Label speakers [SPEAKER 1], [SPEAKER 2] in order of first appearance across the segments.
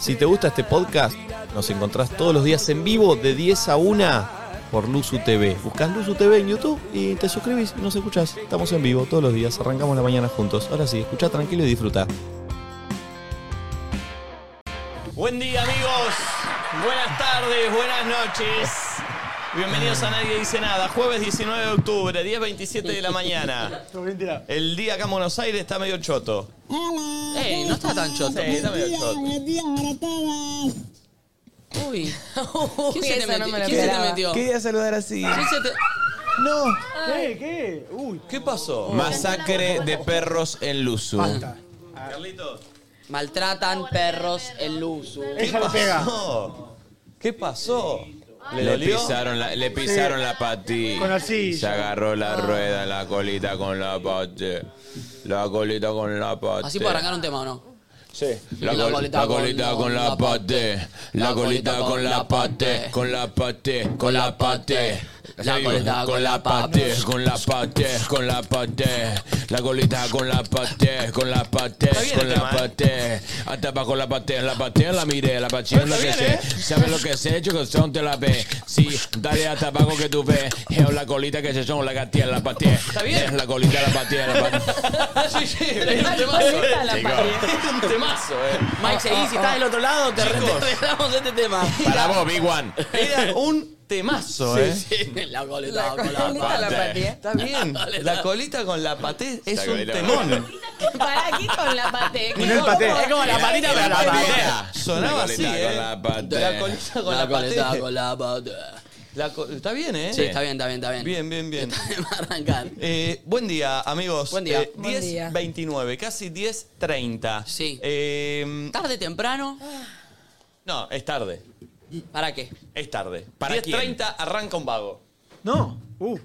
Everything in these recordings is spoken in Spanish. [SPEAKER 1] Si te gusta este podcast, nos encontrás todos los días en vivo de 10 a 1 por Luzu TV. Buscás Luzu TV en YouTube y te suscribís y nos escuchás. Estamos en vivo todos los días, arrancamos la mañana juntos. Ahora sí, escucha tranquilo y disfruta.
[SPEAKER 2] Buen día amigos, buenas tardes, buenas noches. Bienvenidos a Nadie Dice Nada, jueves 19 de octubre, 10.27 de la mañana. El día acá en Buenos Aires está medio choto.
[SPEAKER 3] Ey, no está tan choto.
[SPEAKER 2] Sí, está medio choto.
[SPEAKER 3] Uy. ¿Quién se te
[SPEAKER 4] esa no
[SPEAKER 3] metió?
[SPEAKER 4] me la
[SPEAKER 3] ¿Quién se te
[SPEAKER 4] esperaba.
[SPEAKER 3] metió?
[SPEAKER 5] Quería saludar así.
[SPEAKER 3] ¿Quién se te-
[SPEAKER 5] No.
[SPEAKER 4] ¿Qué? ¿Qué? Uy,
[SPEAKER 2] ¿Qué pasó?
[SPEAKER 5] Masacre de perros en Luzu.
[SPEAKER 2] Ah.
[SPEAKER 4] basta.
[SPEAKER 2] Carlitos.
[SPEAKER 3] Maltratan perros el uso.
[SPEAKER 4] Ella le pega.
[SPEAKER 2] No. ¿Qué pasó? ¿Le
[SPEAKER 5] Le
[SPEAKER 2] dolió?
[SPEAKER 5] pisaron la, le pisaron la patilla.
[SPEAKER 4] Con la silla.
[SPEAKER 5] Se agarró
[SPEAKER 2] Ah.
[SPEAKER 5] la rueda, la colita con la patilla. La colita con la patilla.
[SPEAKER 3] Así puede arrancar un tema o no.
[SPEAKER 5] La, col- la colita, con, la pate, la colita con la pate, con la pate, con la pate.
[SPEAKER 3] La colita
[SPEAKER 5] con la pate, con la pate, con la pate. La colita con la pate, con la pate,
[SPEAKER 2] bien
[SPEAKER 5] con
[SPEAKER 2] el
[SPEAKER 5] la
[SPEAKER 2] tema, ¿eh?
[SPEAKER 5] pate. Hasta pa' con la pate, la pate, la miré, la pate es
[SPEAKER 2] Pero
[SPEAKER 5] lo
[SPEAKER 2] está
[SPEAKER 5] que
[SPEAKER 2] bien, ¿eh?
[SPEAKER 5] sé. Sabes lo que sé, yo que son te la ve. Sí, dale a tabaco que tú ves. Geo la colita que se son la gatía, la pate. Está
[SPEAKER 2] bien.
[SPEAKER 5] La colita, la pate, la pate.
[SPEAKER 2] sí, sí, es un temazo. Es un temazo, eh.
[SPEAKER 3] Mike, seguí, si estás del otro lado, te
[SPEAKER 2] Chicos.
[SPEAKER 3] retornamos este tema.
[SPEAKER 5] Para vos, Big One.
[SPEAKER 2] Era un temazo, eh.
[SPEAKER 3] La coleta con la
[SPEAKER 4] coleta,
[SPEAKER 3] pata.
[SPEAKER 4] la patía.
[SPEAKER 2] Está bien. La colita con la paté es
[SPEAKER 5] La
[SPEAKER 2] un
[SPEAKER 5] colita.
[SPEAKER 2] temón.
[SPEAKER 4] ¿Para aquí con la pate?
[SPEAKER 3] Es como-
[SPEAKER 4] paté.
[SPEAKER 3] Es como la patita, pero la patea.
[SPEAKER 2] Sonaba así, eh.
[SPEAKER 5] La colita con
[SPEAKER 2] La colita con la
[SPEAKER 5] la patea.
[SPEAKER 3] La coleta
[SPEAKER 2] paté.
[SPEAKER 3] con la pata.
[SPEAKER 2] La co- Está bien, eh.
[SPEAKER 3] Sí, está bien, está bien, está bien.
[SPEAKER 2] Bien, bien, bien.
[SPEAKER 3] Va a arrancar.
[SPEAKER 2] Eh, buen día, amigos.
[SPEAKER 3] Buen día.
[SPEAKER 4] Buen día.
[SPEAKER 2] 10.29, casi 10.30.
[SPEAKER 3] Sí.
[SPEAKER 2] Eh,
[SPEAKER 3] Tarde, temprano.
[SPEAKER 2] no, es tarde.
[SPEAKER 3] ¿Para qué?
[SPEAKER 2] Es tarde.
[SPEAKER 5] ¿Para
[SPEAKER 2] 10.30 arranca un vago.
[SPEAKER 4] No. Uh.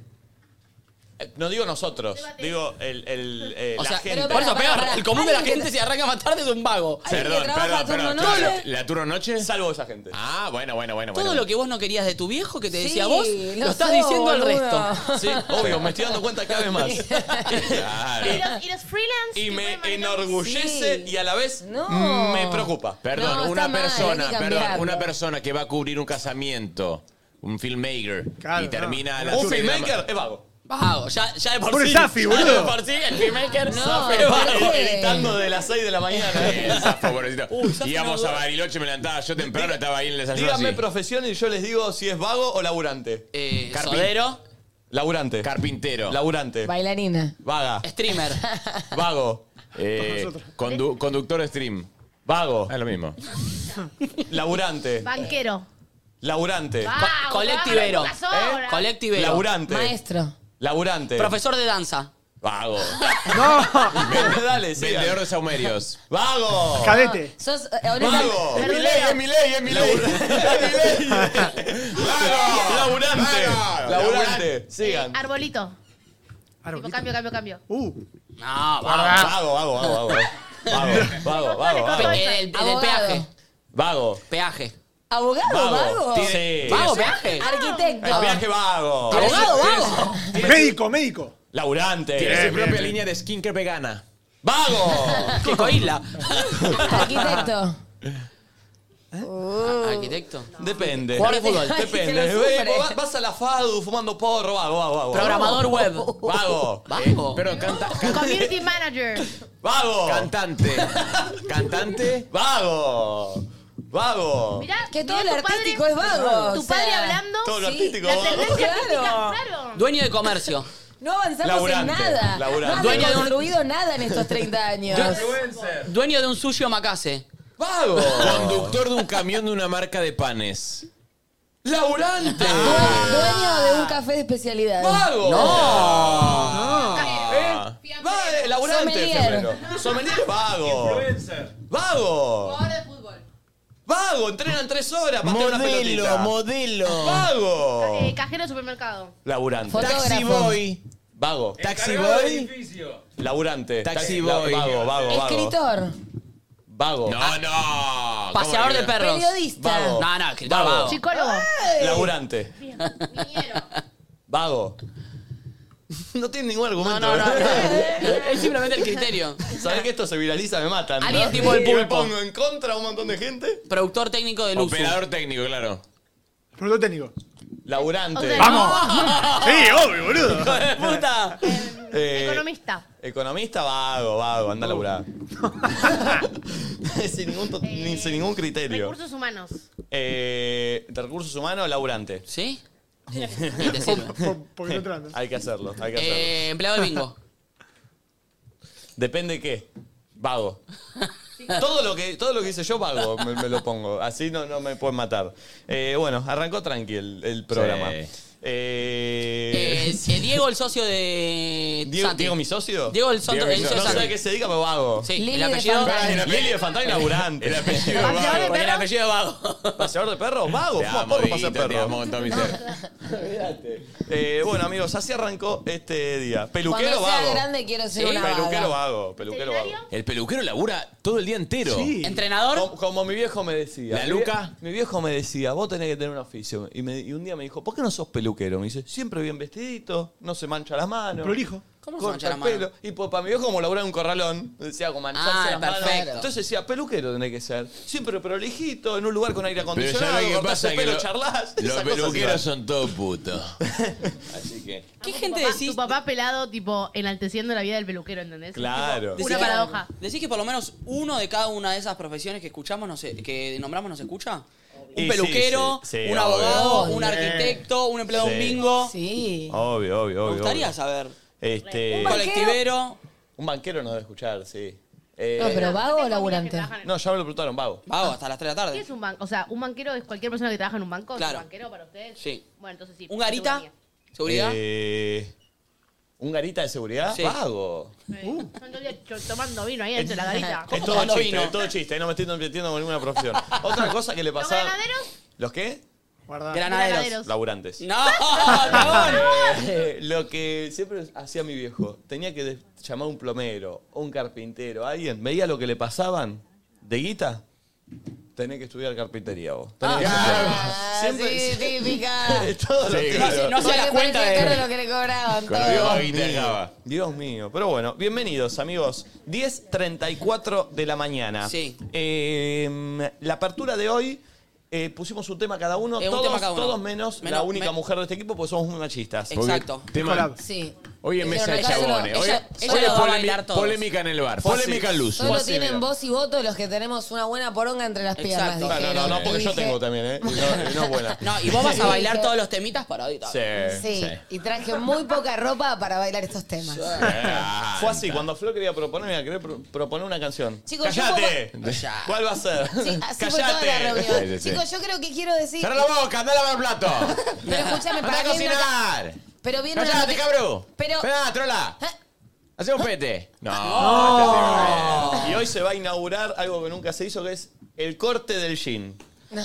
[SPEAKER 2] Eh, No digo nosotros, digo el, el, eh,
[SPEAKER 3] O
[SPEAKER 2] la
[SPEAKER 3] sea,
[SPEAKER 2] gente.
[SPEAKER 3] por eso
[SPEAKER 6] pará,
[SPEAKER 3] peor.
[SPEAKER 6] pará.
[SPEAKER 3] El común de la
[SPEAKER 6] Alguien que-
[SPEAKER 3] gente si arranca más tarde es un vago.
[SPEAKER 6] Alguien que trabaja turno
[SPEAKER 5] ¿tú-
[SPEAKER 6] noche.
[SPEAKER 5] ¿La la turno noche?
[SPEAKER 2] Salvo esa gente.
[SPEAKER 5] Ah, bueno, bueno, bueno.
[SPEAKER 3] Todo
[SPEAKER 5] bueno.
[SPEAKER 3] lo que vos no querías de tu viejo que te
[SPEAKER 6] Sí,
[SPEAKER 3] decía vos, lo
[SPEAKER 6] lo
[SPEAKER 3] estás
[SPEAKER 6] sé,
[SPEAKER 3] diciendo al
[SPEAKER 6] boludo.
[SPEAKER 3] resto.
[SPEAKER 2] Sí, obvio, me estoy dando cuenta cada vez más.
[SPEAKER 5] Claro.
[SPEAKER 6] Pero-
[SPEAKER 7] Y los freelance.
[SPEAKER 2] y
[SPEAKER 7] que
[SPEAKER 2] me
[SPEAKER 7] pueden manejar-
[SPEAKER 2] enorgullece
[SPEAKER 6] Sí.
[SPEAKER 2] y a la vez
[SPEAKER 6] No.
[SPEAKER 2] Mm, me preocupa.
[SPEAKER 5] Perdón,
[SPEAKER 6] No, está
[SPEAKER 5] una
[SPEAKER 6] mal, hay que
[SPEAKER 5] persona, perdón,
[SPEAKER 6] cambiarlo.
[SPEAKER 5] una persona que va a cubrir un casamiento, un filmmaker,
[SPEAKER 4] Claro,
[SPEAKER 5] y termina a las
[SPEAKER 2] Un
[SPEAKER 5] seis de la
[SPEAKER 2] filmmaker es vago.
[SPEAKER 3] Vago, ya, ya de por
[SPEAKER 4] Pobre
[SPEAKER 3] sí.
[SPEAKER 4] Safi,
[SPEAKER 3] ya
[SPEAKER 4] boludo.
[SPEAKER 3] de por sí, el filmmaker.
[SPEAKER 6] No,
[SPEAKER 3] Safi.
[SPEAKER 2] Es vago
[SPEAKER 6] ¿por qué?
[SPEAKER 2] editando de las 6 de la mañana.
[SPEAKER 5] mañana. Eh, zafo, pobrecito.
[SPEAKER 2] Uy, zafo,
[SPEAKER 5] Íbamos
[SPEAKER 2] no,
[SPEAKER 5] a
[SPEAKER 2] no.
[SPEAKER 5] Bariloche, me levantaba yo temprano, estaba ahí en el desayuno
[SPEAKER 2] Díganme
[SPEAKER 5] así.
[SPEAKER 2] profesiones y yo les digo si es vago o laburante.
[SPEAKER 3] Eh,
[SPEAKER 5] Carpi.
[SPEAKER 3] sodero,
[SPEAKER 2] Laburante.
[SPEAKER 5] Carpintero,
[SPEAKER 2] Laburante.
[SPEAKER 6] Bailarina.
[SPEAKER 2] Vaga.
[SPEAKER 6] Este
[SPEAKER 3] streamer.
[SPEAKER 2] Vago.
[SPEAKER 5] eh, condu- conductor stream,
[SPEAKER 2] Vago.
[SPEAKER 5] Ah, es lo mismo.
[SPEAKER 2] Laburante.
[SPEAKER 7] Banquero.
[SPEAKER 2] Laburante.
[SPEAKER 7] Vago,
[SPEAKER 3] colectivero.
[SPEAKER 7] vago, las obras.
[SPEAKER 3] Colectivero.
[SPEAKER 2] Laburante.
[SPEAKER 6] Maestro.
[SPEAKER 2] Laburante.
[SPEAKER 3] Profesor de danza.
[SPEAKER 2] Vago.
[SPEAKER 4] No.
[SPEAKER 2] Dale, sigan.
[SPEAKER 5] Vendedor de saumerios.
[SPEAKER 2] Vago.
[SPEAKER 4] Cadete.
[SPEAKER 6] Sos. eh,
[SPEAKER 2] Vago.
[SPEAKER 6] Perdón.
[SPEAKER 5] Milei, es Milei.
[SPEAKER 2] Laburante.
[SPEAKER 5] Vago.
[SPEAKER 2] Laburante. Sigan.
[SPEAKER 7] Arbolito. Tipo,
[SPEAKER 4] Arbolito.
[SPEAKER 7] cambio, cambio, cambio.
[SPEAKER 4] Uh.
[SPEAKER 3] No, vago.
[SPEAKER 2] Vago, vago, vago, vago. Vago, vago, vago,
[SPEAKER 3] Pe-
[SPEAKER 2] vago.
[SPEAKER 3] eh, del- del
[SPEAKER 6] Abogado.
[SPEAKER 3] peaje.
[SPEAKER 2] Vago.
[SPEAKER 3] Peaje.
[SPEAKER 6] Abogado,
[SPEAKER 2] Vago.
[SPEAKER 6] vago.
[SPEAKER 2] Tiene-
[SPEAKER 3] Vago, peaje.
[SPEAKER 6] Arquitecto.
[SPEAKER 2] El viaje vago.
[SPEAKER 6] Abogado, vago.
[SPEAKER 4] Médico, médico.
[SPEAKER 5] Tiene
[SPEAKER 2] Laburante.
[SPEAKER 5] Eh, su propia línea de skincare vegana.
[SPEAKER 2] Vago.
[SPEAKER 3] Qué coila.
[SPEAKER 6] Arquitecto.
[SPEAKER 3] Arquitecto.
[SPEAKER 2] Ah, Depende.
[SPEAKER 3] Jugador de fútbol.
[SPEAKER 2] Depende.
[SPEAKER 6] Se lo sufre.
[SPEAKER 2] Eh, vas- Vas a la FADU fumando porro, vago, vago, vago.
[SPEAKER 3] Programador web.
[SPEAKER 2] Vago. Eh,
[SPEAKER 3] Vago.
[SPEAKER 5] Pero canta, can-
[SPEAKER 7] Community manager.
[SPEAKER 2] Vago.
[SPEAKER 5] cantante. Cantante.
[SPEAKER 2] Vago. Vago.
[SPEAKER 7] Mirá,
[SPEAKER 6] Que
[SPEAKER 7] mirá
[SPEAKER 6] todo lo
[SPEAKER 7] tu padre-
[SPEAKER 6] artístico es vago. o
[SPEAKER 7] Tu
[SPEAKER 6] sea,
[SPEAKER 7] padre hablando.
[SPEAKER 2] Todo lo
[SPEAKER 6] sí,
[SPEAKER 2] artístico.
[SPEAKER 7] La
[SPEAKER 2] vago.
[SPEAKER 7] tendencia
[SPEAKER 6] Claro.
[SPEAKER 7] artística, claro.
[SPEAKER 3] Dueño de comercio.
[SPEAKER 6] No avanzamos
[SPEAKER 2] Laburante,
[SPEAKER 6] en nada.
[SPEAKER 2] laburante.
[SPEAKER 6] No
[SPEAKER 3] Dueño de
[SPEAKER 6] han
[SPEAKER 3] un-
[SPEAKER 6] construido nada en estos 30 años.
[SPEAKER 3] Dueño de un sushi macase.
[SPEAKER 2] Vago.
[SPEAKER 5] Conductor de un camión de una marca de panes.
[SPEAKER 2] Laburante.
[SPEAKER 6] Dueño de un café de especialidad.
[SPEAKER 2] Vago.
[SPEAKER 5] Ah.
[SPEAKER 2] Va, eh, laburante.
[SPEAKER 6] Sommelier.
[SPEAKER 2] primero. Sommelier vago. Vago. Vago, entrenan tres horas para hacer una pelotita.
[SPEAKER 5] modelo.
[SPEAKER 2] Vago.
[SPEAKER 7] Eh, cajero de supermercado.
[SPEAKER 2] Laburante.
[SPEAKER 6] Fotógrafo.
[SPEAKER 5] Taxi boy.
[SPEAKER 2] Vago.
[SPEAKER 5] Taxi boy.
[SPEAKER 2] Laburante.
[SPEAKER 5] Taxi
[SPEAKER 2] la-
[SPEAKER 5] boy.
[SPEAKER 2] Vago, vago, vago.
[SPEAKER 6] Escritor.
[SPEAKER 2] Vago.
[SPEAKER 5] No, no.
[SPEAKER 3] Paseador de
[SPEAKER 5] perros.
[SPEAKER 3] perros.
[SPEAKER 6] Periodista.
[SPEAKER 2] Vago.
[SPEAKER 3] No, no, escritor
[SPEAKER 2] Vago.
[SPEAKER 3] vago.
[SPEAKER 7] Psicólogo.
[SPEAKER 2] Laburante. Vago. No tiene ningún argumento. ¿eh?
[SPEAKER 8] No, no, no, no.
[SPEAKER 2] Es
[SPEAKER 8] simplemente el criterio.
[SPEAKER 2] ¿Sabés que esto se viraliza? Me matan. ¿no?
[SPEAKER 8] Alguien tipo el
[SPEAKER 2] Y me
[SPEAKER 8] pulpo.
[SPEAKER 2] pongo en contra a un montón de gente.
[SPEAKER 8] Productor técnico del uso.
[SPEAKER 5] Operador técnico, claro.
[SPEAKER 2] Productor técnico. Laburante.
[SPEAKER 7] O sea, ¡Vamos! Sí,
[SPEAKER 2] obvio, boludo.
[SPEAKER 8] puta!
[SPEAKER 7] Economista.
[SPEAKER 2] Eh, Economista vago, vago, anda a laburar. sin, ningún, to- ni- sin ningún criterio.
[SPEAKER 7] Recursos humanos.
[SPEAKER 2] Eh, de recursos humanos, laburante.
[SPEAKER 8] ¿Sí?
[SPEAKER 2] te
[SPEAKER 4] Porque no te andas.
[SPEAKER 2] hay que hacerlo, hay que hacerlo.
[SPEAKER 8] Eh, empleado de bingo.
[SPEAKER 2] Depende de qué. Vago. Todo lo que todo lo que hice yo vago me, me lo pongo. Así no, no me pueden matar. Eh, bueno, arrancó tranqui el, el programa.
[SPEAKER 5] Sí.
[SPEAKER 2] Eh,
[SPEAKER 8] Eh, eh, Diego, el socio de.
[SPEAKER 2] Diego,
[SPEAKER 8] Santi.
[SPEAKER 2] Diego, mi socio.
[SPEAKER 8] Diego, el socio
[SPEAKER 2] Diego,
[SPEAKER 8] el
[SPEAKER 2] mi
[SPEAKER 8] socio
[SPEAKER 2] socio.
[SPEAKER 8] de
[SPEAKER 2] No sé a
[SPEAKER 8] Santi.
[SPEAKER 2] qué se dedica, pero vago.
[SPEAKER 8] Sí,
[SPEAKER 6] Lili
[SPEAKER 8] el
[SPEAKER 6] de
[SPEAKER 8] apellido.
[SPEAKER 6] Fantasma.
[SPEAKER 2] Lili de Fantani laburante. El apellido
[SPEAKER 7] vago.
[SPEAKER 8] Con el apellido vago.
[SPEAKER 2] ¿Paseador de perro? Vago.
[SPEAKER 5] Te
[SPEAKER 2] Fuma
[SPEAKER 5] amo,
[SPEAKER 2] porro, pasea
[SPEAKER 5] Dieguito, te
[SPEAKER 2] perro.
[SPEAKER 5] amo con todo mi ser.
[SPEAKER 2] Eh, bueno, amigos, así arrancó este día. Peluquero
[SPEAKER 6] Cuando sea
[SPEAKER 2] vago.
[SPEAKER 6] grande quiero ser una vaga.
[SPEAKER 2] Peluquero vago. Peluquero vago.
[SPEAKER 7] ¿Seminario?
[SPEAKER 5] El peluquero labura todo el día entero.
[SPEAKER 8] Entrenador.
[SPEAKER 2] Como, como mi viejo me decía.
[SPEAKER 5] ¿La
[SPEAKER 2] Mi
[SPEAKER 5] Luca?
[SPEAKER 2] vie- Mi viejo me decía, vos tenés que tener un oficio. Y, me- y un día me dijo, ¿por qué no sos peluquero? Me dice, siempre bien vestidito, no se mancha las manos.
[SPEAKER 4] Prolijo.
[SPEAKER 8] ¿Cómo se
[SPEAKER 2] Corta
[SPEAKER 8] mancha
[SPEAKER 2] el
[SPEAKER 8] la mano?
[SPEAKER 2] pelo. Y pues, para mi viejo, como laburaba en un corralón, decía, como mancharse
[SPEAKER 8] Ah,
[SPEAKER 2] las manos.
[SPEAKER 8] perfecto.
[SPEAKER 2] Entonces decía, peluquero tenés que ser. Siempre prolijito, en un lugar con aire
[SPEAKER 5] Pero
[SPEAKER 2] acondicionado,
[SPEAKER 5] ¿sabes qué
[SPEAKER 2] cortás
[SPEAKER 5] pasa?
[SPEAKER 2] el
[SPEAKER 5] Que
[SPEAKER 2] pelo,
[SPEAKER 5] lo-
[SPEAKER 2] charlas.
[SPEAKER 5] los peluqueros son todos putos. Así que.
[SPEAKER 8] ¿Qué
[SPEAKER 7] Tu
[SPEAKER 8] gente
[SPEAKER 7] papá-
[SPEAKER 8] decís?
[SPEAKER 7] Tu papá pelado, tipo, enalteciendo la vida del peluquero, ¿entendés?
[SPEAKER 2] Claro.
[SPEAKER 7] Una
[SPEAKER 8] Decís-
[SPEAKER 7] paradoja.
[SPEAKER 8] ¿Decís que por lo menos uno de cada una de esas profesiones que escuchamos, no sé, que nombramos, nos escucha?
[SPEAKER 2] Y sí,
[SPEAKER 8] Un peluquero,
[SPEAKER 2] sí, sí,
[SPEAKER 8] un
[SPEAKER 2] obvio.
[SPEAKER 8] abogado, un
[SPEAKER 4] Obvio.
[SPEAKER 8] arquitecto, un empleado de un
[SPEAKER 2] Sí.
[SPEAKER 8] bingo.
[SPEAKER 6] Sí.
[SPEAKER 2] Obvio, obvio, obvio.
[SPEAKER 8] Me gustaría
[SPEAKER 2] obvio.
[SPEAKER 8] saber.
[SPEAKER 2] Este,
[SPEAKER 8] Un colectivero.
[SPEAKER 2] un banquero no debe escuchar, sí. Eh,
[SPEAKER 6] No, pero vago o
[SPEAKER 7] Que
[SPEAKER 6] laburante.
[SPEAKER 7] trabajan en-
[SPEAKER 2] no, ya me lo preguntaron, vago.
[SPEAKER 8] Vago, hasta las 3 de la
[SPEAKER 7] ¿Qué
[SPEAKER 8] tarde.
[SPEAKER 7] es un banco? O sea, un banquero es cualquier persona que trabaja en un banco. ¿Es
[SPEAKER 8] Claro.
[SPEAKER 7] un banquero para ustedes?
[SPEAKER 8] Sí.
[SPEAKER 7] Bueno, entonces sí.
[SPEAKER 8] ¿Un garita?
[SPEAKER 7] Seguridad.
[SPEAKER 8] ¿Seguridad?
[SPEAKER 2] Eh, ¿Un garita de seguridad?
[SPEAKER 8] Sí.
[SPEAKER 2] Vago.
[SPEAKER 7] Eh, están todo el día cho- tomando vino ahí dentro de la garita.
[SPEAKER 2] Es todo
[SPEAKER 8] tomando
[SPEAKER 2] chiste,
[SPEAKER 8] vino?
[SPEAKER 2] es todo chiste. No me estoy metiendo con ninguna profesión. Otra cosa que le
[SPEAKER 7] ¿Los
[SPEAKER 2] pasaba...
[SPEAKER 7] ganaderos?
[SPEAKER 2] ¿Los qué?
[SPEAKER 4] Guardá.
[SPEAKER 8] Granaderos.
[SPEAKER 7] Granaderos.
[SPEAKER 2] Laburantes.
[SPEAKER 8] No, cabrón.
[SPEAKER 2] Eh, lo que siempre hacía mi viejo, tenía que des- llamar a un plomero, o un carpintero, a alguien, veía lo que le pasaban de guita, tenés que estudiar carpintería vos. Tenés que
[SPEAKER 6] Ah,
[SPEAKER 2] Siempre-
[SPEAKER 6] sí, típica.
[SPEAKER 2] Todo lo que-
[SPEAKER 8] No, se- no se
[SPEAKER 6] Porque
[SPEAKER 8] las cuenta
[SPEAKER 6] parecía caro
[SPEAKER 8] de.
[SPEAKER 6] lo que le cobraban
[SPEAKER 5] Con lo que
[SPEAKER 6] todo.
[SPEAKER 5] más guita dejaba.
[SPEAKER 2] Dios mío, pero bueno, bienvenidos amigos. 10.34 de la mañana.
[SPEAKER 8] Sí.
[SPEAKER 2] Eh, la apertura de hoy eh, pusimos un tema cada uno,
[SPEAKER 8] Eh, un
[SPEAKER 2] todos,
[SPEAKER 8] tema cada uno.
[SPEAKER 2] todos menos, la
[SPEAKER 8] Menos-
[SPEAKER 2] única
[SPEAKER 8] me-
[SPEAKER 2] mujer de este equipo, porque somos muy machistas.
[SPEAKER 8] Eh, Exacto.
[SPEAKER 5] Porque tema-
[SPEAKER 4] Collab.
[SPEAKER 6] Sí.
[SPEAKER 5] hoy en mesa de
[SPEAKER 6] Pero acá solo-
[SPEAKER 5] chabones. Hoy,
[SPEAKER 6] ella-
[SPEAKER 5] hoy
[SPEAKER 8] ella
[SPEAKER 5] es
[SPEAKER 8] lo va a
[SPEAKER 5] polemi-
[SPEAKER 8] bailar todos.
[SPEAKER 5] polémica en el bar. Polémica en luz.
[SPEAKER 6] Solo
[SPEAKER 2] Fácil,
[SPEAKER 6] tienen
[SPEAKER 2] mira.
[SPEAKER 6] voz y voto los que tenemos una buena poronga entre las piernas.
[SPEAKER 8] Exacto.
[SPEAKER 2] No, no, no,
[SPEAKER 6] dijeron.
[SPEAKER 2] no, porque
[SPEAKER 6] Y
[SPEAKER 2] yo
[SPEAKER 6] dije,
[SPEAKER 2] tengo también, ¿eh? Y No, y no es buena.
[SPEAKER 8] No, y vos vas a bailar todos los temitas para ahorita.
[SPEAKER 2] Sí.
[SPEAKER 6] Sí, y traje muy poca ropa para bailar estos temas.
[SPEAKER 2] Fue así, cuando Flo quería proponer, mira, quería pro- proponer una canción.
[SPEAKER 6] Chicos, yo
[SPEAKER 2] ¡Cállate!
[SPEAKER 8] Ya.
[SPEAKER 2] ¿Cuál va a ser?
[SPEAKER 6] Sí, así fue toda la
[SPEAKER 2] ¡Cállate!
[SPEAKER 5] Sí, sí,
[SPEAKER 6] reunión.
[SPEAKER 5] sí.
[SPEAKER 6] Chicos, yo creo que quiero decir.
[SPEAKER 5] ¡Cerra la boca! ¡Anda a lavar plato!
[SPEAKER 6] Pero escúchame,
[SPEAKER 5] ¡Anda
[SPEAKER 6] para
[SPEAKER 5] a
[SPEAKER 6] que viene una-
[SPEAKER 5] cocinar!
[SPEAKER 6] Pero viene una
[SPEAKER 5] ¡Cállate,
[SPEAKER 6] noti-
[SPEAKER 5] cabrón!
[SPEAKER 6] Pero-
[SPEAKER 5] ¡Esperá, trola!
[SPEAKER 8] ¿Eh?
[SPEAKER 6] Ah,
[SPEAKER 5] ¡Hacemos pete! ¡No!
[SPEAKER 2] Y hoy se va a inaugurar algo que nunca se hizo, que es el corte del jean.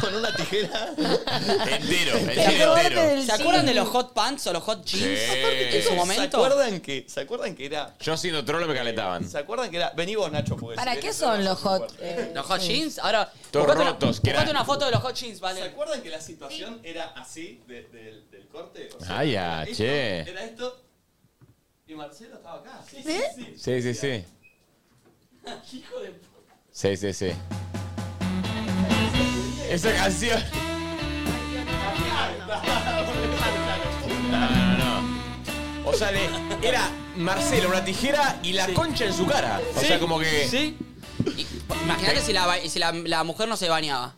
[SPEAKER 2] Con una tijera.
[SPEAKER 5] Entero,
[SPEAKER 6] el
[SPEAKER 5] entero,
[SPEAKER 6] corte
[SPEAKER 5] entero.
[SPEAKER 6] del
[SPEAKER 8] ¿Se acuerdan
[SPEAKER 6] jean.
[SPEAKER 8] de los hot pants o los hot jeans?
[SPEAKER 5] Sí.
[SPEAKER 8] En su
[SPEAKER 2] ¿Se
[SPEAKER 8] momento.
[SPEAKER 2] acuerdan que, ¿se acuerdan que era?
[SPEAKER 5] Yo siendo trolo me calentaban.
[SPEAKER 2] ¿Se acuerdan que era? Vení vos, Nacho. porque
[SPEAKER 6] ¿Para
[SPEAKER 2] si
[SPEAKER 6] qué
[SPEAKER 2] querés-
[SPEAKER 6] son los hot? eh,
[SPEAKER 8] Los hot jeans. Ahora.
[SPEAKER 5] Todos
[SPEAKER 8] buscate una-
[SPEAKER 5] rotos, que
[SPEAKER 8] buscate
[SPEAKER 5] eran.
[SPEAKER 8] una foto de los hot jeans,
[SPEAKER 2] ¿Se
[SPEAKER 8] ¿vale?
[SPEAKER 2] acuerdan que la situación era así de- del- del corte? O
[SPEAKER 5] Ah,
[SPEAKER 2] era
[SPEAKER 5] ya,
[SPEAKER 2] esto,
[SPEAKER 5] che.
[SPEAKER 2] Era esto. Y Marcelo estaba acá. Sí, sí,
[SPEAKER 6] ¿Eh?
[SPEAKER 2] sí.
[SPEAKER 5] Sí, sí, sí. Sí, sí, sí. Esa canción. No, no, no. O sea, le- era Marcelo, una tijera y la concha en su cara. O sea, como que.
[SPEAKER 8] Sí. Y- Imagínate si, la, ba- si la, la mujer no se bañaba.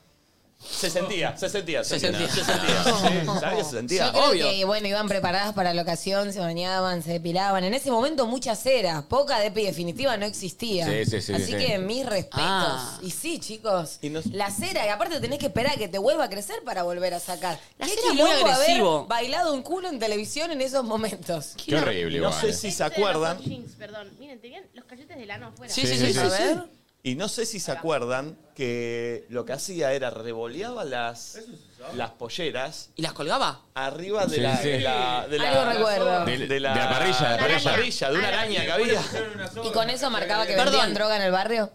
[SPEAKER 2] Se sentía, se sentía, se
[SPEAKER 8] Se
[SPEAKER 2] sentía.
[SPEAKER 8] sentía.
[SPEAKER 2] Se sentía. Sí, ¿Sabes que se
[SPEAKER 6] Yo
[SPEAKER 2] sentía?
[SPEAKER 6] creo
[SPEAKER 8] obvio.
[SPEAKER 6] que, bueno, iban preparadas para la ocasión, se bañaban, se depilaban. En ese momento mucha cera, poca depi definitiva no existía.
[SPEAKER 5] Sí, sí, sí,
[SPEAKER 6] Así
[SPEAKER 5] sí.
[SPEAKER 6] que mis respetos.
[SPEAKER 8] Ah.
[SPEAKER 6] Y sí, chicos,
[SPEAKER 2] Y nos-
[SPEAKER 6] la cera, y aparte tenés que esperar a que te vuelva a crecer para volver a sacar.
[SPEAKER 8] La
[SPEAKER 6] Qué
[SPEAKER 8] cera es muy
[SPEAKER 6] quilombo haber
[SPEAKER 8] agresivo.
[SPEAKER 6] bailado un culo en televisión en esos momentos.
[SPEAKER 5] Qué horrible,
[SPEAKER 2] No
[SPEAKER 5] igual.
[SPEAKER 2] sé si se
[SPEAKER 7] Dentro de los
[SPEAKER 2] acuerdan.
[SPEAKER 7] hot jeans, perdón. Miren, tenían los cachetes de lano afuera.
[SPEAKER 8] Sí, sí, sí. sí,
[SPEAKER 6] A ver.
[SPEAKER 2] Y no sé si se acuerdan que lo que hacía era revoleaba las, las polleras.
[SPEAKER 3] ¿Y las colgaba?
[SPEAKER 2] Arriba de
[SPEAKER 5] Sí,
[SPEAKER 2] la,
[SPEAKER 5] sí.
[SPEAKER 2] de la- de la-
[SPEAKER 6] Algo recuerdo.
[SPEAKER 5] De- de la parrilla, de
[SPEAKER 2] de la
[SPEAKER 5] la parrilla.
[SPEAKER 2] parrilla,
[SPEAKER 3] Ah,
[SPEAKER 2] de una araña que había.
[SPEAKER 6] ¿Y con eso marcaba que
[SPEAKER 3] Perdón.
[SPEAKER 6] vendían droga en el barrio?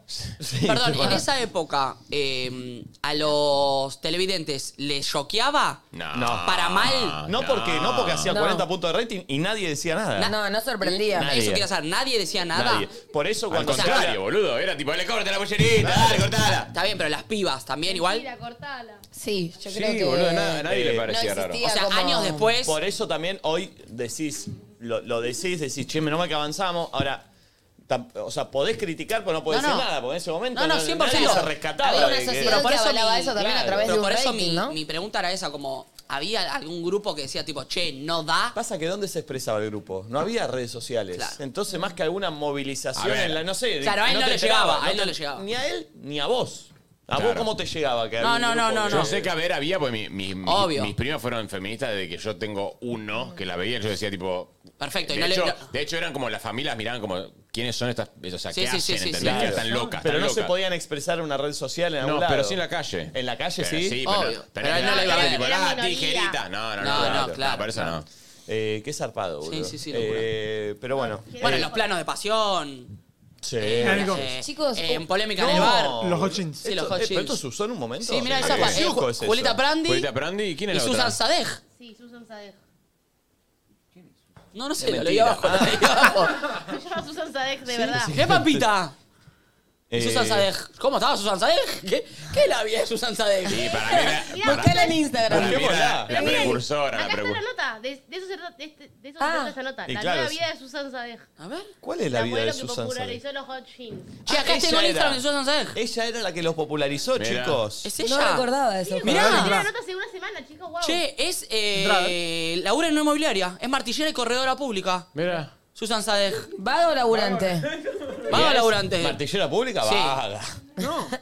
[SPEAKER 3] Perdón, en esa época, eh, ¿a los televidentes les choqueaba?
[SPEAKER 5] No.
[SPEAKER 3] ¿Para mal?
[SPEAKER 2] No porque, no porque hacía
[SPEAKER 6] No.
[SPEAKER 2] 40 puntos de rating y nadie decía nada.
[SPEAKER 6] No, no sorprendía.
[SPEAKER 2] Nadie.
[SPEAKER 3] Eso quiero saber, nadie decía nada.
[SPEAKER 2] Nadie. Por eso
[SPEAKER 5] Al
[SPEAKER 2] cuando se
[SPEAKER 5] contrario,
[SPEAKER 2] habla-
[SPEAKER 5] boludo. Era tipo, le corte la pollerita, dale, cortala.
[SPEAKER 3] Está bien, pero las pibas también igual.
[SPEAKER 7] Mira, cortala.
[SPEAKER 6] Sí, yo creo
[SPEAKER 5] Sí,
[SPEAKER 6] que.
[SPEAKER 5] boludo, nada, a nadie
[SPEAKER 2] eh,
[SPEAKER 5] le parecía
[SPEAKER 6] no
[SPEAKER 5] raro.
[SPEAKER 6] existía.
[SPEAKER 3] O sea,
[SPEAKER 6] como-
[SPEAKER 3] años después.
[SPEAKER 2] Por eso también hoy decís, lo, lo decís, decís, che, menos mal que avanzamos. Ahora, tam- o sea, podés criticar, pero no podés
[SPEAKER 3] No,
[SPEAKER 2] decir
[SPEAKER 3] no.
[SPEAKER 2] nada, porque en ese momento
[SPEAKER 3] No, no,
[SPEAKER 2] nadie
[SPEAKER 3] 100%.
[SPEAKER 2] se rescataba.
[SPEAKER 6] Había una
[SPEAKER 2] de que-
[SPEAKER 6] sociedad que avalaba eso también a través de
[SPEAKER 3] Pero
[SPEAKER 6] un
[SPEAKER 3] por eso
[SPEAKER 6] rating,
[SPEAKER 3] mi,
[SPEAKER 6] ¿no?
[SPEAKER 3] mi pregunta era esa, como, ¿había algún grupo que decía tipo, che, no da?
[SPEAKER 2] Pasa que ¿dónde se expresaba el grupo? No había redes sociales.
[SPEAKER 3] Claro.
[SPEAKER 2] Entonces, más que alguna
[SPEAKER 5] A
[SPEAKER 2] movilización
[SPEAKER 5] ver.
[SPEAKER 2] en la, no sé.
[SPEAKER 3] Claro, a él no
[SPEAKER 2] te
[SPEAKER 3] le llegaba,
[SPEAKER 2] enterabas,
[SPEAKER 3] a él no
[SPEAKER 2] te-
[SPEAKER 3] le llegaba.
[SPEAKER 2] Ni a él, ni a vos. ¿A vos
[SPEAKER 5] Claro.
[SPEAKER 2] cómo te llegaba? Que
[SPEAKER 3] No,
[SPEAKER 2] había un
[SPEAKER 3] no,
[SPEAKER 2] grupo
[SPEAKER 3] no,
[SPEAKER 2] que-
[SPEAKER 3] no,
[SPEAKER 5] Yo
[SPEAKER 3] no.
[SPEAKER 5] sé que a ver había, pues mi- mi- mi-
[SPEAKER 3] Obvio.
[SPEAKER 5] mis primas fueron feministas desde que yo tengo uno que la veía. Yo decía, tipo.
[SPEAKER 3] Perfecto, y
[SPEAKER 5] De,
[SPEAKER 3] no le-
[SPEAKER 5] hecho,
[SPEAKER 3] no-
[SPEAKER 5] de hecho, eran como las familias miraban como. ¿Quiénes son estas? O sea,
[SPEAKER 3] Sí,
[SPEAKER 5] ¿qué
[SPEAKER 3] sí, sí,
[SPEAKER 5] hacen?
[SPEAKER 3] sí,
[SPEAKER 5] ¿Entendés?
[SPEAKER 3] sí.
[SPEAKER 5] Que están locas.
[SPEAKER 2] Pero
[SPEAKER 5] están
[SPEAKER 2] no se
[SPEAKER 5] locas.
[SPEAKER 2] podían expresar en una red social en
[SPEAKER 5] No,
[SPEAKER 2] algún
[SPEAKER 5] pero
[SPEAKER 2] lado.
[SPEAKER 5] sí en la calle.
[SPEAKER 2] ¿En la calle
[SPEAKER 5] Pero
[SPEAKER 2] sí?
[SPEAKER 5] pero,
[SPEAKER 3] Obvio.
[SPEAKER 5] pero
[SPEAKER 3] Pero
[SPEAKER 5] no,
[SPEAKER 3] él no
[SPEAKER 5] no
[SPEAKER 3] le iba a ver.
[SPEAKER 5] tipo,
[SPEAKER 7] Era
[SPEAKER 5] ah,
[SPEAKER 7] minoría.
[SPEAKER 5] tijerita. No, no, no.
[SPEAKER 3] No, no, claro.
[SPEAKER 5] Por eso no.
[SPEAKER 2] Eh, qué zarpado,
[SPEAKER 3] Sí,
[SPEAKER 2] boludo.
[SPEAKER 3] sí, sí, locura.
[SPEAKER 2] eh, Pero bueno.
[SPEAKER 3] Bueno,
[SPEAKER 2] Eh,
[SPEAKER 3] los planos de pasión.
[SPEAKER 2] sí.
[SPEAKER 3] eh,
[SPEAKER 4] Chicos,
[SPEAKER 3] eh,
[SPEAKER 6] Chicos,
[SPEAKER 3] eh,
[SPEAKER 7] uh,
[SPEAKER 3] en polémica en
[SPEAKER 2] No.
[SPEAKER 3] el bar.
[SPEAKER 4] Los hot chins.
[SPEAKER 3] Sí, los
[SPEAKER 2] Esto-
[SPEAKER 3] hot
[SPEAKER 2] eh, ¿Pero esto
[SPEAKER 3] chicks.
[SPEAKER 2] se usó en un momento?
[SPEAKER 3] Sí, mira
[SPEAKER 2] ¿Qué
[SPEAKER 3] esa
[SPEAKER 5] pa-
[SPEAKER 2] circo
[SPEAKER 3] pasión.
[SPEAKER 2] es eso?
[SPEAKER 3] Julita Prandi
[SPEAKER 5] Julieta Prandi, ¿y quién es
[SPEAKER 3] y
[SPEAKER 5] la otra?
[SPEAKER 3] Susan Sadej.
[SPEAKER 7] Sí, Susan Sadej.
[SPEAKER 3] No, no sé,
[SPEAKER 2] Qué
[SPEAKER 3] lo leí abajo, lo leí abajo.
[SPEAKER 7] Se llama Susan Sadej, de verdad.
[SPEAKER 3] ¿Qué papita? Y
[SPEAKER 2] Eh,
[SPEAKER 3] Susan Sadej. ¿Cómo estaba Susan Sadej? ¿Qué, qué la vi de Susan
[SPEAKER 5] Y
[SPEAKER 3] Sadej?
[SPEAKER 5] para mí era.
[SPEAKER 7] Mirá,
[SPEAKER 5] para-
[SPEAKER 6] Buscala en
[SPEAKER 5] para
[SPEAKER 6] Instagram.
[SPEAKER 5] mí era
[SPEAKER 2] Busquémosla.
[SPEAKER 5] la precursora.
[SPEAKER 7] Acá
[SPEAKER 5] La
[SPEAKER 7] está la
[SPEAKER 5] precursora.
[SPEAKER 7] nota, de, de eso se trata, de, este- de eso se
[SPEAKER 6] Ah.
[SPEAKER 7] trata esa nota.
[SPEAKER 2] Y
[SPEAKER 7] La
[SPEAKER 2] claro,
[SPEAKER 7] nueva
[SPEAKER 2] sí.
[SPEAKER 7] vida de Susan Sadej.
[SPEAKER 3] A ver.
[SPEAKER 2] ¿Cuál es la,
[SPEAKER 7] La
[SPEAKER 2] vida de
[SPEAKER 7] modelo que
[SPEAKER 2] Susan Sarandon?
[SPEAKER 7] popularizó los hot jeans.
[SPEAKER 3] Che, acá
[SPEAKER 2] Ah,
[SPEAKER 3] tengo
[SPEAKER 2] ella
[SPEAKER 3] el Instagram de
[SPEAKER 2] era.
[SPEAKER 3] Susan Sadej.
[SPEAKER 2] Ella era la que los popularizó,
[SPEAKER 5] Mirá.
[SPEAKER 2] chicos.
[SPEAKER 3] Es
[SPEAKER 6] No
[SPEAKER 3] ella.
[SPEAKER 6] recordaba eso.
[SPEAKER 3] Mirá.
[SPEAKER 7] Tiene la nota hace una semana, chicos, wow.
[SPEAKER 3] Che, es eh, labura en una inmobiliaria. Es martillera y corredora pública.
[SPEAKER 5] Mira.
[SPEAKER 3] Susan Sadej.
[SPEAKER 6] Vado laburante.
[SPEAKER 3] Vaga laburante.
[SPEAKER 2] ¿Martillera pública?
[SPEAKER 3] Sí.
[SPEAKER 2] Vaga.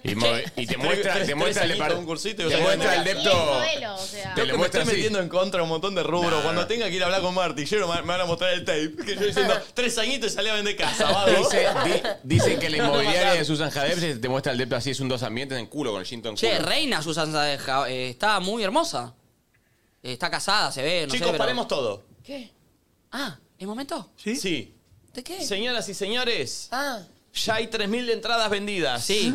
[SPEAKER 5] Y, mo- y te muestra,
[SPEAKER 2] tres-
[SPEAKER 5] te
[SPEAKER 2] tres
[SPEAKER 5] muestra el
[SPEAKER 2] añitos,
[SPEAKER 5] depart-
[SPEAKER 2] un cursito y
[SPEAKER 5] te
[SPEAKER 2] vas a
[SPEAKER 5] muestra el
[SPEAKER 2] ganar.
[SPEAKER 7] Y es
[SPEAKER 5] depto.
[SPEAKER 7] modelo, o sea.
[SPEAKER 5] Te
[SPEAKER 2] Creo
[SPEAKER 5] le
[SPEAKER 2] que me estoy
[SPEAKER 5] muestra así.
[SPEAKER 2] metiendo en contra un montón de rubros.
[SPEAKER 5] No,
[SPEAKER 2] Cuando
[SPEAKER 5] no.
[SPEAKER 2] tenga que ir a hablar con martillero, me, me van a mostrar el tape. Que yo diciendo, tres añitos y salía a vender casa, vago.
[SPEAKER 5] Dice- di- dicen que la inmobiliaria de Susan Jadeb te muestra el depto así, es un dos ambientes en culo con el Shinton
[SPEAKER 3] Che,
[SPEAKER 5] culo.
[SPEAKER 3] reina Susan Sadej. eh, está muy hermosa. Eh, está casada, se ve, no
[SPEAKER 2] Chicos,
[SPEAKER 3] sé. pero-
[SPEAKER 2] paremos todo.
[SPEAKER 6] ¿Qué?
[SPEAKER 3] Ah, ¿es momento?
[SPEAKER 4] ¿Sí?
[SPEAKER 2] Sí.
[SPEAKER 6] ¿De qué?
[SPEAKER 2] Señoras y señores,
[SPEAKER 6] Ah.
[SPEAKER 2] ya hay 3.000 de entradas vendidas.
[SPEAKER 3] Sí.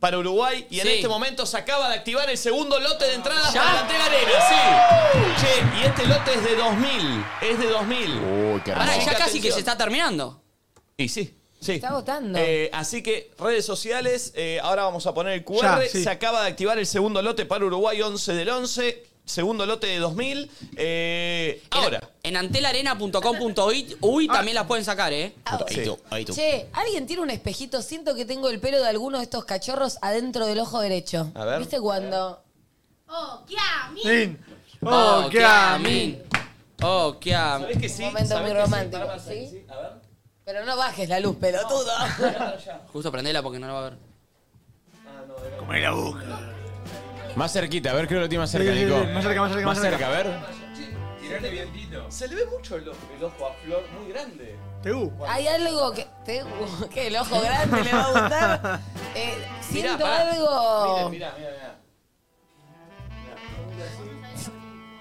[SPEAKER 2] Para Uruguay y en
[SPEAKER 3] Sí.
[SPEAKER 2] este momento se acaba de activar el segundo lote de entradas
[SPEAKER 3] ¿Ya?
[SPEAKER 2] para la entrega arena, sí. Che, y este lote es de 2.000. Es de 2.000.
[SPEAKER 5] Uy, qué
[SPEAKER 3] Pará,
[SPEAKER 5] hermoso.
[SPEAKER 3] ya casi
[SPEAKER 2] Atención.
[SPEAKER 3] que se está terminando.
[SPEAKER 2] Y sí. Sí.
[SPEAKER 6] Está agotando.
[SPEAKER 2] Eh, así que redes sociales, eh, ahora vamos a poner el QR.
[SPEAKER 4] Ya, sí.
[SPEAKER 2] Se acaba de activar el segundo lote para Uruguay 11 del 11, segundo lote de 2000. Eh, ahora,
[SPEAKER 3] En antelarena.com.uy también las pueden sacar, ¿eh?
[SPEAKER 2] Sí.
[SPEAKER 6] Ah. Che, ¿alguien tiene un espejito? Siento que tengo el pelo de alguno de estos cachorros adentro del ojo derecho.
[SPEAKER 2] A ver.
[SPEAKER 6] ¿Viste cuando?
[SPEAKER 7] Oh, ¿qué a mí?
[SPEAKER 4] Lin. Oh, qué amin.
[SPEAKER 3] amin. Oh, qué amin.
[SPEAKER 2] ¿sabés que sí?
[SPEAKER 6] Un momento
[SPEAKER 2] ¿Sabés
[SPEAKER 6] muy
[SPEAKER 2] que sí?
[SPEAKER 6] romántico,
[SPEAKER 2] Pará, pará,
[SPEAKER 6] ¿sí?
[SPEAKER 2] A ver.
[SPEAKER 6] Pero no bajes la luz, pelotudo.
[SPEAKER 3] Justo prendela porque no la va a ver.
[SPEAKER 2] Ah,
[SPEAKER 5] Más cerquita, a ver, creo que lo tiene más cerca,
[SPEAKER 4] Sí, sí,
[SPEAKER 5] Nico.
[SPEAKER 4] sí, más cerca, más cerca,
[SPEAKER 5] Más
[SPEAKER 4] más cerca.
[SPEAKER 5] cerca, a ver.
[SPEAKER 2] Se le ve mucho el, ojo- el ojo a Flor, muy grande.
[SPEAKER 4] Te uh.
[SPEAKER 6] Hay algo que. Te, que el ojo grande le va a gustar. Eh, siento
[SPEAKER 2] pará.
[SPEAKER 6] algo.
[SPEAKER 2] Mirá, mirá, mirá.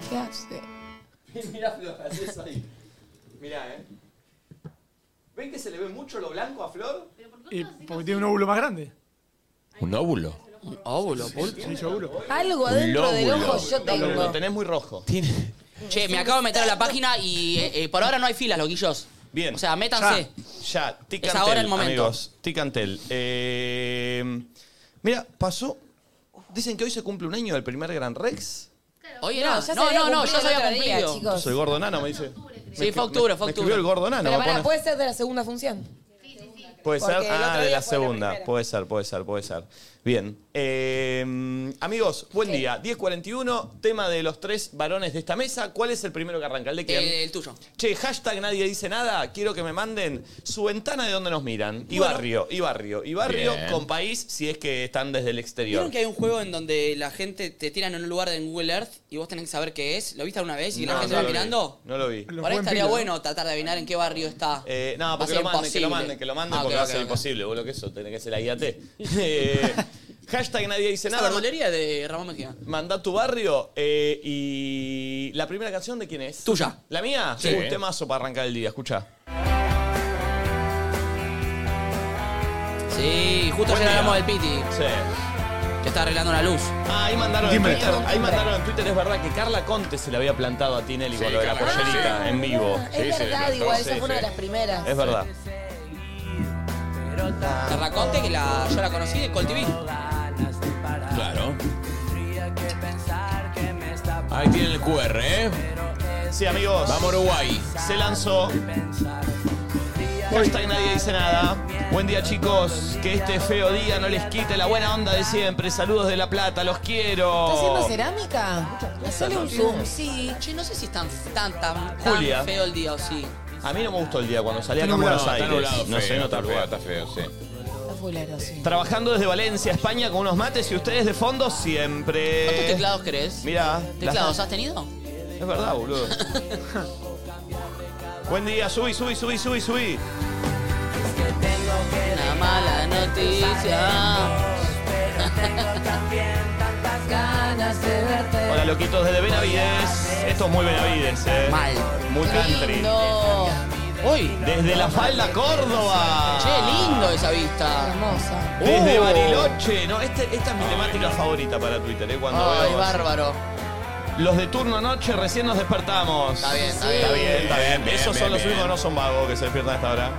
[SPEAKER 6] ¿Qué hace?
[SPEAKER 2] Mirá, Flor, así es ahí. Mirá, eh. ¿Ven que se le ve mucho lo blanco a Flor?
[SPEAKER 4] Y porque tiene un óvulo más grande.
[SPEAKER 5] Un óvulo.
[SPEAKER 3] Un óvulo, pulpo.
[SPEAKER 4] Sí, seguro.
[SPEAKER 6] Algo adentro del
[SPEAKER 5] lóbulo.
[SPEAKER 6] ojo yo
[SPEAKER 2] Lo
[SPEAKER 6] tengo.
[SPEAKER 2] tenés muy rojo.
[SPEAKER 3] Che, me acabo de meter a la página y eh, eh, por ahora no hay filas, loquillos.
[SPEAKER 2] Bien.
[SPEAKER 3] O sea, métanse.
[SPEAKER 2] Ya, Ticantel.
[SPEAKER 3] Es ahora el momento.
[SPEAKER 2] Amigos, Ticantel. Eh, mira, pasó. Dicen que hoy se cumple un año del primer Gran Rex.
[SPEAKER 3] Hoy era.
[SPEAKER 6] ya se
[SPEAKER 3] No,
[SPEAKER 6] había
[SPEAKER 3] no, no, ya
[SPEAKER 6] cumplido
[SPEAKER 3] se
[SPEAKER 6] el
[SPEAKER 3] había
[SPEAKER 6] otro día,
[SPEAKER 3] cumplido.
[SPEAKER 6] chicos.
[SPEAKER 2] Soy gordo nano, me dice.
[SPEAKER 3] sí, fue octubre, fue
[SPEAKER 2] Me escribió el
[SPEAKER 3] octubre.
[SPEAKER 2] gordo nano.
[SPEAKER 6] Pero
[SPEAKER 2] va a
[SPEAKER 6] pará,
[SPEAKER 2] poner-
[SPEAKER 6] puede ser de la segunda función.
[SPEAKER 2] Puede ser.
[SPEAKER 6] porque el
[SPEAKER 2] Ah,
[SPEAKER 6] otro
[SPEAKER 2] de
[SPEAKER 6] día
[SPEAKER 2] la
[SPEAKER 6] fue la
[SPEAKER 2] segunda.
[SPEAKER 6] primera.
[SPEAKER 2] puede ser, puede ser, puede ser. Bien. Eh, amigos, buen
[SPEAKER 6] ¿Qué?
[SPEAKER 2] día. 10.41, tema de los tres varones de esta mesa. ¿Cuál es el primero que arranca? ¿El de quién?
[SPEAKER 3] Eh, el tuyo.
[SPEAKER 2] Che, hashtag nadie dice nada, quiero que me manden su ventana de donde nos miran. Y barrio, y barrio, y barrio
[SPEAKER 5] Bien.
[SPEAKER 2] con país si es que están desde el exterior.
[SPEAKER 3] ¿Vieron que hay un juego en donde la gente te tiran en un lugar en Google Earth y vos tenés que saber qué es? ¿Lo viste alguna vez y la gente
[SPEAKER 2] lo
[SPEAKER 3] va
[SPEAKER 2] vi,
[SPEAKER 3] tirando?
[SPEAKER 2] No lo vi.
[SPEAKER 4] Lo
[SPEAKER 3] Por ahí
[SPEAKER 4] juegan
[SPEAKER 3] estaría
[SPEAKER 4] pila.
[SPEAKER 3] bueno tratar de adivinar en qué barrio está.
[SPEAKER 2] Eh, no,
[SPEAKER 3] Va a
[SPEAKER 2] porque lo
[SPEAKER 3] ser
[SPEAKER 2] manden, que lo
[SPEAKER 3] imposible.
[SPEAKER 2] manden, que lo manden,
[SPEAKER 3] Ah,
[SPEAKER 2] porque
[SPEAKER 3] ok,
[SPEAKER 2] va a
[SPEAKER 3] ok,
[SPEAKER 2] ser
[SPEAKER 3] ok.
[SPEAKER 2] imposible, boludo, que eso, tiene que ser la IAT. Eh, Hashtag nadie dice
[SPEAKER 8] Está la
[SPEAKER 2] nada.
[SPEAKER 8] verdulería de Ramón Mejía.
[SPEAKER 2] Mandá tu barrio eh, y la primera canción de quién es?
[SPEAKER 8] Tuya.
[SPEAKER 2] ¿La mía?
[SPEAKER 8] Sí.
[SPEAKER 2] Un temazo para arrancar el día, escucha.
[SPEAKER 8] Sí, justo
[SPEAKER 2] Buen
[SPEAKER 8] ayer
[SPEAKER 2] día.
[SPEAKER 8] hablamos del Piti,
[SPEAKER 2] Sí.
[SPEAKER 8] que está arreglando la luz.
[SPEAKER 2] Ah, ahí mandaron en
[SPEAKER 4] Dime.
[SPEAKER 2] Twitter, ahí mandaron en Twitter, es verdad que Carla Conte se le había plantado a Tinelli
[SPEAKER 5] Sí,
[SPEAKER 2] con lo de la
[SPEAKER 5] Carla Conte.
[SPEAKER 2] pollerita en vivo.
[SPEAKER 6] Ah,
[SPEAKER 5] Sí,
[SPEAKER 6] es
[SPEAKER 5] se
[SPEAKER 6] verdad,
[SPEAKER 5] levantó,
[SPEAKER 6] igual,
[SPEAKER 5] sí,
[SPEAKER 6] esa fue una de
[SPEAKER 5] sí.
[SPEAKER 6] las primeras.
[SPEAKER 2] Es verdad.
[SPEAKER 8] Te raconte que la, Eh, yo la conocí de Col TV.
[SPEAKER 5] Claro. Ahí tienen el QR, ¿eh?
[SPEAKER 2] Sí, amigos.
[SPEAKER 5] Vamos a Uruguay.
[SPEAKER 2] Se lanzó. Hashtag nadie dice nada. Buen día chicos, que este feo día no les quite la buena onda de siempre. Saludos de La Plata, los quiero.
[SPEAKER 6] ¿Estás haciendo cerámica? Hacele un zoom. Sí.
[SPEAKER 8] Che, no sé si es tan, tan, tan, tan
[SPEAKER 2] Julia.
[SPEAKER 8] feo el día o sí.
[SPEAKER 2] A mí no me gustó el día cuando salí acá
[SPEAKER 4] Está
[SPEAKER 2] en
[SPEAKER 4] nublado,
[SPEAKER 2] Buenos Aires. no sé, no
[SPEAKER 5] está
[SPEAKER 2] tal
[SPEAKER 5] feo, está feo, sí.
[SPEAKER 6] Está fulero, sí.
[SPEAKER 2] Trabajando desde Valencia, España, con unos mates y ustedes de fondo siempre.
[SPEAKER 8] ¿Cuántos teclados querés?
[SPEAKER 2] Mirá.
[SPEAKER 8] ¿Teclados
[SPEAKER 2] las-
[SPEAKER 8] has tenido?
[SPEAKER 2] Es verdad, boludo. Buen día, subí, subí, subí, subí, subí.
[SPEAKER 8] Una mala noticia.
[SPEAKER 6] Ganas de verte.
[SPEAKER 2] Hola, loquitos, desde Benavides. Esto es muy Benavides, eh.
[SPEAKER 8] Mal.
[SPEAKER 2] Muy country.
[SPEAKER 3] Uh.
[SPEAKER 6] Lindo.
[SPEAKER 8] Uy,
[SPEAKER 2] Desde La Falda, Córdoba.
[SPEAKER 8] che, lindo esa vista.
[SPEAKER 6] Hermosa.
[SPEAKER 2] Desde
[SPEAKER 8] Uh.
[SPEAKER 2] Bariloche. No, este- esta es mi temática favorita para Twitter, eh, Cuando
[SPEAKER 8] Ay,
[SPEAKER 2] veo-
[SPEAKER 8] bárbaro.
[SPEAKER 2] Los de turno noche recién nos despertamos.
[SPEAKER 8] Está bien, está
[SPEAKER 2] Está
[SPEAKER 8] bien.
[SPEAKER 2] bien, está bien.
[SPEAKER 5] Bien,
[SPEAKER 2] Esos
[SPEAKER 5] bien,
[SPEAKER 2] son los
[SPEAKER 5] bien.
[SPEAKER 2] únicos que no son vagos que se despiertan a esta hora.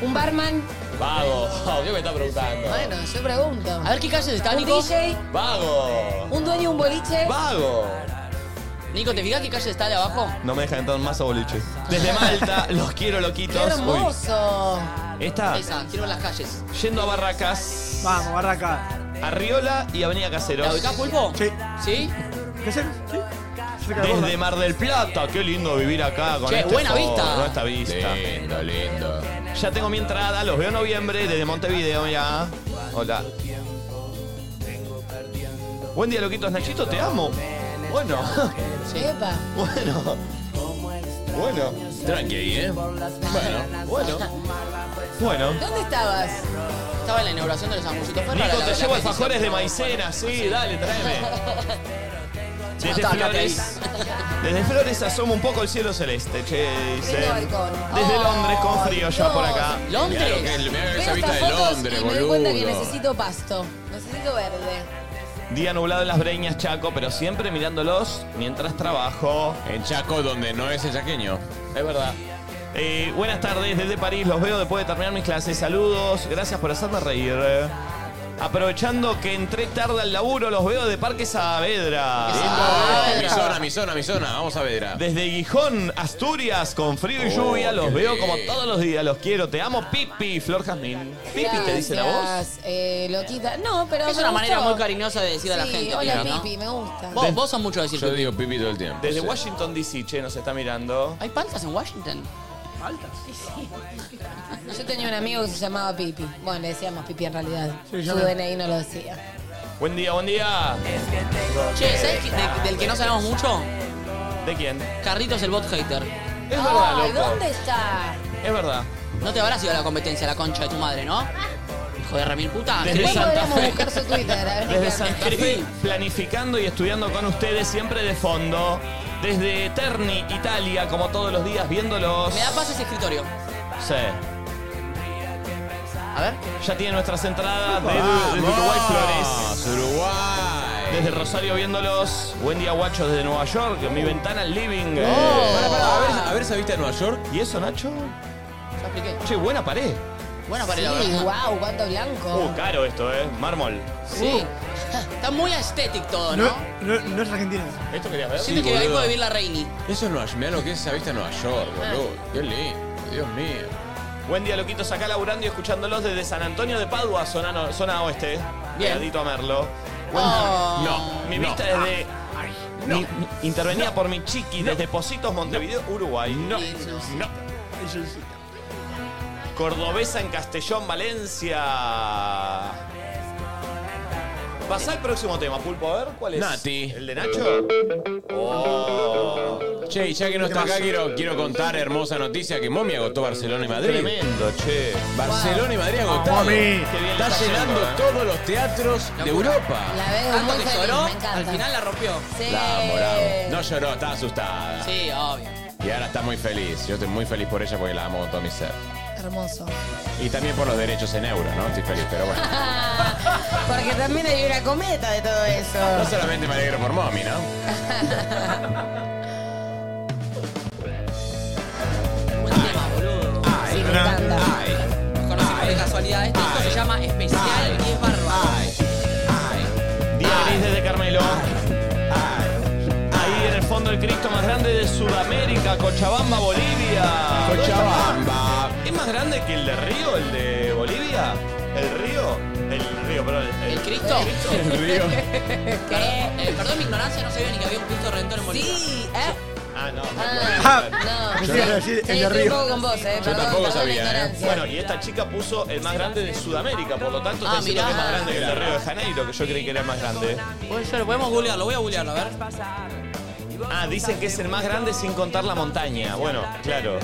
[SPEAKER 6] Un barman.
[SPEAKER 2] Vago. Dios me está preguntando.
[SPEAKER 6] Bueno, yo pregunto.
[SPEAKER 8] A ver qué calles está,
[SPEAKER 6] Un
[SPEAKER 8] Nico.
[SPEAKER 6] DJ,
[SPEAKER 2] Vago.
[SPEAKER 6] un dueño, un boliche.
[SPEAKER 2] Vago.
[SPEAKER 8] Nico, ¿te fijas qué calle está de abajo?
[SPEAKER 2] No me dejan entrar más a boliche. Desde Malta, los quiero
[SPEAKER 6] ¡Qué
[SPEAKER 2] loquitos. Uy.
[SPEAKER 6] hermoso!
[SPEAKER 2] Esta,
[SPEAKER 8] Esa, quiero las calles.
[SPEAKER 2] yendo a Barracas,
[SPEAKER 4] Vamos, barraca.
[SPEAKER 2] Arriola y Avenida
[SPEAKER 8] ¿La
[SPEAKER 2] Caseros.
[SPEAKER 8] ubicás, Pulpo?
[SPEAKER 4] Sí.
[SPEAKER 8] ¿Sí?
[SPEAKER 4] ¿Qué hacer? Sí. Cerca de la
[SPEAKER 2] Desde
[SPEAKER 4] borda.
[SPEAKER 2] Mar del Plata, qué lindo vivir acá con
[SPEAKER 8] Che,
[SPEAKER 2] este
[SPEAKER 8] buena
[SPEAKER 2] sol,
[SPEAKER 8] vista.
[SPEAKER 2] con esta vista.
[SPEAKER 5] Lindo, lindo.
[SPEAKER 2] Ya tengo mi entrada, los veo en noviembre desde Montevideo ya. Hola. Buen día, loquitos. Nachito, te amo. Bueno,
[SPEAKER 6] ¡Epa!
[SPEAKER 2] bueno. Bueno,
[SPEAKER 5] Tranqui ahí, ¿eh?
[SPEAKER 2] bueno. Bueno.
[SPEAKER 6] ¿Dónde estabas?
[SPEAKER 8] Estaba en la inauguración de los Amorcitos Ferrara.
[SPEAKER 2] Nico,
[SPEAKER 8] la
[SPEAKER 2] te
[SPEAKER 8] verdad
[SPEAKER 2] llevo
[SPEAKER 8] que sí,
[SPEAKER 2] alfajores
[SPEAKER 8] sí.
[SPEAKER 2] de maicena, sí, dale, tráeme. Desde
[SPEAKER 8] Atácate
[SPEAKER 2] Flores, desde Flores asoma un poco el cielo celeste, che, dice.
[SPEAKER 6] Lindo balcón.
[SPEAKER 2] Desde
[SPEAKER 6] Oh,
[SPEAKER 2] Londres con frío ya por acá.
[SPEAKER 5] Mirá lo que
[SPEAKER 8] ¿Londres?
[SPEAKER 5] es, mirá
[SPEAKER 6] Veo
[SPEAKER 5] esa
[SPEAKER 6] estas
[SPEAKER 5] vista de
[SPEAKER 6] fotos
[SPEAKER 5] Londres,
[SPEAKER 6] y me doy cuenta que
[SPEAKER 5] boludo.
[SPEAKER 6] necesito pasto. Necesito verde.
[SPEAKER 2] Día nublado en las breñas, Chaco, pero siempre mirándolos mientras trabajo.
[SPEAKER 5] En Chaco, donde no es el chaqueño.
[SPEAKER 2] Es verdad. Eh, buenas tardes desde París, los veo después de terminar mis clases. Saludos, gracias por hacerme reír. Aprovechando que entré tarde al laburo, los veo de Parque Saavedra.
[SPEAKER 5] Ah, mi zona, mi zona, mi zona. Vamos a ver.
[SPEAKER 2] Desde Gijón, Asturias, con frío y
[SPEAKER 5] Oh,
[SPEAKER 2] lluvia, los
[SPEAKER 5] qué
[SPEAKER 2] veo
[SPEAKER 5] bien.
[SPEAKER 2] como todos los días, los quiero, te amo, Pipi, Flor Jazmín. Pipi, ¿te dice la voz?
[SPEAKER 6] Gracias, Eh, loquita. No, pero.
[SPEAKER 8] Es
[SPEAKER 6] me
[SPEAKER 8] una manera
[SPEAKER 6] gustó.
[SPEAKER 8] muy cariñosa de decir a la
[SPEAKER 6] Sí,
[SPEAKER 8] gente.
[SPEAKER 6] Hola,
[SPEAKER 8] pibe, ¿no?
[SPEAKER 6] Pipi, me gusta.
[SPEAKER 8] Vos, vos sos mucho de decir
[SPEAKER 5] Yo
[SPEAKER 8] pipi.
[SPEAKER 5] digo pipi todo el tiempo.
[SPEAKER 2] Desde
[SPEAKER 5] sí.
[SPEAKER 2] Washington DC, che, nos está mirando.
[SPEAKER 8] ¿Hay paltas en Washington?
[SPEAKER 6] Yo tenía un amigo que se llamaba Pipi. Bueno, le decíamos Pipi en realidad.
[SPEAKER 4] Sí, yo
[SPEAKER 6] Su
[SPEAKER 4] me-
[SPEAKER 6] DNI no lo decía.
[SPEAKER 2] Buen día, buen día.
[SPEAKER 8] Che, ¿sabes que- de- del que no sabemos mucho?
[SPEAKER 2] ¿De quién?
[SPEAKER 8] Carlitos el bot hater.
[SPEAKER 2] Es verdad,
[SPEAKER 6] Ay,
[SPEAKER 2] loco.
[SPEAKER 6] ¿dónde está?
[SPEAKER 2] Es verdad.
[SPEAKER 8] No te habrás ido a la competencia, la concha de tu madre, ¿no? Hijo de remil puta.
[SPEAKER 2] Desde
[SPEAKER 6] Después
[SPEAKER 8] escribí.
[SPEAKER 2] Santa
[SPEAKER 6] podríamos
[SPEAKER 2] Fe.
[SPEAKER 6] buscar su Twitter. A ver
[SPEAKER 2] Desde
[SPEAKER 6] qué
[SPEAKER 2] Santa
[SPEAKER 8] Escribí.
[SPEAKER 2] Fe, planificando y estudiando con ustedes, siempre de fondo. Desde Terni, Italia, como todos los días, viéndolos.
[SPEAKER 8] Me da paz ese escritorio.
[SPEAKER 2] Sí.
[SPEAKER 8] A ver.
[SPEAKER 2] Ya tiene nuestras entradas de-
[SPEAKER 5] Vamos,
[SPEAKER 2] desde Uruguay Flores.
[SPEAKER 5] Uruguay.
[SPEAKER 2] Desde Rosario viéndolos. Buen día, guachos, desde Nueva York. En mi ventana al living. Eh,
[SPEAKER 5] Pará, pará, a, ver, a ver esa vista de Nueva York.
[SPEAKER 2] ¿Y eso, Nacho?
[SPEAKER 8] Ya expliqué.
[SPEAKER 2] Che, buena pared.
[SPEAKER 8] Buena pared, la
[SPEAKER 6] Sí,
[SPEAKER 8] verdad.
[SPEAKER 6] wow, cuánto blanco.
[SPEAKER 2] Uh, caro esto, ¿eh? Mármol.
[SPEAKER 8] Sí.
[SPEAKER 3] Uh.
[SPEAKER 8] Está muy estético todo, ¿no?
[SPEAKER 4] No, no, no es argentina.
[SPEAKER 2] ¿Esto querías ver?
[SPEAKER 8] Siento
[SPEAKER 5] Sí,
[SPEAKER 8] que ahí
[SPEAKER 5] boludo.
[SPEAKER 8] puede vivir la Reini.
[SPEAKER 5] Eso es Nueva York. Mirá lo que es esa vista de Nueva York, boludo. Qué lindo. Dios mío.
[SPEAKER 2] Buen día, loquitos. Acá laburando y escuchándolos desde San Antonio de Padua, zona, no- zona oeste.
[SPEAKER 8] Bien.
[SPEAKER 2] Pegadito a Merlo.
[SPEAKER 8] Oh.
[SPEAKER 5] No.
[SPEAKER 2] Mi
[SPEAKER 5] no. Ah,
[SPEAKER 2] vista desde... Mi- mi- intervenía por mi chiqui desde Positos, Montevideo, Uruguay. No.
[SPEAKER 5] No.
[SPEAKER 4] Eso es-
[SPEAKER 2] Cordobesa en Castellón, Valencia. Pasá al próximo tema, Pulpo. A ver, ¿cuál es?
[SPEAKER 5] Nati.
[SPEAKER 2] ¿El de Nacho? Oh,
[SPEAKER 5] Che, y ya que no está acá, quiero, quiero contar hermosa noticia que Momi agotó Barcelona y Madrid.
[SPEAKER 2] tremendo, che.
[SPEAKER 5] Barcelona y Madrid agotado.
[SPEAKER 4] Momi. Qué bien
[SPEAKER 2] le
[SPEAKER 5] Está
[SPEAKER 2] está yendo,
[SPEAKER 5] llenando
[SPEAKER 2] eh.
[SPEAKER 5] todos los teatros de Europa.
[SPEAKER 6] La veo
[SPEAKER 3] Tanto
[SPEAKER 6] muy
[SPEAKER 3] que
[SPEAKER 6] feliz,
[SPEAKER 3] lloró,
[SPEAKER 6] me encanta.
[SPEAKER 3] al final la rompió.
[SPEAKER 6] Sí.
[SPEAKER 5] La amo, la amo. No lloró, está asustada.
[SPEAKER 3] Sí, obvio.
[SPEAKER 5] Y ahora está muy feliz. Yo estoy muy feliz por ella porque la amo con todo mi ser.
[SPEAKER 6] Hermoso.
[SPEAKER 5] Y también por los derechos en euro, ¿no? Estoy feliz, pero bueno.
[SPEAKER 6] Porque también hay una cometa de todo
[SPEAKER 5] No
[SPEAKER 6] eso.
[SPEAKER 5] solamente me alegro por Momi, ¿no?
[SPEAKER 3] Buen tema, boludo.
[SPEAKER 6] Sí, me encanta.
[SPEAKER 3] Nos conocimos de casualidad. Este disco se llama Especial y es bárbaro.
[SPEAKER 2] Día gris desde Carmelo. Ahí en el fondo el Cristo más grande de Sudamérica, Cochabamba, Bolivia.
[SPEAKER 5] Cochabamba.
[SPEAKER 2] ¿Es más grande que el de Río, el de Bolivia? ¿El río? El río, perdón.
[SPEAKER 3] ¿El Cristo?
[SPEAKER 5] El río.
[SPEAKER 3] Perdón, eh, perdón mi ignorancia, no sabía ni que había un Cristo Redentor en Bolivia.
[SPEAKER 6] Sí, ¿eh?
[SPEAKER 2] Ah, no.
[SPEAKER 4] Ah,
[SPEAKER 6] No.
[SPEAKER 4] Pensé que iba a decir el
[SPEAKER 6] Sí,
[SPEAKER 4] de
[SPEAKER 6] estoy un
[SPEAKER 4] Río.
[SPEAKER 6] poco con vos, ¿eh? Perdón,
[SPEAKER 5] tampoco
[SPEAKER 6] perdón la
[SPEAKER 5] sabía, ¿eh?
[SPEAKER 6] ignorancia.
[SPEAKER 2] Bueno, y esta chica puso el más grande de Sudamérica, por lo tanto
[SPEAKER 3] Ah,
[SPEAKER 2] está diciendo
[SPEAKER 3] mirá.
[SPEAKER 2] que es más grande que el de Río de Janeiro, que yo creí que era el más grande.
[SPEAKER 3] Voy yo, lo podemos googlearlo, voy a googlearlo, a ver.
[SPEAKER 2] Ah, dicen que es el más grande sin contar la montaña. Bueno, claro,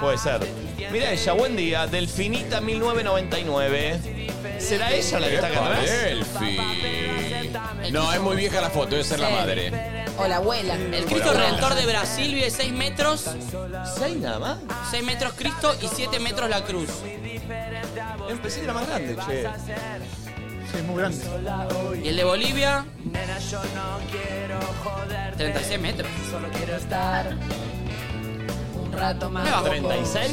[SPEAKER 2] puede ser. Mira ella, buen día, Delfinita 1999. ¿Será ella la que está acá
[SPEAKER 5] Epa,
[SPEAKER 2] atrás?
[SPEAKER 5] Delphi. No, es muy vieja la foto, debe ser la
[SPEAKER 6] Sí.
[SPEAKER 5] madre.
[SPEAKER 6] O la abuela.
[SPEAKER 3] El Cristo Redentor de Brasil mide 6 metros,
[SPEAKER 2] ¿Seis nada más?
[SPEAKER 3] 6 metros Cristo y 7 metros la cruz.
[SPEAKER 2] Empecé que era más grande, che.
[SPEAKER 4] Sí, es muy grande.
[SPEAKER 3] Y el de Bolivia, 36 metros.
[SPEAKER 6] Un rato más.
[SPEAKER 3] Me bajo.
[SPEAKER 2] ¿36?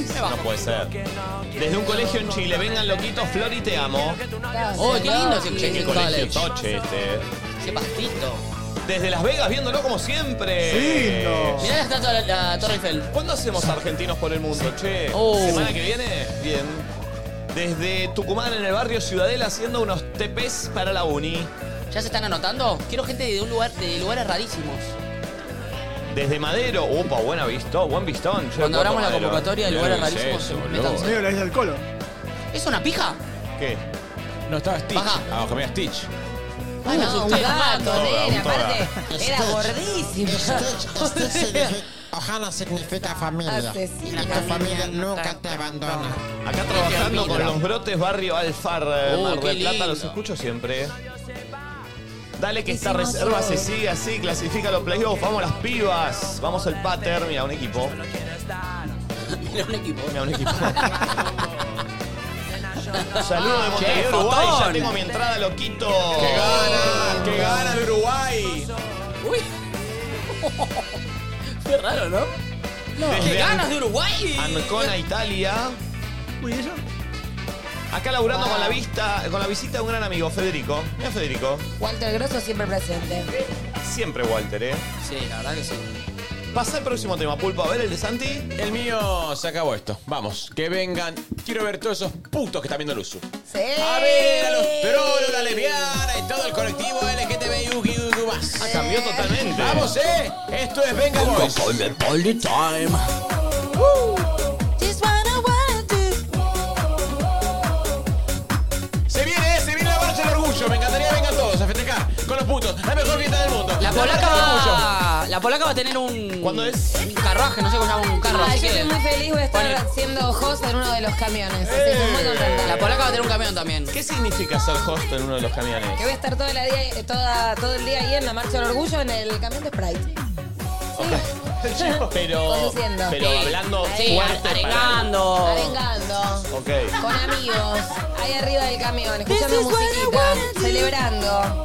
[SPEAKER 3] Me
[SPEAKER 2] No
[SPEAKER 3] bajo.
[SPEAKER 2] puede ser. Desde un colegio en Chile, vengan loquitos, Flor y te amo.
[SPEAKER 3] Oh, qué lindo ese
[SPEAKER 2] Che, qué
[SPEAKER 3] Chile
[SPEAKER 2] colegio
[SPEAKER 3] College.
[SPEAKER 2] toche este.
[SPEAKER 3] Qué pastito.
[SPEAKER 2] Desde Las Vegas, viéndolo como siempre.
[SPEAKER 4] Lindo.
[SPEAKER 3] Mirá la estatua de la, la Torre Eiffel.
[SPEAKER 2] ¿Cuándo hacemos Argentinos por el Mundo, che?
[SPEAKER 3] Oh.
[SPEAKER 2] ¿Semana que viene? Bien. Desde Tucumán, en el barrio Ciudadela, haciendo unos tepes para la uni.
[SPEAKER 3] ¿Ya se están anotando? Quiero gente de un lugar, de lugares rarísimos.
[SPEAKER 2] Desde Madero, upa, buena visto, buen vistón. che, Puerto
[SPEAKER 3] Cuando abramos la
[SPEAKER 2] Madero.
[SPEAKER 3] convocatoria de
[SPEAKER 5] Mirá
[SPEAKER 3] lugares
[SPEAKER 5] lo que es
[SPEAKER 3] rarísimos,
[SPEAKER 5] eso, boludo.
[SPEAKER 3] métanse.
[SPEAKER 4] Medio la isla del colo.
[SPEAKER 3] ¿Es una pija?
[SPEAKER 2] ¿Qué?
[SPEAKER 5] No, estaba Stitch.
[SPEAKER 3] Baja.
[SPEAKER 5] Abajo, mira Stitch.
[SPEAKER 6] Ah, no, un
[SPEAKER 3] Estoy
[SPEAKER 6] gato,
[SPEAKER 3] mamando.
[SPEAKER 6] nena.
[SPEAKER 5] Autora,
[SPEAKER 6] Aparte, era gordísimo.
[SPEAKER 9] Ojana significa familia.
[SPEAKER 6] Asesina.
[SPEAKER 9] Y tu familia nunca te abandona.
[SPEAKER 2] Acá trabajando con los brotes barrio Alfar, eh,
[SPEAKER 3] Oh,
[SPEAKER 2] Mar
[SPEAKER 3] qué
[SPEAKER 2] del Plata,
[SPEAKER 3] lindo.
[SPEAKER 2] los escucho siempre. Dale que esta reserva se sigue así, clasifica los playoffs, vamos las pibas, vamos el pater, mira un equipo,
[SPEAKER 3] Mira un equipo.
[SPEAKER 2] mira un equipo. Saludos de
[SPEAKER 3] Che,
[SPEAKER 2] Montevideo, Uruguay, ya
[SPEAKER 3] fotón.
[SPEAKER 2] tengo mi entrada, loquito.
[SPEAKER 5] ¡Qué gana! ¡Qué gana de Uruguay!
[SPEAKER 3] Uy. Qué raro, ¿no? ¡Qué
[SPEAKER 2] Desde
[SPEAKER 3] ganas de Uruguay!
[SPEAKER 2] Ancona, Italia.
[SPEAKER 4] Uy, ¿y eso?
[SPEAKER 2] Acá laburando con la vista, con la visita de un gran amigo, Federico. Mira Federico,
[SPEAKER 6] Walter Grosso siempre presente.
[SPEAKER 2] siempre Walter, eh.
[SPEAKER 3] Sí, la verdad que sí.
[SPEAKER 2] Pasa el próximo tema, Pulpo, a ver el de Santi.
[SPEAKER 5] El mío se acabó esto. Vamos, que vengan. Quiero ver todos esos putos que están viendo el uso.
[SPEAKER 6] Sí.
[SPEAKER 5] A ver a los trolos, la lesbiana y todo el colectivo LGTBIQ más.
[SPEAKER 2] Ah, Cambió totalmente.
[SPEAKER 5] Ah, Vamos, eh. Esto es Venga Boys. Se viene, se viene la marcha del orgullo. Me encantaría que vengan todos a festejar con los putos. La mejor fiesta del mundo.
[SPEAKER 3] La
[SPEAKER 5] marcha
[SPEAKER 3] polaca
[SPEAKER 5] del orgullo.
[SPEAKER 3] va. La polaca va a tener un.
[SPEAKER 2] ¿Cuándo es?
[SPEAKER 3] Un carruaje, no sé cómo se llama un carro.
[SPEAKER 6] Ah,
[SPEAKER 3] así
[SPEAKER 6] yo
[SPEAKER 3] que-
[SPEAKER 6] estoy muy feliz, voy a estar
[SPEAKER 3] Ponele.
[SPEAKER 6] siendo host en uno de los camiones. Así
[SPEAKER 2] Eh.
[SPEAKER 6] que estoy muy contenta.
[SPEAKER 3] La polaca va a tener un camión también.
[SPEAKER 2] ¿Qué significa ser host en uno de los
[SPEAKER 6] Que
[SPEAKER 2] camiones?
[SPEAKER 6] voy a estar todo, la día, toda, todo el día ahí en la Marcha del Orgullo en el camión de Sprite.
[SPEAKER 2] Pero,
[SPEAKER 6] Conduciendo.
[SPEAKER 2] pero
[SPEAKER 3] Sí.
[SPEAKER 2] hablando
[SPEAKER 3] Sí,
[SPEAKER 2] fuerte. para-
[SPEAKER 3] arengando.
[SPEAKER 6] Arengando.
[SPEAKER 2] Ok.
[SPEAKER 6] Con amigos. Ahí arriba del camión, escuchando musiquita. Celebrando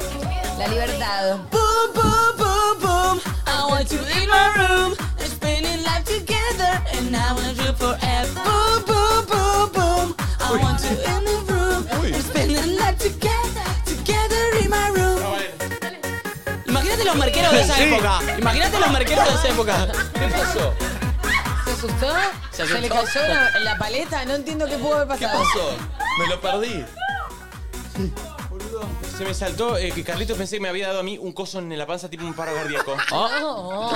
[SPEAKER 6] la libertad.
[SPEAKER 3] Boom, boom, boom, boom. I want you in my room. And spending life together. And I want you forever. Boom, boom, boom, boom. I want you in the room. And spending life together. Together in my room. Imagínate los merqueros de esa época. Imagínate los merqueros de esa época.
[SPEAKER 2] ¿Qué pasó?
[SPEAKER 6] ¿Se asustó?
[SPEAKER 3] Se
[SPEAKER 6] ¿Se,
[SPEAKER 3] asustó.
[SPEAKER 6] le cayó la, la paleta? No entiendo qué pudo haber
[SPEAKER 2] ¿Qué
[SPEAKER 6] pasado.
[SPEAKER 2] pasó? Me lo perdí.
[SPEAKER 5] Se me saltó eh, que Carlitos pensé que me había dado a mí un coso en la panza tipo un paro cardíaco.
[SPEAKER 6] Oh.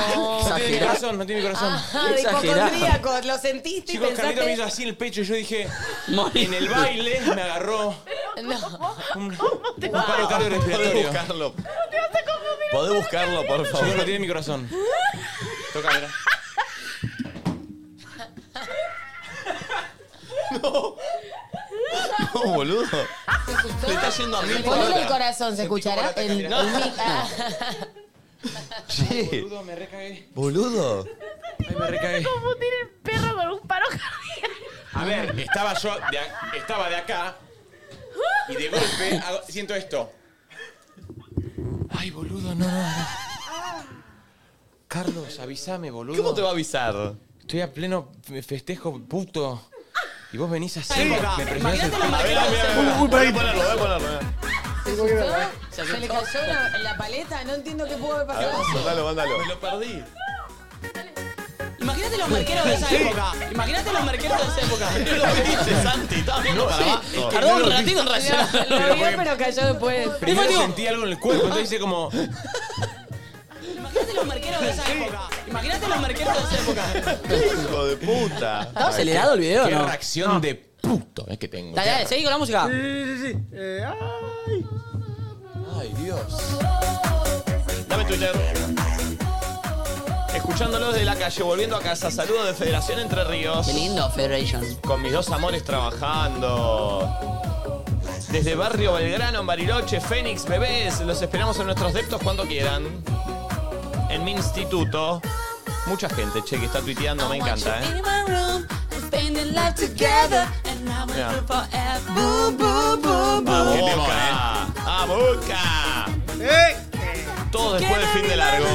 [SPEAKER 5] No tiene mi corazón, no tiene mi corazón.
[SPEAKER 6] Ajá, de hipocondríaco. Lo sentiste y
[SPEAKER 5] Chicos, Carlitos me hizo
[SPEAKER 6] pensaste...
[SPEAKER 5] así en el pecho y yo dije,
[SPEAKER 3] Morí.
[SPEAKER 5] en el baile me agarró
[SPEAKER 6] No.
[SPEAKER 7] te
[SPEAKER 5] Un paro
[SPEAKER 2] Podés
[SPEAKER 5] cardiorrespiratorio.
[SPEAKER 2] buscarlo.
[SPEAKER 7] te vas a confundir.
[SPEAKER 2] Podés buscarlo, por
[SPEAKER 5] Señor, lo
[SPEAKER 2] favor.
[SPEAKER 5] tiene en mi corazón. Toca, mira.
[SPEAKER 2] No, boludo. Le está yendo a mil por
[SPEAKER 6] Ponle el
[SPEAKER 2] hora.
[SPEAKER 6] corazón, ¿se escuchará?
[SPEAKER 5] chocolate
[SPEAKER 6] El,
[SPEAKER 5] caliente.
[SPEAKER 6] el mic. Ah,
[SPEAKER 2] Che,
[SPEAKER 5] Boludo, me recagué.
[SPEAKER 2] boludo.
[SPEAKER 5] Ay, me recagué.
[SPEAKER 7] Confundir el perro con un paro cardíaco.
[SPEAKER 5] A ver, estaba yo, de ac- estaba de acá y de golpe hago- siento esto. Ay, boludo, no, no. no. Carlos, avísame, boludo.
[SPEAKER 2] ¿Cómo te va a avisar?
[SPEAKER 5] Estoy a pleno fe- festejo, puto. Y vos venís así. Me presionás
[SPEAKER 6] Imagínate
[SPEAKER 5] el
[SPEAKER 6] los
[SPEAKER 5] culo.
[SPEAKER 6] maquillajes.
[SPEAKER 2] Voy a ponerlo, voy a ponerlo.
[SPEAKER 6] ¿Se le cayó la, la paleta? No entiendo qué pudo haber
[SPEAKER 2] A ver,
[SPEAKER 6] pasado.
[SPEAKER 2] mandalo, mandalo.
[SPEAKER 5] Me lo perdí.
[SPEAKER 3] Imagínate los marqueros de esa época. Imagínate los marqueros de esa época.
[SPEAKER 2] ¿Qué lo viste, Santi? Estaba viendo para abajo.
[SPEAKER 3] Tardó un ratito en reaccionar.
[SPEAKER 6] Lo vio, pero cayó después.
[SPEAKER 5] Primero
[SPEAKER 3] digo-
[SPEAKER 5] sentí algo en el cuerpo, entonces hice como.
[SPEAKER 3] Imagínate los marqueros de esa época. Imagínate los marqueros de esa época.
[SPEAKER 2] Hijo de puta.
[SPEAKER 3] ¿Estaba acelerado el video
[SPEAKER 5] Qué
[SPEAKER 3] no?
[SPEAKER 5] reacción de puto es que tengo.
[SPEAKER 3] Dale, dale, seguí con la música.
[SPEAKER 4] Sí, sí, sí. Eh, ay.
[SPEAKER 5] Ay, Dios.
[SPEAKER 2] Dame Twitter. Escuchándolos de la calle, volviendo a casa. Saludos de Federación Entre Ríos.
[SPEAKER 3] Qué lindo, Federation.
[SPEAKER 2] Con mis dos amores trabajando. Desde Barrio Belgrano, en Bariloche, Fénix, bebés. Los esperamos en nuestros deptos cuando quieran. En mi instituto. Mucha gente, che, que está tuiteando, me encanta, ¿eh? Yeah. ¡A
[SPEAKER 3] eh.
[SPEAKER 2] boca! ¡A boca!
[SPEAKER 4] Eh,
[SPEAKER 2] Todos después del fin de largo.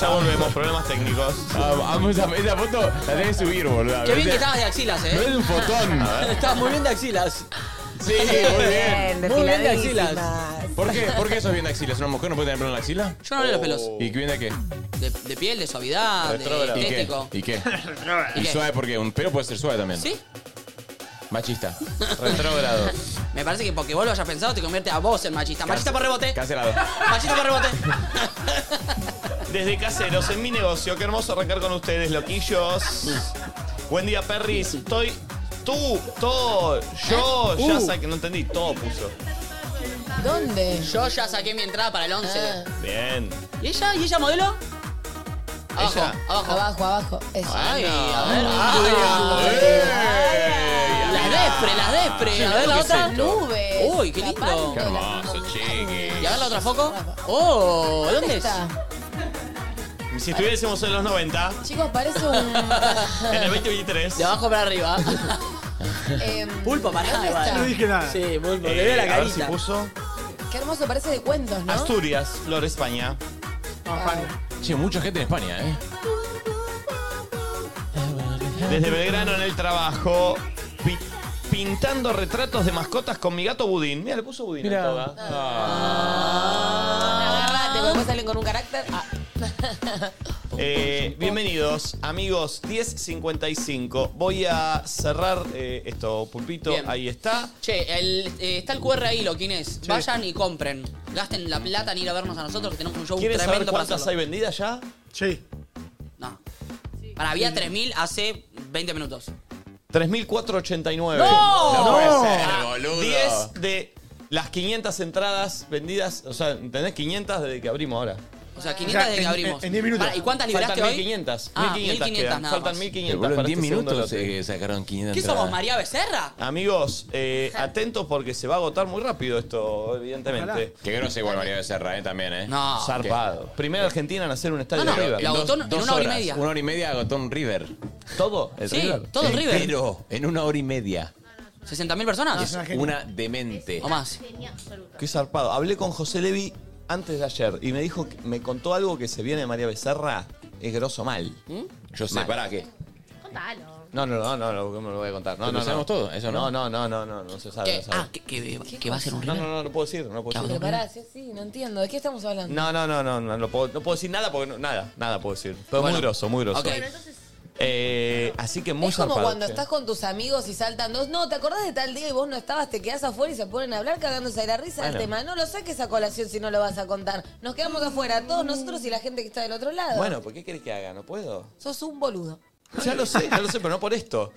[SPEAKER 2] Ya volvemos, problemas técnicos.
[SPEAKER 5] Ah, vamos a, esa foto la tenés que subir, boludo.
[SPEAKER 3] Qué bien que estabas de axilas,
[SPEAKER 5] No
[SPEAKER 3] eh.
[SPEAKER 5] es un fotón.
[SPEAKER 3] Estabas muy bien de axilas.
[SPEAKER 5] Sí, muy bien.
[SPEAKER 3] Muy bien de
[SPEAKER 6] desfiladísimas.
[SPEAKER 5] ¿Por qué? ¿Por qué sos bien de axilas? ¿Una mujer no puede tener pelo en la axila? Oh.
[SPEAKER 3] Yo no leo los pelos.
[SPEAKER 5] ¿Y qué bien de qué?
[SPEAKER 3] De, de piel, de suavidad, de
[SPEAKER 5] ¿Y qué?
[SPEAKER 3] estético.
[SPEAKER 5] ¿Y qué?
[SPEAKER 3] ¿Y
[SPEAKER 5] ¿Y
[SPEAKER 3] qué?
[SPEAKER 5] suave por qué? Un pelo puede ser suave también.
[SPEAKER 3] ¿Sí?
[SPEAKER 5] Machista. Retrógrado.
[SPEAKER 3] Me parece que porque vos lo hayas pensado te convierte a vos en machista. Machista por rebote.
[SPEAKER 5] Cancelado.
[SPEAKER 3] Machista por rebote.
[SPEAKER 2] Desde caseros, en mi negocio, qué hermoso arrancar con ustedes, loquillos. Buen día, Perris. Estoy. Tú, todo, yo, ya sé que no entendí, todo puso.
[SPEAKER 6] ¿Dónde?
[SPEAKER 3] Yo ya saqué mi entrada para el 11.
[SPEAKER 6] Ah,
[SPEAKER 2] Bien.
[SPEAKER 3] ¿Y ella? ¿Y ella modelo? Abajo,
[SPEAKER 2] Ella.
[SPEAKER 3] abajo.
[SPEAKER 6] abajo, abajo. Eso.
[SPEAKER 3] Ay,
[SPEAKER 5] Ah.
[SPEAKER 3] a ver. Ah,
[SPEAKER 2] ¡Ey!
[SPEAKER 3] Las despre, las despre. A ver la
[SPEAKER 5] ¿qué
[SPEAKER 3] otra.
[SPEAKER 5] es esto?
[SPEAKER 6] Nubes.
[SPEAKER 3] Uy, qué lindo.
[SPEAKER 6] Tapando
[SPEAKER 3] Qué
[SPEAKER 6] las
[SPEAKER 2] hermoso,
[SPEAKER 6] nubes.
[SPEAKER 2] chiqui.
[SPEAKER 3] ¿Y a ver la otra foco? Oh, ¿dónde es?
[SPEAKER 6] Está.
[SPEAKER 2] Si estuviésemos en los 90,
[SPEAKER 6] Chicos, parece un.
[SPEAKER 2] en el 2023.
[SPEAKER 3] De abajo para arriba.
[SPEAKER 6] em,
[SPEAKER 3] Pulpo, pará,
[SPEAKER 6] ¿dónde
[SPEAKER 3] igual.
[SPEAKER 4] no
[SPEAKER 6] está?
[SPEAKER 4] dije nada.
[SPEAKER 3] Sí, pulpo, le
[SPEAKER 2] Eh,
[SPEAKER 3] veo la
[SPEAKER 2] a ver si
[SPEAKER 3] carita.
[SPEAKER 2] puso.
[SPEAKER 6] Qué hermoso, parece de cuentos, ¿no?
[SPEAKER 2] Asturias, Flor España.
[SPEAKER 4] Vamos, Juan.
[SPEAKER 5] Che, mucha gente en España, ¿eh?
[SPEAKER 2] Desde Belgrano en el trabajo. pi- Pintando retratos de mascotas con mi gato Budín. Mira, le puso Budín a toda.
[SPEAKER 3] Ah.
[SPEAKER 6] Agarrate, porque después salen con un carácter. Ah,
[SPEAKER 2] Eh, bienvenidos, amigos, 10.55. Voy a cerrar eh, esto, Pulpito.
[SPEAKER 3] Bien.
[SPEAKER 2] Ahí está.
[SPEAKER 3] Che, el, eh, está el QR ahí, loquines. Vayan y compren. Gasten la plata en ir a vernos a nosotros, que tenemos un show
[SPEAKER 2] ¿Quieres saber
[SPEAKER 3] tremendo para
[SPEAKER 2] cuántas
[SPEAKER 3] hacerlo.
[SPEAKER 2] hay vendidas ya?
[SPEAKER 4] Sí.
[SPEAKER 3] No. Para, había 3.000 hace 20 minutos.
[SPEAKER 2] 3.489.
[SPEAKER 5] No puede
[SPEAKER 3] Ah,
[SPEAKER 5] ser, boludo.
[SPEAKER 2] 10 de las 500 entradas vendidas. O sea, ¿entendés? 500 desde que abrimos ahora.
[SPEAKER 3] O
[SPEAKER 2] Ah.
[SPEAKER 3] sea,
[SPEAKER 4] O
[SPEAKER 3] 500
[SPEAKER 4] sea,
[SPEAKER 3] desde que
[SPEAKER 4] en-
[SPEAKER 3] abrimos.
[SPEAKER 4] en 10 minutos.
[SPEAKER 3] Pará, ¿Y cuántas
[SPEAKER 2] Faltan
[SPEAKER 3] libraste hoy?
[SPEAKER 2] 1.500.
[SPEAKER 3] Ah,
[SPEAKER 2] 1.500
[SPEAKER 3] 1.500
[SPEAKER 2] quedan.
[SPEAKER 3] nada
[SPEAKER 2] Faltan
[SPEAKER 5] Pero,
[SPEAKER 3] más.
[SPEAKER 2] 1.500
[SPEAKER 5] boludo,
[SPEAKER 2] para
[SPEAKER 5] en 10
[SPEAKER 2] este segundo
[SPEAKER 5] minutos
[SPEAKER 2] lote.
[SPEAKER 5] eh, sacaron 500.
[SPEAKER 3] ¿Qué somos, María Becerra?
[SPEAKER 2] Amigos, eh, atentos porque se va a agotar muy rápido esto, evidentemente.
[SPEAKER 5] Que grosa igual María Becerra, ¿eh? También, ¿eh?
[SPEAKER 3] No.
[SPEAKER 2] Zarpado. Primera Argentina en hacer un estadio
[SPEAKER 3] No, no,
[SPEAKER 2] de River.
[SPEAKER 3] la- Agotó en- en una hora
[SPEAKER 5] horas.
[SPEAKER 3] y media.
[SPEAKER 5] Una hora y media agotó un River.
[SPEAKER 2] ¿Todo? ¿El
[SPEAKER 3] Sí,
[SPEAKER 2] River?
[SPEAKER 3] todo el River.
[SPEAKER 5] Pero en una hora y media.
[SPEAKER 3] ¿60.000 personas?
[SPEAKER 5] Es una demente.
[SPEAKER 3] O más.
[SPEAKER 7] Genia absoluta.
[SPEAKER 2] Qué zarpado. Hablé con José Levi antes de ayer y me dijo, que- me contó algo que se viene de María Becerra. Es grosso mal.
[SPEAKER 3] ¿Mm?
[SPEAKER 5] Yo sé,
[SPEAKER 2] Mal.
[SPEAKER 5] pará, ¿qué?
[SPEAKER 7] Contalo.
[SPEAKER 2] No, no, no, no, no, no me lo voy a contar. No,
[SPEAKER 5] Pero
[SPEAKER 2] no, no.
[SPEAKER 5] sabemos todo, eso, ¿no?
[SPEAKER 2] No, no, no, no, no, no se sabe.
[SPEAKER 3] ¿Qué?
[SPEAKER 2] No, se
[SPEAKER 3] Ah,
[SPEAKER 2] sabe.
[SPEAKER 3] que, que- que va a ser un
[SPEAKER 2] no, no,
[SPEAKER 3] River.
[SPEAKER 2] no, no puedo decir, no puedo
[SPEAKER 6] pero
[SPEAKER 2] decir.
[SPEAKER 6] pará, sí, sí, no entiendo. ¿De qué estamos hablando?
[SPEAKER 2] No, no, no, no, no, no puedo, no puedo decir nada porque no- nada, nada puedo decir. Pero
[SPEAKER 3] Bueno.
[SPEAKER 2] muy grosso, muy grosso.
[SPEAKER 3] Ok.
[SPEAKER 7] Bueno, entonces.
[SPEAKER 2] Eh, así que muy
[SPEAKER 6] es como
[SPEAKER 2] zarpado,
[SPEAKER 6] cuando
[SPEAKER 2] che.
[SPEAKER 6] estás con tus amigos y saltan dos. No, ¿te acordás de tal día y vos no estabas? Te quedás afuera y se ponen a hablar cagándose de la risa del tema. No lo saques a colación si no lo vas a contar. Nos quedamos afuera, todos nosotros y la gente que está del otro lado.
[SPEAKER 2] Bueno, ¿por qué querés que haga? ¿No puedo?
[SPEAKER 6] Sos un boludo.
[SPEAKER 2] Ya lo sé, ya lo sé, pero no por esto.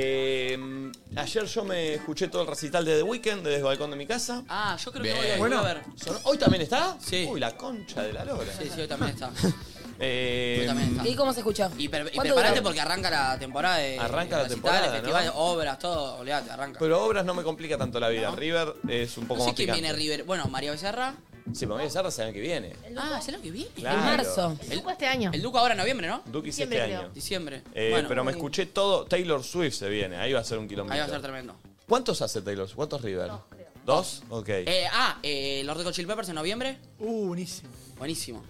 [SPEAKER 2] Eh, ayer yo me escuché todo el recital de The Weeknd desde el balcón de mi casa.
[SPEAKER 3] Ah, yo creo que
[SPEAKER 2] Bien.
[SPEAKER 3] hoy lo
[SPEAKER 2] Bueno.
[SPEAKER 3] voy a ver.
[SPEAKER 2] Sonó- ¿Hoy también está? Sí. Uy, la concha de la lora.
[SPEAKER 3] Sí, sí, hoy también está.
[SPEAKER 2] Eh,
[SPEAKER 3] Hoy también está.
[SPEAKER 6] ¿Y cómo se escucha?
[SPEAKER 3] Ah. Y, per- eh, y
[SPEAKER 6] ¿Cuánto
[SPEAKER 3] preparate
[SPEAKER 6] dura?
[SPEAKER 3] porque arranca la temporada de
[SPEAKER 2] Arranca la
[SPEAKER 3] recitales,
[SPEAKER 2] temporada,
[SPEAKER 3] festivales,
[SPEAKER 2] ¿no?
[SPEAKER 3] obras, todo, olvídate, arranca.
[SPEAKER 2] Pero obras no me complica tanto la vida. River es un poco
[SPEAKER 3] no sé
[SPEAKER 2] más
[SPEAKER 3] quién
[SPEAKER 2] picante.
[SPEAKER 3] viene River. Bueno, María Becerra.
[SPEAKER 2] Sí, pero María Serra será el año que viene.
[SPEAKER 3] Ah, ¿será que viene?
[SPEAKER 2] Claro.
[SPEAKER 6] marzo.
[SPEAKER 7] El Luco este año.
[SPEAKER 3] El Duco ahora en noviembre, ¿no?
[SPEAKER 2] Duki
[SPEAKER 7] Siempre
[SPEAKER 2] este
[SPEAKER 7] creo.
[SPEAKER 2] año.
[SPEAKER 3] Diciembre.
[SPEAKER 2] Eh,
[SPEAKER 3] bueno,
[SPEAKER 2] pero me escuché todo. Taylor Swift se viene. Ahí va a ser un kilómetro.
[SPEAKER 3] ahí va a ser tremendo.
[SPEAKER 2] ¿Cuántos hace Taylor Swift? ¿Cuántos River? Dos, Ok.
[SPEAKER 3] Eh, ah, eh, los Red Hot Chili Peppers en noviembre.
[SPEAKER 4] Uh, buenísimo.
[SPEAKER 3] Buenísimo.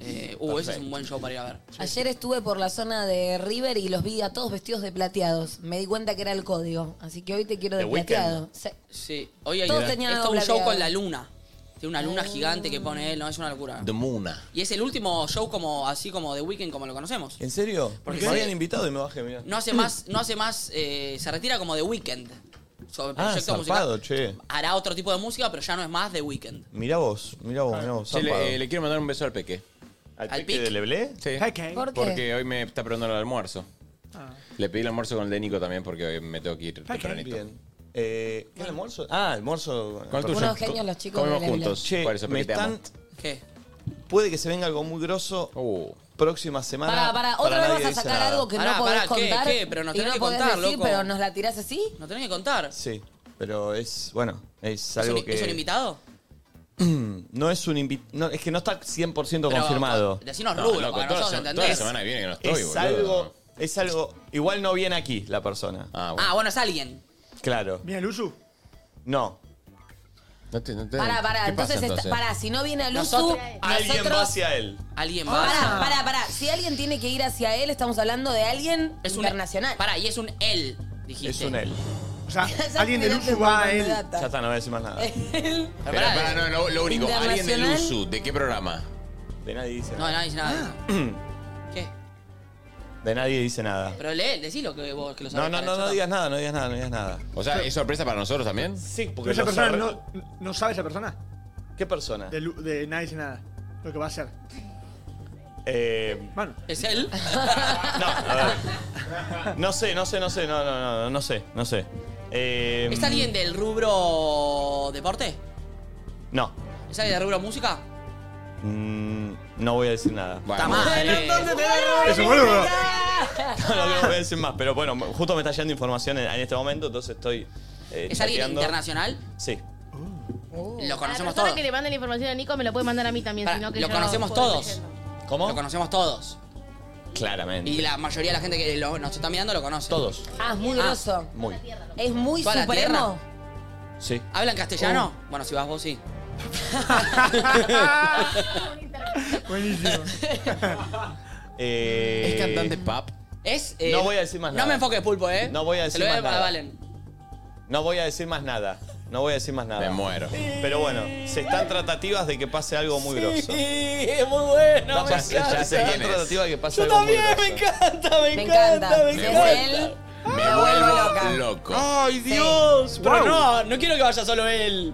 [SPEAKER 3] Eh, uh, ese es un buen show para ir a ver.
[SPEAKER 6] Ayer estuve por la zona de River y los vi a todos vestidos de plateados. Me di cuenta que era el código, así que hoy te quiero de
[SPEAKER 2] ¿The
[SPEAKER 6] plateado. Sí.
[SPEAKER 3] Sí, hoy hay
[SPEAKER 6] Todos
[SPEAKER 3] es
[SPEAKER 6] tenían
[SPEAKER 3] todo un
[SPEAKER 6] doblateado.
[SPEAKER 3] show con la luna. Tiene una luna gigante que pone él, no, es una locura.
[SPEAKER 5] The Muna.
[SPEAKER 3] Y es el último show como así como de Weekend como lo conocemos.
[SPEAKER 2] ¿En serio?
[SPEAKER 3] Porque
[SPEAKER 2] Porque me
[SPEAKER 3] sí.
[SPEAKER 2] habían invitado y me bajé, mirá.
[SPEAKER 3] No hace más, no hace más, eh, se retira como de Weekend. Sobre
[SPEAKER 2] ah,
[SPEAKER 3] proyecto
[SPEAKER 2] zarpado,
[SPEAKER 3] musical.
[SPEAKER 2] che.
[SPEAKER 3] Hará otro tipo de música, pero ya no es más de Weekend.
[SPEAKER 2] Mirá vos, mirá vos, mirá vos.
[SPEAKER 5] Sí,
[SPEAKER 2] zarpado.
[SPEAKER 5] le, eh, le quiero mandar un beso al Peque.
[SPEAKER 2] ¿Al
[SPEAKER 3] al
[SPEAKER 2] pique
[SPEAKER 3] pic.
[SPEAKER 2] de Leblé?
[SPEAKER 5] Sí.
[SPEAKER 4] Ok.
[SPEAKER 6] ¿Por qué?
[SPEAKER 5] Porque hoy me está preparando el almuerzo. Le pedí el almuerzo con el de Nico también porque hoy me tengo que ir tempranito.
[SPEAKER 2] Bien. Eh, ¿Qué almuerzo? Ah, almuerzo.
[SPEAKER 5] Con el tuyo.
[SPEAKER 6] Unos genios los chicos
[SPEAKER 5] Comemos
[SPEAKER 6] de Leblé.
[SPEAKER 5] juntos.
[SPEAKER 2] Che,
[SPEAKER 5] por eso,
[SPEAKER 2] me
[SPEAKER 5] Peque, te amo.
[SPEAKER 2] están...
[SPEAKER 3] ¿Qué?
[SPEAKER 2] Puede que se venga algo muy grosso
[SPEAKER 5] Uh,
[SPEAKER 2] próxima semana.
[SPEAKER 6] Para, para, otra vez
[SPEAKER 2] nadie
[SPEAKER 6] vas a
[SPEAKER 2] dice
[SPEAKER 6] sacar
[SPEAKER 2] nada.
[SPEAKER 6] algo que
[SPEAKER 3] Pará,
[SPEAKER 6] no podés
[SPEAKER 3] pará, ¿qué,
[SPEAKER 6] contar.
[SPEAKER 3] qué? Pero nos
[SPEAKER 6] y
[SPEAKER 3] tenés
[SPEAKER 6] no
[SPEAKER 3] que
[SPEAKER 6] podés
[SPEAKER 3] contar,
[SPEAKER 6] decir,
[SPEAKER 3] loco.
[SPEAKER 6] pero nos la tirás así.
[SPEAKER 3] ¿No tenés que contar?
[SPEAKER 2] Sí, pero es, bueno, es
[SPEAKER 3] ¿Es,
[SPEAKER 2] algo
[SPEAKER 3] un,
[SPEAKER 2] que...
[SPEAKER 3] es un
[SPEAKER 2] Oh.
[SPEAKER 3] invitado?
[SPEAKER 2] No es un invitado, es que no está 100%
[SPEAKER 3] Pero,
[SPEAKER 2] confirmado.
[SPEAKER 3] Decinos
[SPEAKER 5] no,
[SPEAKER 3] rubro,
[SPEAKER 5] loco,
[SPEAKER 3] para que
[SPEAKER 5] toda,
[SPEAKER 3] nosotros
[SPEAKER 5] la se- toda la
[SPEAKER 3] entendés.
[SPEAKER 5] semana que viene que no estoy,
[SPEAKER 2] Es
[SPEAKER 5] boludo.
[SPEAKER 2] algo, es algo, igual no viene aquí la persona.
[SPEAKER 5] Ah, bueno.
[SPEAKER 3] Ah, bueno, es alguien.
[SPEAKER 2] Claro,
[SPEAKER 4] Mira, Luzu.
[SPEAKER 2] no.
[SPEAKER 5] No te- no te-
[SPEAKER 6] Pará,
[SPEAKER 5] ¿qué
[SPEAKER 6] pará, entonces,
[SPEAKER 5] pasa,
[SPEAKER 6] está- pará, si no viene a Luzu,
[SPEAKER 3] Nosotros-
[SPEAKER 2] Alguien va
[SPEAKER 6] nosotros-
[SPEAKER 2] hacia él. Ah,
[SPEAKER 3] Alguien va.
[SPEAKER 6] Pará, pará, pará. Si alguien tiene que ir hacia él, estamos hablando de alguien
[SPEAKER 3] Es un
[SPEAKER 6] internacional.
[SPEAKER 3] Pará, y es un él, dijiste.
[SPEAKER 2] Es un él.
[SPEAKER 4] O sea,
[SPEAKER 6] Ya
[SPEAKER 4] Ah, alguien de
[SPEAKER 6] tiraste
[SPEAKER 4] Luzu
[SPEAKER 6] un
[SPEAKER 4] va
[SPEAKER 6] montón
[SPEAKER 4] a
[SPEAKER 6] de
[SPEAKER 4] él.
[SPEAKER 6] data.
[SPEAKER 2] Ya está, no voy a decir más nada.
[SPEAKER 3] Pero
[SPEAKER 5] Pero
[SPEAKER 3] Eh, pará, eh.
[SPEAKER 5] pará, no, no, lo único, alguien del
[SPEAKER 6] Internacional.
[SPEAKER 5] USU, ¿de qué programa?
[SPEAKER 2] De nadie dice
[SPEAKER 3] No,
[SPEAKER 2] nada.
[SPEAKER 3] nadie dice nada.
[SPEAKER 4] Ah.
[SPEAKER 3] ¿Qué?
[SPEAKER 2] De nadie dice nada.
[SPEAKER 3] Pero lee, decilo que vos que lo
[SPEAKER 2] No,
[SPEAKER 3] sabés.
[SPEAKER 2] no,
[SPEAKER 3] cara,
[SPEAKER 2] no,
[SPEAKER 3] chota.
[SPEAKER 2] no digas nada, no digas nada, no digas nada.
[SPEAKER 5] O sea, ¿es sorpresa para nosotros también?
[SPEAKER 2] Sí,
[SPEAKER 4] Pero
[SPEAKER 2] porque
[SPEAKER 4] esa
[SPEAKER 2] los
[SPEAKER 4] persona
[SPEAKER 2] arre-
[SPEAKER 4] no, no sabe esa persona.
[SPEAKER 2] ¿Qué persona?
[SPEAKER 4] De, Lu- de nadie dice nada. Lo que va a hacer.
[SPEAKER 2] Eh,
[SPEAKER 4] Bueno,
[SPEAKER 3] ¿Es él?
[SPEAKER 2] no, a ver. No sé, no sé, no sé, no, no, no, no sé, no sé. Eh,
[SPEAKER 3] ¿Es alguien del rubro deporte?
[SPEAKER 2] No.
[SPEAKER 3] ¿Es alguien del rubro música?
[SPEAKER 2] Mm, no voy a decir nada.
[SPEAKER 5] Bueno,
[SPEAKER 3] Está mal. eh.
[SPEAKER 4] eso, boludo.
[SPEAKER 2] No, no, no voy a decir más, pero bueno, justo me está yendo información en, en este momento, entonces estoy. eh,
[SPEAKER 3] ¿Es alguien
[SPEAKER 2] chateando.
[SPEAKER 3] internacional?
[SPEAKER 2] Sí.
[SPEAKER 3] Lo
[SPEAKER 7] A la persona
[SPEAKER 3] conocemos todos.
[SPEAKER 7] que le manda la información a Nico me lo puede mandar a mí también,
[SPEAKER 3] Pará,
[SPEAKER 7] sino que
[SPEAKER 3] lo
[SPEAKER 7] yo
[SPEAKER 3] conocemos
[SPEAKER 7] puedo ir
[SPEAKER 3] todos.
[SPEAKER 7] leyendo.
[SPEAKER 2] ¿Cómo?
[SPEAKER 3] Lo conocemos todos.
[SPEAKER 2] Claramente.
[SPEAKER 3] Y la mayoría de la gente que lo- nos está mirando lo conoce.
[SPEAKER 2] Todos.
[SPEAKER 6] Ah, es muy
[SPEAKER 3] Ah.
[SPEAKER 6] grosso.
[SPEAKER 2] Muy.
[SPEAKER 6] Es muy
[SPEAKER 3] ¿Toda la tierra?
[SPEAKER 6] supremo.
[SPEAKER 2] Sí. Oh.
[SPEAKER 3] ¿Hablan castellano? Bueno, si vas vos, sí.
[SPEAKER 4] Buenísimo.
[SPEAKER 2] Eh,
[SPEAKER 5] ¿Es cantante pop?
[SPEAKER 3] Es, eh,
[SPEAKER 2] No voy a decir más
[SPEAKER 3] No
[SPEAKER 2] nada.
[SPEAKER 3] me enfoques, Pulpo, ¿eh?
[SPEAKER 2] No voy a
[SPEAKER 3] Se
[SPEAKER 2] decir
[SPEAKER 3] lo
[SPEAKER 2] más nada.
[SPEAKER 3] a Valen.
[SPEAKER 2] No voy a decir más nada. No voy a decir más nada.
[SPEAKER 5] Me muero.
[SPEAKER 2] Pero bueno, se están tratativas de que pase algo muy grosso.
[SPEAKER 3] es muy bueno.
[SPEAKER 2] Estamos-
[SPEAKER 5] me encanta.
[SPEAKER 2] ya se están tratativas de que pase algo muy grosso.
[SPEAKER 3] encanta,
[SPEAKER 6] Me encanta. Si
[SPEAKER 5] encanta.
[SPEAKER 6] es él,
[SPEAKER 5] Me
[SPEAKER 6] la
[SPEAKER 5] vuelvo loco.
[SPEAKER 3] ¡Ay, Dios! Pero no, no quiero que vaya solo él.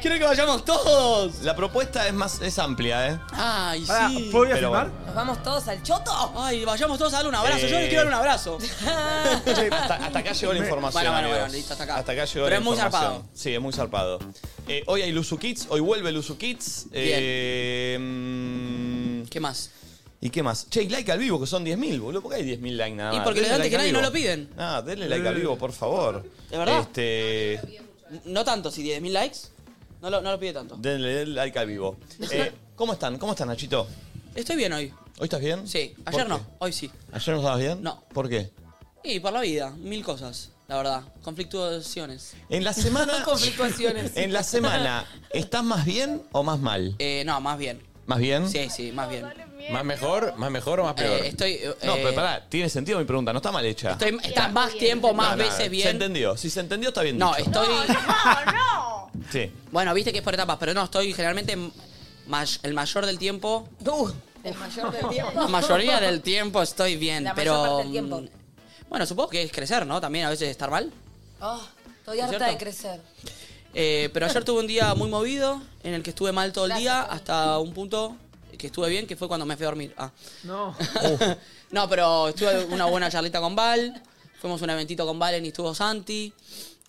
[SPEAKER 3] Quiero que vayamos todos.
[SPEAKER 2] La propuesta es más es amplia, ¿eh?
[SPEAKER 3] Ay,
[SPEAKER 4] Pará,
[SPEAKER 3] sí.
[SPEAKER 4] ¿puedo ir a
[SPEAKER 2] Pero
[SPEAKER 4] firmar?
[SPEAKER 2] bueno.
[SPEAKER 6] ¿Nos vamos todos al choto?
[SPEAKER 3] Ay, vayamos todos a darle un abrazo. Yo
[SPEAKER 2] Eh.
[SPEAKER 3] le quiero dar un abrazo.
[SPEAKER 2] Hasta, hasta acá llegó la información.
[SPEAKER 3] Bueno, bueno,
[SPEAKER 2] amigos.
[SPEAKER 3] bueno, listo, hasta acá.
[SPEAKER 2] llegó
[SPEAKER 3] Pero
[SPEAKER 2] la
[SPEAKER 3] es muy
[SPEAKER 2] información.
[SPEAKER 3] zarpado.
[SPEAKER 2] Sí, es muy zarpado. Eh, hoy hay Luzu Kids, hoy vuelve Luzu Kids. Eh, mm,
[SPEAKER 3] ¿Qué más?
[SPEAKER 2] ¿Y qué más? Che, y like al vivo, que son 10.000, boludo. ¿Por qué hay 10.000 likes nada
[SPEAKER 3] Y
[SPEAKER 2] más?
[SPEAKER 3] porque
[SPEAKER 2] Denle
[SPEAKER 3] les dan
[SPEAKER 2] like
[SPEAKER 3] que
[SPEAKER 2] al
[SPEAKER 3] nadie no
[SPEAKER 2] vivo.
[SPEAKER 3] lo piden.
[SPEAKER 2] Ah, denle like al vivo, por favor.
[SPEAKER 3] ¿De verdad?
[SPEAKER 2] Este,
[SPEAKER 3] Mm, No tanto, si 10.000 likes. No lo, no lo pide tanto.
[SPEAKER 2] denle, denle like al vivo. Eh, ¿Cómo están? ¿Cómo están, Nachito?
[SPEAKER 3] Estoy bien hoy.
[SPEAKER 2] ¿Hoy estás bien?
[SPEAKER 3] Sí,
[SPEAKER 2] ¿Por
[SPEAKER 3] ayer
[SPEAKER 2] qué?
[SPEAKER 3] no, hoy sí.
[SPEAKER 2] ¿Ayer no estabas bien?
[SPEAKER 3] No.
[SPEAKER 2] ¿Por qué?
[SPEAKER 3] Y por la vida, mil cosas, la verdad. Conflictuaciones.
[SPEAKER 2] En la semana.
[SPEAKER 6] Conflictuaciones.
[SPEAKER 2] en la semana, ¿estás más bien o más mal?
[SPEAKER 3] Eh, no, más bien.
[SPEAKER 2] ¿Más bien?
[SPEAKER 3] Sí, sí, más bien.
[SPEAKER 5] ¿Más mejor? ¿Más mejor o más peor?
[SPEAKER 3] Eh, estoy. eh,
[SPEAKER 2] No, pero
[SPEAKER 3] eh,
[SPEAKER 2] pará, tiene sentido mi pregunta, no está mal hecha.
[SPEAKER 3] Estoy, está más tiempo, más
[SPEAKER 2] No, no,
[SPEAKER 3] veces
[SPEAKER 2] Se
[SPEAKER 3] bien.
[SPEAKER 2] entendió, si se entendió está bien
[SPEAKER 3] No,
[SPEAKER 2] dicho.
[SPEAKER 3] estoy.
[SPEAKER 2] Sí.
[SPEAKER 3] Bueno, viste que es por etapas, pero no, estoy generalmente may- el mayor del tiempo.
[SPEAKER 6] Uh. El mayor del
[SPEAKER 3] La
[SPEAKER 6] tiempo.
[SPEAKER 3] mayoría del tiempo estoy bien,
[SPEAKER 6] La mayor
[SPEAKER 3] pero.
[SPEAKER 6] parte del tiempo.
[SPEAKER 3] mm, Bueno, supongo que es crecer, ¿no? También a veces estar mal.
[SPEAKER 6] Oh, estoy
[SPEAKER 3] ¿Es
[SPEAKER 6] harta
[SPEAKER 3] cierto?
[SPEAKER 6] de crecer.
[SPEAKER 3] Eh, pero ayer tuve un día muy movido, en el que estuve mal todo el día, hasta un punto que estuve bien, que fue cuando me fui a dormir. Ah. No. no, pero estuve una buena charlita con Val. Fuimos a un eventito con Valen y estuvo Santi.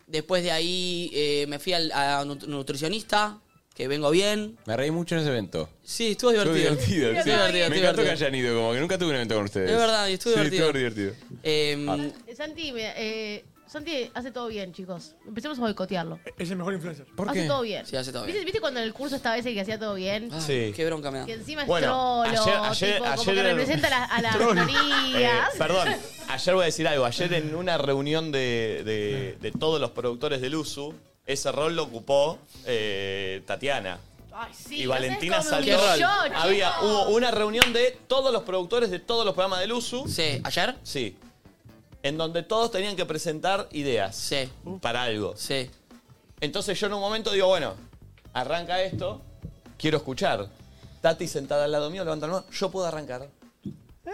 [SPEAKER 3] Después de ahí eh, me fui al, a nu- nutricionista, que vengo bien.
[SPEAKER 5] Me reí mucho en ese evento.
[SPEAKER 3] Sí, estuvo divertido.
[SPEAKER 5] Estuvo divertido,
[SPEAKER 3] Estuvo
[SPEAKER 5] sí.
[SPEAKER 3] divertido,
[SPEAKER 5] Me
[SPEAKER 3] estuvo
[SPEAKER 5] encantó que
[SPEAKER 3] divertido.
[SPEAKER 5] hayan ido, como que nunca tuve un evento con ustedes.
[SPEAKER 3] Es verdad, y estuvo
[SPEAKER 5] Sí,
[SPEAKER 3] divertido.
[SPEAKER 5] estuvo divertido. Ah.
[SPEAKER 3] Eh,
[SPEAKER 7] Eh, Santi, me- eh, Santi hace todo bien, chicos. Empecemos a boicotearlo.
[SPEAKER 2] E-,
[SPEAKER 4] Es el mejor influencer.
[SPEAKER 7] Hace todo bien.
[SPEAKER 3] Sí, hace todo bien.
[SPEAKER 7] ¿Viste, viste cuando en el curso estaba ese que hacía todo bien?
[SPEAKER 3] Ah,
[SPEAKER 2] Sí.
[SPEAKER 3] Qué bronca me da.
[SPEAKER 7] Que encima es
[SPEAKER 2] Bueno,
[SPEAKER 7] trolo,
[SPEAKER 2] ayer- ayer-
[SPEAKER 7] tipo, como
[SPEAKER 2] ayer
[SPEAKER 7] que
[SPEAKER 2] era-
[SPEAKER 7] representa a la, a la
[SPEAKER 2] Trolo. Eh,
[SPEAKER 7] minoría.
[SPEAKER 2] perdón, ayer voy a decir algo. Ayer en una reunión de, de- de todos los productores del USU, ese rol lo ocupó eh, Tatiana.
[SPEAKER 7] Ay, sí,
[SPEAKER 2] y
[SPEAKER 7] no
[SPEAKER 2] Valentina
[SPEAKER 7] sabes cómo me
[SPEAKER 2] salió.
[SPEAKER 7] humilló, chicos.
[SPEAKER 2] Había, hubo una reunión de todos los productores de todos los programas del USU.
[SPEAKER 3] Sí, ¿ayer?
[SPEAKER 2] Sí. En donde todos tenían que presentar ideas
[SPEAKER 3] Sí,
[SPEAKER 2] para algo.
[SPEAKER 3] sí.
[SPEAKER 2] Entonces yo en un momento digo, bueno, arranca esto, quiero escuchar. Tati sentada al lado mío, levanta la mano, yo puedo arrancar.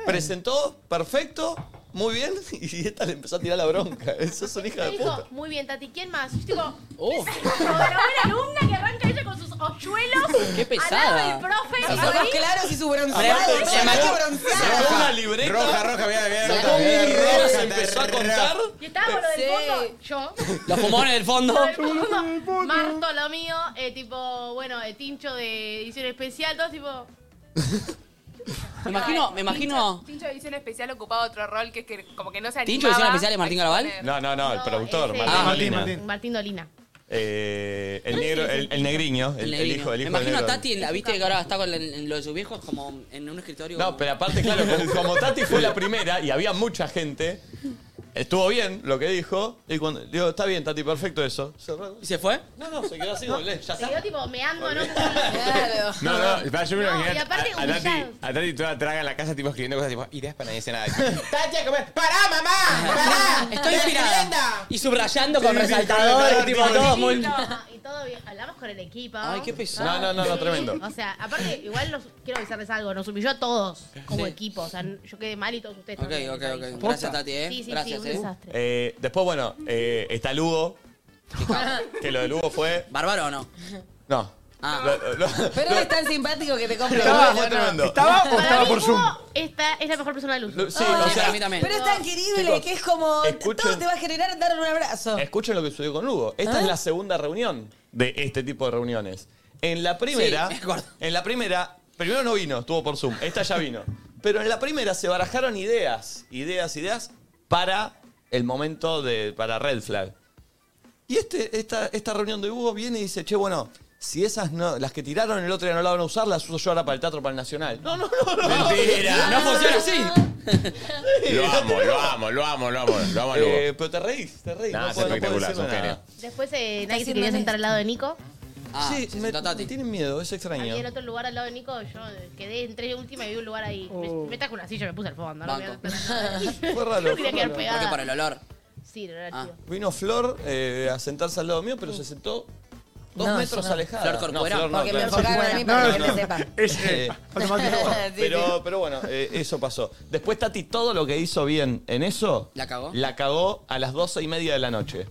[SPEAKER 2] Presentó, perfecto, muy bien, y esta le empezó a tirar la bronca. Eso es una hija
[SPEAKER 7] Me
[SPEAKER 2] de
[SPEAKER 7] dijo,
[SPEAKER 2] puta.
[SPEAKER 7] muy bien, Tati, ¿quién más? Y yo digo,
[SPEAKER 3] Oh.
[SPEAKER 7] como la buena alumna que arranca ella con sus hochuelos.
[SPEAKER 3] Qué pesada.
[SPEAKER 7] Al lado del profe.
[SPEAKER 6] Sus
[SPEAKER 7] ahí.
[SPEAKER 6] ojos claros y su
[SPEAKER 2] Aparte,
[SPEAKER 6] bronceado.
[SPEAKER 2] sacó-
[SPEAKER 6] Se maquilló bronceado.
[SPEAKER 2] Sacó una libreta,
[SPEAKER 5] Roja, roja, mira, mira,
[SPEAKER 2] sacó
[SPEAKER 5] roja,
[SPEAKER 2] un
[SPEAKER 5] mira,
[SPEAKER 2] libro,
[SPEAKER 5] roja,
[SPEAKER 2] se empezó a contar.
[SPEAKER 7] Y estaba con lo del
[SPEAKER 6] Sí.
[SPEAKER 7] fondo, yo.
[SPEAKER 3] Los fumones del fondo.
[SPEAKER 7] Todo el mundo, Marto, lo mío, eh, tipo, bueno, eh, Tincho de edición especial, todo tipo.
[SPEAKER 3] Me imagino, me imagino.
[SPEAKER 10] Tincho de edición especial ocupaba otro rol que, es que como que no se animaba.
[SPEAKER 3] ¿Tincho de Edición Especial es Martín Garabal?
[SPEAKER 2] No, no, no, el productor,
[SPEAKER 7] ese-
[SPEAKER 2] Martín
[SPEAKER 3] Ah,
[SPEAKER 4] Martín,
[SPEAKER 2] Molina.
[SPEAKER 4] Martín.
[SPEAKER 7] Martín Dolina.
[SPEAKER 2] Eh, el, negro, el, el negriño, el, el hijo del hijo
[SPEAKER 3] me
[SPEAKER 2] del
[SPEAKER 3] imagino a
[SPEAKER 2] negro.
[SPEAKER 3] Tati, en la, viste que ahora está con el- en lo de sus viejos, como en un escritorio.
[SPEAKER 2] No,
[SPEAKER 3] como-
[SPEAKER 2] pero aparte, claro, como, como Tati fue la primera y había mucha gente, estuvo bien lo que dijo. Y cuando digo, está bien, Tati, perfecto eso. Cerró.
[SPEAKER 3] ¿Y se fue?
[SPEAKER 2] No, no, se quedó así, doble, ya
[SPEAKER 7] Se
[SPEAKER 2] está.
[SPEAKER 7] quedó tipo meando, ¿no?
[SPEAKER 6] Claro.
[SPEAKER 5] No, no, para, yo me
[SPEAKER 7] No,
[SPEAKER 5] imaginé
[SPEAKER 7] y
[SPEAKER 5] a,
[SPEAKER 7] aparte
[SPEAKER 5] a Tati,
[SPEAKER 7] humillados.
[SPEAKER 5] a Tati toda traga en la casa, tipo escribiendo cosas tipo, ideas para nadie nada. ¡Tati a comer! ¡Pará, mamá! ¡Pará!
[SPEAKER 3] Estoy inspirada. Y subrayando con
[SPEAKER 5] Sí, sí,
[SPEAKER 3] resaltadores,
[SPEAKER 5] con
[SPEAKER 3] tipo,
[SPEAKER 5] resaltadores,
[SPEAKER 3] todo muy.
[SPEAKER 7] Y todo bien. Hablamos con el equipo.
[SPEAKER 3] Ay, qué pesado.
[SPEAKER 2] No, no, no, no, tremendo.
[SPEAKER 7] O sea, aparte, igual nos, quiero avisarles algo, nos humilló a todos como
[SPEAKER 3] Sí.
[SPEAKER 7] equipo. O sea, yo quedé mal y todos ustedes
[SPEAKER 3] Ok,
[SPEAKER 7] también.
[SPEAKER 3] ok,
[SPEAKER 7] les aviso.
[SPEAKER 3] ok. Gracias, Tati, eh.
[SPEAKER 7] Sí, sí,
[SPEAKER 3] Gracias,
[SPEAKER 7] sí, un
[SPEAKER 3] eh.
[SPEAKER 7] desastre.
[SPEAKER 2] Eh, después, bueno, eh, está Lugo, que lo de Lugo fue.
[SPEAKER 3] ¿Bárbaro o no?
[SPEAKER 2] No.
[SPEAKER 3] Ah.
[SPEAKER 2] Lo- lo-
[SPEAKER 6] Pero es tan simpático que te compra
[SPEAKER 2] lo de
[SPEAKER 6] el
[SPEAKER 2] Lugo
[SPEAKER 6] huevo,
[SPEAKER 2] fue
[SPEAKER 6] ¿no?
[SPEAKER 2] tremendo.
[SPEAKER 4] ¿Estaba o
[SPEAKER 7] Para
[SPEAKER 4] estaba
[SPEAKER 7] mí,
[SPEAKER 4] por Zoom?
[SPEAKER 7] Hugo, Esta es la mejor persona de luz.
[SPEAKER 2] Lo- sí,
[SPEAKER 3] Sí,
[SPEAKER 2] o
[SPEAKER 3] para mí
[SPEAKER 2] sea,
[SPEAKER 3] también.
[SPEAKER 6] Pero es tan querible
[SPEAKER 2] Chicos,
[SPEAKER 6] que es como.
[SPEAKER 2] escuchen.
[SPEAKER 6] Todo te va a generar dar un abrazo.
[SPEAKER 2] escuchen lo que sucedió con Lugo. Esta es
[SPEAKER 3] ¿Eh?
[SPEAKER 2] la segunda reunión de este tipo de reuniones. En la primera,
[SPEAKER 3] Sí, me acuerdo.
[SPEAKER 2] en la primera, primero no vino, estuvo por Zoom, esta ya vino. Pero en la primera se barajaron ideas, ideas, ideas para el momento de para Red Flag. Y este, esta, esta reunión de Hugo viene y dice, che, bueno, si esas no, las que tiraron el otro día no las van a usar, las uso yo ahora para el teatro, para el Nacional. No, no, no, no.
[SPEAKER 5] Mentira.
[SPEAKER 3] No funciona así.
[SPEAKER 5] Lo amo, lo amo, lo amo, lo amo, lo amo a Lugo.
[SPEAKER 2] Eh, pero te reís, te reís.
[SPEAKER 5] Nah,
[SPEAKER 2] no
[SPEAKER 5] es
[SPEAKER 2] puedo- no puedo
[SPEAKER 5] espectacular,
[SPEAKER 2] decir
[SPEAKER 5] sos
[SPEAKER 2] nada.
[SPEAKER 5] genio.
[SPEAKER 7] Después eh, nadie se
[SPEAKER 6] haciendo
[SPEAKER 7] quería
[SPEAKER 6] esto.
[SPEAKER 7] sentar al lado de Nico.
[SPEAKER 3] Ah,
[SPEAKER 2] sí,
[SPEAKER 3] se
[SPEAKER 2] me,
[SPEAKER 3] sentó Tati.
[SPEAKER 2] me tienen miedo, es extraño.
[SPEAKER 7] Había en otro lugar al lado de Nico, yo quedé, entré última y vi un lugar ahí.
[SPEAKER 6] Oh.
[SPEAKER 7] Me, me trajo una silla, me puse al fondo. No,
[SPEAKER 3] Banco.
[SPEAKER 7] Me voy a-
[SPEAKER 2] Fue raro,
[SPEAKER 7] Yo quería quedar
[SPEAKER 2] fue raro.
[SPEAKER 3] Creo que
[SPEAKER 7] pegada.
[SPEAKER 3] por el olor.
[SPEAKER 7] Sí, no era
[SPEAKER 3] Ah.
[SPEAKER 7] chido.
[SPEAKER 2] Vino Flor eh, a sentarse al lado mío, pero se sentó dos
[SPEAKER 6] No,
[SPEAKER 2] metros
[SPEAKER 6] yo no.
[SPEAKER 2] alejada.
[SPEAKER 3] Flor Corcuera,
[SPEAKER 2] No, Flor no,
[SPEAKER 6] Porque me
[SPEAKER 2] claro.
[SPEAKER 6] enfocaron a mí
[SPEAKER 4] No,
[SPEAKER 6] para que
[SPEAKER 4] no,
[SPEAKER 6] me
[SPEAKER 4] no.
[SPEAKER 6] sepa.
[SPEAKER 4] Es eh, automático.
[SPEAKER 6] Sí,
[SPEAKER 2] Pero, pero bueno, eh, eso pasó. Después Tati, todo lo que hizo bien en eso...
[SPEAKER 3] ¿La cagó?
[SPEAKER 2] La cagó a las doce y media de la noche.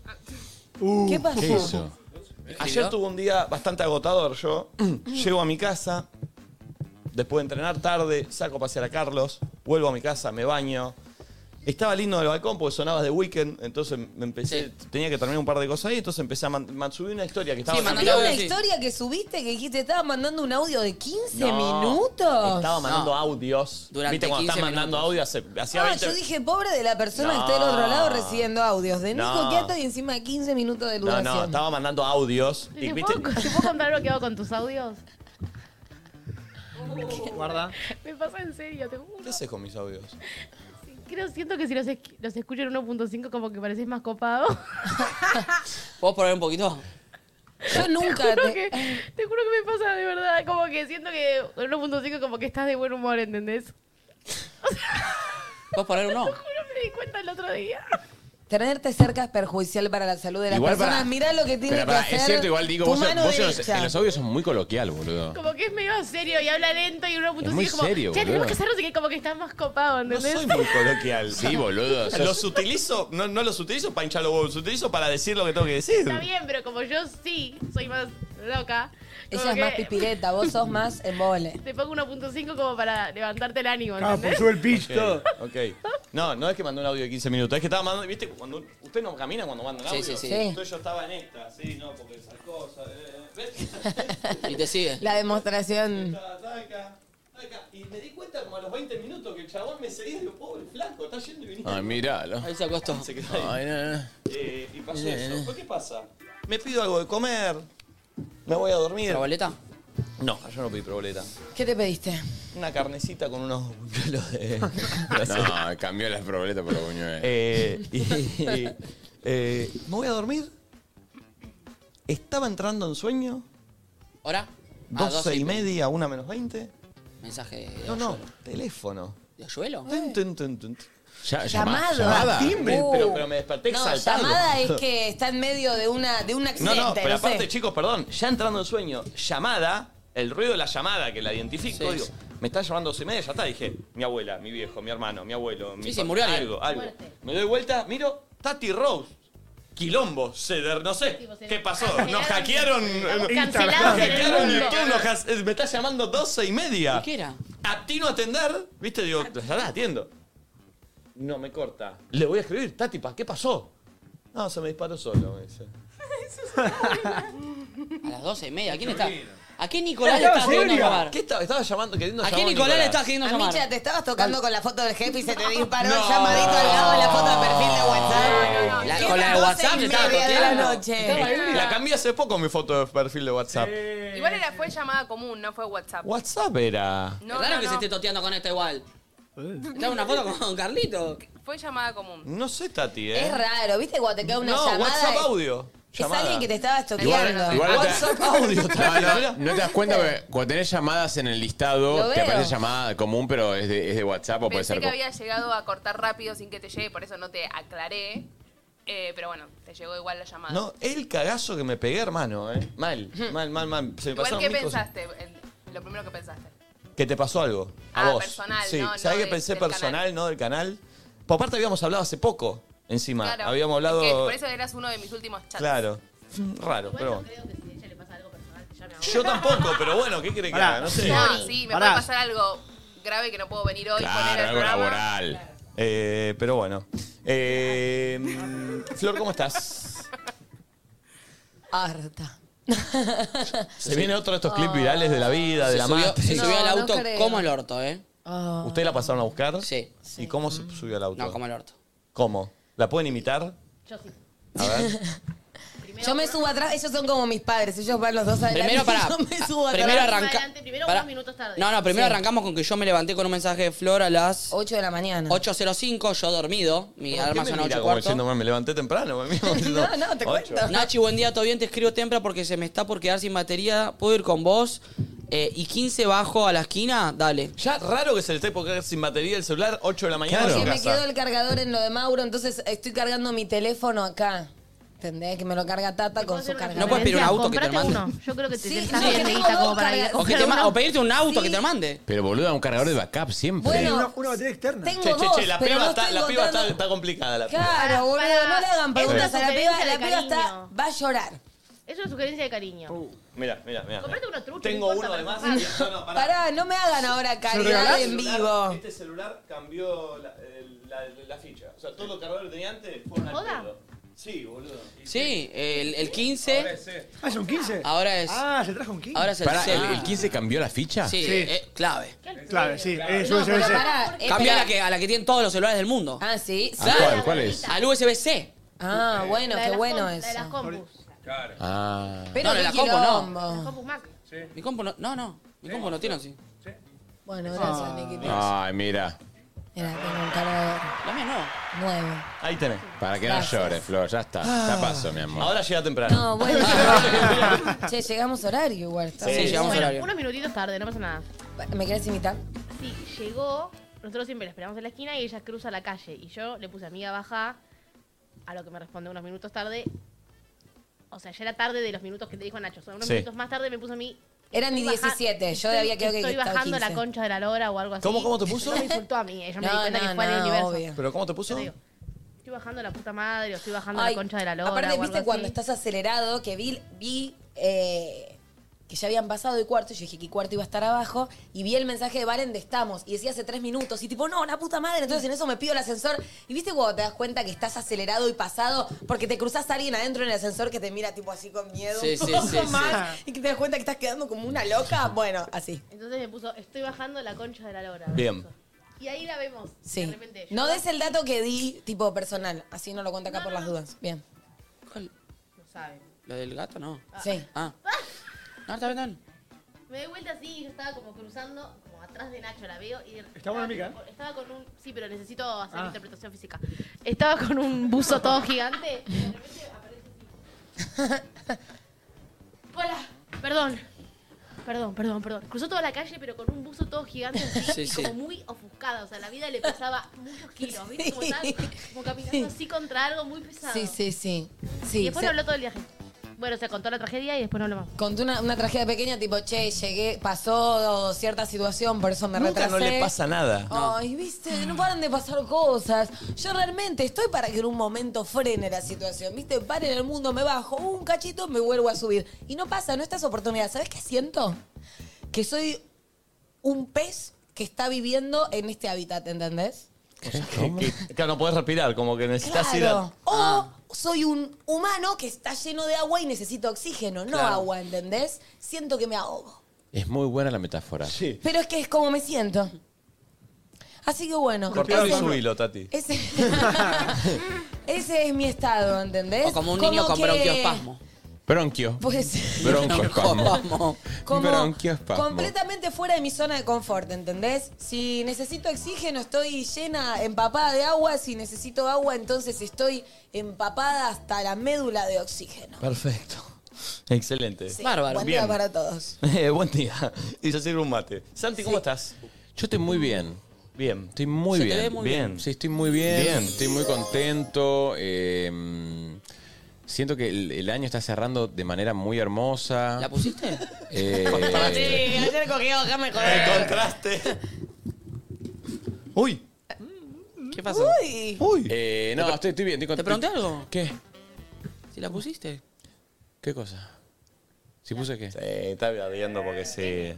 [SPEAKER 4] Uh,
[SPEAKER 6] ¿Qué pasó?
[SPEAKER 2] Ayer tuve un día bastante agotador yo. Llego a mi casa, después de entrenar tarde, saco a pasear a Carlos, vuelvo a mi casa, me baño. Estaba lindo en el balcón porque sonaba de weekend, entonces me empecé, tenía que terminar un par de cosas ahí, entonces empecé a man- man- subir una historia que estaba
[SPEAKER 3] Sí,
[SPEAKER 6] ¿Viste
[SPEAKER 3] mandando
[SPEAKER 6] una
[SPEAKER 3] audio, sí.
[SPEAKER 6] historia que subiste que dijiste estaba mandando un audio de 15
[SPEAKER 2] No,
[SPEAKER 6] minutos?
[SPEAKER 2] Estaba mandando
[SPEAKER 3] No.
[SPEAKER 2] audios.
[SPEAKER 3] Durante
[SPEAKER 2] ¿Viste cuando
[SPEAKER 3] 15
[SPEAKER 2] estás mandando
[SPEAKER 3] minutos.
[SPEAKER 2] audio? hace- Hacía
[SPEAKER 6] Ah,
[SPEAKER 2] 20.
[SPEAKER 6] yo dije, pobre de la persona
[SPEAKER 2] No.
[SPEAKER 6] que está del otro lado recibiendo audios. De Nico
[SPEAKER 2] No.
[SPEAKER 6] Quiato y encima 15 minutos de
[SPEAKER 2] no,
[SPEAKER 6] duración.
[SPEAKER 2] no, estaba mandando audios.
[SPEAKER 7] ¿Te,
[SPEAKER 2] Y, ¿viste?
[SPEAKER 7] puedo, te puedo contar lo que hago con tus audios?
[SPEAKER 4] guarda.
[SPEAKER 7] Me pasa en serio, te juro.
[SPEAKER 2] ¿Qué haces con mis audios?
[SPEAKER 7] Creo, siento que si los, esqui- los escucho en 1.5 como que pareces más copado.
[SPEAKER 3] ¿Puedo probar un poquito?
[SPEAKER 6] Yo nunca.
[SPEAKER 7] Juro
[SPEAKER 6] te-
[SPEAKER 7] que- te juro que me pasa de verdad, como que siento que en 1.5 como que estás de buen humor, ¿entendés?
[SPEAKER 3] ¿Puedo poner uno?
[SPEAKER 7] Juro me di cuenta el otro día.
[SPEAKER 6] Tenerte cerca es perjudicial para la salud de las
[SPEAKER 5] Igual para-
[SPEAKER 6] personas. Mirá lo que tiene
[SPEAKER 5] Pero
[SPEAKER 6] que
[SPEAKER 5] pará,
[SPEAKER 6] hacer.
[SPEAKER 5] es cierto, igual digo,
[SPEAKER 6] tu
[SPEAKER 5] vos, sos-
[SPEAKER 6] mano
[SPEAKER 5] vos en los,
[SPEAKER 6] derecha.
[SPEAKER 5] en los audios sos muy coloquial, boludo.
[SPEAKER 7] Como que es medio serio y habla lento y en 1.5
[SPEAKER 5] Es muy
[SPEAKER 7] como,
[SPEAKER 5] serio,
[SPEAKER 7] che, tenemos
[SPEAKER 5] boludo.
[SPEAKER 7] que hacerlo, así que como que estás más copado,
[SPEAKER 2] No
[SPEAKER 7] ¿entendés?
[SPEAKER 2] soy muy coloquial.
[SPEAKER 5] Sí, boludo. sos-
[SPEAKER 2] Los utilizo, no, no los utilizo para hinchar los huevos, los utilizo para decir lo que tengo que decir.
[SPEAKER 7] Está bien, pero como yo sí soy más loca.
[SPEAKER 6] Ella
[SPEAKER 7] Como
[SPEAKER 6] es más
[SPEAKER 7] que
[SPEAKER 6] pipireta, vos sos más embole.
[SPEAKER 7] Te pongo 1.5 como para levantarte el ánimo,
[SPEAKER 2] Ah,
[SPEAKER 7] ¿entendés?
[SPEAKER 2] pitch ok. No, no es que mandó un audio de 15 minutos. Es que estaba mandando. ¿Viste? Cuando, usted no camina cuando manda un
[SPEAKER 3] Sí,
[SPEAKER 2] audio.
[SPEAKER 3] sí, sí.
[SPEAKER 2] Entonces yo estaba en esta. Sí, no, porque esas cosas. eh, ¿Ves?
[SPEAKER 3] Y te sigue.
[SPEAKER 6] La demostración.
[SPEAKER 2] Estaba acá, acá, Y me di cuenta como a los 20 minutos que el chabón me seguía y digo, pobre flaco, está yendo y viniendo.
[SPEAKER 5] Ay, miralo.
[SPEAKER 3] Ahí se acostó.
[SPEAKER 2] Se quedó ahí. Eh, y pasó eso. ¿Por qué pasa? Me pido algo de comer. Me voy a dormir.
[SPEAKER 3] ¿Proboleta?
[SPEAKER 2] No, yo no pedí proboleta.
[SPEAKER 6] ¿Qué te pediste?
[SPEAKER 2] Una carnecita con unos buñuelos de.
[SPEAKER 5] No, cambió las proboletas por los buñuelos.
[SPEAKER 2] Eh, y- y- eh, me voy a dormir. Estaba entrando en sueño.
[SPEAKER 3] ¿Hora? Ah,
[SPEAKER 2] 12,
[SPEAKER 3] doce
[SPEAKER 2] y
[SPEAKER 3] y
[SPEAKER 2] media, una menos 20.
[SPEAKER 3] Mensaje de
[SPEAKER 2] No, no,
[SPEAKER 3] Oyuelo.
[SPEAKER 2] teléfono.
[SPEAKER 3] ¿De Oyuelo?
[SPEAKER 2] Tun, tun, tun, tun.
[SPEAKER 6] Llamado.
[SPEAKER 2] Llamada.
[SPEAKER 6] Llamada.
[SPEAKER 2] Timbre,
[SPEAKER 6] Uh.
[SPEAKER 2] pero, pero me desperté
[SPEAKER 6] No,
[SPEAKER 2] exaltado.
[SPEAKER 6] llamada es que está en medio de una de un
[SPEAKER 2] No,
[SPEAKER 6] accidente,
[SPEAKER 2] no,
[SPEAKER 6] no,
[SPEAKER 2] pero aparte,
[SPEAKER 6] sé.
[SPEAKER 2] chicos, perdón, ya entrando en sueño, llamada, el ruido de la llamada que la identifico,
[SPEAKER 3] Sí.
[SPEAKER 2] digo, me está llamando dos y media, ya está, dije, mi abuela, mi viejo, mi hermano, mi abuelo, mi
[SPEAKER 3] Sí,
[SPEAKER 2] pa-
[SPEAKER 3] sí, murió alguien.
[SPEAKER 2] algo, algo. Me doy vuelta, miro, Tati Rose. Quilombo, ceder, no sé qué pasó. Nos hackearon.
[SPEAKER 7] Estamos
[SPEAKER 2] eh,
[SPEAKER 7] cancelados
[SPEAKER 2] nos
[SPEAKER 7] en el
[SPEAKER 2] hackearon
[SPEAKER 7] mundo.
[SPEAKER 2] YouTube, nos has- eh, me está llamando 12 y media.
[SPEAKER 3] ¿Qué era?
[SPEAKER 2] Atino a atender, viste, digo,
[SPEAKER 7] Ah.
[SPEAKER 2] ya la atiendo. No me corta. Le voy a escribir, Tati, ¿pa- ¿qué pasó? No, se me disparó solo, me dice.
[SPEAKER 3] A las doce y media. ¿Quién está?
[SPEAKER 2] Georgina.
[SPEAKER 3] ¿A qué Nicolás le estás queriendo llamar?
[SPEAKER 2] ¿Qué estaba, estaba llamando? Queriendo
[SPEAKER 3] ¿A
[SPEAKER 2] llamar
[SPEAKER 3] qué Nicolás le estás queriendo
[SPEAKER 6] A
[SPEAKER 3] llamar?
[SPEAKER 6] Micha, te estabas tocando con la foto del jefe y se te disparó
[SPEAKER 3] No.
[SPEAKER 6] el llamadito al lado de la foto de perfil de
[SPEAKER 3] No, no,
[SPEAKER 6] WhatsApp.
[SPEAKER 3] no. La-
[SPEAKER 6] Son
[SPEAKER 3] con la de
[SPEAKER 6] las
[SPEAKER 3] WhatsApp
[SPEAKER 6] doce y
[SPEAKER 3] se estaba
[SPEAKER 6] media de
[SPEAKER 3] coqueando.
[SPEAKER 6] la noche.
[SPEAKER 2] La cambié hace poco mi foto de perfil de WhatsApp.
[SPEAKER 10] Eh, Igual era, fue llamada común, no fue WhatsApp.
[SPEAKER 2] WhatsApp era.
[SPEAKER 10] No,
[SPEAKER 3] es raro
[SPEAKER 10] no,
[SPEAKER 3] que
[SPEAKER 10] no.
[SPEAKER 3] se esté toteando con esta igual.
[SPEAKER 2] Eh.
[SPEAKER 3] Está una foto con Carlito.
[SPEAKER 10] Fue llamada común.
[SPEAKER 2] No sé, Tati, ¿eh?
[SPEAKER 6] Es raro, ¿viste? Cuando te queda una
[SPEAKER 2] no,
[SPEAKER 6] llamada.
[SPEAKER 2] WhatsApp
[SPEAKER 6] es-
[SPEAKER 2] audio.
[SPEAKER 6] Es
[SPEAKER 2] Llamada.
[SPEAKER 6] alguien que te estaba estoqueando.
[SPEAKER 5] Igual, igual no te-
[SPEAKER 2] WhatsApp audio,
[SPEAKER 5] No,
[SPEAKER 2] Tati.
[SPEAKER 5] no, no te das cuenta, porque cuando tenés llamadas en el listado,
[SPEAKER 6] Lo
[SPEAKER 5] te
[SPEAKER 6] veo.
[SPEAKER 5] aparece llamada común, pero es de, es de WhatsApp o puede
[SPEAKER 10] Pensé
[SPEAKER 5] ser.
[SPEAKER 10] que
[SPEAKER 5] co-
[SPEAKER 10] había llegado a cortar rápido sin que te llegue, por eso no te aclaré. Eh, pero bueno, te llegó igual la llamada.
[SPEAKER 2] No, eh, el cagazo que me pegué, hermano, ¿eh? Mal, mal, mal, mal. Se me
[SPEAKER 10] igual,
[SPEAKER 2] pasaron
[SPEAKER 10] ¿qué
[SPEAKER 2] mil cosas.
[SPEAKER 10] pensaste? El- lo primero que pensaste.
[SPEAKER 2] Que te pasó algo. A
[SPEAKER 10] Ah,
[SPEAKER 2] vos.
[SPEAKER 10] personal,
[SPEAKER 2] sí.
[SPEAKER 10] no, no
[SPEAKER 2] ¿Sabés que
[SPEAKER 10] de-
[SPEAKER 2] pensé
[SPEAKER 10] del
[SPEAKER 2] personal, no del canal? Por aparte habíamos hablado hace poco, encima.
[SPEAKER 10] Claro.
[SPEAKER 2] Habíamos hablado.
[SPEAKER 10] Es que por eso eras uno de mis últimos chats.
[SPEAKER 2] Claro. Raro, pero bueno.
[SPEAKER 7] Creo que si a ella le pasa algo personal, que llame ahora.
[SPEAKER 2] Yo tampoco, pero bueno, ¿qué querés que
[SPEAKER 4] Pará.
[SPEAKER 2] haga? No sé.
[SPEAKER 10] No, sí, me
[SPEAKER 4] Pará.
[SPEAKER 10] puede pasar algo grave que no puedo venir hoy poner
[SPEAKER 5] Claro,
[SPEAKER 10] el
[SPEAKER 5] algo
[SPEAKER 10] programa.
[SPEAKER 5] laboral.
[SPEAKER 2] Eh, pero bueno. Eh, mm, Flor, ¿cómo estás?
[SPEAKER 6] Harta.
[SPEAKER 2] Se viene otro de estos clips virales de la vida, de
[SPEAKER 3] Se
[SPEAKER 2] la
[SPEAKER 3] subió,
[SPEAKER 2] madre.
[SPEAKER 3] se
[SPEAKER 6] No,
[SPEAKER 3] subió al
[SPEAKER 6] no
[SPEAKER 3] auto
[SPEAKER 6] creo.
[SPEAKER 3] como el orto, ¿eh?
[SPEAKER 6] Ah.
[SPEAKER 2] ¿Ustedes la pasaron a buscar?
[SPEAKER 3] Sí.
[SPEAKER 2] ¿Y cómo se subió al auto?
[SPEAKER 3] No, como el orto.
[SPEAKER 2] ¿Cómo? ¿La pueden imitar?
[SPEAKER 7] Yo sí.
[SPEAKER 2] A ver.
[SPEAKER 6] Yo me subo atrás, ellos son como mis padres, ellos van los dos adelante.
[SPEAKER 3] Primero para.
[SPEAKER 6] Yo me subo atrás.
[SPEAKER 3] Primero
[SPEAKER 7] Más
[SPEAKER 3] arranca.
[SPEAKER 7] adelante, primero
[SPEAKER 3] pará.
[SPEAKER 7] unos minutos tarde.
[SPEAKER 3] No, no, primero
[SPEAKER 6] Sí.
[SPEAKER 3] arrancamos con que yo me levanté con un mensaje de Flor a las
[SPEAKER 6] 8 de la mañana.
[SPEAKER 3] 8.05, yo dormido. Mi
[SPEAKER 2] ¿Por qué
[SPEAKER 3] alarma
[SPEAKER 2] me
[SPEAKER 3] sonó
[SPEAKER 2] mira
[SPEAKER 3] 8
[SPEAKER 2] como
[SPEAKER 3] cuarto.
[SPEAKER 2] diciendo, "Man, me levanté temprano. me mira como diciendo,
[SPEAKER 6] No, no, te
[SPEAKER 2] "Ocho".
[SPEAKER 6] cuento.
[SPEAKER 3] Nachi, buen día, todo bien, te escribo temprano porque se me está por quedar sin batería. ¿Puedo ir con vos? Eh, y 15 bajo a la esquina, dale.
[SPEAKER 2] Ya raro que se le esté por quedar sin batería el celular 8 de la mañana.
[SPEAKER 6] Porque
[SPEAKER 2] en
[SPEAKER 6] me
[SPEAKER 2] casa.
[SPEAKER 6] quedó el cargador en lo de Mauro, entonces estoy cargando mi teléfono acá. ¿Entendés? Que me lo carga Tata con su cargador.
[SPEAKER 3] No puedes pedir un auto que te lo
[SPEAKER 7] Comprate
[SPEAKER 3] mande.
[SPEAKER 7] uno. Yo creo que te
[SPEAKER 6] Sí,
[SPEAKER 7] estás
[SPEAKER 6] no,
[SPEAKER 7] bien
[SPEAKER 6] que tengo
[SPEAKER 7] guita
[SPEAKER 6] dos
[SPEAKER 7] como para ir a
[SPEAKER 6] cargas.
[SPEAKER 3] O, que
[SPEAKER 7] comprar
[SPEAKER 3] te ma-
[SPEAKER 7] uno.
[SPEAKER 3] o pedirte un auto
[SPEAKER 6] Sí.
[SPEAKER 3] que te lo mande.
[SPEAKER 5] Pero boluda, un cargador de backup siempre.
[SPEAKER 6] Bueno,
[SPEAKER 4] Sí, una, una batería externa.
[SPEAKER 6] Tengo
[SPEAKER 2] Che, che,
[SPEAKER 6] dos,
[SPEAKER 2] che, la
[SPEAKER 6] pero
[SPEAKER 2] piba,
[SPEAKER 6] no
[SPEAKER 2] está,
[SPEAKER 6] estoy
[SPEAKER 2] la piba está,
[SPEAKER 6] encontrando-
[SPEAKER 2] está complicada. La piba.
[SPEAKER 6] Claro,
[SPEAKER 7] Ah,
[SPEAKER 6] boludo,
[SPEAKER 7] Para-
[SPEAKER 6] no le hagan
[SPEAKER 7] para-
[SPEAKER 6] preguntas a la
[SPEAKER 7] Sí.
[SPEAKER 6] piba, la piba
[SPEAKER 7] Cariño.
[SPEAKER 6] está, va a llorar.
[SPEAKER 7] Es una sugerencia de cariño.
[SPEAKER 2] Mira, mira, mira.
[SPEAKER 7] Comprate uno trucho,
[SPEAKER 2] Tengo
[SPEAKER 7] no importa,
[SPEAKER 2] uno
[SPEAKER 7] pero
[SPEAKER 2] además.
[SPEAKER 7] comprate.
[SPEAKER 2] No, no, pará.
[SPEAKER 6] Pará, no me hagan ahora caridad en
[SPEAKER 4] regalás?
[SPEAKER 2] celular-
[SPEAKER 6] vivo.
[SPEAKER 2] Este celular cambió la, el- la- la ficha. O sea, todos los cargadores que tenía antes fueron al
[SPEAKER 7] ¿Joda?
[SPEAKER 2] pedo. Sí, boludo. Y-
[SPEAKER 3] Sí, el, el
[SPEAKER 2] Ahora
[SPEAKER 3] 15,
[SPEAKER 2] es este.
[SPEAKER 4] Ah, es un 15.
[SPEAKER 3] ahora es.
[SPEAKER 4] Ah, se trajo un 15.
[SPEAKER 3] Ahora es el,
[SPEAKER 5] Pará,
[SPEAKER 3] cel.
[SPEAKER 5] ¿el, el 15 cambió la ficha?
[SPEAKER 3] Sí,
[SPEAKER 4] Sí.
[SPEAKER 3] eh, clave.
[SPEAKER 4] Claro, sí. Eso,
[SPEAKER 6] No,
[SPEAKER 4] eso,
[SPEAKER 6] pero
[SPEAKER 4] eso.
[SPEAKER 6] pará. eh,
[SPEAKER 3] Cambia a
[SPEAKER 6] pará.
[SPEAKER 3] la que, a la que tienen todos los celulares del mundo.
[SPEAKER 6] Ah, sí. sí.
[SPEAKER 5] Ah, ¿Cuál, cuál es?
[SPEAKER 3] Al USB-C.
[SPEAKER 6] Ah, bueno,
[SPEAKER 7] La de
[SPEAKER 6] qué
[SPEAKER 7] las
[SPEAKER 6] bueno
[SPEAKER 7] com- La de las
[SPEAKER 6] eso.
[SPEAKER 7] compus.
[SPEAKER 5] Ah.
[SPEAKER 6] Pero
[SPEAKER 3] No, la
[SPEAKER 6] qué
[SPEAKER 3] de la compu no.
[SPEAKER 7] Las
[SPEAKER 6] quilombo.
[SPEAKER 7] compus Mac.
[SPEAKER 3] Mi compu no. No, no. Mi compu no tiene así. Ah.
[SPEAKER 6] Bueno, gracias, Nicky.
[SPEAKER 5] Ay, mira.
[SPEAKER 6] Mira, tengo un cargador
[SPEAKER 3] La mía no.
[SPEAKER 6] nuevo.
[SPEAKER 2] Ahí tenés. Ah.
[SPEAKER 5] Para que no
[SPEAKER 6] Gracias.
[SPEAKER 5] llores, Flor, ya está. Ya pasó, mi amor.
[SPEAKER 2] Ahora llega temprano.
[SPEAKER 6] No, bueno. che, llegamos horario igual. está
[SPEAKER 2] Sí,
[SPEAKER 6] bien.
[SPEAKER 3] Sí, llegamos al
[SPEAKER 7] Bueno,
[SPEAKER 3] horario.
[SPEAKER 7] unos minutitos tarde, no pasa nada.
[SPEAKER 6] ¿Me querés imitar?
[SPEAKER 7] Sí, llegó. Nosotros siempre la esperamos en la esquina y ella cruza la calle. Y yo le puse amiga baja, a lo que me responde unos minutos tarde. O sea, ya era tarde de los minutos que te dijo Nacho. O sea, unos
[SPEAKER 2] Sí.
[SPEAKER 7] minutos más tarde me puso a mí.
[SPEAKER 6] Eran ni
[SPEAKER 7] estoy baja-
[SPEAKER 6] 17, yo
[SPEAKER 7] estoy-
[SPEAKER 6] había quedado que
[SPEAKER 7] Estoy
[SPEAKER 6] estaba
[SPEAKER 7] bajando
[SPEAKER 6] 15.
[SPEAKER 7] la concha de la lora o algo así.
[SPEAKER 2] ¿Cómo, cómo te puso?
[SPEAKER 7] No me insultó a mí, ella me
[SPEAKER 6] No,
[SPEAKER 7] di cuenta
[SPEAKER 6] no,
[SPEAKER 7] que fue
[SPEAKER 6] no,
[SPEAKER 7] del universo.
[SPEAKER 6] obvio.
[SPEAKER 2] ¿Pero cómo te
[SPEAKER 7] Yo
[SPEAKER 2] puso?
[SPEAKER 7] te digo, estoy bajando la puta madre o estoy bajando
[SPEAKER 6] Ay,
[SPEAKER 7] la concha de la lora.
[SPEAKER 6] Aparte,
[SPEAKER 7] o algo
[SPEAKER 6] viste cuando
[SPEAKER 7] así.
[SPEAKER 6] estás acelerado, que vi, vi eh, que ya habían pasado de cuarto, y yo dije que cuarto iba a estar abajo, y vi el mensaje de Valen de estamos, y decía hace tres minutos, y tipo, no, la puta madre, entonces en eso me pido el ascensor, y viste cuando te das cuenta que estás acelerado y pasado, porque te cruzas a alguien adentro en el ascensor que te mira tipo así con miedo,
[SPEAKER 3] Sí,
[SPEAKER 6] un
[SPEAKER 3] sí,
[SPEAKER 6] poco
[SPEAKER 3] sí, sí.
[SPEAKER 6] más, y que te das cuenta que estás quedando como una loca, bueno, así.
[SPEAKER 7] Entonces me puso, estoy bajando la concha de la lora.
[SPEAKER 1] Bien.
[SPEAKER 7] Y ahí la vemos. De
[SPEAKER 6] Sí.
[SPEAKER 7] repente.
[SPEAKER 6] No
[SPEAKER 7] Yo-
[SPEAKER 6] des el dato que di, tipo personal. Así no lo cuento acá por las dudas. Bien.
[SPEAKER 7] No saben.
[SPEAKER 3] ¿Lo del gato no?
[SPEAKER 6] Sí.
[SPEAKER 3] Ah. No, está bien, está bien.
[SPEAKER 7] Me doy vuelta así y yo estaba como cruzando, como atrás de Nacho, la veo. Y
[SPEAKER 4] Está buena amiga,
[SPEAKER 7] tipo- Estaba con un. Sí, pero necesito hacer
[SPEAKER 4] Ah.
[SPEAKER 7] interpretación física. Estaba con un buzo todo gigante. y de repente aparece así. Hola, perdón. Perdón, perdón, perdón. Cruzó toda la calle, pero con un buzo todo gigante así,
[SPEAKER 3] Sí,
[SPEAKER 7] y
[SPEAKER 3] sí.
[SPEAKER 7] como muy ofuscada. O sea, la vida le pesaba muchos kilos, ¿viste? Como, estaba como caminando así contra algo muy pesado.
[SPEAKER 6] Sí, sí, sí.
[SPEAKER 7] y
[SPEAKER 6] sí
[SPEAKER 7] después
[SPEAKER 6] se-
[SPEAKER 7] no habló todo el viaje. Bueno, se contó la tragedia y después no habló más.
[SPEAKER 6] Conté una, una tragedia pequeña, tipo, che, llegué, pasó cierta situación, por eso me
[SPEAKER 2] Nunca
[SPEAKER 6] retrasé.
[SPEAKER 2] no le pasa nada.
[SPEAKER 6] Ay, viste, no paran de pasar cosas. Yo realmente estoy para que en un momento frene la situación, viste, paren el mundo, me bajo un cachito, me vuelvo a subir. Y no pasa, no estas oportunidades. ¿Sabes qué siento? Que soy un pez que está viviendo en este hábitat, ¿entendés?
[SPEAKER 2] Que- que- claro, no podés respirar, como que necesitas
[SPEAKER 6] Claro.
[SPEAKER 2] ir
[SPEAKER 6] O
[SPEAKER 3] Ah.
[SPEAKER 6] soy un humano que está lleno de agua y necesito oxígeno, no
[SPEAKER 5] Claro.
[SPEAKER 6] agua, ¿entendés? Siento que me ahogo.
[SPEAKER 5] Es muy buena la metáfora.
[SPEAKER 2] Sí.
[SPEAKER 6] Pero es que es como me siento. Así que
[SPEAKER 2] a...
[SPEAKER 6] bueno.
[SPEAKER 2] Cortalo y
[SPEAKER 6] ese-
[SPEAKER 2] subilo, Tati.
[SPEAKER 6] Ese, ese es mi estado, ¿entendés?
[SPEAKER 3] O como un niño con
[SPEAKER 6] que-
[SPEAKER 3] bronquiospasmo.
[SPEAKER 5] Bronquio.
[SPEAKER 6] Pues
[SPEAKER 5] Bronquiospasmo.
[SPEAKER 6] como
[SPEAKER 5] Bronquiospasmo.
[SPEAKER 6] completamente fuera de mi zona de confort, ¿entendés? Si necesito oxígeno, estoy llena, empapada de agua. Si necesito agua, entonces estoy empapada hasta la médula de oxígeno.
[SPEAKER 2] Perfecto. Excelente.
[SPEAKER 6] Sí, Buen día para todos.
[SPEAKER 2] Eh, buen día. Y yo sirvo un mate. Santi, ¿cómo estás?
[SPEAKER 5] Yo estoy muy bien.
[SPEAKER 2] Bien.
[SPEAKER 5] Estoy muy
[SPEAKER 2] Se te
[SPEAKER 5] bien.
[SPEAKER 2] ve muy bien.
[SPEAKER 5] Sí, estoy muy bien.
[SPEAKER 2] Bien.
[SPEAKER 5] Estoy muy contento. eh, siento que el, el año está cerrando de manera muy hermosa.
[SPEAKER 3] ¿La pusiste?
[SPEAKER 5] Eh,
[SPEAKER 6] ayer cogió, acá me
[SPEAKER 2] Encontraste. Uy.
[SPEAKER 3] ¿Qué pasó?
[SPEAKER 6] Uy.
[SPEAKER 5] eh, no, estoy, estoy bien. Estoy
[SPEAKER 3] ¿Te
[SPEAKER 5] contento.
[SPEAKER 3] pregunté algo?
[SPEAKER 5] ¿Qué?
[SPEAKER 3] Si la pusiste.
[SPEAKER 5] ¿Qué cosa? ¿Si puse qué?
[SPEAKER 2] Sí, está viendo porque sí.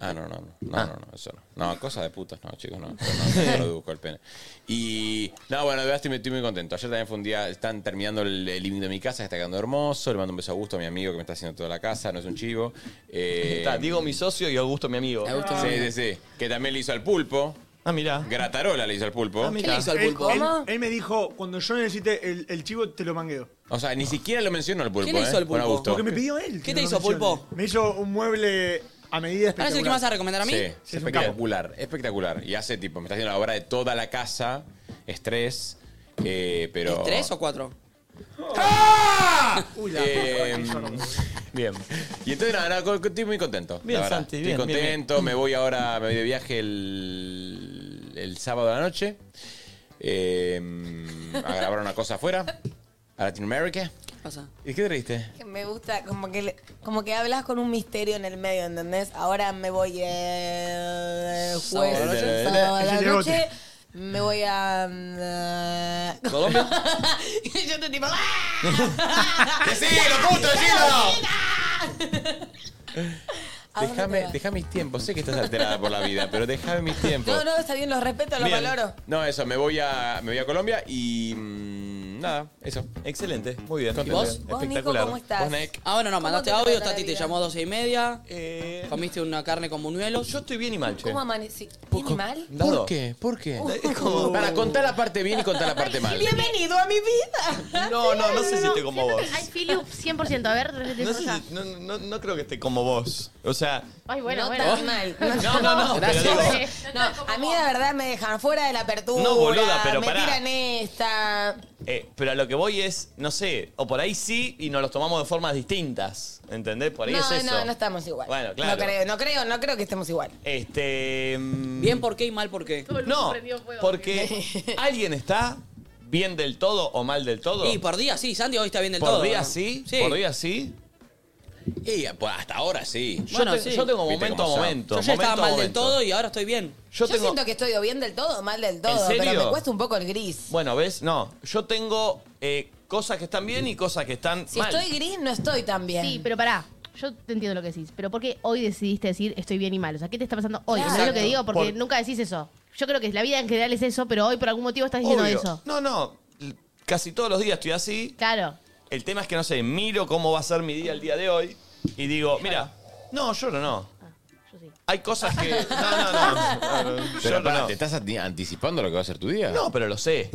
[SPEAKER 5] Ah, no, no, no, no, no, no, eso no. No, cosa de putas, no, chicos, no. No, no, no reduzco el pene. Y, no, bueno, de verdad estoy, estoy muy contento. Ayer también fue un día, están terminando el, el living de mi casa, que está quedando hermoso. Le mando un beso a Augusto, a mi amigo que me está haciendo toda la casa, no es un chivo. Eh,
[SPEAKER 2] Está Diego, mi socio, y Augusto, mi amigo.
[SPEAKER 3] Augusto, mi
[SPEAKER 5] Sí,
[SPEAKER 3] amigo.
[SPEAKER 5] sí, sí. Que también le hizo al pulpo.
[SPEAKER 2] Ah, mirá.
[SPEAKER 5] Gratarola le hizo al pulpo.
[SPEAKER 2] Ah, mirá.
[SPEAKER 3] ¿Qué le hizo al
[SPEAKER 4] Él,
[SPEAKER 3] pulpo?
[SPEAKER 4] él- él me dijo, cuando yo necesite el, el chivo, te lo mangueo.
[SPEAKER 5] O sea, ni siquiera lo mencionó al pulpo,
[SPEAKER 3] ¿Qué le hizo
[SPEAKER 5] eh,
[SPEAKER 3] al
[SPEAKER 5] con
[SPEAKER 3] pulpo?
[SPEAKER 5] Augusto.
[SPEAKER 4] Lo que me pidió él.
[SPEAKER 3] ¿Qué
[SPEAKER 4] que
[SPEAKER 3] te
[SPEAKER 4] lo
[SPEAKER 3] hizo,
[SPEAKER 4] mencione.
[SPEAKER 3] Pulpo?
[SPEAKER 4] Me hizo un mueble a medida
[SPEAKER 3] ¿Ahora es el
[SPEAKER 4] espectacular.
[SPEAKER 3] que me vas a recomendar a mí?
[SPEAKER 5] Sí,
[SPEAKER 4] es
[SPEAKER 5] es
[SPEAKER 4] un
[SPEAKER 5] espectacular, espectacular. Y hace tipo, me está haciendo la obra de toda la casa, estrés, eh, pero...
[SPEAKER 3] ¿Es tres o cuatro?
[SPEAKER 4] Uy, la
[SPEAKER 5] Eh,
[SPEAKER 2] Bien.
[SPEAKER 5] Y entonces nada, nada, co- co- estoy muy contento.
[SPEAKER 2] Bien,
[SPEAKER 5] la verdad.
[SPEAKER 2] Santi,
[SPEAKER 5] Estoy
[SPEAKER 2] bien, bien,
[SPEAKER 5] contento, me voy ahora, me voy de viaje el, el sábado a la noche eh, a grabar una cosa afuera, a Latinoamérica.
[SPEAKER 3] ¿Qué pasa?
[SPEAKER 5] ¿Y qué te reíste?
[SPEAKER 6] Que Me gusta, como que, le- como que hablas con un misterio en el medio, ¿entendés? Ahora me voy eh, el jueves,
[SPEAKER 3] Sábado a la
[SPEAKER 2] noche.
[SPEAKER 6] sábado a
[SPEAKER 4] Ese
[SPEAKER 6] la
[SPEAKER 4] llegó.
[SPEAKER 6] noche, me voy a... mm,
[SPEAKER 2] ¿Colombia?
[SPEAKER 6] y yo te tipo... ¡ah!
[SPEAKER 5] ¡Decilo, puto, decilo!
[SPEAKER 6] ¿A dónde te
[SPEAKER 5] Déjame,
[SPEAKER 6] vas?
[SPEAKER 5] déjame mis tiempos, sé que estás alterada por la vida, pero déjame mis tiempos.
[SPEAKER 6] No, no, está bien, los respeto, los
[SPEAKER 2] Bien.
[SPEAKER 6] valoro.
[SPEAKER 5] No, eso, me voy a, me voy a Colombia y mm, nada, eso.
[SPEAKER 2] Excelente. Muy bien.
[SPEAKER 5] ¿Y vos?
[SPEAKER 6] Vos, Nico,
[SPEAKER 2] Espectacular.
[SPEAKER 6] ¿cómo estás?
[SPEAKER 5] Vos, Nick.
[SPEAKER 3] Ah, bueno, no, mandaste
[SPEAKER 6] te
[SPEAKER 3] audio,
[SPEAKER 6] trata la
[SPEAKER 3] Tati te
[SPEAKER 6] vida?
[SPEAKER 3] llamó a doce y media,
[SPEAKER 2] Eh,
[SPEAKER 3] comiste una carne con buñuelos.
[SPEAKER 2] yo estoy bien y mal, che. Eh,
[SPEAKER 6] ¿Cómo amanecí? ¿Bien mal?
[SPEAKER 5] ¿Por qué? ¿Por qué? Para contar la parte bien y contar la parte mal.
[SPEAKER 6] Bienvenido a mi vida.
[SPEAKER 2] No, no, no sé si te como
[SPEAKER 7] Siento
[SPEAKER 2] vos.
[SPEAKER 7] que hay Philip 100%. A ver, repite
[SPEAKER 2] No,
[SPEAKER 7] por
[SPEAKER 2] sé
[SPEAKER 7] acá.
[SPEAKER 2] si- no, no, no creo que esté como vos. O sea,
[SPEAKER 7] Ay, bueno,
[SPEAKER 6] no
[SPEAKER 7] bueno.
[SPEAKER 6] tan mal. No,
[SPEAKER 2] no, no, no. Pero
[SPEAKER 3] Gracias.
[SPEAKER 2] digo,
[SPEAKER 7] Sí.
[SPEAKER 6] No, a mí la verdad me dejan fuera de la apertura.
[SPEAKER 2] No, boluda, pero
[SPEAKER 6] me
[SPEAKER 2] pará.
[SPEAKER 6] tiran esta.
[SPEAKER 2] Eh, pero a lo que voy es, no sé, o por ahí sí y nos los tomamos de formas distintas, ¿entendés? Por ahí
[SPEAKER 6] No,
[SPEAKER 2] es eso.
[SPEAKER 6] no, no estamos igual.
[SPEAKER 2] Bueno, claro.
[SPEAKER 6] No creo, no creo, no creo que estemos igual.
[SPEAKER 2] Este... mm,
[SPEAKER 3] Bien por qué y mal por qué.
[SPEAKER 7] Todo el mundo
[SPEAKER 2] No,
[SPEAKER 7] prendió fuego.
[SPEAKER 2] porque alguien está bien del todo o mal del todo.
[SPEAKER 3] Y por día sí, Sandy hoy está bien del
[SPEAKER 2] Por
[SPEAKER 3] todo.
[SPEAKER 2] día
[SPEAKER 3] ¿no?
[SPEAKER 2] sí, por día sí. eh,
[SPEAKER 5] Y pues, hasta ahora sí.
[SPEAKER 2] Yo,
[SPEAKER 3] Bueno,
[SPEAKER 2] te-
[SPEAKER 3] sí.
[SPEAKER 2] yo tengo
[SPEAKER 5] Viste
[SPEAKER 2] momento a
[SPEAKER 5] cómo son.
[SPEAKER 2] momento.
[SPEAKER 3] Yo ya estaba
[SPEAKER 2] momento a
[SPEAKER 3] mal del
[SPEAKER 2] momento.
[SPEAKER 3] todo y ahora estoy bien.
[SPEAKER 6] Yo,
[SPEAKER 2] Yo tengo...
[SPEAKER 6] siento que estoy o bien del todo o mal del todo,
[SPEAKER 2] ¿En
[SPEAKER 6] pero
[SPEAKER 2] serio?
[SPEAKER 6] me cuesta un poco el gris.
[SPEAKER 2] Bueno, ¿ves? No, yo tengo eh, cosas que están bien y cosas que están
[SPEAKER 6] Si
[SPEAKER 2] mal.
[SPEAKER 6] estoy gris, no estoy tan bien.
[SPEAKER 7] Sí, pero pará. yo te entiendo lo que decís, pero ¿por qué hoy decidiste decir estoy bien y mal? O sea, ¿qué te está pasando hoy? ¿No es lo
[SPEAKER 2] Exacto.
[SPEAKER 7] que digo? Porque
[SPEAKER 2] Por-
[SPEAKER 7] nunca decís eso. Yo creo que la vida en general es eso, pero hoy por algún motivo estás diciendo
[SPEAKER 2] Obvio.
[SPEAKER 7] eso.
[SPEAKER 2] No, no. l- Casi todos los días estoy así.
[SPEAKER 7] Claro.
[SPEAKER 2] El tema es que no sé, miro cómo va a ser mi día el día de hoy y digo, mira, no, lloro no. Hay cosas que. No, no, no.
[SPEAKER 5] Pero
[SPEAKER 2] Yo
[SPEAKER 5] pará,
[SPEAKER 2] no.
[SPEAKER 5] ¿te estás anti- anticipando lo que va a ser tu día?
[SPEAKER 2] No, pero lo sé.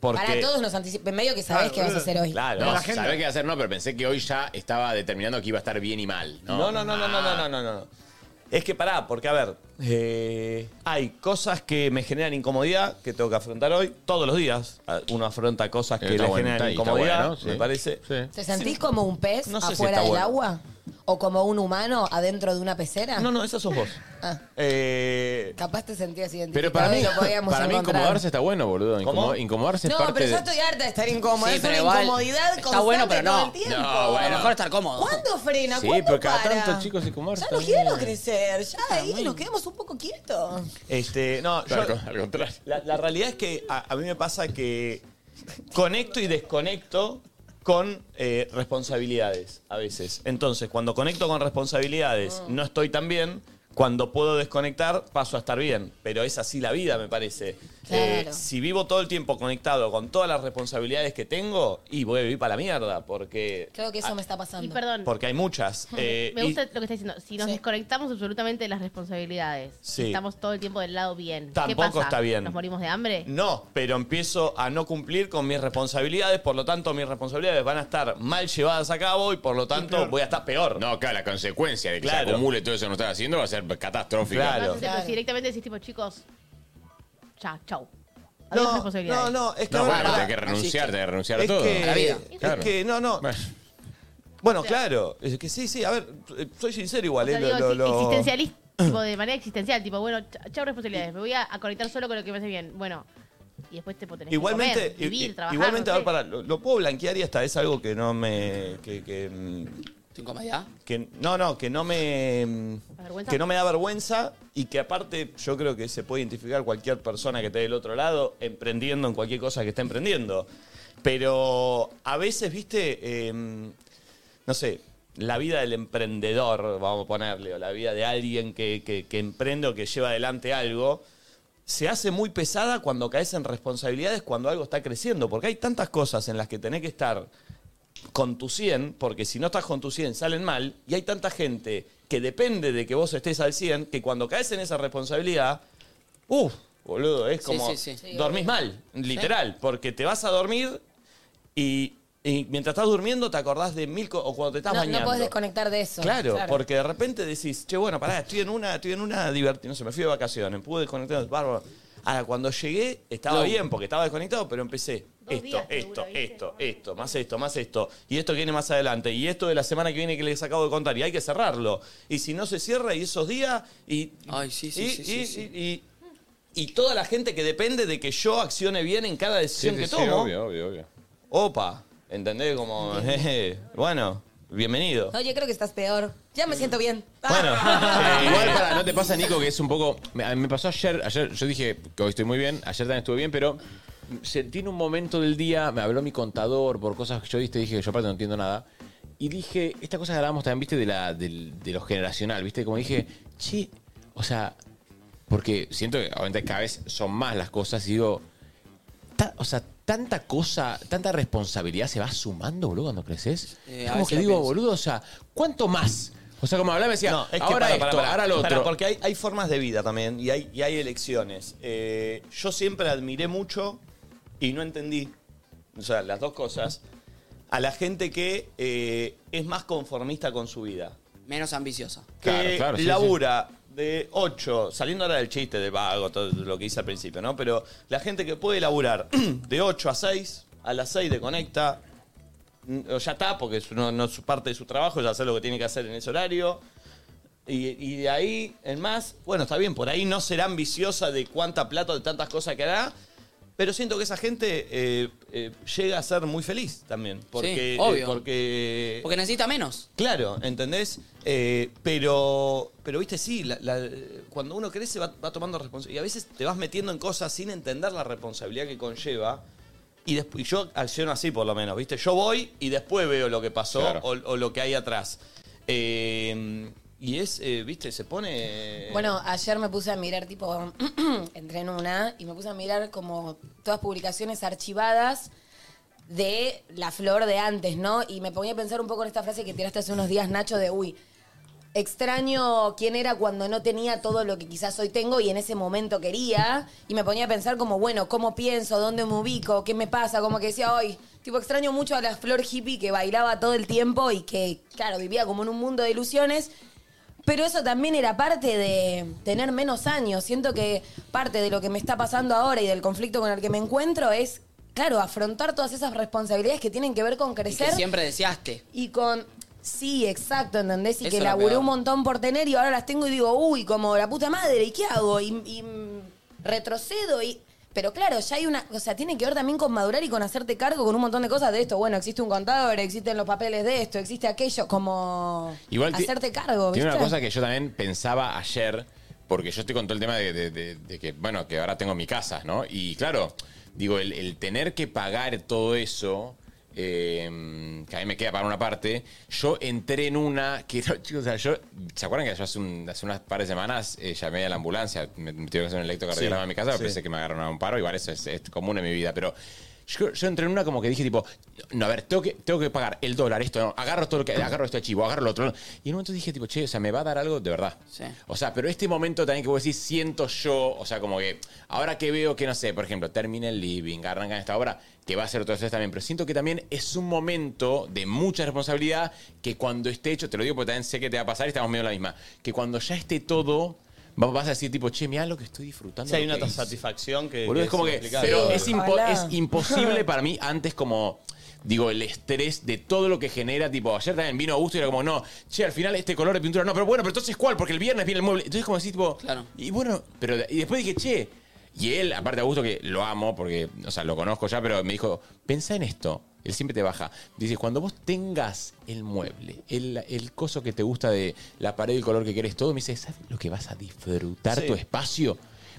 [SPEAKER 6] Para todos nos anticipen. Medio que sabés qué vas a hacer hoy.
[SPEAKER 5] Claro,
[SPEAKER 6] No,
[SPEAKER 5] no, sabés qué hacer, no, pero pensé que hoy ya estaba determinando que iba a estar bien y mal.
[SPEAKER 2] No, no, no, no, no, no, no, no, no. Es que pará, porque a ver, eh, hay cosas que me generan incomodidad que tengo que afrontar hoy, todos los días. ah, Uno afronta cosas que
[SPEAKER 5] Eh, Está
[SPEAKER 2] le
[SPEAKER 5] bueno,
[SPEAKER 2] generan
[SPEAKER 5] está- está
[SPEAKER 2] incomodidad,
[SPEAKER 5] bueno, sí.
[SPEAKER 2] me parece.
[SPEAKER 6] ¿Te sentís como un pez
[SPEAKER 2] No sé si
[SPEAKER 6] afuera
[SPEAKER 2] está
[SPEAKER 6] del
[SPEAKER 2] bueno.
[SPEAKER 6] agua? ¿O como un humano adentro de una pecera?
[SPEAKER 2] No, no, esa sos vos.
[SPEAKER 6] Ah,
[SPEAKER 2] Eh,
[SPEAKER 6] capaz te sentías identificado
[SPEAKER 5] Pero para
[SPEAKER 6] y
[SPEAKER 5] mí,
[SPEAKER 6] lo podíamos
[SPEAKER 5] para mí
[SPEAKER 6] encontrar.
[SPEAKER 5] incomodarse está bueno, boludo. Incomo- Incomodarse es
[SPEAKER 6] No,
[SPEAKER 5] parte
[SPEAKER 6] pero yo
[SPEAKER 5] de...
[SPEAKER 6] estoy harta de estar incómoda.
[SPEAKER 3] Sí,
[SPEAKER 6] es
[SPEAKER 3] pero
[SPEAKER 6] una
[SPEAKER 3] igual
[SPEAKER 6] incomodidad
[SPEAKER 3] está
[SPEAKER 6] constante
[SPEAKER 3] bueno, pero no.
[SPEAKER 6] todo el tiempo.
[SPEAKER 5] No, bueno.
[SPEAKER 3] A lo mejor estar cómodo.
[SPEAKER 6] ¿Cuándo frena?
[SPEAKER 5] Sí,
[SPEAKER 6] ¿Cuándo
[SPEAKER 5] pero cada
[SPEAKER 6] para?
[SPEAKER 5] tanto, chicos, incomodarse.
[SPEAKER 6] Ya no quiero crecer. Ya ahí nos quedamos un poco quietos.
[SPEAKER 2] Este, no, yo,
[SPEAKER 5] Al con- al contrario.
[SPEAKER 2] La, la realidad es que a, a mí me pasa que conecto y desconecto con eh, responsabilidades a veces. Entonces, cuando conecto con responsabilidades,
[SPEAKER 7] Mm.
[SPEAKER 2] no estoy tan bien. Cuando puedo desconectar, paso a estar bien. Pero es así la vida, me parece. Eh, si vivo todo el tiempo conectado con todas las responsabilidades que tengo, y voy a vivir para la mierda, porque,
[SPEAKER 6] Creo que eso
[SPEAKER 2] Ah,
[SPEAKER 6] me está pasando.
[SPEAKER 7] Y perdón,
[SPEAKER 2] porque hay muchas. Eh,
[SPEAKER 7] me
[SPEAKER 2] y-
[SPEAKER 7] gusta lo que está diciendo. Si nos desconectamos absolutamente de las responsabilidades,
[SPEAKER 2] Sí.
[SPEAKER 7] estamos todo el tiempo del lado bien. ¿Qué
[SPEAKER 2] Tampoco
[SPEAKER 7] pasa?
[SPEAKER 2] está bien.
[SPEAKER 7] ¿Nos morimos de hambre?
[SPEAKER 2] No, pero empiezo a no cumplir con mis responsabilidades, por lo tanto mis responsabilidades van a estar mal llevadas a cabo y por lo tanto voy a estar peor.
[SPEAKER 5] No, claro, la consecuencia de que
[SPEAKER 2] Claro.
[SPEAKER 5] se acumule todo eso que no estás haciendo va a ser catastrófica.
[SPEAKER 2] Claro.
[SPEAKER 7] Entonces, pues, directamente decís tipo, chicos, chao, chau. Adiós
[SPEAKER 2] No, no,
[SPEAKER 7] responsabilidades.
[SPEAKER 2] no, es que
[SPEAKER 5] No,
[SPEAKER 2] ahora-
[SPEAKER 5] bueno, tenés que
[SPEAKER 2] pará,
[SPEAKER 5] renunciar, tenés que renunciar a
[SPEAKER 2] Es
[SPEAKER 5] todo.
[SPEAKER 2] que- La vida.
[SPEAKER 5] Claro.
[SPEAKER 2] es que no, no. Bueno, claro, es que sí, sí, a ver, eh, soy sincero igual,
[SPEAKER 7] O sea,
[SPEAKER 2] eh,
[SPEAKER 7] digo,
[SPEAKER 2] lo-
[SPEAKER 7] exi-
[SPEAKER 2] lo- lo-
[SPEAKER 7] existencialista, tipo, de manera existencial, tipo, bueno, ch- chao responsabilidades, me voy a, a conectar solo con lo que me hace bien. Bueno, y después te tenés
[SPEAKER 2] Igualmente,
[SPEAKER 7] que comer, vivir,
[SPEAKER 2] i- i-
[SPEAKER 7] trabajar.
[SPEAKER 2] igualmente,
[SPEAKER 7] no
[SPEAKER 2] a ver,
[SPEAKER 7] sé.
[SPEAKER 2] pará, lo, lo puedo blanquear y hasta es algo que no me. que- que, mm,
[SPEAKER 3] ¿Tu incomodidad?
[SPEAKER 2] que no, no, que no me
[SPEAKER 7] vergüenza?
[SPEAKER 2] que no me da vergüenza y que aparte yo creo que se puede identificar cualquier persona que esté del otro lado emprendiendo en cualquier cosa que esté emprendiendo. Pero a veces, viste, eh, no sé, la vida del emprendedor, vamos a ponerle, o la vida de alguien que, que- que emprende o que lleva adelante algo, se hace muy pesada cuando caes en responsabilidades cuando algo está creciendo, porque hay tantas cosas en las que tenés que estar con tu 100, porque si no estás con tu 100 salen mal, y hay tanta gente que depende de que vos estés al 100, que cuando caes en esa responsabilidad, uff, boludo, es
[SPEAKER 3] Sí,
[SPEAKER 2] como
[SPEAKER 3] sí, sí. Sí,
[SPEAKER 2] dormís
[SPEAKER 3] obvio.
[SPEAKER 2] mal, literal, porque te vas a dormir y, y mientras estás durmiendo te acordás de mil cosas, o cuando te estás
[SPEAKER 6] No,
[SPEAKER 2] bañando.
[SPEAKER 6] no podés desconectar de eso.
[SPEAKER 2] Claro, porque de repente decís, che, bueno, pará, estoy en una, estoy en una divertida, no sé, me fui de vacaciones, pude desconectar, bárbaro. Ahora, cuando llegué, estaba
[SPEAKER 3] No.
[SPEAKER 2] bien, porque estaba desconectado, pero empecé. Esto,
[SPEAKER 7] días
[SPEAKER 2] esto, esto, esto, más esto, más esto. Y esto que viene más adelante. Y esto de la semana que viene que les acabo de contar. Y hay que cerrarlo. Y si no se cierra, y esos días, y.
[SPEAKER 3] Ay, sí, sí,
[SPEAKER 2] y,
[SPEAKER 3] sí,
[SPEAKER 2] y-
[SPEAKER 3] sí, sí.
[SPEAKER 2] y- y toda la gente que depende de que yo accione bien en cada
[SPEAKER 5] Sí,
[SPEAKER 2] decisión
[SPEAKER 5] sí,
[SPEAKER 2] que
[SPEAKER 5] sí,
[SPEAKER 2] tomo.
[SPEAKER 5] obvio, obvio, obvio.
[SPEAKER 2] Opa, ¿entendés? Como, jeje, bueno, bienvenido.
[SPEAKER 6] No, yo creo que estás peor. Ya me siento bien.
[SPEAKER 2] Bueno,
[SPEAKER 5] Eh, igual, para, ¿no te pasa, Nico, que es un poco... Me, a mí me pasó ayer, ayer yo dije que hoy estoy muy bien, ayer también estuve bien, pero sentí en un momento del día, me habló mi contador por cosas que yo viste, dije que yo aparte no entiendo nada, y dije, esta cosa que hablábamos también, viste, de, la, del- de lo generacional, viste, como dije, che, o sea, porque siento que obviamente cada vez son más las cosas y digo, ta- o sea, tanta cosa, tanta responsabilidad se va sumando, boludo, cuando creces.
[SPEAKER 3] Eh,
[SPEAKER 5] Yo
[SPEAKER 3] a
[SPEAKER 5] como
[SPEAKER 3] veces
[SPEAKER 5] que
[SPEAKER 3] lo
[SPEAKER 5] digo,
[SPEAKER 3] pienso.
[SPEAKER 5] boludo, o sea, ¿cuánto más? O sea, como hablaba, decía,
[SPEAKER 2] No, es que
[SPEAKER 5] ahora
[SPEAKER 2] para,
[SPEAKER 5] esto,
[SPEAKER 2] para, para.
[SPEAKER 5] ahora lo
[SPEAKER 2] Para,
[SPEAKER 5] otro.
[SPEAKER 2] porque hay, hay formas de vida también y hay, y hay elecciones. Eh, yo siempre admiré mucho y no entendí, o sea, las dos cosas, a la gente que eh, es más conformista con su vida.
[SPEAKER 3] Menos ambiciosa.
[SPEAKER 2] Que
[SPEAKER 5] Claro, claro, sí, sí.
[SPEAKER 2] labura de 8, saliendo ahora del chiste de vago, todo lo que hice al principio, ¿no? Pero la gente que puede laburar de 8 a 6, a las 6 de conecta, mm, o ya está, porque es- no, no es parte de su trabajo, ya hace lo que tiene que hacer en ese horario. Y, y de ahí, en más, bueno, está bien, por ahí no será ambiciosa de cuánta plata, de tantas cosas que hará, pero siento que esa gente eh, eh, llega a ser muy feliz también. Porque, eh,
[SPEAKER 3] obvio.
[SPEAKER 2] porque,
[SPEAKER 3] Porque necesita menos.
[SPEAKER 2] Claro, ¿entendés? Eh, pero, pero viste, sí, la- la- cuando uno crece va, va tomando responsabilidad. Y a veces te vas metiendo en cosas sin entender la responsabilidad que conlleva. Y, despu- y yo acciono así, por lo menos, ¿viste? Yo voy y después veo lo que pasó
[SPEAKER 5] Claro.
[SPEAKER 2] o, o lo que hay atrás. Eh, y es, eh, viste, se pone...
[SPEAKER 6] Bueno, ayer me puse a mirar, tipo, entré en una y me puse a mirar como todas publicaciones archivadas de la flor de antes, ¿no? Y me ponía a pensar un poco en esta frase que tiraste hace unos días, Nacho, de uy, extraño quién era cuando no tenía todo lo que quizás hoy tengo y en ese momento quería. Y me ponía a pensar como, bueno, ¿cómo pienso? ¿Dónde me ubico? ¿Qué me pasa? Como que decía hoy, tipo, extraño mucho a la flor hippie que bailaba todo el tiempo y que, claro, vivía como en un mundo de ilusiones. Pero eso también era parte de tener menos años. Siento que parte de lo que me está pasando ahora y del conflicto con el que me encuentro es, claro, afrontar todas esas responsabilidades que tienen que ver con
[SPEAKER 3] Y que
[SPEAKER 6] crecer.
[SPEAKER 3] siempre deseaste.
[SPEAKER 6] Y con. Sí, exacto, ¿entendés? Y
[SPEAKER 3] Eso
[SPEAKER 6] que
[SPEAKER 3] es lo
[SPEAKER 6] laburé
[SPEAKER 3] peor.
[SPEAKER 6] un montón por tener y ahora las tengo y digo, uy, como la puta madre, ¿y qué hago? Y, y, mm, retrocedo y. Pero claro, ya hay una. O sea, tiene que ver también con madurar y con hacerte cargo con un montón de cosas de esto. Bueno, existe un contador, existen los papeles de esto, existe aquello, como.
[SPEAKER 5] Igual ti-
[SPEAKER 6] hacerte cargo, ¿viste?
[SPEAKER 5] Tiene una cosa que yo también pensaba ayer, porque yo estoy con todo el tema de, de- de- de que, bueno, que ahora tengo mi casa, ¿no? Y claro, digo, el, el tener que pagar todo eso, eh, que a mí me queda para una parte, yo entré en una que, chicos, o sea, yo, ¿se acuerdan que yo hace, un- hace unas par de semanas eh, llamé a la ambulancia? Me, me tuve que hacer un
[SPEAKER 2] Sí,
[SPEAKER 5] electrocardiograma en mi casa,
[SPEAKER 2] sí.
[SPEAKER 5] pensé que me agarraron a un paro, igual eso es, es común en mi vida, pero... Yo, yo entré en una como que dije tipo, no, a ver, tengo que, tengo que pagar el dólar, esto, no, agarro todo lo que, agarro este chivo, agarro lo otro. Y en un momento dije tipo, che, o sea, me va a dar algo de verdad. O sea, pero este momento también que vos decís, siento yo, o sea, como que ahora que veo que, no sé, por ejemplo, termina el living, arrancan esta obra, que va a ser otra vez también, pero siento que también es un momento de mucha responsabilidad que cuando esté hecho, te lo digo porque también sé que te va a pasar y estamos medio en la misma, que cuando ya esté todo, va- vas a decir tipo, che, mirá lo que estoy disfrutando.
[SPEAKER 2] Sí, hay
[SPEAKER 5] lo
[SPEAKER 2] una
[SPEAKER 5] que hice".
[SPEAKER 2] satisfacción que.
[SPEAKER 5] Boludo, es como que.
[SPEAKER 2] inexplicable.
[SPEAKER 5] Pero es, impo-
[SPEAKER 2] Ojalá.
[SPEAKER 5] es imposible para mí antes como. Digo, el estrés de todo lo que genera. Tipo, ayer también vino Augusto y era como, no, che, al final este color de pintura no, pero bueno, pero entonces ¿cuál? Porque el viernes viene el mueble. Entonces, como decís, tipo. Claro. Y bueno, pero. Y después dije, che. Y él, aparte de Augusto, que lo amo porque, o sea, lo conozco ya, pero me dijo, pensá en esto. Él siempre te baja. Dice, cuando vos tengas el mueble, el, el coso que te gusta de la pared, el color que querés, todo, me dice, ¿sabes lo que vas a disfrutar
[SPEAKER 2] Sí.
[SPEAKER 5] tu espacio?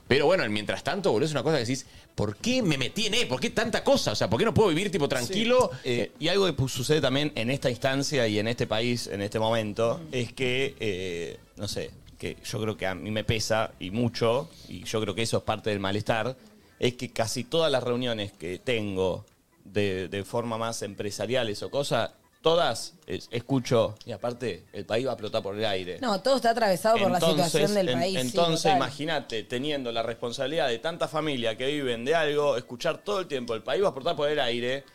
[SPEAKER 5] Pero bueno, mientras tanto, boludo, es una cosa que decís, ¿por qué me metí en él? ¿Por qué tanta cosa? O sea, ¿por qué no puedo vivir tipo tranquilo?
[SPEAKER 2] Sí. Eh, y algo que pu- sucede también en esta instancia y en este país, en este momento, es que, eh, no sé, que yo creo que a mí me pesa y mucho, y yo creo que eso es parte del malestar, es que casi todas las reuniones que tengo de, de forma más empresariales o cosas, todas es- escucho, y aparte el país va a explotar por el aire.
[SPEAKER 6] No, todo está atravesado por la situación del
[SPEAKER 2] en-
[SPEAKER 6] país. sí,
[SPEAKER 2] Entonces,
[SPEAKER 6] total.
[SPEAKER 2] imagínate, teniendo la responsabilidad de tanta familia que viven de algo, escuchar todo el tiempo, el país va a explotar por el aire.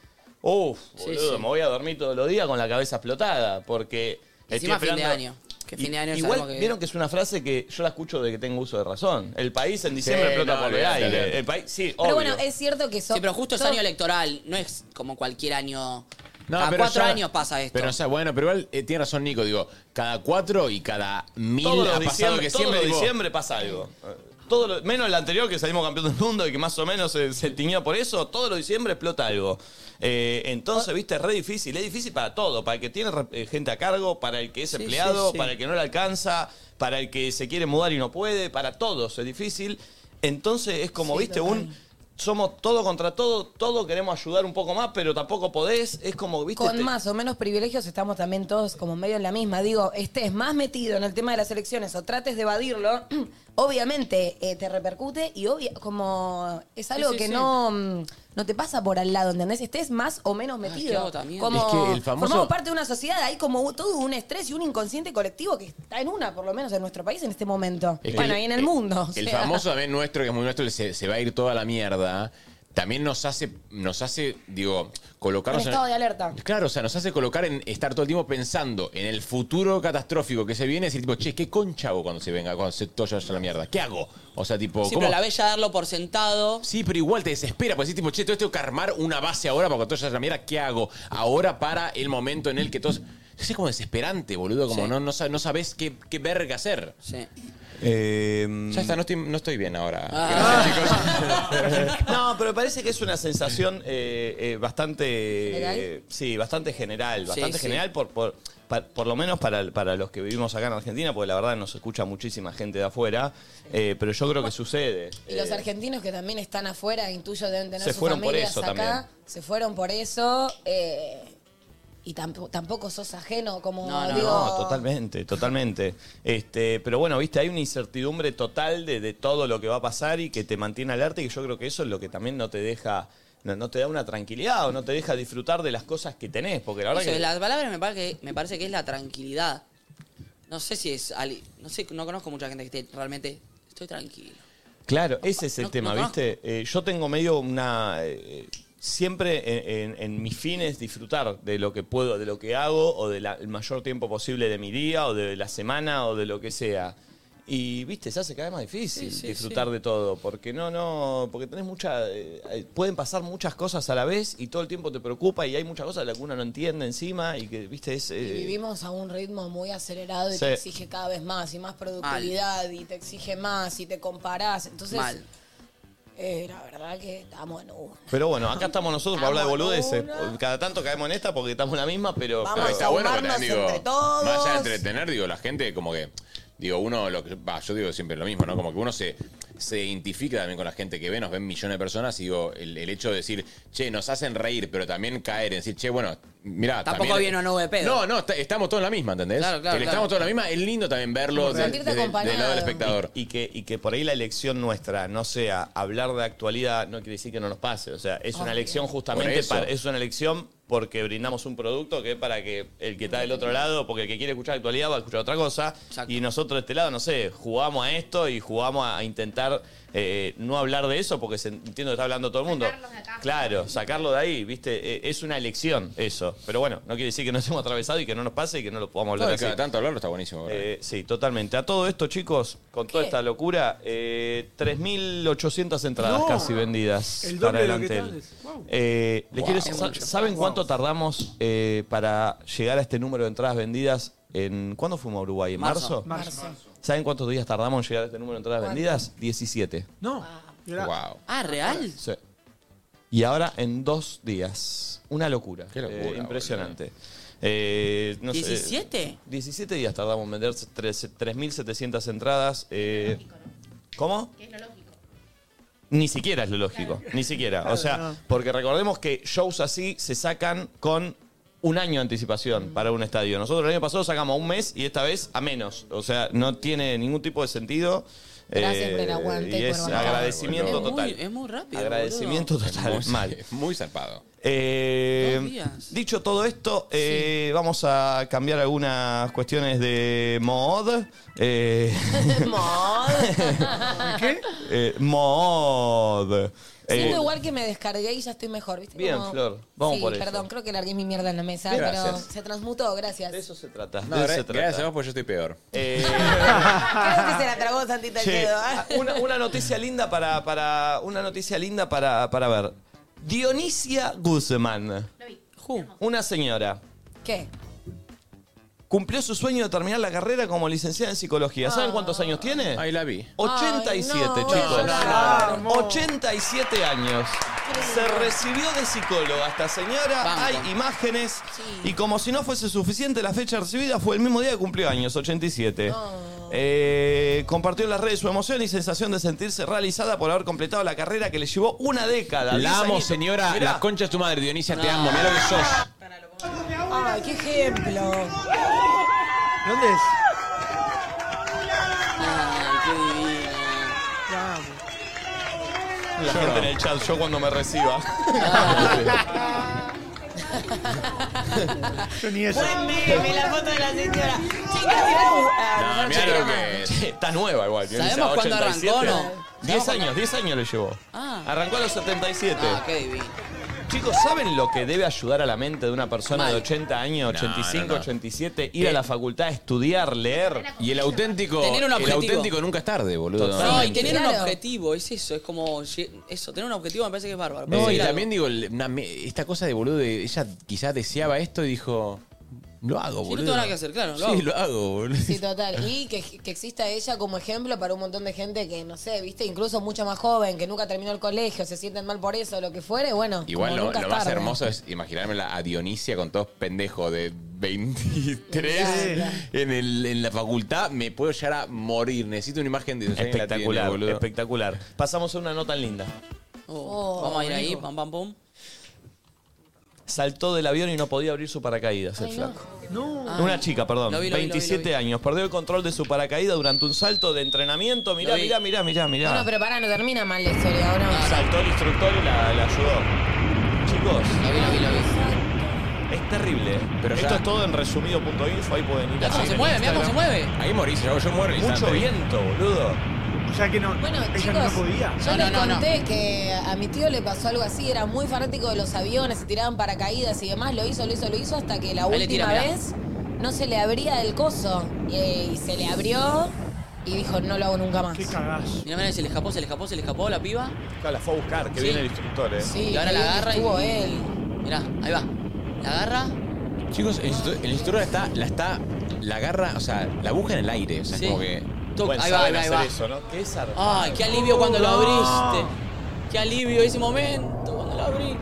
[SPEAKER 2] Uf,
[SPEAKER 3] Sí,
[SPEAKER 2] boludo,
[SPEAKER 3] sí.
[SPEAKER 2] me voy a dormir todos los días con la cabeza explotada, porque...
[SPEAKER 3] Encima
[SPEAKER 2] estoy
[SPEAKER 3] fin de
[SPEAKER 2] esperando-
[SPEAKER 3] año. Que fin de año
[SPEAKER 2] Igual,
[SPEAKER 3] sabemos que-
[SPEAKER 2] vieron que es una frase que yo la escucho de que tengo uso de razón. El país en diciembre
[SPEAKER 3] Sí,
[SPEAKER 2] explota
[SPEAKER 3] no,
[SPEAKER 2] por el
[SPEAKER 3] olvídate,
[SPEAKER 2] aire.
[SPEAKER 3] olvídate.
[SPEAKER 2] El país, sí,
[SPEAKER 6] Pero
[SPEAKER 2] obvio.
[SPEAKER 6] bueno, eh, es cierto que eso.
[SPEAKER 3] Sí, pero justo es
[SPEAKER 6] todo-
[SPEAKER 3] año electoral, no es como cualquier año.
[SPEAKER 5] No,
[SPEAKER 3] Cada
[SPEAKER 5] pero
[SPEAKER 3] cuatro
[SPEAKER 5] ya-
[SPEAKER 3] años pasa esto.
[SPEAKER 5] Pero, o sea, bueno, pero igual eh, tiene razón Nico, digo, cada cuatro y cada mil
[SPEAKER 2] Todos los
[SPEAKER 5] ha pasado
[SPEAKER 2] diciembre,
[SPEAKER 5] que
[SPEAKER 2] todos
[SPEAKER 5] siempre.
[SPEAKER 2] los
[SPEAKER 5] tipo,
[SPEAKER 2] diciembre pasa algo. Todo lo- menos el anterior que salimos campeón del mundo y que más o menos se, se tiñó por eso, todos los diciembre explota algo. Eh,
[SPEAKER 3] Ah.
[SPEAKER 2] entonces, viste, es re difícil. Es difícil para todo, para el que tiene re- eh, gente a cargo, para el que es
[SPEAKER 3] sí,
[SPEAKER 2] empleado,
[SPEAKER 3] sí.
[SPEAKER 2] para el que no le alcanza, para el que se quiere mudar y no puede, para todos es difícil. Entonces es como, viste, un... Somos todo contra todo, todo queremos ayudar un poco más, pero tampoco podés. Es como, viste...
[SPEAKER 6] Con
[SPEAKER 2] te-
[SPEAKER 6] más o menos privilegios estamos también todos como medio en la misma. Digo, estés más metido en el tema de las elecciones o trates de evadirlo, obviamente eh, te repercute y obvia- como es algo
[SPEAKER 3] sí,
[SPEAKER 6] que
[SPEAKER 3] sí.
[SPEAKER 6] no, mm, no te pasa por al lado, ¿entendés? Estés más o menos
[SPEAKER 3] qué
[SPEAKER 6] metido.
[SPEAKER 3] agotamiento.
[SPEAKER 6] como
[SPEAKER 5] Es que el famoso-
[SPEAKER 6] formamos parte de una sociedad, hay como un- todo un estrés y un inconsciente colectivo que está en una, por lo menos en nuestro país en este momento.
[SPEAKER 5] Es que
[SPEAKER 6] bueno,
[SPEAKER 5] el-
[SPEAKER 6] y en el
[SPEAKER 5] el-
[SPEAKER 6] mundo. o
[SPEAKER 5] El
[SPEAKER 6] sea.
[SPEAKER 5] famoso también nuestro, que es muy nuestro, el se, se va a ir toda la mierda. También nos hace, nos hace, digo,
[SPEAKER 6] Un
[SPEAKER 5] colocarnos en,
[SPEAKER 6] estado de alerta.
[SPEAKER 5] Claro, o sea, nos hace colocar en estar todo el tiempo pensando en el futuro catastrófico que se viene y decir, tipo, che, ¿qué concha hago cuando se venga, cuando se todo ya vaya a la mierda? ¿Qué hago? O sea, tipo,
[SPEAKER 3] sí,
[SPEAKER 5] ¿cómo?
[SPEAKER 3] pero a la vez ya darlo por sentado.
[SPEAKER 5] Sí, pero igual te desespera, porque decís, tipo, che, todo tengo que armar una base ahora para cuando todo ya vaya a la mierda, ¿qué hago? Ahora para el momento en el que todos. Es como desesperante, boludo, como no, no, sa- no sabes qué, qué verga hacer.
[SPEAKER 3] Sí.
[SPEAKER 5] Ya está, no estoy, no estoy bien ahora.
[SPEAKER 3] Ah,
[SPEAKER 2] No, pero parece que es una sensación eh, eh, bastante.
[SPEAKER 3] ¿General?
[SPEAKER 2] eh, sí, bastante general.
[SPEAKER 3] Sí,
[SPEAKER 2] Bastante
[SPEAKER 3] sí.
[SPEAKER 2] general por, por, pa- por lo menos para, para los que vivimos acá en Argentina, porque la verdad nos escucha muchísima gente de afuera. eh, pero yo creo que sucede.
[SPEAKER 6] Y los
[SPEAKER 2] Eh,
[SPEAKER 6] argentinos que también están afuera, intuyo, deben tener
[SPEAKER 2] Se
[SPEAKER 6] sus
[SPEAKER 2] fueron por
[SPEAKER 6] familias
[SPEAKER 2] eso
[SPEAKER 6] acá.
[SPEAKER 2] también.
[SPEAKER 6] Se fueron por eso. eh, y tamp- tampoco sos ajeno, como
[SPEAKER 2] No,
[SPEAKER 6] digo.
[SPEAKER 2] no, totalmente, totalmente. Este, pero bueno, viste, hay una incertidumbre total de, de todo lo que va a pasar y que te mantiene alerta y que yo creo que eso es lo que también no te deja, no, no te da una tranquilidad o no te deja disfrutar de las cosas que tenés, porque la verdad
[SPEAKER 3] Eso,
[SPEAKER 2] que...
[SPEAKER 3] la palabra me parece, me parece que es la tranquilidad. No sé si es. ali- No sé, no conozco mucha gente que esté realmente. Estoy tranquilo.
[SPEAKER 2] Claro, ese es el
[SPEAKER 3] No-
[SPEAKER 2] tema,
[SPEAKER 3] no conozco.
[SPEAKER 2] ¿viste? Eh, yo tengo medio una. eh, siempre en, en- en mis fines disfrutar de lo que puedo, de lo que hago, o del mayor tiempo posible de mi día, o de la semana, o de lo que sea. Y, viste, se hace cada vez más difícil
[SPEAKER 1] Sí, sí,
[SPEAKER 2] disfrutar
[SPEAKER 1] sí.
[SPEAKER 2] de todo, porque no, no, porque tenés mucha, eh, eh, pueden pasar muchas cosas a la vez y todo el tiempo te preocupa y hay muchas cosas de las que uno no entiende encima y que, viste, es...
[SPEAKER 6] Y
[SPEAKER 2] eh,
[SPEAKER 6] vivimos a un ritmo muy acelerado y
[SPEAKER 2] Sí.
[SPEAKER 6] te exige cada vez más y más productividad y te exige más y te comparás. Entonces,
[SPEAKER 2] Mal.
[SPEAKER 6] eh, la verdad que estamos en una.
[SPEAKER 2] Pero bueno, acá estamos nosotros para hablar de boludeces. Cada tanto caemos en esta porque estamos en la misma, pero...
[SPEAKER 5] No,
[SPEAKER 2] pero
[SPEAKER 5] está bueno, pero, digo,
[SPEAKER 6] todos.
[SPEAKER 5] más allá de entretener, digo, la gente como que, digo, uno, lo que, bah, yo digo siempre lo mismo, ¿no? Como que uno se, se identifica también con la gente que ve, nos ven millones de personas y digo, el, el hecho de decir, che, nos hacen reír, pero también caer en decir, che, bueno, mirá,
[SPEAKER 3] Tampoco
[SPEAKER 5] también-
[SPEAKER 3] viene una nube de pedo.
[SPEAKER 5] No, no, está- estamos todos en la misma, ¿entendés?
[SPEAKER 3] Claro, claro,
[SPEAKER 5] El
[SPEAKER 3] claro.
[SPEAKER 5] Estamos todos en la misma, es lindo también verlo
[SPEAKER 2] Como
[SPEAKER 5] de-
[SPEAKER 2] sentirte
[SPEAKER 5] desde- del lado
[SPEAKER 2] acompañado.
[SPEAKER 5] del espectador.
[SPEAKER 2] Y, que, y que por ahí la elección nuestra no sea hablar de actualidad, no quiere decir que no nos pase. O sea, es una
[SPEAKER 1] Obvio.
[SPEAKER 2] elección
[SPEAKER 1] Por
[SPEAKER 2] justamente
[SPEAKER 1] eso.
[SPEAKER 2] para. Es una elección porque brindamos un producto que es para que el que está del otro lado, porque el que quiere escuchar actualidad va a escuchar otra cosa. Y nosotros de este lado, no sé, jugamos a esto y jugamos a intentar eh, no hablar de eso porque se, entiendo que está hablando todo el mundo. Claro, sacarlo de ahí, ¿viste? Eh, es una elección eso. Pero bueno, no quiere decir que no estemos atravesados y que no nos pase y que no lo podamos hablar
[SPEAKER 5] No, y
[SPEAKER 2] así.
[SPEAKER 5] cada tanto hablarlo está buenísimo. ¿verdad?
[SPEAKER 2] Eh, sí, totalmente. A todo esto, chicos, con toda esta locura, eh, 3.800 entradas
[SPEAKER 1] No.
[SPEAKER 2] casi vendidas
[SPEAKER 1] El doble
[SPEAKER 2] para
[SPEAKER 1] de
[SPEAKER 2] el
[SPEAKER 1] lo que
[SPEAKER 2] Antel.
[SPEAKER 1] tardes. Wow.
[SPEAKER 2] Eh, les
[SPEAKER 1] Wow.
[SPEAKER 2] quiero-
[SPEAKER 1] Es
[SPEAKER 2] sa-
[SPEAKER 1] mucho.
[SPEAKER 2] ¿Saben cuánto tardamos eh, para llegar a este número de entradas vendidas? En, ¿Cuándo fuimos a Uruguay? ¿En marzo?
[SPEAKER 4] Marzo.
[SPEAKER 2] ¿Saben cuántos días tardamos en llegar a este número de entradas
[SPEAKER 4] ¿Cuánto?
[SPEAKER 2] vendidas? 17.
[SPEAKER 4] No. Mirá.
[SPEAKER 3] Ah, ¿real?
[SPEAKER 2] Sí. Y ahora en dos días. Una locura.
[SPEAKER 5] locura,
[SPEAKER 2] Eh,
[SPEAKER 5] boludo.
[SPEAKER 2] impresionante. Eh, no sé,
[SPEAKER 3] ¿17?
[SPEAKER 2] 17 días tardamos en vender tres- 3.700 entradas. eh, ¿Cómo? Ni siquiera es lo lógico, ni siquiera. O sea, porque recordemos que shows así se sacan con un año de
[SPEAKER 6] Mm.
[SPEAKER 2] anticipación para un estadio. Nosotros el año pasado sacamos a un mes y esta vez a menos. O sea, no tiene ningún tipo de sentido. Eh,
[SPEAKER 6] Gracias por el aguante y
[SPEAKER 2] Y
[SPEAKER 6] por
[SPEAKER 2] es
[SPEAKER 6] bancar.
[SPEAKER 2] agradecimiento
[SPEAKER 3] Es muy-
[SPEAKER 2] total.
[SPEAKER 3] es muy rápido,
[SPEAKER 2] Agradecimiento
[SPEAKER 5] boludo.
[SPEAKER 2] total,
[SPEAKER 5] Es muy-
[SPEAKER 2] mal.
[SPEAKER 5] Muy zarpado.
[SPEAKER 2] Eh,
[SPEAKER 5] Dos días.
[SPEAKER 2] dicho todo esto, eh, vamos a cambiar algunas cuestiones de mod. Eh,
[SPEAKER 6] ¿Qué?
[SPEAKER 2] eh, mod. Eh,
[SPEAKER 6] Siento igual que me descargué y ya estoy mejor, ¿viste?
[SPEAKER 2] Bien,
[SPEAKER 6] Como-
[SPEAKER 2] Flor, vamos
[SPEAKER 6] sí,
[SPEAKER 2] por eso.
[SPEAKER 6] perdón, creo que largué mi mierda en la mesa,
[SPEAKER 2] Bien.
[SPEAKER 6] pero
[SPEAKER 2] Gracias.
[SPEAKER 6] se transmutó, gracias.
[SPEAKER 2] eso se trata.
[SPEAKER 5] No,
[SPEAKER 2] de eso
[SPEAKER 5] gra-
[SPEAKER 2] se trata. Eh,
[SPEAKER 5] gracias a vos, porque yo estoy peor.
[SPEAKER 6] Creo que se la tragó Santita el
[SPEAKER 2] Che,
[SPEAKER 6] dedo, ¿eh?
[SPEAKER 2] ah, una, una noticia linda para, para una noticia linda para, para ver. Dionisia Guzmán, una señora,
[SPEAKER 6] ¿Qué?
[SPEAKER 2] cumplió su sueño de terminar la carrera como licenciada en psicología. ¿Saben cuántos años tiene?
[SPEAKER 5] Ahí la vi.
[SPEAKER 2] 87,
[SPEAKER 1] Ah. Ay, no.
[SPEAKER 2] chicos.
[SPEAKER 1] No, no, no.
[SPEAKER 2] 87 años. Se recibió de psicóloga esta señora.
[SPEAKER 1] Banco.
[SPEAKER 2] Hay imágenes. Y como si no fuese suficiente, la fecha recibida fue el mismo día que cumplió años, 87. Eh, compartió en las redes su emoción y sensación de sentirse realizada por haber completado la carrera que le llevó una década.
[SPEAKER 5] La
[SPEAKER 2] 10
[SPEAKER 5] amo,
[SPEAKER 2] añitos.
[SPEAKER 5] señora.
[SPEAKER 2] Mirá.
[SPEAKER 5] La concha de tu madre, Dionisia, te amo. Mira lo que sos.
[SPEAKER 6] Ay, qué ejemplo.
[SPEAKER 4] ¿Dónde es?
[SPEAKER 2] La gente en el chat, yo cuando me reciba.
[SPEAKER 4] Yo ni eso.
[SPEAKER 6] Buen meme, la foto de la señora. Chicas, mirá, uh, ah,
[SPEAKER 2] Che, che, Está nueva igual.
[SPEAKER 6] ¿Sabemos
[SPEAKER 2] Dionisia,
[SPEAKER 6] cuándo
[SPEAKER 2] 87.
[SPEAKER 6] arrancó, no?
[SPEAKER 2] 10 años, 10 años le llevó.
[SPEAKER 3] Ah.
[SPEAKER 2] Arrancó a los 77.
[SPEAKER 3] Ah, qué divino.
[SPEAKER 2] Chicos, ¿saben lo que debe ayudar a la mente de una persona de 80 años, 85,
[SPEAKER 5] no, no.
[SPEAKER 2] 87, ir a la facultad, estudiar, leer?
[SPEAKER 5] Y el auténtico,
[SPEAKER 3] Tener un
[SPEAKER 5] el
[SPEAKER 3] objetivo.
[SPEAKER 5] auténtico nunca es tarde, boludo.
[SPEAKER 3] No, y tener un
[SPEAKER 5] Claro.
[SPEAKER 3] objetivo, es eso, es como. lle- Eso, tener un objetivo me parece que es bárbaro.
[SPEAKER 5] No,
[SPEAKER 3] Porque
[SPEAKER 5] y
[SPEAKER 3] era-
[SPEAKER 5] Eh, también digo, el- una me- esta cosa de boludo, de, ella quizás deseaba esto y dijo, lo hago,
[SPEAKER 3] Sí, no
[SPEAKER 5] boludo.
[SPEAKER 3] tengo nada que hacer, claro, lo
[SPEAKER 5] Sí,
[SPEAKER 3] hago.
[SPEAKER 5] lo hago, boludo.
[SPEAKER 6] Sí, total. Y que, que exista ella como ejemplo para un montón de gente que, no sé, viste, incluso mucho más joven, que nunca terminó el colegio, se sienten mal por eso, lo que fuere, bueno.
[SPEAKER 5] Igual
[SPEAKER 6] como
[SPEAKER 5] lo,
[SPEAKER 6] nunca
[SPEAKER 5] lo
[SPEAKER 6] es
[SPEAKER 5] más
[SPEAKER 6] tarde.
[SPEAKER 5] hermoso es imaginármela a Dionisia con todos pendejos de 23
[SPEAKER 6] Claro.
[SPEAKER 5] en, el, en la facultad. Me puedo llegar a morir. Necesito una imagen de Dionisia que la tiene,
[SPEAKER 2] Espectacular,
[SPEAKER 5] boludo.
[SPEAKER 2] espectacular. Pasamos a una nota linda.
[SPEAKER 6] Oh,
[SPEAKER 3] Oh, vamos a ir ahí, pam, pam, pum.
[SPEAKER 2] saltó del avión y no podía abrir su paracaídas, el flaco.
[SPEAKER 4] No.
[SPEAKER 2] Una chica, perdón,
[SPEAKER 3] Lo vi, lo vi, lo vi, lo
[SPEAKER 2] 27 años, perdió el control de su paracaídas durante un salto de entrenamiento. Mirá,
[SPEAKER 6] Lo vi.
[SPEAKER 2] mirá, mirá, mirá, mirá.
[SPEAKER 6] Bueno, pero pará, no termina mal la historia. Ahora
[SPEAKER 2] Saltó el instructor y la, la ayudó. Chicos. Es terrible. Pero Esto es todo en resumido.info, ahí pueden ir a
[SPEAKER 3] Mirá cómo
[SPEAKER 2] seguir
[SPEAKER 3] se
[SPEAKER 2] en
[SPEAKER 3] mueve, mirá cómo se
[SPEAKER 2] Instagram.
[SPEAKER 3] mueve.
[SPEAKER 5] Ahí morís, yo, yo muero. al
[SPEAKER 2] Mucho
[SPEAKER 5] instante.
[SPEAKER 2] viento, boludo.
[SPEAKER 4] O sea que no.
[SPEAKER 6] Bueno,
[SPEAKER 4] ella
[SPEAKER 6] chicos,
[SPEAKER 4] no podía.
[SPEAKER 6] yo
[SPEAKER 4] No,
[SPEAKER 6] les
[SPEAKER 4] no, no, no.
[SPEAKER 6] conté que a mi tío le pasó algo así, era muy fanático de los aviones, se tiraban paracaídas y demás, lo hizo, lo hizo, lo hizo, hasta que la
[SPEAKER 3] Ahí le
[SPEAKER 6] última
[SPEAKER 3] tira, mirá.
[SPEAKER 6] vez no se le abría el coso. eh, Y, y se le abrió y dijo, no lo hago nunca más. Qué
[SPEAKER 3] Mirá, mirá, se le escapó, se le escapó, se le escapó la piba.
[SPEAKER 2] Acá la fue a buscar, que viene el instructor, eh.
[SPEAKER 6] Sí,
[SPEAKER 3] y ahora
[SPEAKER 6] qué
[SPEAKER 3] la
[SPEAKER 6] bien que
[SPEAKER 3] agarra y.
[SPEAKER 6] estuvo él.
[SPEAKER 3] Mirá, ahí va. La agarra.
[SPEAKER 5] Chicos, el instru- el instructor está, la está, la agarra, o sea, la busca en el aire. O sea,
[SPEAKER 3] Sí.
[SPEAKER 5] es como que.
[SPEAKER 3] Toc,
[SPEAKER 5] Bueno,
[SPEAKER 3] ahí va, ahí
[SPEAKER 5] saben
[SPEAKER 3] va, ahí
[SPEAKER 5] hacer
[SPEAKER 3] va.
[SPEAKER 5] eso, ¿no?
[SPEAKER 2] Qué zarpado.
[SPEAKER 3] Ay, qué alivio cuando lo abriste. Qué alivio ese momento cuando lo abrí.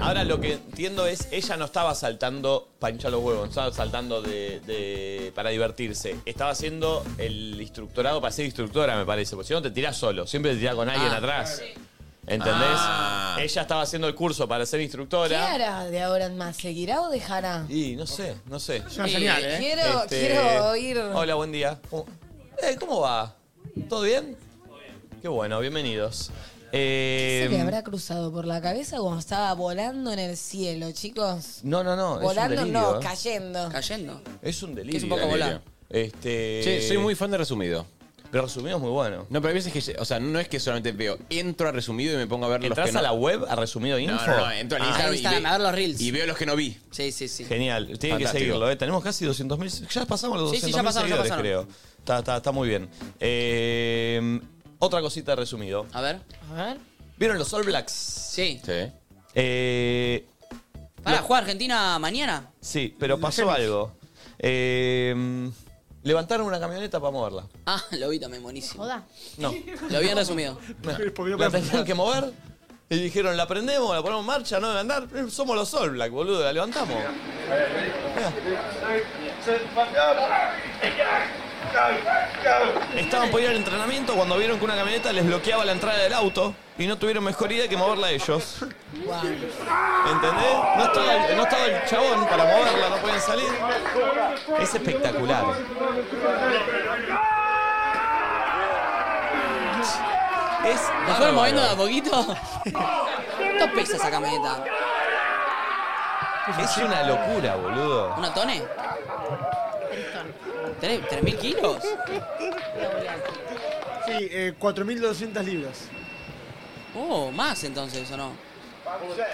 [SPEAKER 2] Ahora lo que entiendo es, ella no estaba saltando para hinchar los huevos, no estaba saltando de, de- para divertirse. Estaba haciendo el instructorado para ser instructora, me parece. Porque si no, te tirás solo. Siempre te tirás con alguien
[SPEAKER 3] Ah,
[SPEAKER 2] atrás. ¿Entendés? Ella estaba haciendo el curso para ser
[SPEAKER 6] ¿Qué
[SPEAKER 2] instructora.
[SPEAKER 6] hará de ahora en más? ¿Seguirá o dejará?
[SPEAKER 2] Y no sé, no sé. Este,
[SPEAKER 6] Es una señal, ¿eh? quiero- quiero oír-
[SPEAKER 2] Hola, buen día. ¿Cómo, eh, ¿cómo va? ¿Todo bien? Qué bueno, bienvenidos. Eh,
[SPEAKER 6] ¿Se le habrá cruzado por la cabeza cuando estaba volando en el cielo, chicos?
[SPEAKER 2] No, no, no. es
[SPEAKER 6] volando
[SPEAKER 2] un
[SPEAKER 6] no,
[SPEAKER 2] delirio, eh.
[SPEAKER 6] cayendo.
[SPEAKER 3] Cayendo.
[SPEAKER 2] Es un delirio.
[SPEAKER 3] Que es un poco volar.
[SPEAKER 2] Este.
[SPEAKER 5] Che, soy muy fan de resumido.
[SPEAKER 2] Pero resumido es muy bueno.
[SPEAKER 5] No, pero hay veces que, o sea, no es que solamente veo, entro a resumido y me pongo a ver los
[SPEAKER 2] ¿Entras
[SPEAKER 5] que no.
[SPEAKER 2] a la web a resumido info?
[SPEAKER 5] No, no, no, entro al
[SPEAKER 3] Ah,
[SPEAKER 5] Instagram,
[SPEAKER 3] ahí
[SPEAKER 5] y,
[SPEAKER 3] están,
[SPEAKER 5] ve-
[SPEAKER 3] a ver los reels.
[SPEAKER 5] y veo los que no vi.
[SPEAKER 3] Sí, sí, sí.
[SPEAKER 2] Genial. Tienen que
[SPEAKER 5] Fantástico.
[SPEAKER 2] seguirlo, ¿eh? Tenemos casi 200.000. Ya pasamos los 200.000
[SPEAKER 3] Sí, sí, ya pasaron, ya
[SPEAKER 2] seguidores,
[SPEAKER 3] pasaron.
[SPEAKER 2] creo. Está, está, está muy bien. Eh, otra cosita de resumido.
[SPEAKER 3] A ver.
[SPEAKER 6] A ver.
[SPEAKER 2] ¿Vieron los All Blacks?
[SPEAKER 3] Sí.
[SPEAKER 5] Sí.
[SPEAKER 2] Eh,
[SPEAKER 3] Para, juega Argentina mañana.
[SPEAKER 2] sí, pero pasó algo. Eh, levantaron una camioneta para moverla.
[SPEAKER 3] Ah, lo vi también buenísimo.
[SPEAKER 7] Joda.
[SPEAKER 2] No.
[SPEAKER 3] Lo vi en resumido.
[SPEAKER 2] La tenían que mover y dijeron, la prendemos, la ponemos en marcha, no debe andar. Eh, Somos los All Black, boludo, la levantamos. Estaban por ir al entrenamiento cuando vieron que una camioneta les bloqueaba la entrada del auto y no tuvieron mejor idea que moverla ellos. ¿Entendés? No estaba, el- no estaba el chabón para moverla, no podían salir. Es espectacular. Es
[SPEAKER 3] ¿La fueron moviendo de a poquito? ¿Cuánto pesa esa camioneta?
[SPEAKER 2] Es una locura, boludo.
[SPEAKER 3] ¿Una tone?
[SPEAKER 7] Tristón.
[SPEAKER 3] ¿Tres, tres mil kilos?
[SPEAKER 4] Sí, eh, 4.200 libras.
[SPEAKER 3] Oh, más entonces, ¿o no?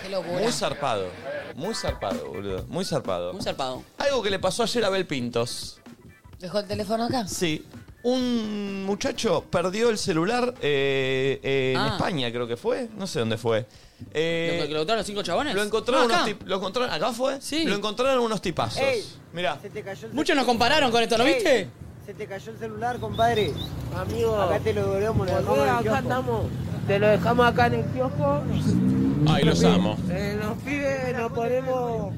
[SPEAKER 6] Qué locura.
[SPEAKER 2] Muy zarpado. Muy zarpado, boludo. Muy zarpado.
[SPEAKER 3] Un zarpado.
[SPEAKER 2] Algo que le pasó ayer a Bel Pintos.
[SPEAKER 6] ¿Dejó el teléfono acá?
[SPEAKER 2] Sí. Un muchacho perdió el celular eh, eh, en
[SPEAKER 3] Ah.
[SPEAKER 2] España, creo que fue. No sé dónde fue. Eh,
[SPEAKER 3] ¿Lo que lo los cinco chabones?
[SPEAKER 2] lo encontraron
[SPEAKER 3] Ah,
[SPEAKER 2] unos
[SPEAKER 3] acá.
[SPEAKER 2] tip- lo encontraron- ¿Acá fue?
[SPEAKER 3] Sí.
[SPEAKER 2] Lo encontraron unos tipazos.
[SPEAKER 9] Ey.
[SPEAKER 2] Mirá.
[SPEAKER 9] Se te cayó el
[SPEAKER 3] Muchos nos compararon con esto, ¿no
[SPEAKER 9] Ey,
[SPEAKER 3] viste?
[SPEAKER 9] Se te cayó el celular, compadre.
[SPEAKER 11] Amigo,
[SPEAKER 9] Acá te lo devolvemos, lo dejamos en el
[SPEAKER 11] acá
[SPEAKER 9] kiosco.
[SPEAKER 11] estamos. Te lo dejamos acá en el kiosco.
[SPEAKER 5] Ay, los amo.
[SPEAKER 11] Eh, los pibes nos ponemos,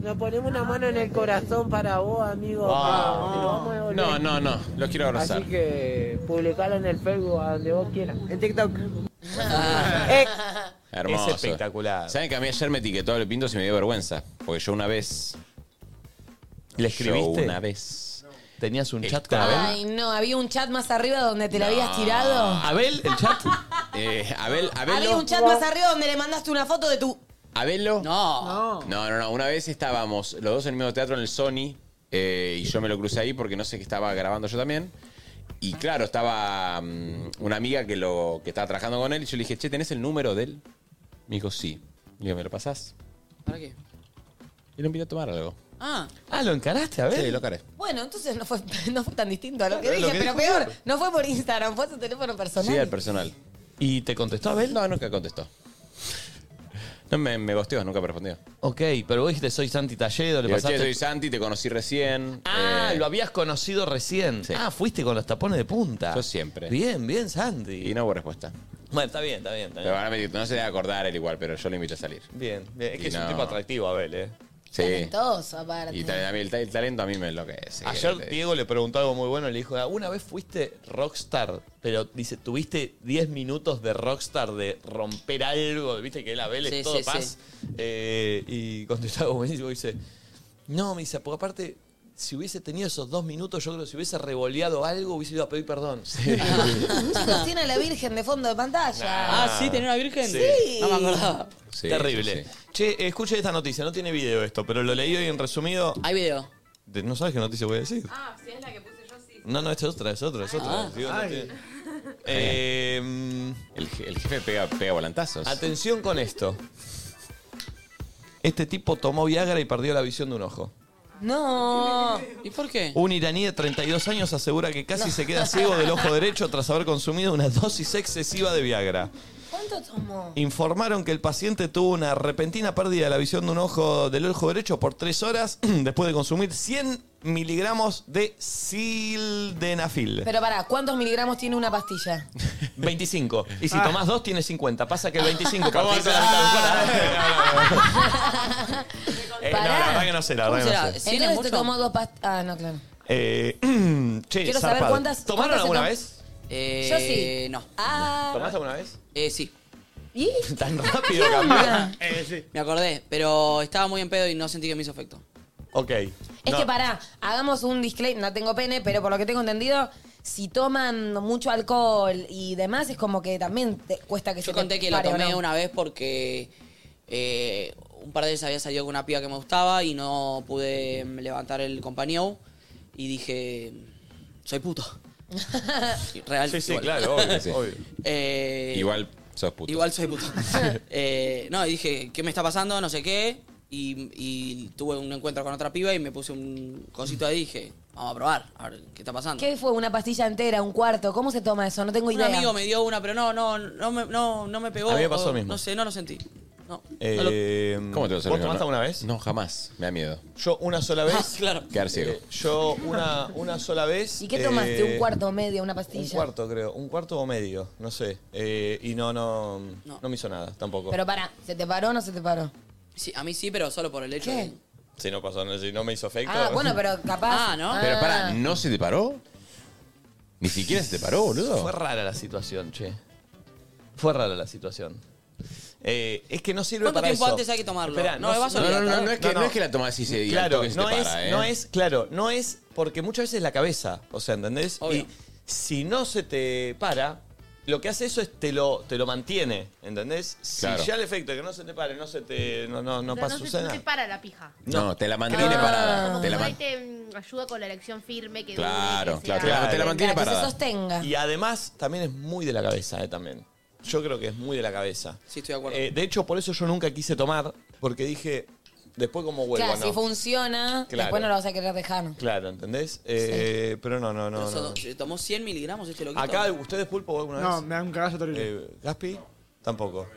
[SPEAKER 11] nos ponemos una mano en el corazón para vos, amigo.
[SPEAKER 5] Wow.
[SPEAKER 11] Te lo vamos a devolver.
[SPEAKER 5] No, no, no, los quiero abrazar.
[SPEAKER 11] Así que publicalo en el Facebook, a donde vos quieras. En TikTok.
[SPEAKER 5] Hermoso.
[SPEAKER 2] Es espectacular.
[SPEAKER 5] ¿Saben que a mí ayer me etiquetó el pinto y me dio vergüenza? Porque yo una vez.
[SPEAKER 2] ¿Le
[SPEAKER 5] Yo
[SPEAKER 2] escribiste?
[SPEAKER 5] una vez.
[SPEAKER 2] ¿Tenías un chat con
[SPEAKER 5] Estaba-
[SPEAKER 2] Abel?
[SPEAKER 6] Ay, no, había un chat más arriba donde te la habías
[SPEAKER 5] No.
[SPEAKER 6] tirado.
[SPEAKER 2] ¿Abel? ¿El chat?
[SPEAKER 5] Eh, Abel,
[SPEAKER 6] Había
[SPEAKER 5] Abelo.
[SPEAKER 6] un chat más arriba donde le mandaste una foto de tu.
[SPEAKER 5] Abelo.
[SPEAKER 3] No.
[SPEAKER 5] No, no, no. Una vez estábamos los dos en el mismo teatro en el Sony eh, y yo me lo crucé ahí porque no sé que estaba grabando yo también. Y claro, estaba mm, una amiga que, lo, que estaba trabajando con él y yo le dije, che, ¿tenés el número de él? Me dijo, sí. Le digo, ¿me lo pasás?
[SPEAKER 3] ¿Para qué?
[SPEAKER 5] Y lo invité a tomar algo.
[SPEAKER 3] Ah,
[SPEAKER 2] Ah, ¿lo encaraste, Abel?
[SPEAKER 5] Sí, lo caré.
[SPEAKER 6] Bueno, entonces no fue, no fue tan distinto a lo que
[SPEAKER 2] Lo
[SPEAKER 6] dije,
[SPEAKER 2] que
[SPEAKER 6] pero
[SPEAKER 2] dijo
[SPEAKER 6] peor, no fue por Instagram, fue su teléfono personal.
[SPEAKER 5] Sí, al personal.
[SPEAKER 2] ¿Y te contestó Abel?
[SPEAKER 5] No, nunca contestó. No me, me gosteó, nunca me respondió.
[SPEAKER 2] Ok, pero vos dijiste, soy Santi Talledo, le
[SPEAKER 5] Le digo, che,
[SPEAKER 2] pasaste...
[SPEAKER 5] soy Santi, te conocí recién.
[SPEAKER 2] Ah,
[SPEAKER 5] eh,
[SPEAKER 2] lo habías conocido recién.
[SPEAKER 5] Sí.
[SPEAKER 2] Ah, fuiste con los tapones de punta.
[SPEAKER 5] Eh, Yo siempre.
[SPEAKER 2] Bien, Eh. bien, Sandy.
[SPEAKER 5] Y no hubo respuesta.
[SPEAKER 2] Bueno, está bien, está bien, está
[SPEAKER 5] Pero
[SPEAKER 2] bien.
[SPEAKER 5] ahora me dijo, no se debe acordar él igual, pero yo lo invito a salir.
[SPEAKER 2] Bien, bien. Es que
[SPEAKER 5] Y
[SPEAKER 2] es un
[SPEAKER 5] no.
[SPEAKER 2] tipo atractivo, Abel, ¿eh?
[SPEAKER 5] Sí.
[SPEAKER 6] Talentoso, aparte.
[SPEAKER 5] Y tal- a mí el, ta- el talento a mí me enloquece.
[SPEAKER 1] Eh,
[SPEAKER 2] Ayer Diego le preguntó algo muy bueno, le dijo, ¿alguna vez fuiste rockstar? Pero dice, tuviste 10 minutos de rockstar, de romper algo, viste que la Vélez
[SPEAKER 1] Sí,
[SPEAKER 2] todo
[SPEAKER 1] sí,
[SPEAKER 2] paz. Eh, y contestó algo buenísimo, dice, no, me dice, porque aparte, si hubiese tenido esos dos minutos, yo creo que si hubiese revoleado algo, hubiese ido a pedir perdón.
[SPEAKER 6] Chicos, tiene a la Virgen de fondo de pantalla.
[SPEAKER 2] Ah, ¿sí? ¿Tenía una virgen?
[SPEAKER 6] Sí.
[SPEAKER 2] No me
[SPEAKER 3] acordaba.
[SPEAKER 2] Terrible. Che, escuche esta noticia, no tiene video esto, pero lo leí hoy en resumido.
[SPEAKER 3] Hay video.
[SPEAKER 2] De- No sabes qué noticia voy a decir.
[SPEAKER 10] Ah, si es la que puse yo, sí.
[SPEAKER 2] No, no, esta es otra, es otra, es otra.
[SPEAKER 10] Ah.
[SPEAKER 2] Digo, no
[SPEAKER 10] Ay.
[SPEAKER 2] tiene- Eh,
[SPEAKER 5] el, je- el jefe pega, pega volantazos.
[SPEAKER 2] Atención con esto. Este tipo tomó Viagra y perdió la visión de un ojo.
[SPEAKER 6] No.
[SPEAKER 3] ¿Y por qué?
[SPEAKER 2] Un iraní de 32 años asegura que casi se queda ciego del ojo derecho tras haber consumido una dosis excesiva de Viagra.
[SPEAKER 6] ¿Cuánto tomó?
[SPEAKER 2] Informaron que el paciente tuvo una repentina pérdida de la visión de un ojo del ojo derecho por tres horas después de consumir 100 miligramos de sildenafil.
[SPEAKER 6] Pero pará, ¿cuántos miligramos tiene una pastilla?
[SPEAKER 2] 25. Y
[SPEAKER 6] Ah.
[SPEAKER 2] si tomás dos, tienes 50. Pasa que el 25
[SPEAKER 5] ¿Cómo
[SPEAKER 2] partís
[SPEAKER 5] vas
[SPEAKER 2] a
[SPEAKER 5] a-
[SPEAKER 2] la
[SPEAKER 6] Ah.
[SPEAKER 2] mitad. Eh, no, la verdad que no sé, la
[SPEAKER 3] ¿Cómo
[SPEAKER 2] verdad que no
[SPEAKER 3] será?
[SPEAKER 2] sé.
[SPEAKER 3] ¿Cien
[SPEAKER 6] Entonces
[SPEAKER 3] es mucho?
[SPEAKER 6] te tomó dos pastillas. Ah, no, claro.
[SPEAKER 2] Eh, che,
[SPEAKER 6] Quiero saber
[SPEAKER 2] zarpado.
[SPEAKER 6] cuántas- cuántas
[SPEAKER 2] ¿Tomaron
[SPEAKER 6] se
[SPEAKER 2] alguna
[SPEAKER 6] tom-
[SPEAKER 2] vez?
[SPEAKER 3] Eh,
[SPEAKER 6] Yo sí.
[SPEAKER 3] No.
[SPEAKER 6] Ah.
[SPEAKER 2] ¿Tomaste alguna vez?
[SPEAKER 3] Eh, sí.
[SPEAKER 6] ¿Y?
[SPEAKER 2] Tan Eh,
[SPEAKER 3] rápido,
[SPEAKER 2] ¿Qué
[SPEAKER 3] cambió.
[SPEAKER 6] onda?
[SPEAKER 3] Me acordé, pero estaba muy en pedo y no sentí que me hizo efecto.
[SPEAKER 2] Ok.
[SPEAKER 6] Es que pará, hagamos un disclaimer. No tengo pene, pero por lo que tengo entendido, si toman mucho alcohol y demás, es como que también te cuesta que se
[SPEAKER 3] Yo conté
[SPEAKER 6] te
[SPEAKER 3] que lo
[SPEAKER 6] pare, ¿o
[SPEAKER 3] tomé
[SPEAKER 6] no?
[SPEAKER 3] una vez porque eh, un par de veces había salido con una piba que me gustaba y no pude mm, levantar el compañero y dije, soy puto. Y Real.
[SPEAKER 5] Sí, sí,
[SPEAKER 3] igual.
[SPEAKER 5] claro, obvio, obvio.
[SPEAKER 3] Eh,
[SPEAKER 5] Igual sos puto.
[SPEAKER 3] Igual soy puto. Eh, no, y dije, ¿qué me está pasando? No sé qué. Y, y tuve un encuentro con otra piba y me puse un cosito ahí y dije, vamos a probar, a ver qué está pasando.
[SPEAKER 6] ¿Qué fue? ¿Una pastilla entera? ¿Un cuarto? ¿Cómo se toma eso? No tengo
[SPEAKER 3] Un
[SPEAKER 6] idea.
[SPEAKER 3] amigo me dio una, pero no, no, no me, no, no me pegó.
[SPEAKER 5] A mí me pasó
[SPEAKER 3] o-
[SPEAKER 5] lo mismo.
[SPEAKER 3] No sé, no lo sentí. No.
[SPEAKER 5] ¿Cómo te vas a
[SPEAKER 2] Eh, ¿Vos
[SPEAKER 5] olvidar?
[SPEAKER 2] tomaste
[SPEAKER 5] No.
[SPEAKER 2] alguna vez?
[SPEAKER 5] No, jamás. Me da miedo.
[SPEAKER 2] Yo una sola
[SPEAKER 6] Ah,
[SPEAKER 2] vez. Eh,
[SPEAKER 3] claro.
[SPEAKER 5] Quedar ciego.
[SPEAKER 2] Yo una, una sola vez.
[SPEAKER 6] ¿Y qué tomaste?
[SPEAKER 2] eh,
[SPEAKER 6] ¿Un cuarto o medio? ¿Una pastilla?
[SPEAKER 2] Un cuarto, creo. Un cuarto o medio, no sé. Eh, y no, no, no, me hizo nada tampoco.
[SPEAKER 6] Pero pará, ¿se te paró o no se te paró?
[SPEAKER 3] Sí, a mí sí, pero solo por el hecho de...
[SPEAKER 2] Si no pasó, no- si no me hizo efecto.
[SPEAKER 6] Ah, bueno, pero capaz.
[SPEAKER 3] Ah, ¿no?
[SPEAKER 5] Pero para, ¿no se te paró? Ni siquiera se te paró, boludo.
[SPEAKER 2] Fue rara la situación, che. Fue rara la situación. Eh, es que no sirve
[SPEAKER 3] ¿Cuánto
[SPEAKER 2] para
[SPEAKER 3] tiempo
[SPEAKER 2] eso.
[SPEAKER 3] antes hay que tomarlo?
[SPEAKER 2] Esperá,
[SPEAKER 3] No, vas a
[SPEAKER 5] no, no,
[SPEAKER 3] olvidar,
[SPEAKER 5] no,
[SPEAKER 3] ¿no?
[SPEAKER 5] no es que,
[SPEAKER 2] No, no.
[SPEAKER 5] no es que la tomas así se diga
[SPEAKER 2] Claro,
[SPEAKER 5] que se
[SPEAKER 2] no
[SPEAKER 5] te
[SPEAKER 2] es,
[SPEAKER 5] para, ¿eh?
[SPEAKER 2] no es, claro, no es porque muchas veces es la cabeza, o sea, ¿entendés? Y si no se te para, lo que hace eso es te lo, te lo mantiene, ¿entendés? Si
[SPEAKER 5] Claro.
[SPEAKER 2] ya el efecto de que no se te pare, no se te, no, no, no
[SPEAKER 7] O sea,
[SPEAKER 2] pasa
[SPEAKER 7] no se-
[SPEAKER 2] sucede
[SPEAKER 7] no se
[SPEAKER 2] nada.
[SPEAKER 7] para la pija.
[SPEAKER 5] No, te la mantiene
[SPEAKER 2] Ah.
[SPEAKER 5] parada.
[SPEAKER 7] Como
[SPEAKER 5] Te la
[SPEAKER 7] por
[SPEAKER 5] man-
[SPEAKER 7] ahí te mm, ayuda con la erección firme que
[SPEAKER 5] Claro,
[SPEAKER 7] dure, que
[SPEAKER 5] claro,
[SPEAKER 7] sea-
[SPEAKER 5] te la- te la mantiene
[SPEAKER 6] Claro, que se
[SPEAKER 5] parada.
[SPEAKER 6] sostenga.
[SPEAKER 2] Y además también es muy de la cabeza, eh, también. Yo creo que es muy de la cabeza.
[SPEAKER 3] Sí, estoy de acuerdo.
[SPEAKER 2] Eh, de hecho, por eso yo nunca quise tomar, porque dije, después como vuelvo,
[SPEAKER 6] claro,
[SPEAKER 2] no.
[SPEAKER 6] si funciona,
[SPEAKER 2] Claro.
[SPEAKER 6] después no lo vas a querer dejar.
[SPEAKER 2] Claro, ¿entendés? Eh, Pero no, no, no.
[SPEAKER 3] Pero eso,
[SPEAKER 2] no.
[SPEAKER 3] ¿se ¿Tomó 100 miligramos este loquito?
[SPEAKER 2] Acá, ¿ustedes pulpo alguna
[SPEAKER 4] No,
[SPEAKER 2] vez?
[SPEAKER 4] me da un cagazo terrible.
[SPEAKER 2] Eh, ¿Gaspi? Tampoco.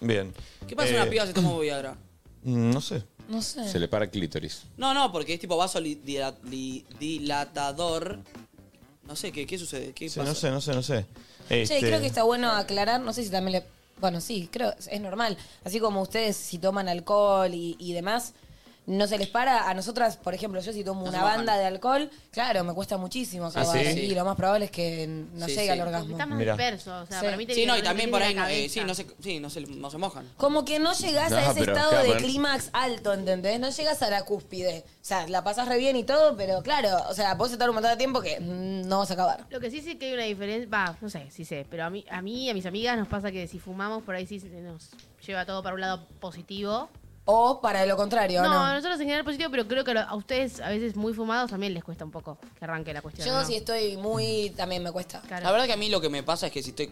[SPEAKER 2] Bien.
[SPEAKER 3] ¿Qué pasa si una
[SPEAKER 2] Eh,
[SPEAKER 3] piba se toma Viagra?
[SPEAKER 2] mm, No sé. Eh,
[SPEAKER 6] No sé.
[SPEAKER 5] Se le para el clítoris.
[SPEAKER 3] No, no, porque es tipo vasodilatador. No sé, ¿qué, qué sucede? ¿Qué
[SPEAKER 2] Sí,
[SPEAKER 3] pasa?
[SPEAKER 2] no sé, no sé, no sé.
[SPEAKER 6] Che,
[SPEAKER 2] Este,
[SPEAKER 6] creo que está bueno aclarar, no sé si también le... Bueno, sí, creo, es normal. Así como ustedes si toman alcohol y, y demás, no se les para. A nosotras, por ejemplo, yo si tomo
[SPEAKER 3] Nos
[SPEAKER 6] una
[SPEAKER 3] bajan.
[SPEAKER 6] banda de alcohol, claro, me cuesta muchísimo
[SPEAKER 2] ¿Ah,
[SPEAKER 6] acabar.
[SPEAKER 3] sí?
[SPEAKER 6] Y lo más probable es que no
[SPEAKER 3] Sí,
[SPEAKER 6] llegue
[SPEAKER 3] sí.
[SPEAKER 6] al orgasmo.
[SPEAKER 7] Está más
[SPEAKER 3] Mirá.
[SPEAKER 7] disperso, o sea,
[SPEAKER 6] Sí.
[SPEAKER 7] para mí te
[SPEAKER 3] Sí,
[SPEAKER 7] viene-
[SPEAKER 3] no, y también
[SPEAKER 7] te
[SPEAKER 3] por
[SPEAKER 7] viene
[SPEAKER 3] ahí
[SPEAKER 7] la
[SPEAKER 3] no, eh,
[SPEAKER 7] cabeza.
[SPEAKER 3] sí, no se, sí, no se, no se mojan.
[SPEAKER 6] Como que no llegás
[SPEAKER 3] No,
[SPEAKER 6] a
[SPEAKER 2] Ah,
[SPEAKER 6] ese
[SPEAKER 3] pero,
[SPEAKER 6] estado
[SPEAKER 3] claro,
[SPEAKER 6] de
[SPEAKER 3] pero-
[SPEAKER 6] clímax alto, ¿entendés? No llegas a la cúspide. O sea, la pasas re bien y todo, pero claro, o sea, podés estar un montón de tiempo que mm, no vas a acabar.
[SPEAKER 7] Lo que sí sé que hay una diferencia, va, no sé, sí sé, pero a mí, a mí y a mis amigas nos pasa que si fumamos por ahí sí se nos lleva todo para un lado positivo.
[SPEAKER 6] O para lo contrario,
[SPEAKER 7] No,
[SPEAKER 6] ¿no?
[SPEAKER 7] nosotros en general positivo, pero creo que lo- a ustedes a veces muy fumados también les cuesta un poco que arranque la cuestión.
[SPEAKER 6] Yo
[SPEAKER 7] ¿no?
[SPEAKER 6] si estoy muy... también me cuesta.
[SPEAKER 3] La verdad que a mí lo que me pasa es que si estoy,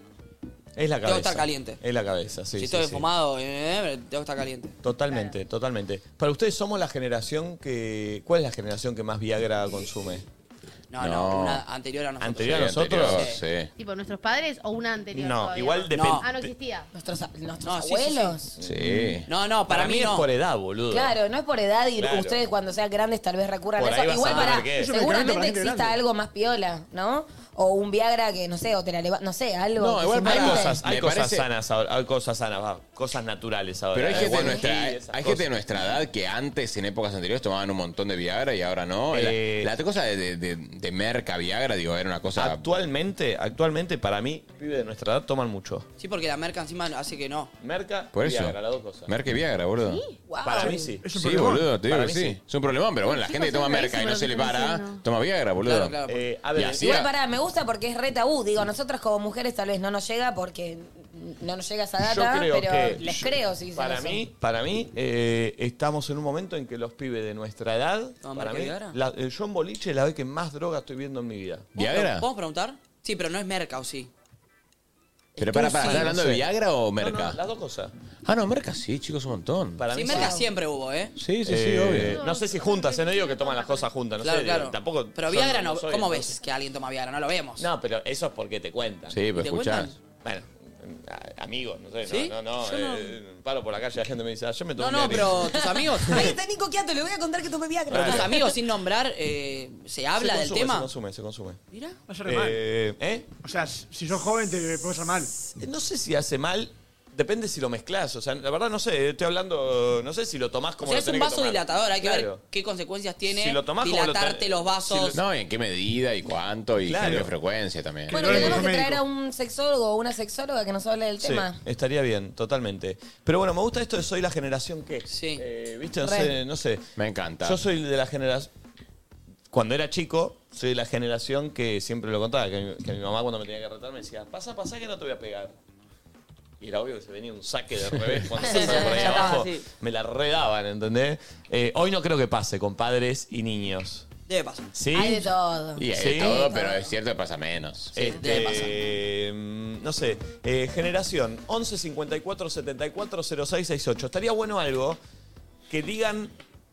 [SPEAKER 2] Es la cabeza.
[SPEAKER 3] Tengo que estar caliente.
[SPEAKER 2] Es la cabeza, sí.
[SPEAKER 3] si
[SPEAKER 2] sí,
[SPEAKER 3] estoy
[SPEAKER 2] sí.
[SPEAKER 3] fumado, eh, tengo que estar caliente.
[SPEAKER 2] Totalmente, totalmente. Para ustedes somos la generación que... ¿Cuál es la generación que más Viagra consume?
[SPEAKER 3] No, no, una anterior a nosotros.
[SPEAKER 2] ¿Anterior a nosotros?
[SPEAKER 5] sí.
[SPEAKER 7] ¿Tipo nuestros padres o una anterior?
[SPEAKER 2] No,
[SPEAKER 7] todavía?
[SPEAKER 2] igual depende-
[SPEAKER 7] Ah, no existía.
[SPEAKER 6] ¿Nuestros, nuestros
[SPEAKER 3] No, sí, sí,
[SPEAKER 6] abuelos?
[SPEAKER 2] Sí.
[SPEAKER 3] No, no, para, mí,
[SPEAKER 2] es
[SPEAKER 3] no.
[SPEAKER 2] por edad, boludo.
[SPEAKER 6] Claro, no es por edad y
[SPEAKER 2] Claro.
[SPEAKER 6] ustedes cuando sean grandes tal vez recurran
[SPEAKER 2] Por
[SPEAKER 6] a eso.
[SPEAKER 2] ahí vas a
[SPEAKER 6] Igual
[SPEAKER 2] saber
[SPEAKER 6] para,
[SPEAKER 2] qué es. Yo me
[SPEAKER 6] seguramente
[SPEAKER 2] experimento para gente
[SPEAKER 6] exista
[SPEAKER 2] grande.
[SPEAKER 6] algo más piola, ¿no? O un Viagra que, no sé, o te la leva- no sé, algo.
[SPEAKER 5] No,
[SPEAKER 6] que
[SPEAKER 5] igual
[SPEAKER 6] se
[SPEAKER 5] para-
[SPEAKER 2] Hay
[SPEAKER 6] invente.
[SPEAKER 2] cosas, hay
[SPEAKER 5] Me
[SPEAKER 2] cosas
[SPEAKER 5] parece-
[SPEAKER 2] sanas ahora, hay cosas sanas, va, cosas naturales ahora.
[SPEAKER 5] Pero hay gente, de
[SPEAKER 2] Guayaquil,
[SPEAKER 5] nuestra, e, hay
[SPEAKER 2] esas
[SPEAKER 5] gente de
[SPEAKER 2] cosas.
[SPEAKER 5] nuestra edad que antes, en épocas anteriores, tomaban un montón de Viagra y ahora no. La-
[SPEAKER 2] Eh,
[SPEAKER 5] la, cosa de, de, de- de merca Viagra, digo, era una cosa...
[SPEAKER 2] Actualmente, actualmente para mí, pibes de nuestra edad toman mucho.
[SPEAKER 3] Sí, porque la merca encima hace que no.
[SPEAKER 2] Merca
[SPEAKER 5] Por eso. Merca y Viagra, boludo. Sí,
[SPEAKER 2] Para mí sí.
[SPEAKER 5] sí boludo, te digo
[SPEAKER 2] Para
[SPEAKER 5] que
[SPEAKER 2] mí
[SPEAKER 5] sí. Es un problemón, pero bueno, la
[SPEAKER 2] Chicos,
[SPEAKER 5] gente que toma
[SPEAKER 2] es
[SPEAKER 5] merca y
[SPEAKER 2] rarísimo
[SPEAKER 5] no
[SPEAKER 2] lo
[SPEAKER 5] se
[SPEAKER 2] que
[SPEAKER 5] le
[SPEAKER 2] están
[SPEAKER 5] para,
[SPEAKER 2] diciendo.
[SPEAKER 5] toma Viagra, boludo.
[SPEAKER 2] Claro, claro. Eh, a ver,
[SPEAKER 5] y así,
[SPEAKER 6] Igual pará, me gusta porque es re tabú. Digo, nosotros como mujeres tal vez no nos llega porque no nos llega esa
[SPEAKER 2] Yo
[SPEAKER 6] data,
[SPEAKER 2] creo
[SPEAKER 6] pero
[SPEAKER 2] que-
[SPEAKER 6] les creo si se
[SPEAKER 2] Para
[SPEAKER 6] lo son.
[SPEAKER 2] mí, para mí eh, estamos en un momento en que los pibes de nuestra edad,
[SPEAKER 3] ¿Toman
[SPEAKER 2] para
[SPEAKER 3] Merca
[SPEAKER 2] mí,
[SPEAKER 3] Viagra?
[SPEAKER 2] la, el John Boliche es la vez que más droga estoy viendo en mi vida.
[SPEAKER 3] ¿Podemos preguntar? Sí, pero no es merca, ¿o sí?
[SPEAKER 5] Pero para, para,
[SPEAKER 3] Sí,
[SPEAKER 5] ¿estás
[SPEAKER 3] no
[SPEAKER 5] hablando
[SPEAKER 3] sé.
[SPEAKER 5] de Viagra o
[SPEAKER 3] No,
[SPEAKER 5] merca?
[SPEAKER 3] no,
[SPEAKER 2] las dos cosas.
[SPEAKER 5] Ah, no, merca sí, chicos, un montón.
[SPEAKER 2] Para
[SPEAKER 3] sí,
[SPEAKER 2] mí
[SPEAKER 3] merca siempre hubo, ¿eh?
[SPEAKER 5] Sí, sí, sí,
[SPEAKER 2] Eh,
[SPEAKER 5] obvio.
[SPEAKER 2] No sé si juntas, eh, no digo que toman las cosas juntas, no
[SPEAKER 3] Claro,
[SPEAKER 2] sé, digo,
[SPEAKER 3] claro.
[SPEAKER 2] tampoco.
[SPEAKER 3] Pero
[SPEAKER 2] son-
[SPEAKER 3] Viagra no.
[SPEAKER 2] soy-
[SPEAKER 3] ¿Cómo
[SPEAKER 2] no-
[SPEAKER 3] ves que alguien toma Viagra? No lo vemos.
[SPEAKER 2] No, pero eso es porque te cuentan.
[SPEAKER 5] Sí, pero
[SPEAKER 3] ¿Te escuchás. cuentan?
[SPEAKER 2] Bueno, a- amigos, no sé,
[SPEAKER 3] ¿Sí?
[SPEAKER 2] no, no, no,
[SPEAKER 3] Yo no.
[SPEAKER 2] eh, paro por la calle, la gente me dice, ah, yo me tomo
[SPEAKER 3] No,
[SPEAKER 2] un
[SPEAKER 3] no,
[SPEAKER 2] Viagra.
[SPEAKER 3] pero tus amigos.
[SPEAKER 6] Ahí está Nico Quiato, le voy a contar que tomé Viagra.
[SPEAKER 3] Pero tus amigos, sin nombrar, eh, ¿se habla
[SPEAKER 2] Se
[SPEAKER 3] del
[SPEAKER 2] consume, Se
[SPEAKER 3] tema?
[SPEAKER 2] consume, se consume.
[SPEAKER 3] Mira.
[SPEAKER 4] hace re mal.
[SPEAKER 2] Eh, ¿eh?
[SPEAKER 4] O sea, si sos joven te puede hacer mal.
[SPEAKER 2] No sé si hace mal, depende si lo mezclas. O sea, la verdad no sé, eh, estoy hablando, no sé si lo tomás
[SPEAKER 3] O
[SPEAKER 2] como
[SPEAKER 3] sea,
[SPEAKER 2] lo
[SPEAKER 3] es un
[SPEAKER 2] tenés que
[SPEAKER 3] vaso
[SPEAKER 2] tomar.
[SPEAKER 3] dilatador, hay que
[SPEAKER 2] Claro.
[SPEAKER 3] ver qué consecuencias tiene
[SPEAKER 2] Si lo tomás como lo
[SPEAKER 3] dilatarte
[SPEAKER 2] tenés-
[SPEAKER 3] los vasos.
[SPEAKER 5] Sí, lo- No, y en qué medida y cuánto y
[SPEAKER 2] Claro.
[SPEAKER 5] con qué frecuencia también.
[SPEAKER 6] Bueno, tenemos que traer a un sexólogo o una sexóloga que nos hable del
[SPEAKER 2] Sí,
[SPEAKER 6] tema.
[SPEAKER 2] estaría bien, totalmente. Pero bueno, me gusta esto de soy la generación que. eh,
[SPEAKER 3] Sí.
[SPEAKER 2] ¿Viste? No
[SPEAKER 6] Re.
[SPEAKER 2] sé, no sé.
[SPEAKER 5] Me encanta.
[SPEAKER 2] Yo soy de la generación. Cuando era chico, soy de la generación que siempre lo contaba, que mi, que mi mamá cuando me tenía que retar me decía, pasa, pasa que no te voy a pegar. Y era obvio que se venía un saque de revés cuando se sale por ahí
[SPEAKER 3] Ya estaba
[SPEAKER 2] abajo.
[SPEAKER 3] así.
[SPEAKER 2] Me la redaban, ¿entendés? Eh, hoy no creo que pase con padres y niños.
[SPEAKER 3] Debe pasar.
[SPEAKER 2] ¿Sí?
[SPEAKER 6] Hay de todo.
[SPEAKER 5] Y hay
[SPEAKER 2] Sí.
[SPEAKER 5] de todo, pero es cierto que pasa menos.
[SPEAKER 2] Este, mm, no sé, eh, generación 11 54 74 06 68. Estaría bueno algo que digan.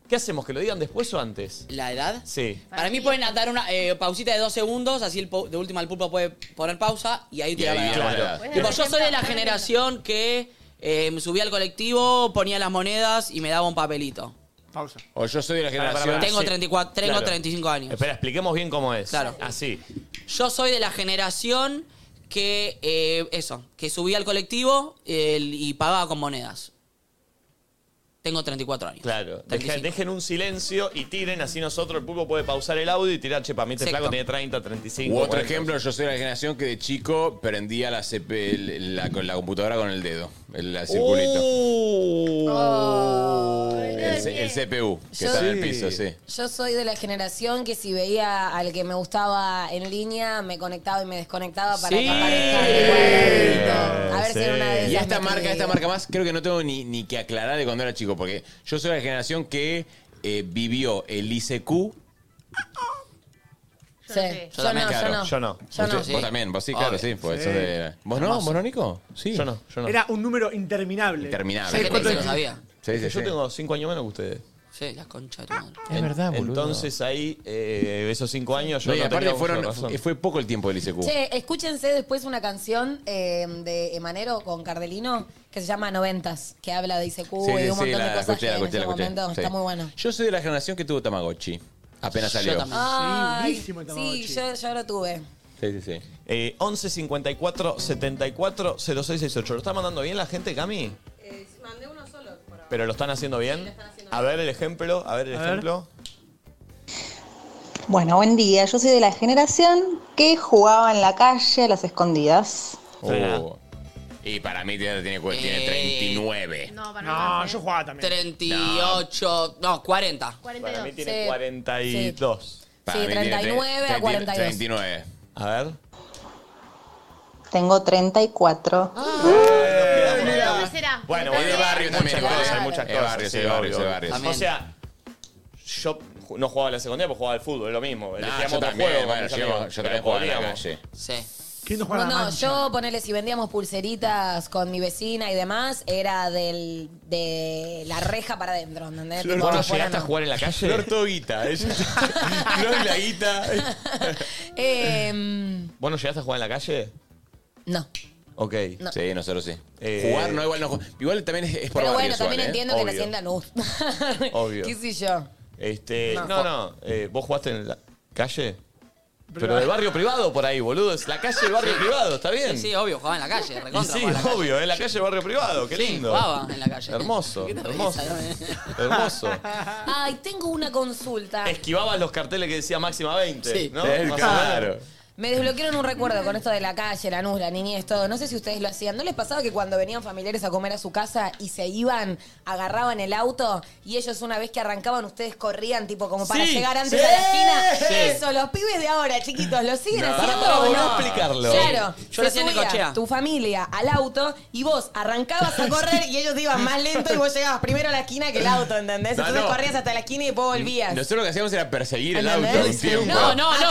[SPEAKER 2] ¿Qué hacemos? ¿Que lo digan después o antes?
[SPEAKER 3] ¿La edad?
[SPEAKER 2] Sí.
[SPEAKER 3] Para mí pueden dar una eh, pausita de dos segundos, así el po- de última el pulpo puede poner pausa y ahí
[SPEAKER 5] Y
[SPEAKER 3] te
[SPEAKER 5] ahí
[SPEAKER 3] la
[SPEAKER 5] tira la
[SPEAKER 3] Claro.
[SPEAKER 5] edad.
[SPEAKER 3] Tipo, yo soy de la generación que eh, me subía al colectivo, ponía las monedas y me daba un papelito.
[SPEAKER 4] Pausa.
[SPEAKER 5] O yo soy de la
[SPEAKER 2] Pará, pará,
[SPEAKER 5] generación.
[SPEAKER 2] pará.
[SPEAKER 3] Tengo
[SPEAKER 2] Sí.
[SPEAKER 3] 34, tengo
[SPEAKER 2] Claro.
[SPEAKER 3] 35 años.
[SPEAKER 2] Espera, expliquemos bien cómo es.
[SPEAKER 3] Claro.
[SPEAKER 2] Así.
[SPEAKER 3] Yo soy de la generación que, eh, eso, que subía al colectivo eh, y pagaba con monedas. Tengo 34 años.
[SPEAKER 2] Claro. Dejen,
[SPEAKER 3] 35.
[SPEAKER 2] dejen un silencio y tiren, así nosotros, el pulpo puede pausar el audio y tirar, che, para mí este
[SPEAKER 3] Exacto.
[SPEAKER 2] flaco tiene 30, 35.
[SPEAKER 5] U otro
[SPEAKER 2] 40.
[SPEAKER 5] ejemplo, yo soy de la generación que de chico prendía la, CP, el- la, con la computadora con el dedo, el, el circulito.
[SPEAKER 6] Uh,
[SPEAKER 5] Uh.
[SPEAKER 7] Oh,
[SPEAKER 5] el, C- el CPU, que
[SPEAKER 6] Yo-
[SPEAKER 5] está en el
[SPEAKER 6] Sí.
[SPEAKER 5] piso, sí.
[SPEAKER 6] Yo soy de la generación que si veía al que me gustaba en línea, me conectaba y me desconectaba para que aparezca el cuadrito. A ver si era una de
[SPEAKER 5] Y
[SPEAKER 6] esas
[SPEAKER 5] esta
[SPEAKER 6] me
[SPEAKER 5] marca,
[SPEAKER 6] escribía.
[SPEAKER 5] esta marca más, creo que no tengo ni, ni que aclarar de cuando era chico, porque yo soy de la generación que eh, vivió el ICQ.
[SPEAKER 6] Sí. Yo, no, yo no. Yo
[SPEAKER 5] Usted-
[SPEAKER 6] no.
[SPEAKER 5] Vos también, vos sí, claro, sí. pues,
[SPEAKER 4] Sí.
[SPEAKER 5] sos de- ¿Vos no?
[SPEAKER 4] Hermoso.
[SPEAKER 5] ¿Vos no, Nico? Sí. Yo
[SPEAKER 2] no, yo
[SPEAKER 4] Era un número interminable.
[SPEAKER 5] Interminable.
[SPEAKER 4] ¿Sabes cuánto-
[SPEAKER 3] Sí, lo sabía.
[SPEAKER 5] Sí, sí,
[SPEAKER 2] Yo
[SPEAKER 5] sí.
[SPEAKER 2] tengo 5 años menos que ustedes.
[SPEAKER 3] Sí, las conchas de tu madre.
[SPEAKER 5] Es verdad, boludo.
[SPEAKER 2] Entonces ahí, eh, esos 5 años, yo
[SPEAKER 5] No, y
[SPEAKER 2] no
[SPEAKER 5] aparte
[SPEAKER 2] tenía mucha
[SPEAKER 5] fueron, eh,
[SPEAKER 2] razón.
[SPEAKER 5] fue poco el tiempo del ICQ.
[SPEAKER 6] Che, escúchense después una canción eh, de Emanero con Cardelino que se llama Noventas, que habla de ICQ y de un montón de cosas que en ese momento
[SPEAKER 5] sí.
[SPEAKER 6] está muy bueno.
[SPEAKER 5] Yo soy de la generación que tuvo Tamagotchi. Apenas
[SPEAKER 2] Yo
[SPEAKER 5] salió.
[SPEAKER 2] también.
[SPEAKER 6] Ay,
[SPEAKER 4] buenísimo el
[SPEAKER 6] sí, yo, yo lo tuve.
[SPEAKER 5] Sí, sí, sí.
[SPEAKER 2] Eh, 11 54 74 0668. ¿Lo está mandando bien la gente, Cami?
[SPEAKER 12] Mandé uno solo.
[SPEAKER 2] ¿Pero lo están haciendo bien? a ver el ejemplo, a ver el
[SPEAKER 12] A ver.
[SPEAKER 2] ejemplo.
[SPEAKER 12] Bueno, buen día. Yo soy de la generación que jugaba en la calle a las escondidas.
[SPEAKER 5] Oh. Y para mí tiene, tiene, tiene 39.
[SPEAKER 7] No, para eh.
[SPEAKER 4] No, yo jugaba también.
[SPEAKER 3] 38, no, 40.
[SPEAKER 2] Para mí tiene
[SPEAKER 6] Sí.
[SPEAKER 2] 42.
[SPEAKER 5] Para
[SPEAKER 6] Sí,
[SPEAKER 5] mí tiene
[SPEAKER 6] 39 a
[SPEAKER 5] 30,
[SPEAKER 6] 42.
[SPEAKER 5] 39.
[SPEAKER 2] A ver.
[SPEAKER 12] Tengo 34.
[SPEAKER 7] ¿Qué será?
[SPEAKER 2] Bueno,
[SPEAKER 5] Es de
[SPEAKER 2] bueno,
[SPEAKER 5] barrio
[SPEAKER 2] hay
[SPEAKER 5] también,
[SPEAKER 2] muchas
[SPEAKER 5] igual. ¿eh?
[SPEAKER 2] cosas, hay muchas
[SPEAKER 5] Es
[SPEAKER 2] cosas.
[SPEAKER 5] barrio,
[SPEAKER 2] sí,
[SPEAKER 5] es barrio,
[SPEAKER 2] obvio.
[SPEAKER 5] es barrio.
[SPEAKER 2] O sea, yo ju- no jugaba a la secundaria, porque jugaba pues al fútbol, es lo mismo.
[SPEAKER 5] No,
[SPEAKER 2] Elegíamos
[SPEAKER 5] Ah, yo
[SPEAKER 2] otro
[SPEAKER 5] también,
[SPEAKER 2] juego con
[SPEAKER 5] bueno,
[SPEAKER 2] mis
[SPEAKER 5] yo,
[SPEAKER 2] amigos, pero
[SPEAKER 5] yo también jugaba en la
[SPEAKER 2] podíamos.
[SPEAKER 5] calle.
[SPEAKER 3] Sí.
[SPEAKER 4] ¿Quién nos juega
[SPEAKER 6] No,
[SPEAKER 4] la
[SPEAKER 6] no,
[SPEAKER 4] mancha?
[SPEAKER 6] yo ponele, si vendíamos pulseritas con mi vecina y demás, era del, de la reja para adentro, ¿entendés?
[SPEAKER 5] Flor,
[SPEAKER 6] Tipo,
[SPEAKER 5] ¿vos no
[SPEAKER 6] afuera
[SPEAKER 5] llegaste
[SPEAKER 6] no.
[SPEAKER 5] a jugar en la calle? Flor Toguita. Flor la guita.
[SPEAKER 6] Eh,
[SPEAKER 2] ¿Vos no llegaste a jugar en la calle?
[SPEAKER 6] No.
[SPEAKER 2] Ok.
[SPEAKER 6] No.
[SPEAKER 5] Sí, nosotros sí.
[SPEAKER 2] Eh,
[SPEAKER 5] Jugar no, igual no ju- Igual también es, es por
[SPEAKER 6] pero bueno,
[SPEAKER 5] barrios
[SPEAKER 6] también
[SPEAKER 5] igual, ¿eh?
[SPEAKER 6] entiendo que la
[SPEAKER 5] Obvio.
[SPEAKER 6] sientan luz.
[SPEAKER 2] Obvio.
[SPEAKER 6] ¿Qué sé yo?
[SPEAKER 2] Este,
[SPEAKER 6] No.
[SPEAKER 2] no, no. eh, ¿Vos jugaste en la calle? Pero
[SPEAKER 3] Privado.
[SPEAKER 2] de barrio privado por ahí, boludo. Es la calle de barrio
[SPEAKER 3] Sí.
[SPEAKER 2] privado, ¿está bien?
[SPEAKER 3] Sí, sí, obio, jugaba en la calle,
[SPEAKER 2] Y
[SPEAKER 3] recontra.
[SPEAKER 2] sí,
[SPEAKER 3] jugaba en la
[SPEAKER 2] obvio, en la calle barrio privado, qué
[SPEAKER 3] Sí,
[SPEAKER 2] lindo.
[SPEAKER 3] jugaba en la calle.
[SPEAKER 2] Hermoso,
[SPEAKER 3] calle.
[SPEAKER 2] hermoso, hermoso.
[SPEAKER 6] Ay, tengo una consulta.
[SPEAKER 2] Esquivabas los carteles que decía máxima 20,
[SPEAKER 6] Sí.
[SPEAKER 2] ¿no?
[SPEAKER 5] Eh,
[SPEAKER 2] Más o
[SPEAKER 5] claro.
[SPEAKER 2] menos.
[SPEAKER 6] Me desbloquearon un recuerdo con esto de la calle, la nula, niñez, todo. No sé si ustedes lo hacían. ¿No les pasaba que cuando venían familiares a comer a su casa y se iban, agarraban el auto y ellos una vez que arrancaban, ustedes corrían tipo como para
[SPEAKER 8] Sí,
[SPEAKER 6] llegar antes
[SPEAKER 8] sí,
[SPEAKER 6] a la esquina?
[SPEAKER 8] sí.
[SPEAKER 6] Eso, los pibes de ahora, chiquitos, ¿lo siguen
[SPEAKER 8] No.
[SPEAKER 6] haciendo
[SPEAKER 8] Pará, pará,
[SPEAKER 6] o
[SPEAKER 8] volvé
[SPEAKER 6] no?
[SPEAKER 8] a explicarlo.
[SPEAKER 6] Claro.
[SPEAKER 8] Sí.
[SPEAKER 3] Yo lo hacía en
[SPEAKER 6] subía
[SPEAKER 3] Necochea.
[SPEAKER 6] Tu familia al auto y vos arrancabas a correr y ellos iban más lento y vos llegabas primero a la esquina que el auto, ¿entendés?
[SPEAKER 5] No,
[SPEAKER 6] Entonces
[SPEAKER 5] no.
[SPEAKER 6] corrías hasta la esquina y después volvías.
[SPEAKER 5] Nosotros lo que hacíamos era perseguir el auto
[SPEAKER 6] ¿Entendés?
[SPEAKER 5] un tiempo.
[SPEAKER 6] No, no, no.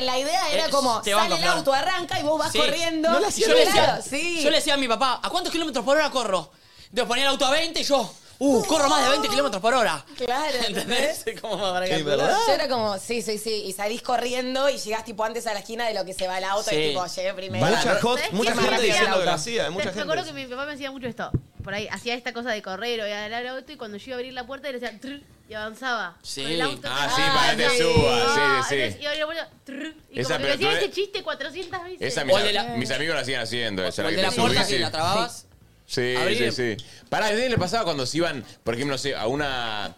[SPEAKER 6] la idea era
[SPEAKER 3] Eh,
[SPEAKER 6] como,
[SPEAKER 3] te banco,
[SPEAKER 6] sale el
[SPEAKER 3] Flor.
[SPEAKER 6] auto, arranca y vos vas
[SPEAKER 3] Sí.
[SPEAKER 6] corriendo.
[SPEAKER 3] No la hacía
[SPEAKER 6] yo
[SPEAKER 3] yo.
[SPEAKER 6] le
[SPEAKER 3] Claro,
[SPEAKER 6] decía,
[SPEAKER 3] Yo le decía a mi papá, ¿a cuántos kilómetros por hora corro? Entonces ponía el auto a 20 y yo, uh, corro más de 20 kilómetros por hora.
[SPEAKER 6] Claro,
[SPEAKER 3] ¿Entendés? Como para
[SPEAKER 6] ¿Qué,
[SPEAKER 3] calcular.
[SPEAKER 6] Yo era como, sí, sí, sí. Y salís corriendo y llegás tipo antes a la esquina de lo que se va el auto
[SPEAKER 2] Sí.
[SPEAKER 6] y tipo, llegué primero.
[SPEAKER 2] Mucha, hot-
[SPEAKER 6] ¿Sabés
[SPEAKER 2] mucha
[SPEAKER 6] qué?
[SPEAKER 2] gente
[SPEAKER 6] Más rápido
[SPEAKER 2] diciendo
[SPEAKER 6] el
[SPEAKER 2] que lo
[SPEAKER 6] auto.
[SPEAKER 2] hacía, hay mucha
[SPEAKER 7] Me acuerdo
[SPEAKER 2] gente.
[SPEAKER 7] que mi papá me hacía mucho esto. Por ahí hacía esta cosa de correr o ir al auto y cuando yo iba a abrir la puerta le decía trrr, y avanzaba.
[SPEAKER 5] Sí.
[SPEAKER 7] Con el auto.
[SPEAKER 5] Ah, sí, para que te
[SPEAKER 7] Ay,
[SPEAKER 5] suba,
[SPEAKER 7] no.
[SPEAKER 5] sí,
[SPEAKER 7] Ah,
[SPEAKER 5] sí, sí.
[SPEAKER 7] entonces iba a abrir la puerta, trrr, y
[SPEAKER 5] Esa
[SPEAKER 7] como que me hacía
[SPEAKER 5] pelotude-
[SPEAKER 7] ese chiste 400 veces.
[SPEAKER 5] Esa mis, mis amigos la siguen haciendo. Esa, la que
[SPEAKER 3] de
[SPEAKER 5] te
[SPEAKER 3] la puerta
[SPEAKER 5] subís
[SPEAKER 3] que
[SPEAKER 5] y-
[SPEAKER 3] la trababas.
[SPEAKER 5] Sí,
[SPEAKER 3] Abrir.
[SPEAKER 5] sí, sí. Pará, ¿a ustedes le pasaba cuando se iban, por ejemplo, no sé, a una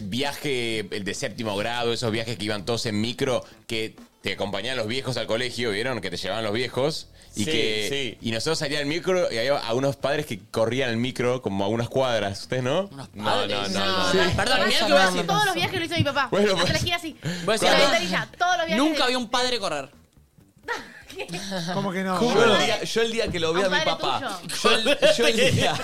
[SPEAKER 5] viaje el de séptimo grado, esos viajes que iban todos en micro, que te acompañaban los viejos al colegio, ¿vieron? Que te llevaban los viejos. Y
[SPEAKER 2] Sí,
[SPEAKER 5] que y nosotros salían al micro y había a unos padres que corrían al micro como a unas cuadras. ¿Ustedes no?
[SPEAKER 2] No, no, no.
[SPEAKER 5] Sí.
[SPEAKER 2] no.
[SPEAKER 3] Perdón,
[SPEAKER 7] Eso
[SPEAKER 3] mirá lo que voy a
[SPEAKER 7] no me
[SPEAKER 3] decir.
[SPEAKER 7] Todos los viajes lo hizo mi papá.
[SPEAKER 5] Bueno,
[SPEAKER 7] Hasta
[SPEAKER 5] pues-
[SPEAKER 7] la esquina así.
[SPEAKER 3] Voy a decir
[SPEAKER 7] Con la
[SPEAKER 3] algo.
[SPEAKER 7] ventanilla, todos los viajes.
[SPEAKER 3] Nunca vi un padre correr.
[SPEAKER 4] ¿Cómo que no?
[SPEAKER 2] Ah, Yo el, día, yo el día que lo vi a
[SPEAKER 7] Un
[SPEAKER 2] mi
[SPEAKER 7] padre
[SPEAKER 2] papá. Yo el, yo el día.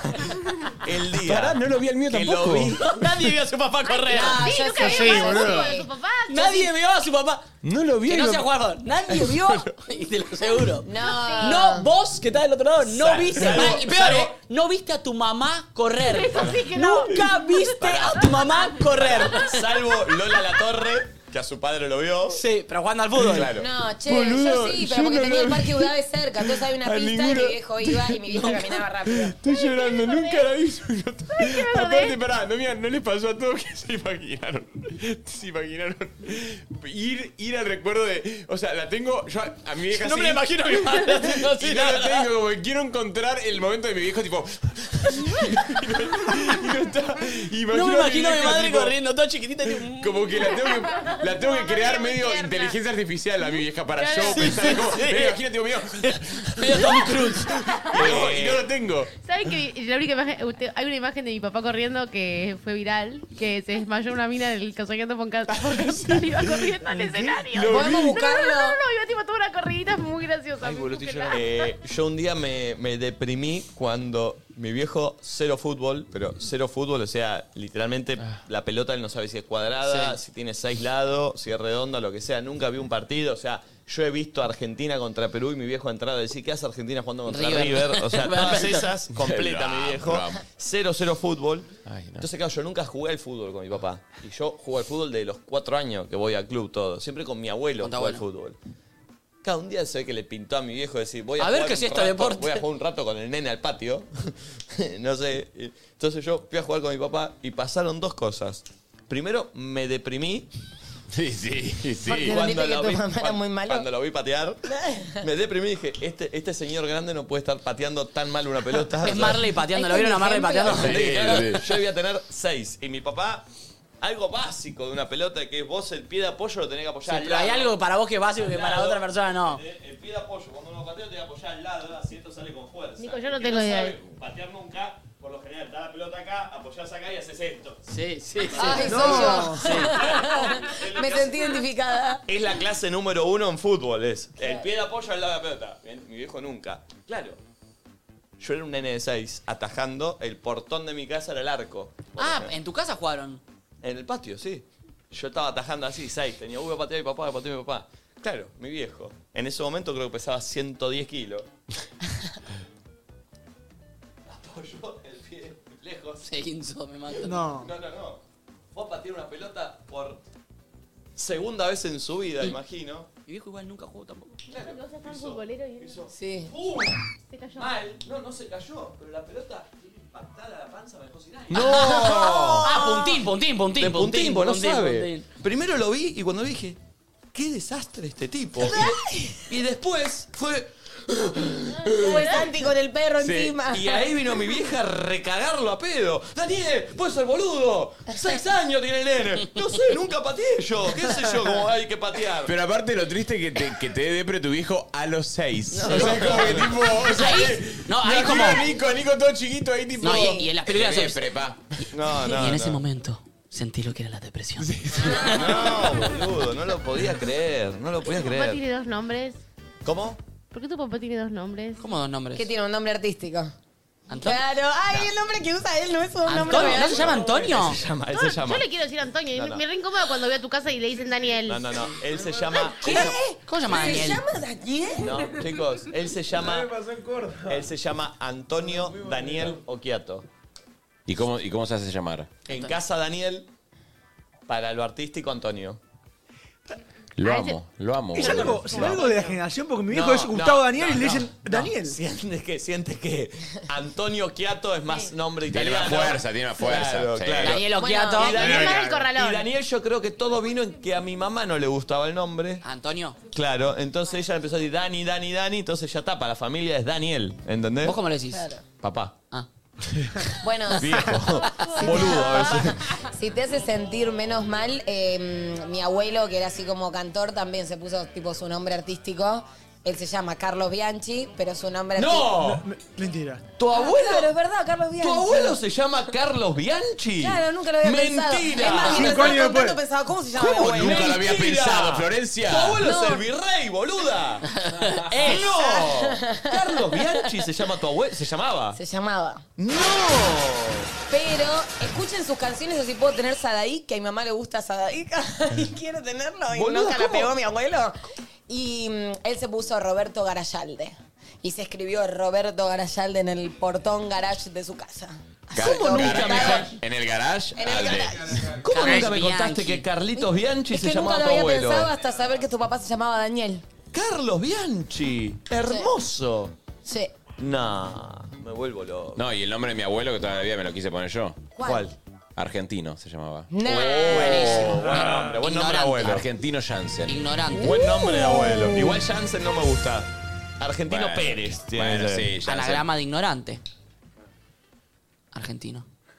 [SPEAKER 2] El día.
[SPEAKER 5] Pará, no lo vi al mío
[SPEAKER 2] que
[SPEAKER 5] tampoco.
[SPEAKER 2] Lo vi,
[SPEAKER 3] Nadie vio a su papá correr.
[SPEAKER 6] Ah, Sí, yo nunca sí. vi a mi papá correr con su
[SPEAKER 3] Ah,
[SPEAKER 6] papá.
[SPEAKER 3] Nadie vio a su papá.
[SPEAKER 5] No lo vi.
[SPEAKER 3] Que
[SPEAKER 5] a
[SPEAKER 3] no
[SPEAKER 5] mi
[SPEAKER 3] sea
[SPEAKER 5] papá.
[SPEAKER 3] jugador. Nadie vio. y te lo aseguro.
[SPEAKER 6] No.
[SPEAKER 3] No, vos que estás del otro lado, no
[SPEAKER 5] Sa-
[SPEAKER 3] viste.
[SPEAKER 5] salvo-
[SPEAKER 3] y peor,
[SPEAKER 5] salvo-
[SPEAKER 3] eh, no viste a tu mamá correr.
[SPEAKER 2] Eso sí que no.
[SPEAKER 3] Nunca viste a tu mamá correr.
[SPEAKER 2] Salvo Lola La Torre, que a su padre lo vio.
[SPEAKER 3] Sí, pero jugando al fútbol.
[SPEAKER 2] Claro.
[SPEAKER 6] No, che,
[SPEAKER 2] Boludo,
[SPEAKER 6] yo sí,
[SPEAKER 2] yo
[SPEAKER 6] pero porque
[SPEAKER 2] no
[SPEAKER 6] tenía
[SPEAKER 2] lo
[SPEAKER 6] el parque
[SPEAKER 2] vi.
[SPEAKER 6] Udave cerca, entonces había una
[SPEAKER 2] A
[SPEAKER 6] pista y
[SPEAKER 2] ninguno-
[SPEAKER 6] mi viejo iba y mi viejo caminaba rápido.
[SPEAKER 5] Estoy llorando, nunca la vi.
[SPEAKER 6] acordé.
[SPEAKER 5] Aparte, pará, no, mira, no les pasó a todos que se imaginaron. Se imaginaron. Ir, ir al recuerdo de. O sea, la tengo. Yo a- a mi vieja.
[SPEAKER 3] No me la
[SPEAKER 5] sí,
[SPEAKER 3] imagino a mi madre haciendo así,
[SPEAKER 5] y
[SPEAKER 3] la
[SPEAKER 5] no la
[SPEAKER 3] verdad.
[SPEAKER 5] tengo. Como que quiero encontrar el momento de mi viejo, tipo. y no está. Y
[SPEAKER 3] No me imagino a mi
[SPEAKER 5] vieja,
[SPEAKER 3] madre
[SPEAKER 5] tipo,
[SPEAKER 3] corriendo, toda chiquitita. tipo,
[SPEAKER 5] Como que la tengo que, la tengo que crear medio
[SPEAKER 3] tierna.
[SPEAKER 5] inteligencia artificial a mi vieja para
[SPEAKER 3] Claro.
[SPEAKER 5] yo
[SPEAKER 3] Sí,
[SPEAKER 5] pensar
[SPEAKER 3] sí,
[SPEAKER 5] como.
[SPEAKER 3] sí.
[SPEAKER 5] "Eh, Imagínate, digo, mío.
[SPEAKER 3] Medio Tom Cruise.
[SPEAKER 2] Eh,
[SPEAKER 5] Y no lo tengo.
[SPEAKER 7] ¿Saben que la única imagen, usted- hay una imagen de mi papá corriendo que fue viral, que se desmayó una mina del casamiento por casa y iba corriendo al escenario?
[SPEAKER 2] Lo ¿Podemos vi. buscarlo?
[SPEAKER 7] No, no, no, no, iba tipo toda una corridita muy graciosa.
[SPEAKER 2] Ay, boludo, estoy llorando. Eh, yo un día me, me deprimí cuando mi viejo cero fútbol, pero cero fútbol, o sea, literalmente la pelota él no sabe si es cuadrada, si tiene seis lados, si es redonda, lo que sea. Nunca vi un partido, o sea, yo he visto a Argentina contra Perú y mi viejo ha entrado a decir, ¿qué hace Argentina jugando contra
[SPEAKER 3] River.
[SPEAKER 2] River? O sea, todas
[SPEAKER 3] Perfecto.
[SPEAKER 2] esas completa
[SPEAKER 3] Lo
[SPEAKER 2] mi
[SPEAKER 3] amo,
[SPEAKER 2] viejo.
[SPEAKER 3] lo amo.
[SPEAKER 2] Cero, cero fútbol. Entonces, claro, yo nunca jugué al fútbol con mi papá. Y yo jugué al fútbol de los cuatro años que voy al club todo. Siempre con mi abuelo
[SPEAKER 3] Con tu
[SPEAKER 2] jugué al fútbol. Cada un día se ve que le pintó a mi viejo decir, voy a,
[SPEAKER 3] A ver
[SPEAKER 2] jugar
[SPEAKER 3] qué
[SPEAKER 2] un
[SPEAKER 3] es este
[SPEAKER 2] rato-
[SPEAKER 3] deporte.
[SPEAKER 2] Voy a jugar un rato con el nene al patio. no sé. Entonces yo fui a jugar con mi papá y pasaron dos cosas. Primero, me deprimí.
[SPEAKER 5] Sí, sí, sí.
[SPEAKER 6] Porque
[SPEAKER 2] Cuando
[SPEAKER 6] viste que
[SPEAKER 2] lo,
[SPEAKER 6] tu
[SPEAKER 2] vi,
[SPEAKER 6] mamá era muy malo.
[SPEAKER 2] cuando lo vi patear, me deprimí y dije, este, este señor grande no puede estar pateando tan mal una pelota.
[SPEAKER 3] Es Marley pateando, ¿lo
[SPEAKER 2] Es
[SPEAKER 3] vieron a
[SPEAKER 2] un
[SPEAKER 3] Marley
[SPEAKER 2] ejemplo.
[SPEAKER 3] pateando?
[SPEAKER 2] Sí,
[SPEAKER 3] Sí,
[SPEAKER 2] claro.
[SPEAKER 3] sí.
[SPEAKER 2] Yo debía tener seis y mi papá... Algo básico de una pelota que vos el pie de apoyo lo tenés que apoyar. al
[SPEAKER 3] pero hay
[SPEAKER 2] lado.
[SPEAKER 3] algo para vos que es básico que
[SPEAKER 2] Al
[SPEAKER 3] para
[SPEAKER 2] lado.
[SPEAKER 3] otra persona no.
[SPEAKER 2] El pie de apoyo, cuando uno patea, te apoyar al lado, así esto sale con fuerza.
[SPEAKER 7] Nico, yo no
[SPEAKER 2] El que
[SPEAKER 7] tengo idea.
[SPEAKER 2] sabe patear nunca, por lo general, da la pelota acá, apoyás acá y haces esto.
[SPEAKER 3] Sí, sí, sí.
[SPEAKER 7] Ah,
[SPEAKER 6] Ay, soy yo. Me sentí identificada.
[SPEAKER 2] Es la clase número uno en fútbol, es. El pie de apoyo al lado de la pelota. Bien, Mi viejo nunca. Claro. Yo era un nene de 6, atajando, el portón de mi casa era el arco.
[SPEAKER 3] Ah, en tu casa jugaron.
[SPEAKER 2] En el patio, sí. Yo estaba atajando así, 6. Tenía, uy, voy a patear a mi papá, voy a patear a mi papá. Claro, mi viejo. En ese momento creo que pesaba 110 kilos. Apoyó el pie lejos.
[SPEAKER 3] Se hinchó, me mata.
[SPEAKER 2] No. No, no, no. Fue a patear una pelota por segunda vez en su vida, imagino.
[SPEAKER 3] Mi viejo igual nunca jugó tampoco.
[SPEAKER 7] Claro, que vos sos tan futbolero y
[SPEAKER 3] Sí.
[SPEAKER 2] ¡Pum!
[SPEAKER 7] Se cayó.
[SPEAKER 2] Mal. No, no se cayó, pero la pelota tiene impactada la panza, me dejó sin aire.
[SPEAKER 3] ¡No! Ah, puntín, puntín, puntín,
[SPEAKER 2] De puntín,
[SPEAKER 3] puntín,
[SPEAKER 2] vos no
[SPEAKER 3] puntín,
[SPEAKER 2] sabe.
[SPEAKER 3] puntín.
[SPEAKER 2] Primero lo vi y cuando vi dije, qué desastre este tipo. y, y después fue...
[SPEAKER 6] Fue Santi con el perro
[SPEAKER 2] Sí,
[SPEAKER 6] encima.
[SPEAKER 2] Y ahí vino mi vieja a recagarlo a pedo. Daniel, puedes ser boludo. Seis años tiene el nene. No sé, nunca pateé yo. ¿Qué sé yo cómo hay que patear?
[SPEAKER 5] Pero aparte lo triste que te, que te dé depre tu viejo a los seis.
[SPEAKER 2] No.
[SPEAKER 5] O sea, como que tipo. O sea,
[SPEAKER 2] Ahí-
[SPEAKER 5] eh,
[SPEAKER 2] no,
[SPEAKER 5] me
[SPEAKER 2] ahí
[SPEAKER 5] imagino
[SPEAKER 3] como-
[SPEAKER 5] a Nico, Nico todo chiquito ahí tipo.
[SPEAKER 3] No, y, y en las primeras
[SPEAKER 5] Este depre, pa.
[SPEAKER 2] No,
[SPEAKER 3] y en ese momento sentí lo que era la depresión.
[SPEAKER 2] No, boludo, no lo podía creer. No lo podía
[SPEAKER 7] ¿Tu papá
[SPEAKER 2] creer.
[SPEAKER 7] tiene dos nombres?
[SPEAKER 2] ¿Cómo?
[SPEAKER 7] ¿Por qué tu papá tiene dos nombres?
[SPEAKER 3] ¿Cómo dos nombres?
[SPEAKER 6] ¿Qué tiene un nombre artístico?
[SPEAKER 3] ¿Antonio?
[SPEAKER 6] Claro, ay, el nombre que usa él no es un nombre
[SPEAKER 3] ¿Antonio?
[SPEAKER 6] real.
[SPEAKER 3] ¿No se llama Antonio?
[SPEAKER 2] Se llama, él
[SPEAKER 7] No,
[SPEAKER 2] se llama.
[SPEAKER 7] Yo le quiero decir a Antonio, y
[SPEAKER 2] No,
[SPEAKER 7] me-
[SPEAKER 2] no.
[SPEAKER 7] me re incómoda cuando voy a tu casa y le dicen Daniel.
[SPEAKER 2] No, no, no. Él se llama.
[SPEAKER 3] ¿Cómo se
[SPEAKER 2] llama Daniel?
[SPEAKER 6] Daniel?
[SPEAKER 2] No, chicos, él se llama. Él se llama Antonio Daniel Oquiato.
[SPEAKER 5] ¿Y cómo, ¿Y cómo se hace llamar?
[SPEAKER 2] En casa Daniel, para lo artístico Antonio.
[SPEAKER 5] Lo
[SPEAKER 2] Ah,
[SPEAKER 5] amo, lo amo.
[SPEAKER 4] Es
[SPEAKER 5] boludo.
[SPEAKER 4] algo, será algo de la generación, porque mi viejo
[SPEAKER 2] No,
[SPEAKER 4] es Gustavo
[SPEAKER 2] no,
[SPEAKER 4] Daniel
[SPEAKER 2] no,
[SPEAKER 4] y le
[SPEAKER 2] no,
[SPEAKER 4] dicen
[SPEAKER 2] no.
[SPEAKER 4] Daniel.
[SPEAKER 2] Sientes que, sientes que Antonio Chiato es más nombre
[SPEAKER 5] Tiene
[SPEAKER 2] italiano.
[SPEAKER 5] más fuerza, tiene más fuerza, sí.
[SPEAKER 3] Daniel Occhiato.
[SPEAKER 2] Y
[SPEAKER 3] Daniel
[SPEAKER 2] Daniel,
[SPEAKER 3] más el corralón.
[SPEAKER 2] y Daniel yo creo que todo vino en que a mi mamá no le gustaba el nombre.
[SPEAKER 3] ¿Antonio?
[SPEAKER 2] Claro, entonces ella empezó a decir Dani, Dani, Dani, entonces ya está, para la familia es Daniel, ¿entendés?
[SPEAKER 3] ¿Vos cómo le decís?
[SPEAKER 6] Claro.
[SPEAKER 2] Papá.
[SPEAKER 6] Ah. Bueno,
[SPEAKER 2] Viejo. Boludo a veces.
[SPEAKER 6] si te hace sentir menos mal, eh, mi abuelo, que era así como cantor, también se puso tipo su nombre artístico. Él se llama Carlos Bianchi, pero su nombre
[SPEAKER 2] ¡No!
[SPEAKER 6] artístico. Ah,
[SPEAKER 4] Mentira.
[SPEAKER 2] ¿Tu abuelo?
[SPEAKER 6] Claro, es verdad, Carlos Bianchi.
[SPEAKER 2] ¿Tu abuelo se llama Carlos Bianchi?
[SPEAKER 6] Claro, nunca lo había pensado.
[SPEAKER 2] ¡Mentira!
[SPEAKER 6] Es más, mientras estaba contando, pensaba, ¿cómo se llama mi abuelo?
[SPEAKER 5] Nunca lo había
[SPEAKER 2] Mentira.
[SPEAKER 5] pensado, Florencia.
[SPEAKER 2] Tu abuelo
[SPEAKER 5] No.
[SPEAKER 2] es el virrey, boluda. ¡No! Carlos Bianchi se llama tu abuelo. ¿Se llamaba?
[SPEAKER 6] Se llamaba.
[SPEAKER 2] ¡No!
[SPEAKER 6] Pero escuchen sus canciones, así puedo tener Sadaic, que a mi mamá le gusta Sadaic. y quiero tenerlo. Y
[SPEAKER 2] Boluda,
[SPEAKER 6] nunca la
[SPEAKER 2] ¿cómo?
[SPEAKER 6] pegó mi abuelo. Y mm, él se puso Roberto Garayalde. Y se escribió Roberto Garayalde en el portón garage de su casa.
[SPEAKER 5] Ga-
[SPEAKER 6] ¿Cómo
[SPEAKER 5] garage,
[SPEAKER 6] nunca me-
[SPEAKER 5] En el garage.
[SPEAKER 6] En el
[SPEAKER 5] al de-
[SPEAKER 2] ¿Cómo
[SPEAKER 5] Carlos
[SPEAKER 2] nunca me contaste
[SPEAKER 5] Bianchi.
[SPEAKER 2] que Carlitos Bianchi
[SPEAKER 6] Es
[SPEAKER 2] se
[SPEAKER 6] que nunca
[SPEAKER 2] llamaba
[SPEAKER 6] lo
[SPEAKER 2] tu
[SPEAKER 6] había
[SPEAKER 2] abuelo?
[SPEAKER 6] pensado hasta saber que tu papá se llamaba Daniel.
[SPEAKER 2] Carlos Bianchi. Hermoso.
[SPEAKER 6] Sí.
[SPEAKER 2] No, me vuelvo loco.
[SPEAKER 5] No, y el nombre de mi abuelo que todavía me lo quise poner yo.
[SPEAKER 2] ¿Cuál? Oh,
[SPEAKER 5] Argentino se llamaba.
[SPEAKER 6] No.
[SPEAKER 5] Buenísimo. Buen nombre, buen nombre
[SPEAKER 2] Ignorante.
[SPEAKER 5] de abuelo. Argentino Jansen.
[SPEAKER 3] Ignorante. Uh.
[SPEAKER 2] Buen nombre de abuelo. Igual Jansen no me gusta. Argentino
[SPEAKER 5] Bueno,
[SPEAKER 2] Pérez. tiene
[SPEAKER 5] bueno,
[SPEAKER 2] que ser.
[SPEAKER 5] sí, ya
[SPEAKER 3] Anagrama de ignorante. Argentino.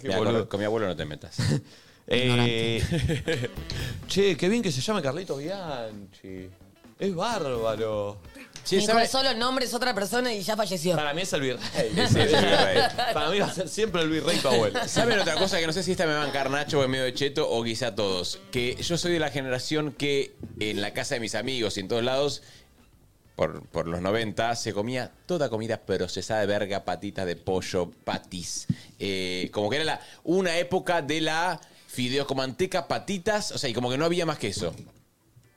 [SPEAKER 5] Qué Mirá,
[SPEAKER 2] boludo.
[SPEAKER 5] con, con mi abuelo no te metas.
[SPEAKER 2] Eh, che, qué bien que se llame Carlitos Bianchi. Es bárbaro.
[SPEAKER 6] Y con solo el nombre es otra persona y ya falleció.
[SPEAKER 2] Para mí es el virrey.
[SPEAKER 5] Sí, es el virrey.
[SPEAKER 2] Para mí va a ser siempre el virrey tu abuelo.
[SPEAKER 5] ¿Saben otra cosa que no sé si esta me va a encarnar Nacho o en medio de cheto o quizá todos? Que yo soy de la generación que en la casa de mis amigos y en todos lados, por, por los 90, se comía toda comida procesada de verga, patitas de pollo, patis. Eh, como que era la, una época de la fideos con manteca, patitas, o sea, y como que no había más que eso.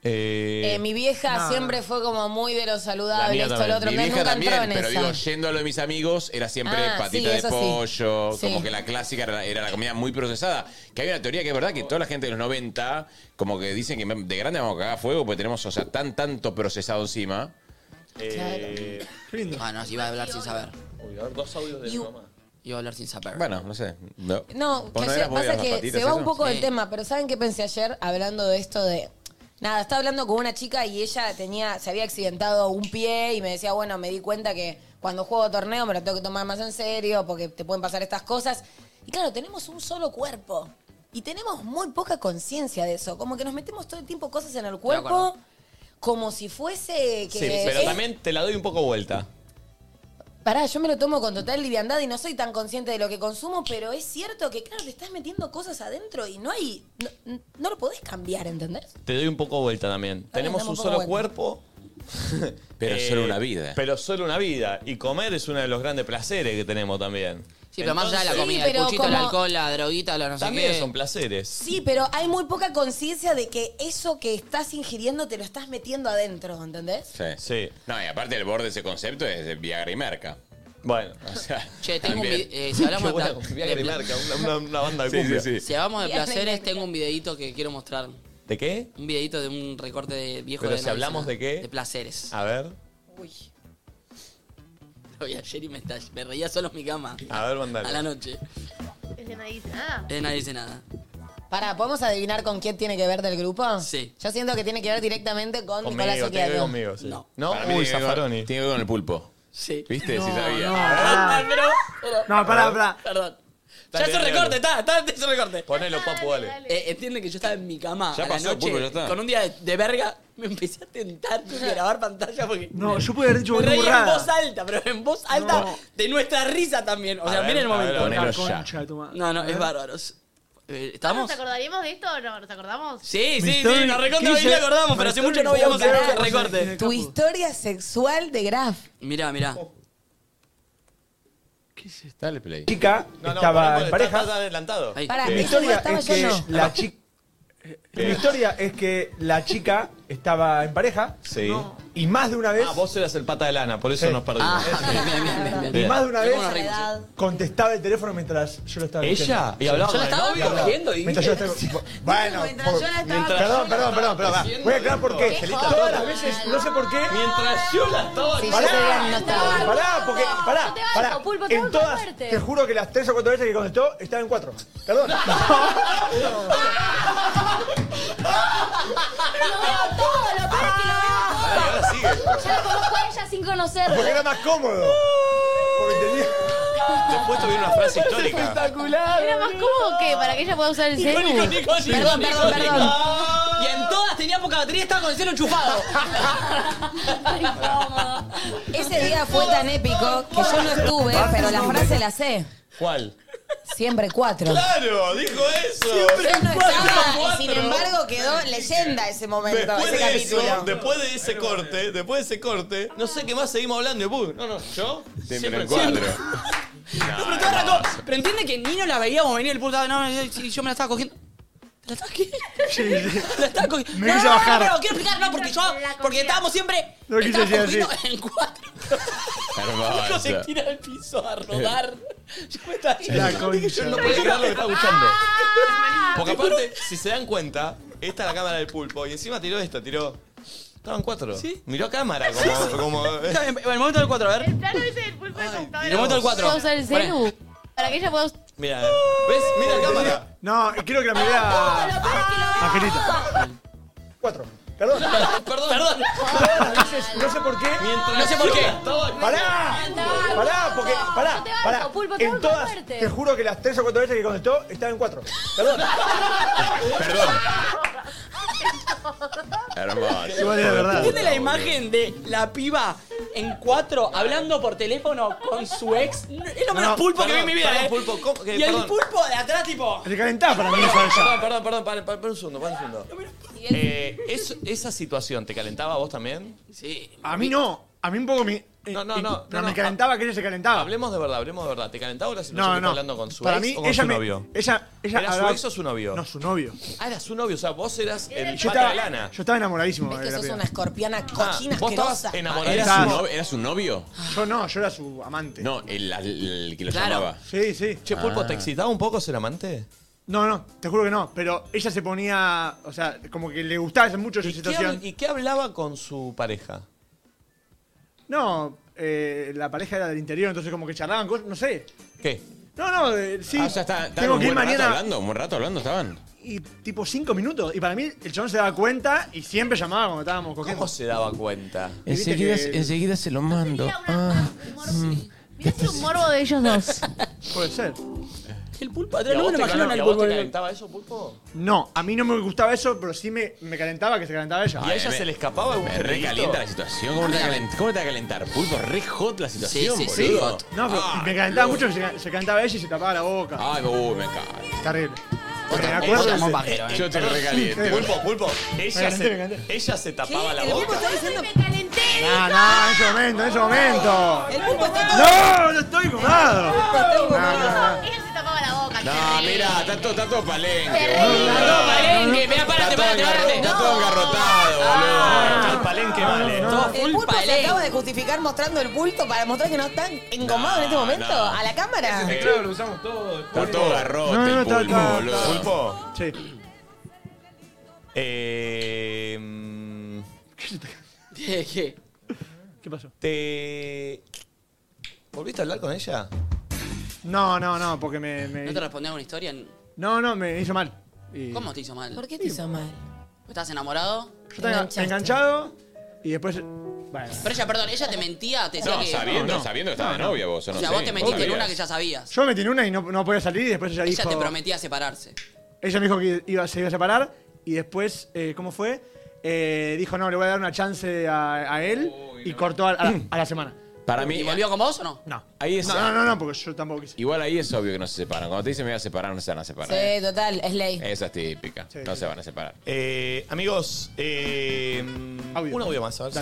[SPEAKER 6] Eh, mi vieja siempre fue como muy de lo
[SPEAKER 5] La
[SPEAKER 6] saludable,
[SPEAKER 5] mía
[SPEAKER 6] esto, lo Ah, otro.
[SPEAKER 5] también. Mi
[SPEAKER 6] Nunca
[SPEAKER 5] vieja
[SPEAKER 6] entró
[SPEAKER 5] también,
[SPEAKER 6] en
[SPEAKER 5] pero
[SPEAKER 6] esa.
[SPEAKER 5] digo, yendo a lo de mis amigos, era siempre
[SPEAKER 6] Ah, sí,
[SPEAKER 5] patita de
[SPEAKER 6] eso sí.
[SPEAKER 5] pollo,
[SPEAKER 6] Sí.
[SPEAKER 5] como que la clásica era, era la comida muy procesada. Que hay una teoría que es verdad que toda la gente de los 90, como que dicen que de grande vamos a cagar fuego porque tenemos, o sea, tan tanto procesado encima.
[SPEAKER 2] Eh,
[SPEAKER 3] Ah, no, iba a hablar sin saber.
[SPEAKER 2] uy, a ver, dos audios de mi mamá.
[SPEAKER 3] Iba a hablar sin saber.
[SPEAKER 5] Bueno, no sé. No,
[SPEAKER 6] No, que
[SPEAKER 5] ¿Vos no
[SPEAKER 6] ayer-
[SPEAKER 5] eras muy de
[SPEAKER 6] pasa
[SPEAKER 5] las
[SPEAKER 6] que
[SPEAKER 5] patitas,
[SPEAKER 6] se va un
[SPEAKER 5] eso?
[SPEAKER 6] poco del
[SPEAKER 5] Sí.
[SPEAKER 6] tema, pero ¿saben qué pensé ayer hablando de esto de... Nada, estaba hablando con una chica y ella tenía, se había accidentado un pie y me decía, bueno, me di cuenta que cuando juego torneo me lo tengo que tomar más en serio porque te pueden pasar estas cosas. Y claro, tenemos un solo cuerpo y tenemos muy poca conciencia de eso. Como que nos metemos todo el tiempo cosas en el cuerpo como si fuese que...
[SPEAKER 2] Sí, pero
[SPEAKER 6] es-
[SPEAKER 2] también te la doy un poco vuelta.
[SPEAKER 6] Pará, yo me lo tomo con total liviandad y no soy tan consciente de lo que consumo, pero es cierto que, claro, te estás metiendo cosas adentro y no hay. No, no lo podés cambiar, ¿entendés?
[SPEAKER 2] Te doy un poco vuelta también. Tenemos eh,
[SPEAKER 6] dame
[SPEAKER 2] un
[SPEAKER 6] un
[SPEAKER 2] solo
[SPEAKER 6] poco vuelta.
[SPEAKER 2] cuerpo.
[SPEAKER 5] Pero solo una vida.
[SPEAKER 2] Pero solo una vida. Y comer es uno de los grandes placeres que tenemos también.
[SPEAKER 3] Sí, pero más allá de la
[SPEAKER 2] Entonces-
[SPEAKER 3] comida,
[SPEAKER 6] Sí,
[SPEAKER 3] el
[SPEAKER 6] pero
[SPEAKER 3] cuchito, el
[SPEAKER 6] como-
[SPEAKER 3] alcohol, la droguita, la no sé
[SPEAKER 2] También
[SPEAKER 3] qué.
[SPEAKER 2] son placeres.
[SPEAKER 6] Sí, pero hay muy poca conciencia de que eso que estás ingiriendo te lo estás metiendo adentro, ¿entendés?
[SPEAKER 5] Sí. No, y aparte el borde de ese concepto es de Viagra y Merca.
[SPEAKER 2] Bueno.
[SPEAKER 5] O sea,
[SPEAKER 3] Che, tengo un
[SPEAKER 5] también.
[SPEAKER 3] vide- eh, si hablamos Qué de- bueno, Viagra y de- Merca, una-
[SPEAKER 2] banda de
[SPEAKER 5] Sí, sí,
[SPEAKER 2] cumbia.
[SPEAKER 5] sí.
[SPEAKER 3] Si hablamos de
[SPEAKER 6] Bien,
[SPEAKER 3] placeres, tengo un videito que quiero mostrar.
[SPEAKER 2] ¿De qué?
[SPEAKER 3] Un videito de un recorte de viejo
[SPEAKER 2] Pero
[SPEAKER 3] de
[SPEAKER 2] si
[SPEAKER 3] Navidad.
[SPEAKER 2] hablamos de qué?
[SPEAKER 3] De placeres.
[SPEAKER 2] A ver,
[SPEAKER 3] Uy. Lo vi ayer y me, estall- me reía solo en mi cama.
[SPEAKER 2] a ver, mandale.
[SPEAKER 3] A la noche.
[SPEAKER 7] Ese nadie dice nada.
[SPEAKER 3] Eh, nadie dice nada.
[SPEAKER 6] Para, ¿podemos adivinar con quién tiene que ver del grupo?
[SPEAKER 3] Sí.
[SPEAKER 6] Yo siento que tiene que ver directamente con
[SPEAKER 5] Conmigo,
[SPEAKER 6] Nicolás
[SPEAKER 5] tiene que ver
[SPEAKER 6] Occhiato.
[SPEAKER 5] conmigo, sí.
[SPEAKER 3] No.
[SPEAKER 2] No,
[SPEAKER 5] Para mí
[SPEAKER 2] uy,
[SPEAKER 5] tiene que ver-
[SPEAKER 2] Zaffaroni.
[SPEAKER 5] Tiene que ver con el pulpo.
[SPEAKER 3] Sí.
[SPEAKER 5] ¿Viste? sí
[SPEAKER 3] No,
[SPEAKER 5] sabía.
[SPEAKER 3] no,
[SPEAKER 7] Ah.
[SPEAKER 4] pará.
[SPEAKER 3] Pero, pero-
[SPEAKER 4] No, pará, pará.
[SPEAKER 3] Perdón.
[SPEAKER 2] Dale,
[SPEAKER 3] ya es un
[SPEAKER 2] dale,
[SPEAKER 3] recorte, está, está, es un recorte.
[SPEAKER 2] Ponelo, papu, dale.
[SPEAKER 3] Eh, entienden que yo estaba en mi cama
[SPEAKER 2] Ya
[SPEAKER 3] a la
[SPEAKER 2] pasó,
[SPEAKER 3] noche,
[SPEAKER 2] pulpo, ya está.
[SPEAKER 3] con un día de, de verga, me empecé a tentar tuve que grabar pantalla porque...
[SPEAKER 4] No, yo pude haber dicho
[SPEAKER 3] me
[SPEAKER 4] una
[SPEAKER 3] reía
[SPEAKER 4] burrada.
[SPEAKER 3] en voz alta, pero en voz alta de nuestra risa también. O sea,
[SPEAKER 4] A ver,
[SPEAKER 3] miren el
[SPEAKER 4] a ver,
[SPEAKER 3] momento.
[SPEAKER 4] a ver, Ponelo ya. concha de tu madre.
[SPEAKER 3] No, no,
[SPEAKER 4] A
[SPEAKER 3] es
[SPEAKER 4] ver.
[SPEAKER 3] bárbaro. Eh,
[SPEAKER 7] ¿No
[SPEAKER 3] ¿Estamos?
[SPEAKER 7] ¿Nos acordaríamos de esto o no? ¿Nos acordamos?
[SPEAKER 3] Sí,
[SPEAKER 4] Me
[SPEAKER 3] sí,
[SPEAKER 4] estoy-
[SPEAKER 3] sí, nos recontra
[SPEAKER 4] ¿qué
[SPEAKER 3] bien
[SPEAKER 4] hice?
[SPEAKER 3] acordamos,
[SPEAKER 4] Me
[SPEAKER 3] pero hace
[SPEAKER 4] estoy
[SPEAKER 3] mucho no veíamos el
[SPEAKER 4] equivocando.
[SPEAKER 3] recorte.
[SPEAKER 6] Tu historia sexual de Graf.
[SPEAKER 3] Mirá, mirá.
[SPEAKER 5] Dale play.
[SPEAKER 13] chica
[SPEAKER 2] No, no,
[SPEAKER 13] estaba
[SPEAKER 2] ponelo,
[SPEAKER 13] en
[SPEAKER 2] está-
[SPEAKER 13] pareja.
[SPEAKER 2] está adelantado.
[SPEAKER 6] Pará,
[SPEAKER 13] Mi
[SPEAKER 6] ¿eso
[SPEAKER 13] historia
[SPEAKER 6] no estaba
[SPEAKER 13] es que
[SPEAKER 6] yo no?
[SPEAKER 13] la chica.
[SPEAKER 4] eh,
[SPEAKER 13] Mi historia es que la chica estaba en pareja.
[SPEAKER 2] Sí.
[SPEAKER 13] Y más de una vez.
[SPEAKER 2] Ah, vos eras el pata de lana, por eso
[SPEAKER 13] Sí.
[SPEAKER 2] nos perdimos.
[SPEAKER 6] Ah,
[SPEAKER 13] Y más de una
[SPEAKER 3] Yo
[SPEAKER 13] vez
[SPEAKER 3] como nos reímos.
[SPEAKER 13] contestaba el teléfono mientras yo lo estaba
[SPEAKER 2] ¿Ella?
[SPEAKER 13] cogiendo.
[SPEAKER 2] ¿Y hablaba
[SPEAKER 13] Yo
[SPEAKER 2] con
[SPEAKER 13] la
[SPEAKER 2] el
[SPEAKER 13] estaba
[SPEAKER 2] novio?
[SPEAKER 13] cogiendo y- Mientras yo la estaba- Bueno, por-
[SPEAKER 2] Mientras
[SPEAKER 13] perdón,
[SPEAKER 2] yo la
[SPEAKER 13] perdón, perdón, perdón. va. Voy a aclarar por qué.
[SPEAKER 2] Qué
[SPEAKER 13] Celita.
[SPEAKER 2] joda.
[SPEAKER 13] Todas las veces, no sé por qué.
[SPEAKER 2] Mientras yo la estaba
[SPEAKER 13] Pará,
[SPEAKER 2] diciendo.
[SPEAKER 13] pará, porque, pará,
[SPEAKER 14] Yo te banco,
[SPEAKER 13] pará.
[SPEAKER 14] Pulpo, te
[SPEAKER 13] En
[SPEAKER 14] banco
[SPEAKER 13] todas,
[SPEAKER 14] fuerte.
[SPEAKER 13] te juro que las tres o cuatro veces que contestó, estaba en cuatro. Perdón.
[SPEAKER 14] Lo veo todo, lo peor es que lo veo todo.
[SPEAKER 2] Ahora sigue.
[SPEAKER 14] Yo la conozco a ella sin conocerla.
[SPEAKER 13] Porque era más cómodo. Porque tenía...
[SPEAKER 2] Después tuvieron una frase histórica.
[SPEAKER 13] Espectacular.
[SPEAKER 7] Era más cómodo que para que ella pueda usar el celu.
[SPEAKER 3] Icónico, Nico, sí,
[SPEAKER 7] Perdón,
[SPEAKER 3] icónico,
[SPEAKER 7] perdón,
[SPEAKER 3] Nico.
[SPEAKER 7] perdón.
[SPEAKER 3] Y en todas tenía poca batería y estaba con el cielo enchufado.
[SPEAKER 6] Ese día fue tan épico que yo no estuve,
[SPEAKER 5] Ah,
[SPEAKER 6] pero la frase la sé.
[SPEAKER 2] ¿Cuál?
[SPEAKER 6] Siempre cuatro.
[SPEAKER 2] Claro, dijo eso.
[SPEAKER 6] Yo no estaba, y sin
[SPEAKER 2] Cuatro.
[SPEAKER 6] embargo quedó leyenda ese momento,
[SPEAKER 2] Después
[SPEAKER 6] ese
[SPEAKER 2] de, eso,
[SPEAKER 6] capítulo.
[SPEAKER 2] después de ese corte, después de ese corte, no sé qué más seguimos hablando. Y, puh, No, no, yo
[SPEAKER 5] Siempre
[SPEAKER 2] siempre.
[SPEAKER 5] en cuatro. No,
[SPEAKER 3] Pero todo el rato, pero entiende que ni no la veíamos venir el puto. No, no, y yo me la estaba cogiendo. ¿Te la estaba cogiendo? Me la estaba cogiendo.
[SPEAKER 4] Me
[SPEAKER 3] No,
[SPEAKER 4] hizo
[SPEAKER 3] no, no,
[SPEAKER 4] bajar.
[SPEAKER 3] pero quiero explicar, no, porque yo. Porque estábamos siempre.
[SPEAKER 4] No quise
[SPEAKER 3] estábamos
[SPEAKER 4] decir
[SPEAKER 3] cogiendo en cuatro. Nico se
[SPEAKER 5] Hermoso.
[SPEAKER 3] tira al piso a rodar. Yo me estaba
[SPEAKER 4] La concha.
[SPEAKER 2] No podía creer lo que estaba escuchando. Porque aparte, si se dan cuenta, esta es la cámara del pulpo. Y encima tiró esta, tiró. Estaban cuatro.
[SPEAKER 3] Sí.
[SPEAKER 2] Miró a cámara, como. como eh.
[SPEAKER 3] Está bien, El momento del cuatro, a ver.
[SPEAKER 7] El plano ese del pulpo es contador.
[SPEAKER 3] El momento del
[SPEAKER 7] Pueda
[SPEAKER 3] cuatro.
[SPEAKER 7] usar el celu. Para que ella pueda usar
[SPEAKER 2] mira, ¿ves? Mira a cámara.
[SPEAKER 4] No, quiero que la miré a. a Angelita.
[SPEAKER 13] Cuatro. Perdón.
[SPEAKER 3] Perdón, perdón.
[SPEAKER 13] Todas las veces, no sé por qué.
[SPEAKER 3] No sé por qué.
[SPEAKER 13] Pará. Pará, porque. Pará,
[SPEAKER 14] Yo te
[SPEAKER 13] pará.
[SPEAKER 14] banco, Pulpo, te
[SPEAKER 13] En
[SPEAKER 14] banco
[SPEAKER 13] todas,
[SPEAKER 14] fuerte.
[SPEAKER 13] te juro que las tres o cuatro veces que contestó, estaba en cuatro. Perdón.
[SPEAKER 5] Perdón. Hermoso.
[SPEAKER 4] Igual era verdad.
[SPEAKER 3] ¿Entiende la imagen de la piba en cuatro hablando por teléfono con su ex? Es lo menos
[SPEAKER 4] No,
[SPEAKER 3] pulpo que vi en mi vida,
[SPEAKER 2] perdón,
[SPEAKER 3] eh.
[SPEAKER 2] pulpo, ¿cómo que-
[SPEAKER 3] y el
[SPEAKER 2] perdón.
[SPEAKER 3] pulpo de atrás, tipo.
[SPEAKER 4] Recalentá para mí esa
[SPEAKER 2] Perdón,
[SPEAKER 4] allá.
[SPEAKER 2] perdón, perdón, paren, paren, paren un segundo, paren un segundo. Eh, ¿es- ¿Esa situación te calentaba a vos también?
[SPEAKER 3] Sí.
[SPEAKER 4] A mí no. A mí un poco me. eh,
[SPEAKER 2] No, no, no,
[SPEAKER 4] Pero
[SPEAKER 2] no,
[SPEAKER 4] me
[SPEAKER 2] no.
[SPEAKER 4] calentaba que ella se calentaba.
[SPEAKER 2] Hablemos de verdad, hablemos de verdad. ¿Te calentaba la situación que
[SPEAKER 4] No,
[SPEAKER 2] está
[SPEAKER 4] no.
[SPEAKER 2] hablando con su
[SPEAKER 4] Para
[SPEAKER 2] ex
[SPEAKER 4] mí,
[SPEAKER 2] o con
[SPEAKER 4] ella
[SPEAKER 2] su
[SPEAKER 4] me-
[SPEAKER 2] novio?
[SPEAKER 4] Ella, ella
[SPEAKER 2] ¿Era su
[SPEAKER 4] hablaba-
[SPEAKER 2] ex o su novio?
[SPEAKER 4] No, su novio.
[SPEAKER 2] Ah, era su novio, o sea, vos eras el
[SPEAKER 4] Yo
[SPEAKER 2] pata
[SPEAKER 4] estaba,
[SPEAKER 2] de lana.
[SPEAKER 4] yo estaba enamoradísimo
[SPEAKER 6] Ves
[SPEAKER 4] de
[SPEAKER 6] que
[SPEAKER 4] la
[SPEAKER 6] sos
[SPEAKER 4] piba.
[SPEAKER 6] una escorpiana cochina
[SPEAKER 2] vos estabas
[SPEAKER 6] asquerosa.
[SPEAKER 2] enamorada.
[SPEAKER 5] Ah, ¿Era
[SPEAKER 4] Está.
[SPEAKER 5] su, no- era su novio?
[SPEAKER 4] Yo no, yo era su amante.
[SPEAKER 5] No, el, el- el que lo
[SPEAKER 3] Claro.
[SPEAKER 5] llamaba.
[SPEAKER 4] Sí, sí.
[SPEAKER 2] Che, Pulpo,
[SPEAKER 5] Ah.
[SPEAKER 2] ¿te excitaba un poco ser amante?
[SPEAKER 4] No, no, te juro que no. Pero ella se ponía. O sea, como que le gustaba mucho esa
[SPEAKER 2] ¿Y qué, hab-
[SPEAKER 4] situación.
[SPEAKER 2] y qué hablaba con su pareja?
[SPEAKER 4] No, eh, la pareja era del interior, entonces como que charlaban cosas. No sé.
[SPEAKER 2] ¿Qué?
[SPEAKER 4] No, no, eh, sí.
[SPEAKER 5] Ah, o sea, estaban, estaban
[SPEAKER 4] tengo
[SPEAKER 5] un
[SPEAKER 4] que ir
[SPEAKER 5] buen rato
[SPEAKER 4] mañana.
[SPEAKER 5] hablando, un buen rato hablando estaban.
[SPEAKER 4] Y tipo cinco minutos. Y para mí el chabón se daba cuenta y siempre llamaba cuando estábamos cogiendo.
[SPEAKER 2] ¿Cómo se daba cuenta?
[SPEAKER 4] Y viste Enseguida- que- enseguida
[SPEAKER 5] se lo mando.
[SPEAKER 7] un morbo de ellos dos.
[SPEAKER 4] Puede ser.
[SPEAKER 3] El pulpo
[SPEAKER 2] ¿Y a
[SPEAKER 3] atrás, no
[SPEAKER 2] vos
[SPEAKER 3] me
[SPEAKER 2] te
[SPEAKER 3] lo imagino
[SPEAKER 2] cal-
[SPEAKER 3] en
[SPEAKER 2] y
[SPEAKER 3] el
[SPEAKER 2] a vos
[SPEAKER 3] pulpo.
[SPEAKER 2] te calentaba eso, Pulpo?
[SPEAKER 4] No, a mí no me gustaba eso, pero sí me, me calentaba que se calentaba ella.
[SPEAKER 2] ¿Y a ella
[SPEAKER 5] Eh, me-
[SPEAKER 2] se le escapaba algún
[SPEAKER 5] Me recalienta la
[SPEAKER 2] perrito?
[SPEAKER 5] situación. ¿Cómo te, va a calent- cómo te va a calentar? Pulpo, re hot la situación,
[SPEAKER 3] Sí, sí, sí,
[SPEAKER 5] boludo. Ah.
[SPEAKER 3] hot.
[SPEAKER 4] No, pero
[SPEAKER 2] Ah,
[SPEAKER 4] me calentaba mucho que se, se calentaba ella y se tapaba la boca.
[SPEAKER 5] Ay, uy, me cago.
[SPEAKER 4] Terrible. Porque me
[SPEAKER 3] Vos
[SPEAKER 4] acuerdo.
[SPEAKER 3] sos más
[SPEAKER 4] ese-
[SPEAKER 3] pajero, eh.
[SPEAKER 5] Yo te recaliento.
[SPEAKER 2] Pulpo, Pulpo. Ella
[SPEAKER 4] calenté, me
[SPEAKER 2] se,
[SPEAKER 4] calenté.
[SPEAKER 2] ella se
[SPEAKER 6] ¿Qué?
[SPEAKER 2] tapaba la
[SPEAKER 6] El pulpo
[SPEAKER 2] boca.
[SPEAKER 6] está diciendo...
[SPEAKER 7] ¡Me calenté!
[SPEAKER 4] No, no, en ese momento, en ese momento.
[SPEAKER 6] El pulpo está todo.
[SPEAKER 4] No, no estoy mamado.
[SPEAKER 7] Él se tapaba la boca.
[SPEAKER 5] No, mira, está todo, está todo palenque.
[SPEAKER 7] Está todo
[SPEAKER 3] palenque, mirá, párate, párate, párate.
[SPEAKER 5] Está todo engarrotado, boludo.
[SPEAKER 2] Al palenque vale.
[SPEAKER 6] El pulpo se acaba de justificar mostrando el bulto para mostrar que no están engomados en este
[SPEAKER 5] No,
[SPEAKER 6] momento
[SPEAKER 5] no.
[SPEAKER 6] a la cámara.
[SPEAKER 5] Ese
[SPEAKER 13] Claro, lo usamos todo.
[SPEAKER 5] Está todo garrote
[SPEAKER 4] No, no,
[SPEAKER 5] el
[SPEAKER 4] está-
[SPEAKER 5] pulpo,
[SPEAKER 4] está-
[SPEAKER 5] boludo.
[SPEAKER 4] está-
[SPEAKER 2] ¿Pulpo?
[SPEAKER 4] Sí.
[SPEAKER 2] Eh, mm,
[SPEAKER 3] ¿Qué? ¿Qué?
[SPEAKER 4] ¿Qué pasó?
[SPEAKER 2] ¿Te. ¿Volviste a hablar con ella?
[SPEAKER 4] No, no, no, porque me. me-
[SPEAKER 3] ¿No te respondí a una historia?
[SPEAKER 4] No, no, me hizo mal. Y-
[SPEAKER 3] ¿Cómo te hizo mal?
[SPEAKER 6] ¿Por qué te hizo mal?
[SPEAKER 3] ¿Estás enamorado?
[SPEAKER 4] Yo estaba
[SPEAKER 6] enganchaste?
[SPEAKER 4] enganchado y después. Bueno.
[SPEAKER 3] Pero ella, perdón, ella te mentía, te decía
[SPEAKER 5] No,
[SPEAKER 3] que.
[SPEAKER 5] sabiendo, sabiendo que estaba de novia vos,
[SPEAKER 3] O
[SPEAKER 5] yo no
[SPEAKER 3] sea,
[SPEAKER 5] sé.
[SPEAKER 3] vos te metiste en
[SPEAKER 5] sabías.
[SPEAKER 3] una que ya sabías.
[SPEAKER 4] Yo me tiré una y no, no podía salir y después ella dijo.
[SPEAKER 3] Ella te prometía separarse.
[SPEAKER 4] Ella me dijo que iba, se iba a separar y después, eh, ¿cómo fue? Eh, dijo, no, le voy a dar una chance a, a él y cortó a, a la, a la semana.
[SPEAKER 5] Para
[SPEAKER 3] ¿Y
[SPEAKER 5] mí,
[SPEAKER 3] volvió con vos o no?
[SPEAKER 4] No.
[SPEAKER 5] ahí es.
[SPEAKER 4] No, no, no, no, porque yo tampoco quise.
[SPEAKER 5] Igual ahí es obvio que no se separan. Cuando te dicen me voy a separar, no se van a separar.
[SPEAKER 6] Sí, total, es ley.
[SPEAKER 5] Esa es típica. no se van a separar.
[SPEAKER 2] Eh, amigos, eh, mm, un audio más, a ver.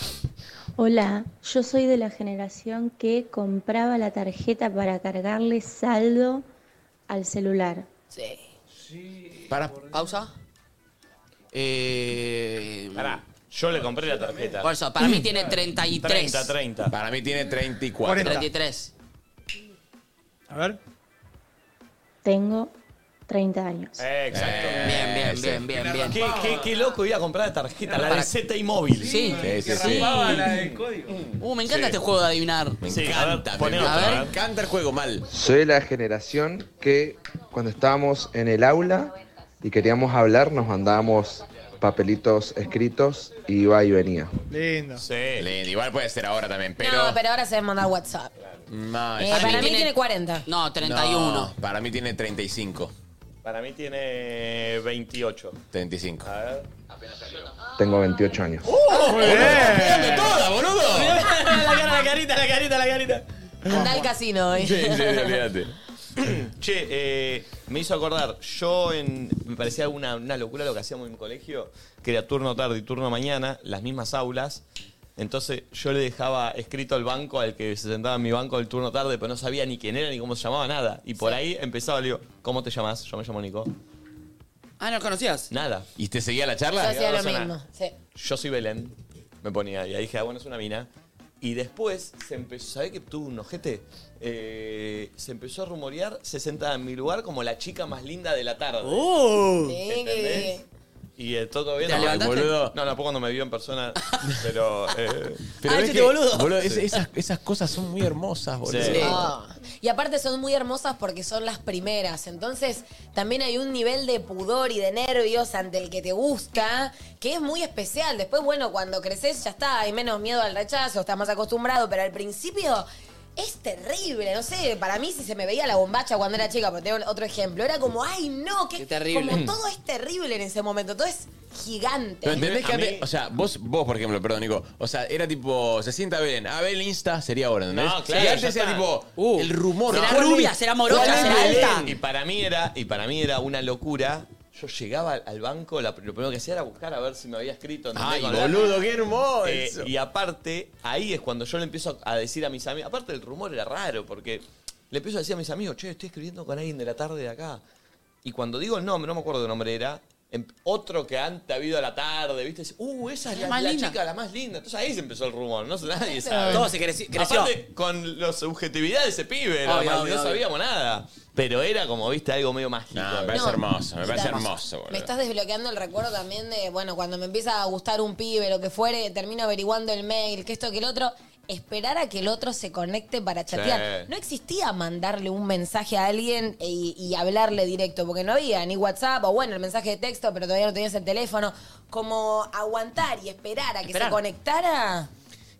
[SPEAKER 2] si-
[SPEAKER 15] Hola, yo soy de la generación que compraba la tarjeta para cargarle saldo al celular.
[SPEAKER 6] Sí.
[SPEAKER 5] Para.
[SPEAKER 3] Pausa. Eh.
[SPEAKER 2] Pará, yo le compré la tarjeta.
[SPEAKER 3] Por eso, para mí tiene 33.
[SPEAKER 2] 30, 30.
[SPEAKER 5] Para mí tiene 34.
[SPEAKER 3] 33.
[SPEAKER 4] A ver.
[SPEAKER 15] Tengo 30 años.
[SPEAKER 2] Exacto.
[SPEAKER 3] Bien, bien,
[SPEAKER 2] Eh, sí.
[SPEAKER 3] bien, bien, bien.
[SPEAKER 2] Qué, qué- qué loco ir a comprar la tarjeta, la
[SPEAKER 3] Para-
[SPEAKER 2] de Z y móvil.
[SPEAKER 3] Sí.
[SPEAKER 5] Sí, sí, sí.
[SPEAKER 3] Uh, me encanta
[SPEAKER 2] Sí.
[SPEAKER 3] este juego de adivinar.
[SPEAKER 5] Me
[SPEAKER 2] Sí, a ver,
[SPEAKER 5] encanta. me
[SPEAKER 2] poné
[SPEAKER 5] encanta.
[SPEAKER 2] otra,
[SPEAKER 5] me
[SPEAKER 2] a ver.
[SPEAKER 5] encanta el juego mal.
[SPEAKER 16] Soy de la generación que cuando estábamos en el aula y queríamos hablar, nos mandábamos papelitos escritos y iba y venía.
[SPEAKER 4] Lindo.
[SPEAKER 2] Sí.
[SPEAKER 5] Lindo. Igual puede ser ahora también, pero.
[SPEAKER 6] No, pero ahora se debe mandar WhatsApp.
[SPEAKER 5] No,
[SPEAKER 6] Eh,
[SPEAKER 5] es-
[SPEAKER 6] para mí tiene 40.
[SPEAKER 3] No,
[SPEAKER 5] No, para mí tiene 35.
[SPEAKER 2] Para mí tiene 28.
[SPEAKER 5] 35.
[SPEAKER 2] A ver.
[SPEAKER 16] Tengo 28 años.
[SPEAKER 6] Oh,
[SPEAKER 5] Oh, toda, boludo!
[SPEAKER 3] la
[SPEAKER 2] cara, la carita, la carita, la carita.
[SPEAKER 6] Anda al casino hoy.
[SPEAKER 5] Sí, sí, olvídate.
[SPEAKER 2] Che, eh, me hizo acordar, yo en, me parecía una, una locura lo que hacíamos en mi colegio, que era turno tarde y turno mañana, las mismas aulas. Entonces yo le dejaba escrito al banco, al que se sentaba en mi banco el turno tarde, pero no sabía ni quién era ni cómo se llamaba nada. Y por ahí empezaba, le digo, ¿cómo te llamás? Yo me llamo Nico.
[SPEAKER 3] Ah, ¿no conocías?
[SPEAKER 2] Nada.
[SPEAKER 5] ¿Y te seguía la
[SPEAKER 6] Yo
[SPEAKER 5] charla?
[SPEAKER 6] hacía lo
[SPEAKER 2] No suena.
[SPEAKER 6] mismo. Sí.
[SPEAKER 2] Yo soy Belén, me ponía. Y ahí dije, ah, bueno, es una mina. Y después se empezó, ¿sabés que tuvo un ojete? Eh, se empezó a rumorear, se sentaba en mi lugar como la chica más linda de la tarde. ¿Entendés? Y eh, todo bien.
[SPEAKER 3] ¿Te
[SPEAKER 2] no,
[SPEAKER 3] levantaste?
[SPEAKER 2] boludo. No, no, fue cuando me vio en persona, pero... eh,
[SPEAKER 5] Pero
[SPEAKER 3] Ah,
[SPEAKER 5] ves
[SPEAKER 3] este
[SPEAKER 5] que,
[SPEAKER 3] boludo.
[SPEAKER 5] es-
[SPEAKER 2] Sí.
[SPEAKER 5] esas, esas cosas son muy hermosas, boludo.
[SPEAKER 2] Sí.
[SPEAKER 6] Ah. Y aparte son muy hermosas porque son las primeras. Entonces también hay un nivel de pudor y de nervios ante el que te gusta que es muy especial. Después, bueno, cuando creces ya está, hay menos miedo al rechazo, estás más acostumbrado, pero al principio es terrible. No sé, para mí si se me veía la bombacha cuando era chica, por tener otro ejemplo, era como, ay no, que
[SPEAKER 3] Qué terrible.
[SPEAKER 6] como todo es terrible en ese momento, todo es gigante.
[SPEAKER 5] Pero entendés que
[SPEAKER 2] A
[SPEAKER 5] antes-
[SPEAKER 2] mí-
[SPEAKER 5] o sea, vos, vos, por ejemplo, perdón, Nico, o sea, era tipo, se sienta Belén, a Belén Insta sería ahora, ¿entendés?
[SPEAKER 2] No, claro,
[SPEAKER 5] y antes
[SPEAKER 2] ya
[SPEAKER 5] era
[SPEAKER 2] está.
[SPEAKER 5] tipo,
[SPEAKER 3] Uh.
[SPEAKER 5] el rumor.
[SPEAKER 3] Será
[SPEAKER 5] ¿cuál es-
[SPEAKER 3] rubia, será morocha,
[SPEAKER 5] cuál es
[SPEAKER 3] será
[SPEAKER 5] Belén?
[SPEAKER 3] alta.
[SPEAKER 2] Y para mí era, y para mí era una locura. Yo llegaba al- al banco, la- lo primero que hacía era buscar a ver si me había escrito. ¿entendés?
[SPEAKER 5] Ay,
[SPEAKER 2] Con la-
[SPEAKER 5] boludo, qué hermoso.
[SPEAKER 2] Eh, y aparte, ahí es cuando yo le empiezo a decir a mis amigos. Aparte, el rumor era raro, porque le empiezo a decir a mis amigos, che, estoy escribiendo con alguien de la tarde de acá. Y cuando digo el nombre, no me acuerdo qué nombre era, em- otro que antes ha habido a la tarde, ¿viste? Dice, uh, esa es
[SPEAKER 3] La
[SPEAKER 2] la,
[SPEAKER 3] más
[SPEAKER 2] la
[SPEAKER 3] linda.
[SPEAKER 2] chica, la más linda. Entonces ahí se empezó el rumor, no sé, nadie sabe.
[SPEAKER 3] Todo se creci- creció.
[SPEAKER 2] Aparte, con la subjetividad de ese pibe, era
[SPEAKER 3] Obvio,
[SPEAKER 2] más-
[SPEAKER 3] obvio,
[SPEAKER 2] no
[SPEAKER 3] obvio.
[SPEAKER 2] sabíamos nada. Pero era como, viste, algo medio mágico.
[SPEAKER 5] No, me parece
[SPEAKER 6] No.
[SPEAKER 5] hermoso, me parece
[SPEAKER 6] Está
[SPEAKER 5] hermoso, boludo.
[SPEAKER 6] Me estás desbloqueando el recuerdo también de, bueno, cuando me empieza a gustar un pibe, lo que fuere, termino averiguando el mail, que esto, que el otro. Esperar a que el otro se conecte para chatear.
[SPEAKER 2] Sí.
[SPEAKER 6] No existía mandarle un mensaje a alguien e- y, y hablarle directo, porque no había ni WhatsApp o bueno, el mensaje de texto, pero todavía no tenías el teléfono. Como aguantar y esperar a que
[SPEAKER 3] Esperar.
[SPEAKER 6] se conectara.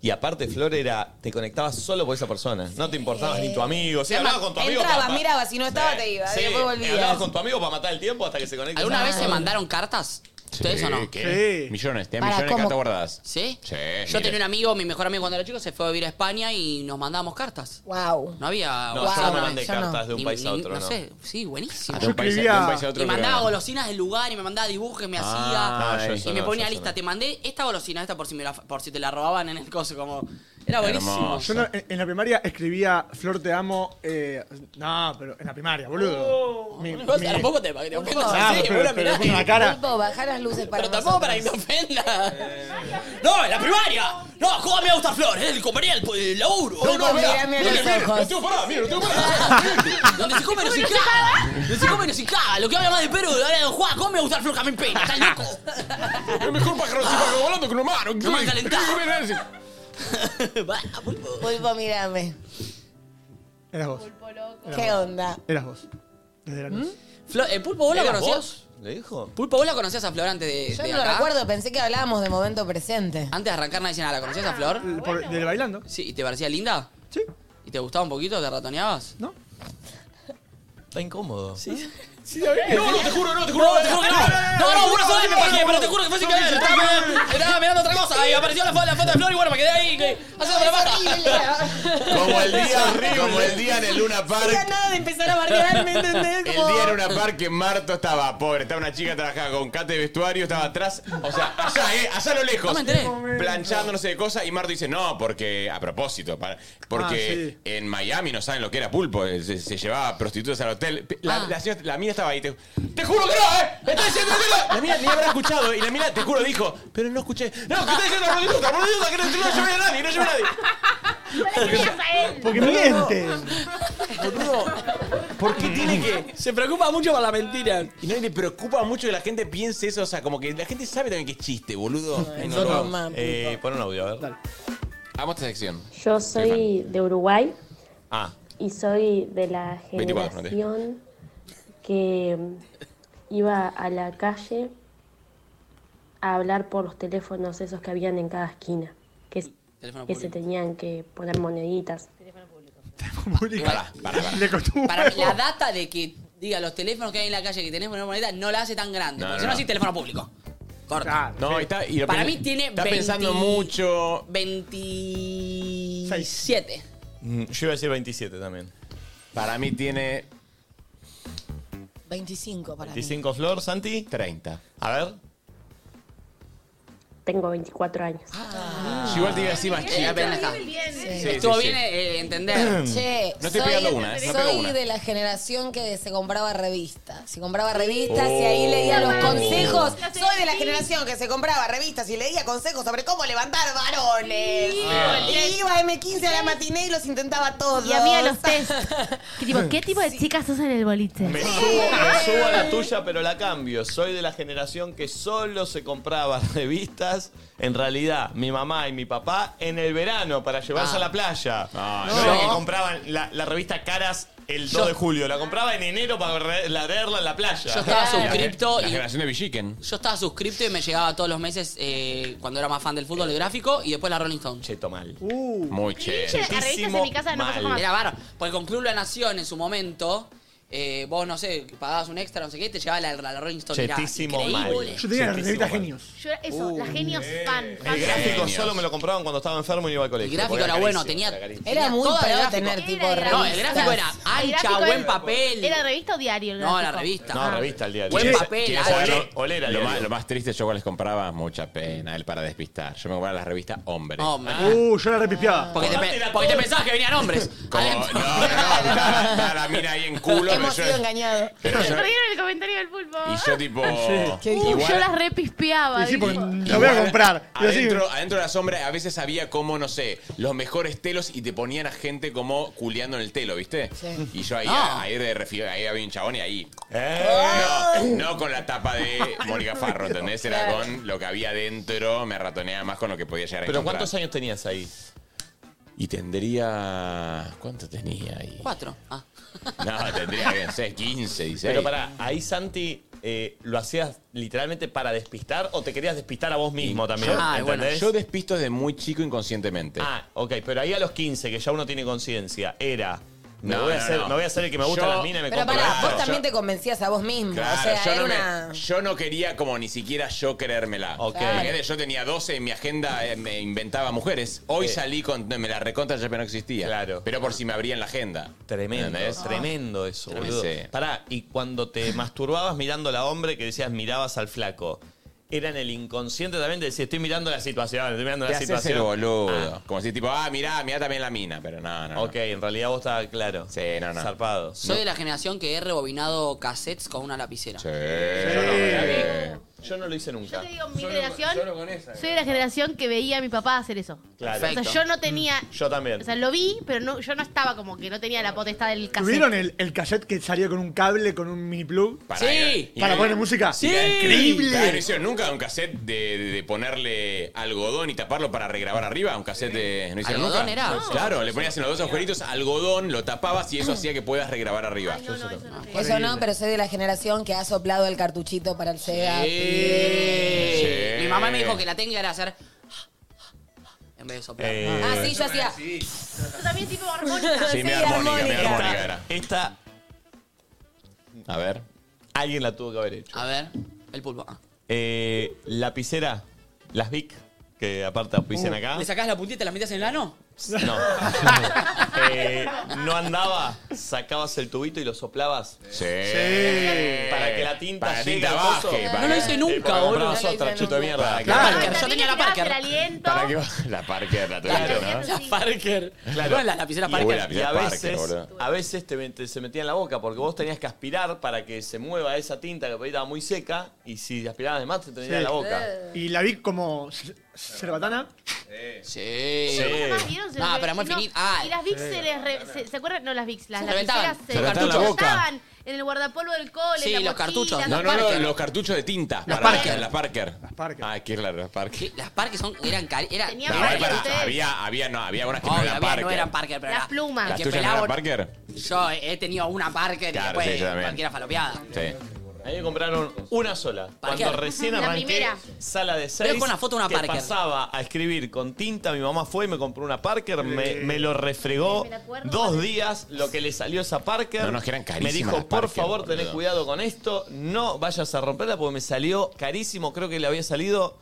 [SPEAKER 2] Y aparte, Flor era, te conectabas solo por esa persona. No te importabas ni tu amigo. Sí,
[SPEAKER 6] Es más,
[SPEAKER 2] hablabas con tu amigo.
[SPEAKER 6] entrabas,
[SPEAKER 2] pa- pa-
[SPEAKER 6] mirabas, si no estaba, te ibas,
[SPEAKER 2] Sí,
[SPEAKER 6] después volvías.
[SPEAKER 3] Ah.
[SPEAKER 2] hablabas con tu amigo para matar el tiempo hasta que se conecte.
[SPEAKER 3] ¿Alguna vez se
[SPEAKER 6] Ay.
[SPEAKER 3] mandaron cartas? ¿Ustedes o no?
[SPEAKER 5] ¿qué? Millones, tenía millones de cartas guardadas.
[SPEAKER 3] ¿Sí?
[SPEAKER 5] Sí.
[SPEAKER 3] Yo
[SPEAKER 2] Eh,
[SPEAKER 5] miles.
[SPEAKER 3] tenía un amigo, mi mejor amigo cuando era chico, se fue a vivir a España y nos mandábamos cartas.
[SPEAKER 6] Wow.
[SPEAKER 3] No había.
[SPEAKER 2] No,
[SPEAKER 3] WhatsApp,
[SPEAKER 2] yo no me mandé
[SPEAKER 3] yo no.
[SPEAKER 2] cartas de un
[SPEAKER 3] Ni-
[SPEAKER 2] país a
[SPEAKER 3] ni-
[SPEAKER 2] otro,
[SPEAKER 3] no
[SPEAKER 2] no.
[SPEAKER 3] sé, sí, buenísimo.
[SPEAKER 2] Ah, de un país a- de un país a otro, pero-
[SPEAKER 3] Y mandaba golosinas del lugar y me mandaba dibujos que me
[SPEAKER 2] Ah,
[SPEAKER 3] hacía.
[SPEAKER 2] no, yo
[SPEAKER 3] y
[SPEAKER 2] eso
[SPEAKER 3] me
[SPEAKER 2] no,
[SPEAKER 3] ponía
[SPEAKER 2] yo eso
[SPEAKER 3] lista,
[SPEAKER 2] no.
[SPEAKER 3] te mandé esta golosina, esta por si, me la, por si te la robaban en el coso, como. Era buenísimo.
[SPEAKER 4] Yo no- en, en la primaria escribía Flor te amo. eh, no, pero en la primaria, boludo. Mi-
[SPEAKER 3] Oh, Vos
[SPEAKER 4] mi-
[SPEAKER 3] tampoco te para que te ofendas
[SPEAKER 4] Ah,
[SPEAKER 3] así,
[SPEAKER 4] pero-
[SPEAKER 3] vos la
[SPEAKER 4] pero
[SPEAKER 3] mirás
[SPEAKER 4] con una
[SPEAKER 3] y-
[SPEAKER 4] cara-
[SPEAKER 6] Pulpo, bajá las luces para
[SPEAKER 3] Pero tampoco para que te ofenda. No, en la primaria. No, ¿cómo me gusta Flor? Es el compañero, el, el laburo.
[SPEAKER 6] Pulpo,
[SPEAKER 3] no, mirá,
[SPEAKER 6] mírame a
[SPEAKER 3] mire,
[SPEAKER 6] los
[SPEAKER 3] mire,
[SPEAKER 6] ojos.
[SPEAKER 3] lo tengo parado, mire, lo tengo parado. Donde se come no se caga. Donde se come no se caga. Lo que habla más de Perú, habla de Don Juan. ¿Cómo me gusta Flor Carmen Peña? ¿Estás loco?
[SPEAKER 5] Es mejor pájaro sin pájaro volando que un humano.
[SPEAKER 3] No me calentás.
[SPEAKER 6] Pulpo, mírame.
[SPEAKER 4] Eras vos.
[SPEAKER 6] ¿Qué onda?
[SPEAKER 4] Eras vos. Desde la
[SPEAKER 3] ¿Mm?
[SPEAKER 4] luz.
[SPEAKER 3] Flor, ¿El eh, Pulpo vos la
[SPEAKER 4] ¿Eras
[SPEAKER 3] conocías?
[SPEAKER 4] vos?
[SPEAKER 1] ¿Le dijo?
[SPEAKER 3] Pulpo, ¿vos la conocías a Flor antes de,
[SPEAKER 6] Yo
[SPEAKER 3] de
[SPEAKER 6] no lo
[SPEAKER 3] acá?
[SPEAKER 6] recuerdo, pensé que hablábamos de momento presente.
[SPEAKER 3] Antes de arrancar nadie decía nada. ¿La conocías a Flor?
[SPEAKER 4] ¿Del bailando?
[SPEAKER 3] Sí. ¿Y te parecía linda? Sí. ¿Y te gustaba un poquito? ¿Te ratoneabas?
[SPEAKER 4] No.
[SPEAKER 1] Está incómodo.
[SPEAKER 3] Sí.
[SPEAKER 5] No, no, te juro, no, te juro.
[SPEAKER 3] No, te juro que no. No, no, una sola vez me pagué, pero te juro que fue sin querer. Estaba mirando- Estaba mirando otra cosa y apareció la foto, la foto de Flor y bueno, me quedé ahí. que- Haciendo la paja.
[SPEAKER 5] Como el día, como el día en el Luna Park.
[SPEAKER 6] nada de empezar a
[SPEAKER 3] bardearme, ¿entendés?
[SPEAKER 5] El
[SPEAKER 3] Como-
[SPEAKER 5] día en Luna Park que Marto estaba pobre. Estaba una chica trabajaba con Cate de vestuario, estaba atrás. O sea, allá, eh, allá a lo lejos.
[SPEAKER 3] No me enteré.
[SPEAKER 5] Planchando, no sé de cosas. Y Marto dice, no, porque, a propósito, para- porque en Miami no saben lo que era pulpo. eh, Se, se llevaba prostitutas al hotel. La,
[SPEAKER 2] Ah.
[SPEAKER 5] la señora- la mina estaba ahí. Te, te juro que no, ¿eh? Me Está diciendo que no. La mina ni habrá escuchado. Y la mina, te juro, dijo, pero no escuché. No, que está diciendo prostituta, prostituta, que no, no llevé a nadie, no llevé a nadie.
[SPEAKER 4] Porque miente.
[SPEAKER 5] ¿Por qué tiene que.?
[SPEAKER 3] Se preocupa mucho por la mentira.
[SPEAKER 5] Y no y le preocupa mucho que la gente piense eso. O sea, como que la gente sabe también que es chiste, boludo. Ay, no,
[SPEAKER 1] Nosotros
[SPEAKER 5] lo hagas.
[SPEAKER 1] más,
[SPEAKER 5] eh, pon un audio, a ver. Amo esta sección.
[SPEAKER 15] Yo soy de Uruguay
[SPEAKER 5] Ah,
[SPEAKER 15] y soy de la
[SPEAKER 5] 24, no te-
[SPEAKER 15] generación que mm, iba a la calle a hablar por los teléfonos esos que habían en cada esquina, que,
[SPEAKER 3] Teléfono
[SPEAKER 15] que se
[SPEAKER 3] público.
[SPEAKER 15] tenían que poner moneditas.
[SPEAKER 5] Pará, pará, pará.
[SPEAKER 4] Le costó un
[SPEAKER 3] Para mí, la
[SPEAKER 4] huevo.
[SPEAKER 3] data de que diga los teléfonos que hay en la calle que tenés por una moneda no la hace tan grande.
[SPEAKER 5] No,
[SPEAKER 3] porque
[SPEAKER 5] no,
[SPEAKER 3] si no,
[SPEAKER 5] no.
[SPEAKER 3] así teléfono público. Corta.
[SPEAKER 5] Ah, No, y está. Y lo
[SPEAKER 3] Para
[SPEAKER 5] pen-
[SPEAKER 3] mí tiene
[SPEAKER 5] Está
[SPEAKER 3] 20
[SPEAKER 5] pensando mucho.
[SPEAKER 3] 27.
[SPEAKER 1] Mm, Yo iba a decir 27 también.
[SPEAKER 5] Para mí tiene
[SPEAKER 6] 25 para mí.
[SPEAKER 1] 25 Flor, Santi.
[SPEAKER 5] 30.
[SPEAKER 1] A ver.
[SPEAKER 15] Tengo 24 años.
[SPEAKER 6] Ah.
[SPEAKER 5] Yo igual te iba a decir más chica.
[SPEAKER 3] Apenas está.
[SPEAKER 5] Sí,
[SPEAKER 3] Estuvo
[SPEAKER 5] sí,
[SPEAKER 3] Ah, bien
[SPEAKER 5] sí.
[SPEAKER 3] eh, entender.
[SPEAKER 6] Che,
[SPEAKER 5] No estoy pegando una, eh, no pego
[SPEAKER 6] soy
[SPEAKER 5] una.
[SPEAKER 6] de la generación que se compraba revistas. Se compraba revistas y ahí leía los consejos. Soy de la generación que se compraba revistas y leía consejos sobre cómo levantar varones. Y iba a M15 a la matiné y los intentaba todos.
[SPEAKER 7] Y había los test. ¿Qué tipo, ¿Qué tipo de chicas sos en el boliche?
[SPEAKER 1] Me subo, me subo a la tuya, pero la cambio. Soy de la generación que solo se compraba revistas, en realidad, mi mamá y mi papá, en el verano para llevarse
[SPEAKER 2] Ah.
[SPEAKER 1] a la playa.
[SPEAKER 5] No,
[SPEAKER 1] yo
[SPEAKER 2] yo-
[SPEAKER 1] era que compraban la, la revista Caras el 2
[SPEAKER 3] Yo-
[SPEAKER 1] de julio. La compraba en enero para re- la- leerla en la playa.
[SPEAKER 3] Yo estaba suscripto
[SPEAKER 5] La
[SPEAKER 3] y
[SPEAKER 5] generación de Villiquen.
[SPEAKER 3] yo estaba suscripto y me llegaba todos los meses eh, cuando era más fan del fútbol el gráfico y después la Rolling Stone.
[SPEAKER 1] Cheto mal.
[SPEAKER 3] Uh.
[SPEAKER 5] Muy
[SPEAKER 7] Che,
[SPEAKER 5] chévere.
[SPEAKER 7] las revistas en mi casa no
[SPEAKER 3] Mal.
[SPEAKER 7] pasó más.
[SPEAKER 3] Era bárbaro. Porque con Club La Nación en su momento, eh, vos no sé, pagabas un extra, no sé qué, te llegaba la, la, la Rolling Stone. Era
[SPEAKER 1] Chetísimo
[SPEAKER 3] increíble.
[SPEAKER 1] mal.
[SPEAKER 4] Yo tenía
[SPEAKER 1] Chetísimo
[SPEAKER 4] la revista
[SPEAKER 1] mal.
[SPEAKER 4] Genios.
[SPEAKER 7] Yo era eso, las genios fan. fan.
[SPEAKER 1] El gráfico
[SPEAKER 5] Genios.
[SPEAKER 1] solo me lo compraban cuando estaba enfermo y iba al colegio.
[SPEAKER 3] El gráfico
[SPEAKER 1] porque
[SPEAKER 3] era bueno,
[SPEAKER 1] carísimo,
[SPEAKER 3] tenía.
[SPEAKER 1] carísimo.
[SPEAKER 3] tenía
[SPEAKER 6] Era muy
[SPEAKER 3] todo el
[SPEAKER 6] para
[SPEAKER 3] gráfico.
[SPEAKER 6] tener tipo
[SPEAKER 7] Era
[SPEAKER 6] de
[SPEAKER 7] de
[SPEAKER 3] No, el
[SPEAKER 6] revistas.
[SPEAKER 3] gráfico era ancha,
[SPEAKER 7] gráfico
[SPEAKER 3] buen
[SPEAKER 7] era-
[SPEAKER 3] papel.
[SPEAKER 7] ¿Era revista o diario? el
[SPEAKER 3] No, la
[SPEAKER 7] gráfico?
[SPEAKER 3] revista.
[SPEAKER 1] No, revista al diario.
[SPEAKER 3] Buen
[SPEAKER 1] ¿Quieres-
[SPEAKER 3] papel,
[SPEAKER 1] quieres
[SPEAKER 3] Ale.
[SPEAKER 1] saber? Olera al
[SPEAKER 5] Lo
[SPEAKER 1] diario.
[SPEAKER 5] más, lo más triste, yo cuando les compraba mucha pena, él para despistar. Yo me compraba la revista Hombre.
[SPEAKER 3] Hombre.
[SPEAKER 4] Uh, yo la repipiaba.
[SPEAKER 3] Oh, Ah. Porque te, este pe- porque te pensabas que venían hombres.
[SPEAKER 5] Como- no, no, no, estaba- estaba la mina ahí en culo.
[SPEAKER 6] Hemos
[SPEAKER 5] pero
[SPEAKER 6] sido
[SPEAKER 5] yo-
[SPEAKER 6] engañados.
[SPEAKER 5] pero yo-
[SPEAKER 7] Perdieron el comentario del pulpo.
[SPEAKER 5] y yo tipo...
[SPEAKER 7] Uh, yo
[SPEAKER 5] igual-
[SPEAKER 7] las repispeaba.
[SPEAKER 4] Y sí, porque
[SPEAKER 7] digo.
[SPEAKER 4] la voy a comprar. Y así,
[SPEAKER 5] Adentro, adentro de la sombra a veces había como, no sé, los mejores telos y te ponían a gente como culeando en el telo, ¿viste?
[SPEAKER 6] Sí.
[SPEAKER 5] Y yo ahí,
[SPEAKER 3] Ah.
[SPEAKER 5] ahí, de refi- ahí había un chabón y ahí.
[SPEAKER 1] Eh,
[SPEAKER 5] No, no con la tapa de Mónica Farro, ¿entendés? Era con lo que había adentro, me ratoneaba más con lo que podía llegar a
[SPEAKER 1] Pero
[SPEAKER 5] encontrar.
[SPEAKER 1] ¿cuántos años tenías ahí?
[SPEAKER 5] Y tendría... ¿Cuánto tenía ahí?
[SPEAKER 3] Cuatro. Ah.
[SPEAKER 5] No, tendría, no sé, 15, 16.
[SPEAKER 1] Pero para ahí Santi, eh, ¿lo hacías literalmente para despistar o te querías despistar a vos mismo también?
[SPEAKER 5] Yo,
[SPEAKER 3] Ah, bueno,
[SPEAKER 1] ¿Entendés?
[SPEAKER 5] yo despisto desde muy chico inconscientemente.
[SPEAKER 1] Ah, ok, pero ahí a los 15, que ya uno tiene conciencia, era
[SPEAKER 2] Me,
[SPEAKER 5] No,
[SPEAKER 2] voy a
[SPEAKER 5] no,
[SPEAKER 2] hacer,
[SPEAKER 5] no.
[SPEAKER 2] me voy a hacer el que me gusta
[SPEAKER 5] Yo-
[SPEAKER 2] las minas y me
[SPEAKER 6] Pero
[SPEAKER 2] compro
[SPEAKER 6] pará,
[SPEAKER 2] esto.
[SPEAKER 6] vos también te convencías a vos mismo.
[SPEAKER 5] Claro,
[SPEAKER 6] o sea,
[SPEAKER 5] yo,
[SPEAKER 6] era
[SPEAKER 5] no me-
[SPEAKER 6] una.
[SPEAKER 5] yo no quería como ni siquiera yo creérmela.
[SPEAKER 6] Claro.
[SPEAKER 5] Imagínate, Yo tenía 12 en mi agenda eh, me inventaba mujeres. Hoy salí con. Me la recontra ya pero no existía. Claro. Pero por si me abrían la agenda.
[SPEAKER 2] Tremendo, Ah.
[SPEAKER 5] ¿Entendés?
[SPEAKER 2] tremendo eso, boludo.
[SPEAKER 5] Sí.
[SPEAKER 2] Pará, y cuando te masturbabas mirando a la hombre que decías mirabas al flaco, era en el inconsciente también de decir, estoy mirando la situación, estoy mirando
[SPEAKER 5] Te
[SPEAKER 2] la
[SPEAKER 5] haces
[SPEAKER 2] situación.
[SPEAKER 5] el boludo.
[SPEAKER 2] Ah,
[SPEAKER 5] Como si tipo, ah, mirá, mirá también la mina. Pero no, no.
[SPEAKER 2] Ok, en realidad vos estabas claro.
[SPEAKER 5] Sí, no, no.
[SPEAKER 2] Zarpado.
[SPEAKER 3] Soy de la generación que he rebobinado cassettes con una lapicera. Sí.
[SPEAKER 2] Yo no lo hice
[SPEAKER 7] Yo
[SPEAKER 2] nunca.
[SPEAKER 7] te digo, mi generación. soy de la generación que veía a mi papá hacer eso.
[SPEAKER 2] Claro.
[SPEAKER 7] O sea,
[SPEAKER 2] Perfecto.
[SPEAKER 7] yo no tenía.
[SPEAKER 2] Yo también.
[SPEAKER 7] O sea, lo vi, pero no, yo no estaba como que no tenía la potestad del cassette.
[SPEAKER 4] ¿Tuvieron el, el cassette que salía con un cable, con un mini plug?
[SPEAKER 5] Sí.
[SPEAKER 4] ¿Para poner música?
[SPEAKER 5] Claro, no
[SPEAKER 4] ¡Increíble!
[SPEAKER 5] hicieron nunca un cassette de, de ponerle algodón y taparlo para regrabar arriba. Un cassette de. ¿No hicieron
[SPEAKER 3] ¿Algodón
[SPEAKER 5] nunca?
[SPEAKER 3] era? No.
[SPEAKER 5] Claro, le ponías en los dos agujeritos algodón, lo tapabas y eso hacía que puedas regrabar arriba.
[SPEAKER 6] Eso no, pero soy de la generación que ha soplado el cartuchito para el Sega.
[SPEAKER 5] Sí.
[SPEAKER 3] Mi mamá me dijo que la técnica era hacer. En vez de soplar.
[SPEAKER 2] Eh.
[SPEAKER 6] Ah, sí, yo hacía.
[SPEAKER 7] Yo también tipo armónica.
[SPEAKER 2] Sí, mi armónica, mi armónica era. Esta.
[SPEAKER 5] A ver.
[SPEAKER 2] Alguien la tuvo que haber hecho.
[SPEAKER 3] A ver, el pulpo. Ah.
[SPEAKER 2] Eh, lapicera, las Vic, que aparte auspician acá.
[SPEAKER 3] Uh, ¿Le sacás la puntita y la metías en el ano?
[SPEAKER 2] No. Eh, no andaba, sacabas el tubito y lo soplabas.
[SPEAKER 5] Sí.
[SPEAKER 2] Para que la tinta
[SPEAKER 5] Para
[SPEAKER 2] llegue
[SPEAKER 5] que la tinta
[SPEAKER 2] al coso.
[SPEAKER 5] baje, para No lo que- hice nunca,
[SPEAKER 2] Eh, porque
[SPEAKER 5] boludo.
[SPEAKER 2] comprabas
[SPEAKER 5] No lo hice
[SPEAKER 2] otra, chito de
[SPEAKER 5] nunca.
[SPEAKER 2] mierda.
[SPEAKER 5] Para que- Claro.
[SPEAKER 3] Yo tenía la Parker.
[SPEAKER 5] Para que la Parker, la
[SPEAKER 2] Claro,
[SPEAKER 5] tuviste, ¿no?
[SPEAKER 3] La Parker.
[SPEAKER 2] Claro.
[SPEAKER 3] Bueno, las lapiceras
[SPEAKER 2] Y,
[SPEAKER 3] Parker.
[SPEAKER 2] a
[SPEAKER 5] Parker,
[SPEAKER 2] veces,
[SPEAKER 5] boludo.
[SPEAKER 2] a veces te, met- se metía en la boca porque vos tenías que aspirar para que se mueva esa tinta que por ahí estaba muy seca y si aspirabas de más te tenía en la boca.
[SPEAKER 4] Y la vi como c- cerbatana.
[SPEAKER 3] Sí.
[SPEAKER 2] Sí.
[SPEAKER 7] Además, ¿vieron? Se
[SPEAKER 3] No,
[SPEAKER 7] re-
[SPEAKER 3] pero es muy finito. Ah,
[SPEAKER 7] y las Vicks
[SPEAKER 3] sí.
[SPEAKER 7] se les. re- se, ¿se acuerdan? No, las Vicks, las
[SPEAKER 3] Se
[SPEAKER 7] lapiceras
[SPEAKER 3] reventaban.
[SPEAKER 7] se
[SPEAKER 5] Se reventaban la boca.
[SPEAKER 7] reventaban en el guardapolvo del cole.
[SPEAKER 3] Sí,
[SPEAKER 7] en la
[SPEAKER 3] los cartuchos.
[SPEAKER 7] mochila,
[SPEAKER 5] No,
[SPEAKER 7] los
[SPEAKER 5] no, no,
[SPEAKER 7] parques.
[SPEAKER 5] los cartuchos de tinta.
[SPEAKER 3] Las
[SPEAKER 5] Para-
[SPEAKER 3] Parker.
[SPEAKER 5] Las Parker. Las Parker. Ah, qué claro, las Parker.
[SPEAKER 3] Las Parker son, eran cari- era-
[SPEAKER 5] No, hay para- había, había, no, había unas que no
[SPEAKER 3] Obvio,
[SPEAKER 5] eran
[SPEAKER 3] había-
[SPEAKER 5] Parker.
[SPEAKER 3] no eran Parker, pero
[SPEAKER 7] Las
[SPEAKER 3] era-
[SPEAKER 7] plumas.
[SPEAKER 5] ¿Las
[SPEAKER 3] que
[SPEAKER 5] tuyas no eran
[SPEAKER 3] pelaban-
[SPEAKER 5] Parker?
[SPEAKER 3] Yo he he tenido una Parker
[SPEAKER 5] Claro,
[SPEAKER 3] y
[SPEAKER 5] sí, yo
[SPEAKER 3] después
[SPEAKER 5] también.
[SPEAKER 3] cualquiera falopeada.
[SPEAKER 5] Sí.
[SPEAKER 2] A mí me compraron una sola. Cuando
[SPEAKER 3] Parker.
[SPEAKER 2] recién
[SPEAKER 3] La
[SPEAKER 2] arranqué
[SPEAKER 3] primera.
[SPEAKER 2] sala de seis,
[SPEAKER 3] Pero con la foto de una
[SPEAKER 2] que
[SPEAKER 3] Parker.
[SPEAKER 2] pasaba a escribir con tinta, mi mamá fue y me compró una Parker, me, me lo refregó dos días lo que le salió esa Parker.
[SPEAKER 5] No, no, es que eran
[SPEAKER 2] Me
[SPEAKER 5] carísimas
[SPEAKER 2] dijo,
[SPEAKER 5] las
[SPEAKER 2] por
[SPEAKER 5] Parker,
[SPEAKER 2] favor,
[SPEAKER 5] boludo".
[SPEAKER 2] tenés cuidado con esto, no vayas a romperla porque me salió carísimo, creo que le había salido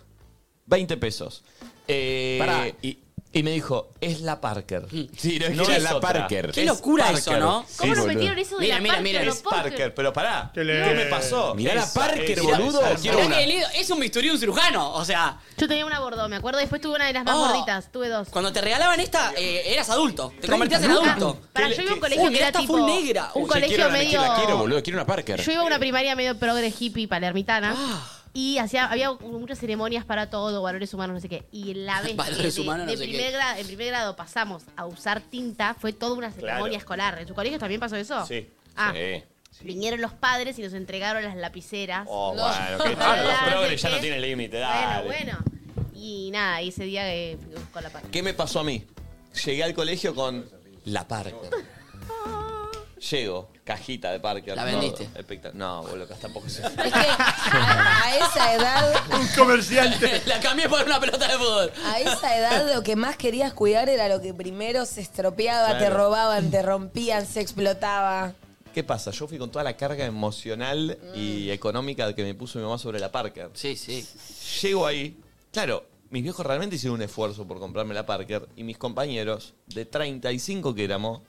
[SPEAKER 2] 20 pesos. Eh,
[SPEAKER 5] Pará,
[SPEAKER 2] y... me dijo, es la Parker.
[SPEAKER 3] Mm.
[SPEAKER 5] Sí, no, es que era la
[SPEAKER 2] otra,
[SPEAKER 5] Parker. Qué
[SPEAKER 2] es
[SPEAKER 5] locura eso,
[SPEAKER 2] Parker.
[SPEAKER 5] ¿no? ¿Cómo Sí, nos metieron boludo.
[SPEAKER 7] eso de la Parker? No
[SPEAKER 2] Es
[SPEAKER 7] puedo
[SPEAKER 2] Parker, pero pará. ¿Qué me pasó?
[SPEAKER 5] Mirá la
[SPEAKER 2] Esa,
[SPEAKER 5] Parker,
[SPEAKER 2] esa,
[SPEAKER 5] boludo.
[SPEAKER 2] esa.
[SPEAKER 5] Quiero
[SPEAKER 3] Mirá que el ido- es un bisturí de un cirujano, o sea,
[SPEAKER 7] Yo tenía una bordó, me acuerdo. Después tuve una de las más
[SPEAKER 3] Oh.
[SPEAKER 7] gorditas. Tuve dos.
[SPEAKER 3] cuando te regalaban esta, eh, eras adulto, te convertías en
[SPEAKER 7] lucas.
[SPEAKER 3] adulto.
[SPEAKER 7] Para, yo iba a un colegio que
[SPEAKER 3] Uy, Uh, mirá,
[SPEAKER 7] era
[SPEAKER 3] esta
[SPEAKER 7] tipo...
[SPEAKER 3] full negra.
[SPEAKER 7] Un
[SPEAKER 5] Uy,
[SPEAKER 7] colegio
[SPEAKER 5] quiero, la
[SPEAKER 7] medio...
[SPEAKER 5] quiero, la quiero, boludo, quiero una Parker.
[SPEAKER 7] Yo iba a una primaria medio progre hippie palermitana.
[SPEAKER 3] Ah.
[SPEAKER 7] Y hacía, había como muchas ceremonias para todo, valores humanos, no sé qué. Y la vez que
[SPEAKER 3] Valores
[SPEAKER 7] de-
[SPEAKER 3] humanos, no
[SPEAKER 7] de
[SPEAKER 3] sé
[SPEAKER 7] primer
[SPEAKER 3] qué.
[SPEAKER 7] grado- en primer grado pasamos a usar tinta, fue toda una ceremonia
[SPEAKER 3] Claro.
[SPEAKER 7] escolar. ¿En su colegio también pasó eso?
[SPEAKER 2] Sí.
[SPEAKER 7] Ah,
[SPEAKER 5] Sí.
[SPEAKER 7] vinieron los padres y nos entregaron las lapiceras.
[SPEAKER 2] Oh,
[SPEAKER 7] No.
[SPEAKER 2] bueno, que
[SPEAKER 7] Hola,
[SPEAKER 2] los
[SPEAKER 7] no sé
[SPEAKER 2] progres ya
[SPEAKER 7] qué.
[SPEAKER 2] no tienen límite,
[SPEAKER 7] Bueno,
[SPEAKER 2] dale.
[SPEAKER 7] bueno. Y nada, y ese día eh, con la parte.
[SPEAKER 2] ¿Qué me pasó a mí? Llegué al colegio con la Parker. Llego, cajita de Parker.
[SPEAKER 3] La
[SPEAKER 2] todo,
[SPEAKER 3] vendiste.
[SPEAKER 2] espectac- No, boludo, que tampoco se...
[SPEAKER 6] A esa edad,
[SPEAKER 4] Un comerciante.
[SPEAKER 3] la cambié por una pelota de fútbol.
[SPEAKER 6] a esa edad lo que más querías cuidar era lo que primero se estropeaba, te
[SPEAKER 2] Claro.
[SPEAKER 6] robaban, te rompían, se explotaba.
[SPEAKER 2] ¿Qué pasa? Yo fui con toda la carga emocional y económica que me puso mi mamá sobre la Parker.
[SPEAKER 3] Mm. Sí, sí.
[SPEAKER 2] Llego ahí. Claro, mis viejos realmente hicieron un esfuerzo por comprarme la Parker y mis compañeros, de 35 que éramos,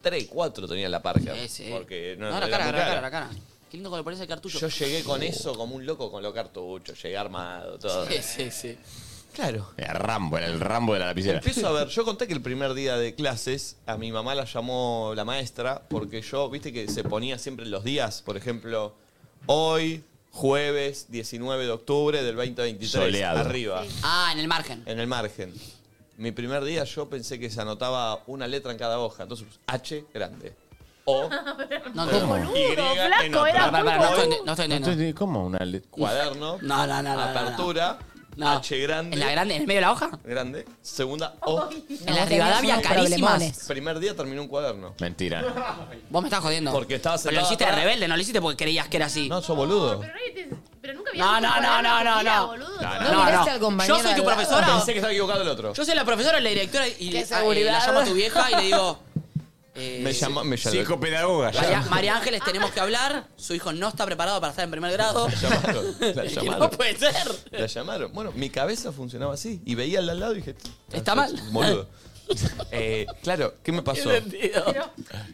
[SPEAKER 2] 3, 4 tenían la Parker.
[SPEAKER 3] Sí, sí.
[SPEAKER 2] Porque no,
[SPEAKER 3] No, la
[SPEAKER 2] era
[SPEAKER 3] cara,
[SPEAKER 2] muy
[SPEAKER 3] la cara,
[SPEAKER 2] cara.
[SPEAKER 3] la cara. Qué lindo que le pones el cartucho.
[SPEAKER 2] Yo llegué con eso como un loco con los cartuchos, llegué armado, todo.
[SPEAKER 3] Sí, sí, sí.
[SPEAKER 2] Claro.
[SPEAKER 5] Era Eh, Rambo, era el Rambo de la lapicera.
[SPEAKER 2] Empiezo a ver, yo conté que el primer día de clases a mi mamá la llamó la maestra porque yo, viste que se ponía siempre los días, por ejemplo, hoy, jueves 19 de octubre del 2023,
[SPEAKER 5] Soleado.
[SPEAKER 2] arriba,
[SPEAKER 3] Ah, en el margen.
[SPEAKER 2] en el margen. Mi primer día yo pensé que se anotaba una letra en cada hoja, entonces H grande. O
[SPEAKER 3] No,
[SPEAKER 2] Pero
[SPEAKER 3] no,
[SPEAKER 2] boludo, Y flaco, en otro. era
[SPEAKER 3] Pará,
[SPEAKER 2] muy
[SPEAKER 3] pará, no estoy-
[SPEAKER 2] boludo.
[SPEAKER 3] No estoy entendiendo.
[SPEAKER 5] Entonces, ¿Cómo una le-
[SPEAKER 2] cuaderno,
[SPEAKER 3] No, no, no, no, no, no.
[SPEAKER 2] apertura, H grande.
[SPEAKER 3] ¿En la grande? ¿En el medio de ¿Eh, la hoja?
[SPEAKER 2] Grande, segunda O.
[SPEAKER 3] En la Rivadavia, carísimas.
[SPEAKER 2] Primer día terminé un cuaderno.
[SPEAKER 5] Mentira.
[SPEAKER 3] Vos me estás jodiendo.
[SPEAKER 2] Porque estaba
[SPEAKER 3] Pero lo
[SPEAKER 2] sentado
[SPEAKER 3] hiciste de
[SPEAKER 2] atrás.
[SPEAKER 3] rebelde, no lo hiciste porque creías que era así.
[SPEAKER 2] No, sos boludo.
[SPEAKER 7] Pero nunca había
[SPEAKER 3] No,
[SPEAKER 7] visto
[SPEAKER 3] no,
[SPEAKER 7] un
[SPEAKER 3] no,
[SPEAKER 7] cuaderno
[SPEAKER 3] no,
[SPEAKER 7] que
[SPEAKER 3] no,
[SPEAKER 7] tira,
[SPEAKER 3] no.
[SPEAKER 7] boludo.
[SPEAKER 3] No, no. Yo soy tu profesora.
[SPEAKER 2] Pensé que estaba equivocado el otro.
[SPEAKER 3] Yo soy la profesora, la directora y
[SPEAKER 6] Qué
[SPEAKER 3] eh,
[SPEAKER 6] seguridad.
[SPEAKER 3] la llamo a tu vieja y le digo, Eh,
[SPEAKER 2] Me llamó- me llamó-
[SPEAKER 5] Psicopedagoga. ya.
[SPEAKER 3] María, María Ángeles, tenemos que hablar. Su hijo no está preparado para estar en primer grado.
[SPEAKER 2] La llamaron. La
[SPEAKER 3] Que
[SPEAKER 2] llamaron.
[SPEAKER 3] no puede ser.
[SPEAKER 2] La llamaron. Bueno, mi cabeza funcionaba así. Y veía al de al lado y dije.
[SPEAKER 3] Está mal.
[SPEAKER 2] Boludo. Eh, claro, ¿qué me pasó?
[SPEAKER 7] Pero,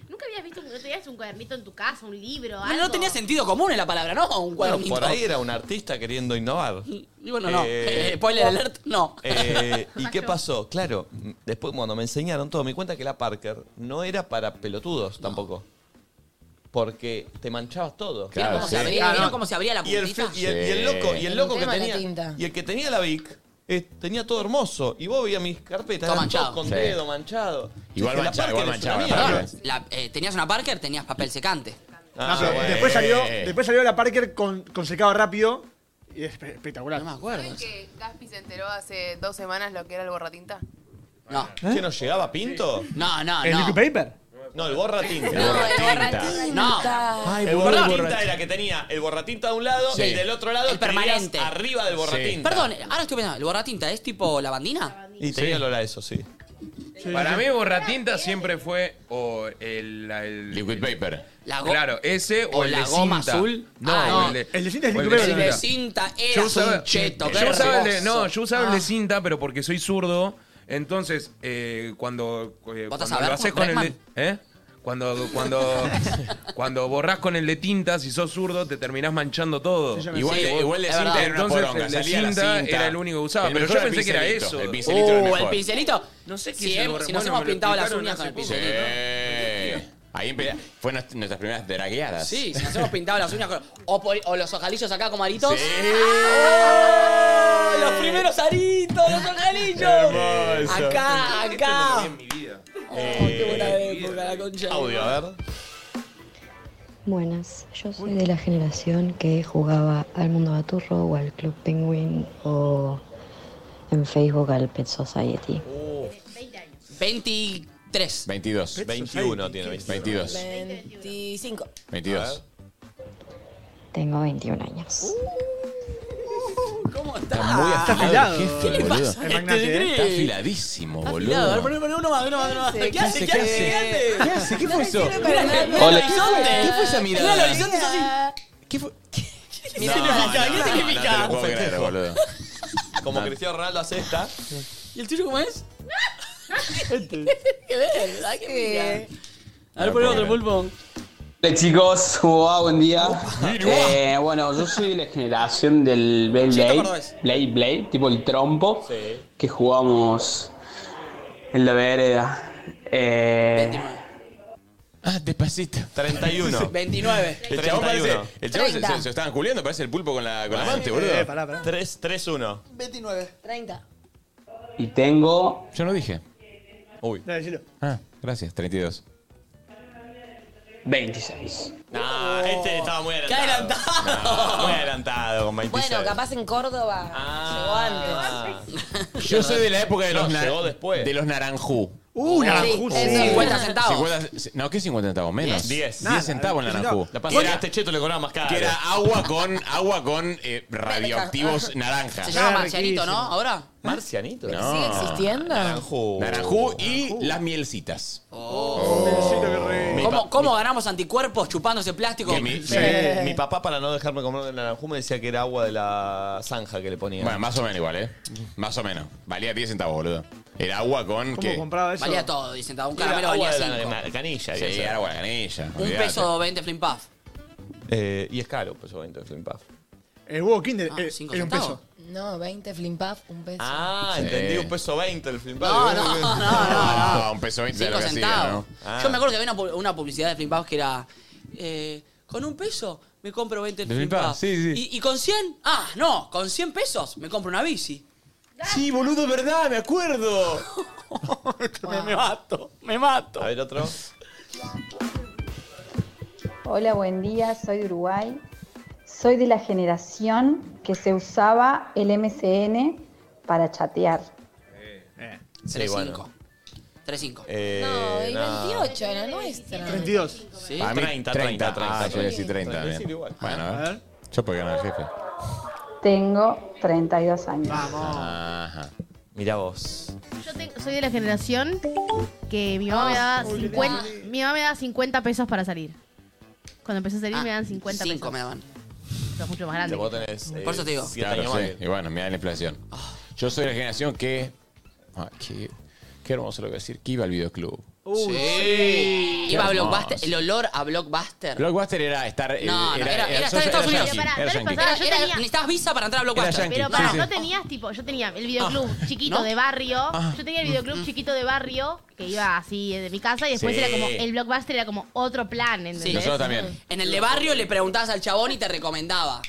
[SPEAKER 7] ¿nunca habías visto que no tenías un cuadernito en tu casa, un libro,
[SPEAKER 3] No,
[SPEAKER 7] algo?
[SPEAKER 3] no tenía sentido común en la palabra, ¿no?
[SPEAKER 2] Bueno,
[SPEAKER 3] Un cuadernito.
[SPEAKER 2] por ahí era un artista queriendo innovar.
[SPEAKER 3] Y bueno, no.
[SPEAKER 2] Eh,
[SPEAKER 3] Spoiler alert, no.
[SPEAKER 2] Eh, ¿Y qué pasó? Claro, m- después cuando me enseñaron todo, me di cuenta que la Parker no era para pelotudos tampoco. Porque te manchabas todo.
[SPEAKER 3] Claro, ¿Vieron cómo sí. Ah, se abría- vieron cómo se abría la
[SPEAKER 2] Ah, Y el,
[SPEAKER 3] puntita?
[SPEAKER 2] fl- y el- y el loco, y el
[SPEAKER 3] Sí.
[SPEAKER 2] loco que
[SPEAKER 3] Un tema la
[SPEAKER 2] tenía.
[SPEAKER 3] tinta.
[SPEAKER 2] Y el que tenía la Vic. eh, tenía todo hermoso. Y vos veías mis carpetas.
[SPEAKER 3] Todo
[SPEAKER 2] eran
[SPEAKER 3] manchado.
[SPEAKER 2] todos Con
[SPEAKER 3] Sí.
[SPEAKER 2] dedo manchado.
[SPEAKER 5] Igual
[SPEAKER 2] Dije, la
[SPEAKER 5] manchado,
[SPEAKER 2] Parker
[SPEAKER 5] igual
[SPEAKER 2] es una
[SPEAKER 5] manchado,
[SPEAKER 2] mierda.
[SPEAKER 5] Parker.
[SPEAKER 3] La- eh, tenías una Parker, tenías papel secante.
[SPEAKER 2] Ah,
[SPEAKER 4] No, pero
[SPEAKER 2] bueno.
[SPEAKER 4] después, salió, después salió la Parker con, con secado rápido y es espe- espectacular.
[SPEAKER 3] No me
[SPEAKER 10] ¿Saben que Gaspi se enteró hace dos semanas lo que era el borratinta?
[SPEAKER 3] No.
[SPEAKER 2] ¿Qué ¿Eh? nos llegaba Pinto?
[SPEAKER 3] No, no,
[SPEAKER 4] ¿El liquid paper?
[SPEAKER 2] No, el borra tinta.
[SPEAKER 3] No, el borra tinta. No. Ay,
[SPEAKER 2] el
[SPEAKER 3] boludo,
[SPEAKER 2] borra
[SPEAKER 3] el
[SPEAKER 2] tinta
[SPEAKER 3] borra
[SPEAKER 2] era que tenía el borratinta de un lado
[SPEAKER 3] Sí.
[SPEAKER 2] y del otro lado
[SPEAKER 3] El
[SPEAKER 2] escribías
[SPEAKER 3] permanente.
[SPEAKER 2] arriba del borratinta.
[SPEAKER 3] Perdón, ahora estoy pensando, ¿el borratinta es tipo lavandina?
[SPEAKER 2] Y tenía olor a eso, sí.
[SPEAKER 17] Para mí borratinta siempre fue o el, la- el-
[SPEAKER 5] Liquid paper.
[SPEAKER 3] La go-
[SPEAKER 17] claro, ese o,
[SPEAKER 3] o
[SPEAKER 17] el
[SPEAKER 3] la
[SPEAKER 17] de
[SPEAKER 3] goma
[SPEAKER 17] cinta.
[SPEAKER 3] azul.
[SPEAKER 17] No,
[SPEAKER 3] Ah, no.
[SPEAKER 17] el de,
[SPEAKER 3] El de cinta es
[SPEAKER 17] o
[SPEAKER 3] liquid paper. El de cinta era
[SPEAKER 17] Yo
[SPEAKER 3] un
[SPEAKER 17] usaba-
[SPEAKER 3] cheto,
[SPEAKER 17] Yo
[SPEAKER 3] qué
[SPEAKER 17] usaba el de,
[SPEAKER 3] hermoso.
[SPEAKER 17] no, yo usaba el
[SPEAKER 3] Ah.
[SPEAKER 17] de cinta, pero porque soy zurdo. Entonces, eh, cuando, eh,
[SPEAKER 3] ¿Vos estás
[SPEAKER 17] cuando
[SPEAKER 3] hablando
[SPEAKER 17] lo haces
[SPEAKER 3] como
[SPEAKER 17] con el de, ¿eh? Cuando, cuando, cuando borrás con el de tinta, si sos zurdo, te terminás manchando todo.
[SPEAKER 5] me- Igual de- igual de
[SPEAKER 17] es
[SPEAKER 5] cinta
[SPEAKER 17] verdad.
[SPEAKER 5] era una
[SPEAKER 17] Entonces,
[SPEAKER 5] poronga,
[SPEAKER 17] el de
[SPEAKER 5] salía la
[SPEAKER 17] cinta
[SPEAKER 5] cinta.
[SPEAKER 17] era el único que usaba,
[SPEAKER 5] El
[SPEAKER 17] pero yo
[SPEAKER 5] mejor el
[SPEAKER 17] pensé que era
[SPEAKER 5] pincelito,
[SPEAKER 17] eso.
[SPEAKER 5] el pincelito era el
[SPEAKER 3] Uh,
[SPEAKER 5] mejor.
[SPEAKER 3] el pincelito.
[SPEAKER 17] No sé qué
[SPEAKER 3] si,
[SPEAKER 17] es el
[SPEAKER 3] hem-
[SPEAKER 17] borra-
[SPEAKER 3] si nos
[SPEAKER 17] bueno,
[SPEAKER 3] hemos
[SPEAKER 17] me lo
[SPEAKER 3] pintado las
[SPEAKER 17] explicaron
[SPEAKER 3] uñas con
[SPEAKER 17] hace
[SPEAKER 3] el
[SPEAKER 17] poco.
[SPEAKER 5] Sí.
[SPEAKER 3] pincelito.
[SPEAKER 5] Ahí empe- fue nuestra- nuestras primeras dragueadas.
[SPEAKER 3] Sí, si nos hemos pintado las uñas con. O, por- o los ojalillos acá como aritos.
[SPEAKER 5] Sí.
[SPEAKER 3] ¡Ah! ¡Los primeros aritos! ¡Los ojalillos!
[SPEAKER 5] Hermoso.
[SPEAKER 3] Acá, acá.
[SPEAKER 5] Eh,
[SPEAKER 3] Qué buena época, la concha.
[SPEAKER 2] Audio, a ver.
[SPEAKER 18] Buenas, yo soy de la generación que jugaba al Mundo Baturro o al Club Penguin o en Facebook al Pet Society.
[SPEAKER 3] 23.
[SPEAKER 5] 22.
[SPEAKER 2] 21 tiene
[SPEAKER 5] 22.
[SPEAKER 6] 25.
[SPEAKER 5] Ah, 22.
[SPEAKER 18] Tengo 21 años.
[SPEAKER 3] ¿Cómo está?
[SPEAKER 5] muy afilado. el
[SPEAKER 3] ¿Qué
[SPEAKER 5] jefe,
[SPEAKER 3] le
[SPEAKER 5] boludo.
[SPEAKER 3] pasa? Este de
[SPEAKER 5] Está
[SPEAKER 3] Grey.
[SPEAKER 5] afiladísimo,
[SPEAKER 3] Afilado. A ver,
[SPEAKER 5] boludo.
[SPEAKER 3] poné, poné uno más, uno más, uno más.
[SPEAKER 5] ¿Qué
[SPEAKER 3] ¿Qué hace?
[SPEAKER 5] hace?
[SPEAKER 3] ¿Qué
[SPEAKER 5] ¿Qué
[SPEAKER 3] hace? ¿Qué
[SPEAKER 5] hace?
[SPEAKER 3] hace?
[SPEAKER 5] ¿Qué hace? ¿Qué fue eso?
[SPEAKER 3] Mira, mira el
[SPEAKER 5] Hola, ¿qué fue?
[SPEAKER 3] horizonte.
[SPEAKER 5] ¿Qué fue esa
[SPEAKER 3] Mira el
[SPEAKER 5] mirada?
[SPEAKER 3] horizonte es así.
[SPEAKER 5] ¿Qué fue?
[SPEAKER 3] ¿Qué
[SPEAKER 5] No,
[SPEAKER 3] significa?
[SPEAKER 5] no,
[SPEAKER 3] ¿Qué
[SPEAKER 5] no,
[SPEAKER 3] significa?
[SPEAKER 5] No te lo puedo creer, boludo.
[SPEAKER 2] Como
[SPEAKER 5] No.
[SPEAKER 2] Cristiano Ronaldo hace esta.
[SPEAKER 3] ¿Y el tuyo cómo es? Este. ¿Qué ves? Ay, qué mira. A ver,
[SPEAKER 19] No
[SPEAKER 3] poné
[SPEAKER 19] puedo
[SPEAKER 3] otro pulpo.
[SPEAKER 19] Hola chicos, Hola, buen día. Eh, bueno, yo soy de la generación del Blade
[SPEAKER 3] Chito
[SPEAKER 19] Blade,
[SPEAKER 3] cordobés.
[SPEAKER 19] Blade Blade, tipo el trompo, que jugamos en la vereda. Eh,
[SPEAKER 5] Ah, despacito.
[SPEAKER 2] 31.
[SPEAKER 3] 29.
[SPEAKER 5] El chabón parece.
[SPEAKER 2] 31.
[SPEAKER 5] El chabón se,
[SPEAKER 6] 30.
[SPEAKER 5] se- se estaban culiando, parece el pulpo con la, con la amante,
[SPEAKER 2] Eh,
[SPEAKER 5] boludo.
[SPEAKER 2] pará, pará. 3, 3, 1.
[SPEAKER 6] 29. 30.
[SPEAKER 19] y tengo.
[SPEAKER 5] Yo no dije. Uy.
[SPEAKER 4] Dale, decilo.
[SPEAKER 5] Ah, gracias. 32.
[SPEAKER 19] 26.
[SPEAKER 2] Nah, este estaba muy
[SPEAKER 3] ¡Qué
[SPEAKER 2] adelantado.
[SPEAKER 3] adelantado!
[SPEAKER 2] Muy adelantado con 26.
[SPEAKER 6] Bueno, capaz en Córdoba. Llegó antes.
[SPEAKER 5] Yo soy de la época de los
[SPEAKER 2] No,
[SPEAKER 5] na-
[SPEAKER 2] llegó después.
[SPEAKER 5] De los naranjú.
[SPEAKER 6] Uh,
[SPEAKER 5] naranjú,
[SPEAKER 6] sí. sí.
[SPEAKER 3] 50 centavos.
[SPEAKER 5] 50 no, ¿qué 50 centavos? Menos.
[SPEAKER 2] 10.
[SPEAKER 5] 10 centavos en naranjú.
[SPEAKER 2] La
[SPEAKER 5] Que
[SPEAKER 2] pasada
[SPEAKER 5] era-
[SPEAKER 2] a este cheto le cobraba más caro.
[SPEAKER 5] Que era agua con, agua con eh, radioactivos naranjas.
[SPEAKER 3] Se llama Marcianito, ¿no? Ahora.
[SPEAKER 2] Marcianito.
[SPEAKER 5] No.
[SPEAKER 6] ¿Sigue existiendo?
[SPEAKER 2] Naranjú.
[SPEAKER 5] Naranjú y las mielcitas.
[SPEAKER 3] Oh.
[SPEAKER 2] Mi
[SPEAKER 3] ¿Cómo,
[SPEAKER 2] pa-
[SPEAKER 3] cómo ganamos anticuerpos chupando ese plástico?
[SPEAKER 2] Que mi,
[SPEAKER 3] Sí.
[SPEAKER 2] mi- mi papá, para no dejarme comer el naranjú, me decía que era agua de la zanja que le ponía.
[SPEAKER 5] Bueno, más o menos igual, ¿eh? Más o menos. Valía 10 centavos, boludo. El agua con. ¿qué?
[SPEAKER 3] Valía todo, dicen. Un
[SPEAKER 2] Era
[SPEAKER 3] caramelo
[SPEAKER 2] agua
[SPEAKER 3] valía
[SPEAKER 2] de la
[SPEAKER 3] 5.
[SPEAKER 2] na- canilla.
[SPEAKER 5] Sí,
[SPEAKER 2] debe ser.
[SPEAKER 5] era agua de canilla.
[SPEAKER 3] Un
[SPEAKER 5] olvidate.
[SPEAKER 3] peso 20 flim puff.
[SPEAKER 2] Eh, y es caro, pues obviamente, el Flim Puff.
[SPEAKER 4] El huevo Kinder
[SPEAKER 3] Ah,
[SPEAKER 4] eh,
[SPEAKER 3] cinco
[SPEAKER 4] era un
[SPEAKER 3] centavos.
[SPEAKER 4] peso.
[SPEAKER 6] No, 20 flimpaf, un peso.
[SPEAKER 2] Ah,
[SPEAKER 5] Sí.
[SPEAKER 2] entendí, un peso 20 el Flim Puff.
[SPEAKER 3] No, no, no, no.
[SPEAKER 5] Ah, un peso 20 de lo
[SPEAKER 3] 5
[SPEAKER 5] que hacía,
[SPEAKER 3] centavos.
[SPEAKER 5] ¿no?
[SPEAKER 3] Yo me acuerdo que había una, pu- una publicidad de flim puff que era. eh, con un peso me compro 20
[SPEAKER 5] De
[SPEAKER 3] flim
[SPEAKER 5] Flim Puff,
[SPEAKER 3] puff.
[SPEAKER 5] sí, sí.
[SPEAKER 3] Y, y con 100. Ah, no, con 100 pesos me compro una bici.
[SPEAKER 5] Sí, boludo, es verdad, me acuerdo.
[SPEAKER 3] Me, me mato, me mato.
[SPEAKER 2] A ver, otro.
[SPEAKER 12] Hola, buen día, soy de Uruguay. Soy de la generación que se usaba el MCN para chatear.
[SPEAKER 2] Sí, bueno.
[SPEAKER 3] 3-5.
[SPEAKER 2] Eh,
[SPEAKER 6] No, y
[SPEAKER 2] no.
[SPEAKER 6] 28 era nuestra.
[SPEAKER 4] 32.
[SPEAKER 3] ¿Sí?
[SPEAKER 5] Para mí, 30, 30, 30. Ah, yo voy a decir 30.
[SPEAKER 2] Treinta,
[SPEAKER 5] bien.
[SPEAKER 2] sí, igual.
[SPEAKER 5] Bueno, a ver. Yo puedo ganar al jefe.
[SPEAKER 12] Tengo 32 años.
[SPEAKER 5] Ajá.
[SPEAKER 3] Ah.
[SPEAKER 2] Mirá vos.
[SPEAKER 7] Yo Yo te- soy de la generación que mi mamá, me daba 50, mi mamá me daba 50 pesos para salir. Cuando empecé a salir me dan 50 pesos.
[SPEAKER 3] Ah, Cinco me daban.
[SPEAKER 7] Eso es mucho más grande.
[SPEAKER 5] Vos tenés, eh,
[SPEAKER 3] Por eso te digo. Ah.
[SPEAKER 5] siete años más que- Y bueno, mira la inflación. Yo soy la generación que. ah, qué, qué hermoso lo que voy a decir. Que iba al videoclub.
[SPEAKER 3] sí.
[SPEAKER 5] Qué
[SPEAKER 3] Iba a
[SPEAKER 5] hermoso.
[SPEAKER 3] Blockbuster. El olor a Blockbuster.
[SPEAKER 5] Blockbuster era estar. eh,
[SPEAKER 3] No, no, era, era, estar
[SPEAKER 5] sos-
[SPEAKER 3] en
[SPEAKER 5] era
[SPEAKER 3] Estados Unidos.
[SPEAKER 5] yankee, era yankee.
[SPEAKER 3] Era- era- necesitabas visa para entrar a Blockbuster.
[SPEAKER 5] yankee,
[SPEAKER 7] Pero para,
[SPEAKER 5] sí, sí.
[SPEAKER 7] no tenías tipo, yo tenía el videoclub
[SPEAKER 3] Ah,
[SPEAKER 7] chiquito
[SPEAKER 3] ¿no?
[SPEAKER 7] de barrio.
[SPEAKER 3] Ah.
[SPEAKER 7] Yo tenía el videoclub
[SPEAKER 3] Mm.
[SPEAKER 7] chiquito de barrio que iba así eh, de mi casa y después
[SPEAKER 3] Sí.
[SPEAKER 7] era como el blockbuster era como otro plan, ¿entendés?
[SPEAKER 3] En el de barrio le preguntabas al chabón y te recomendaba.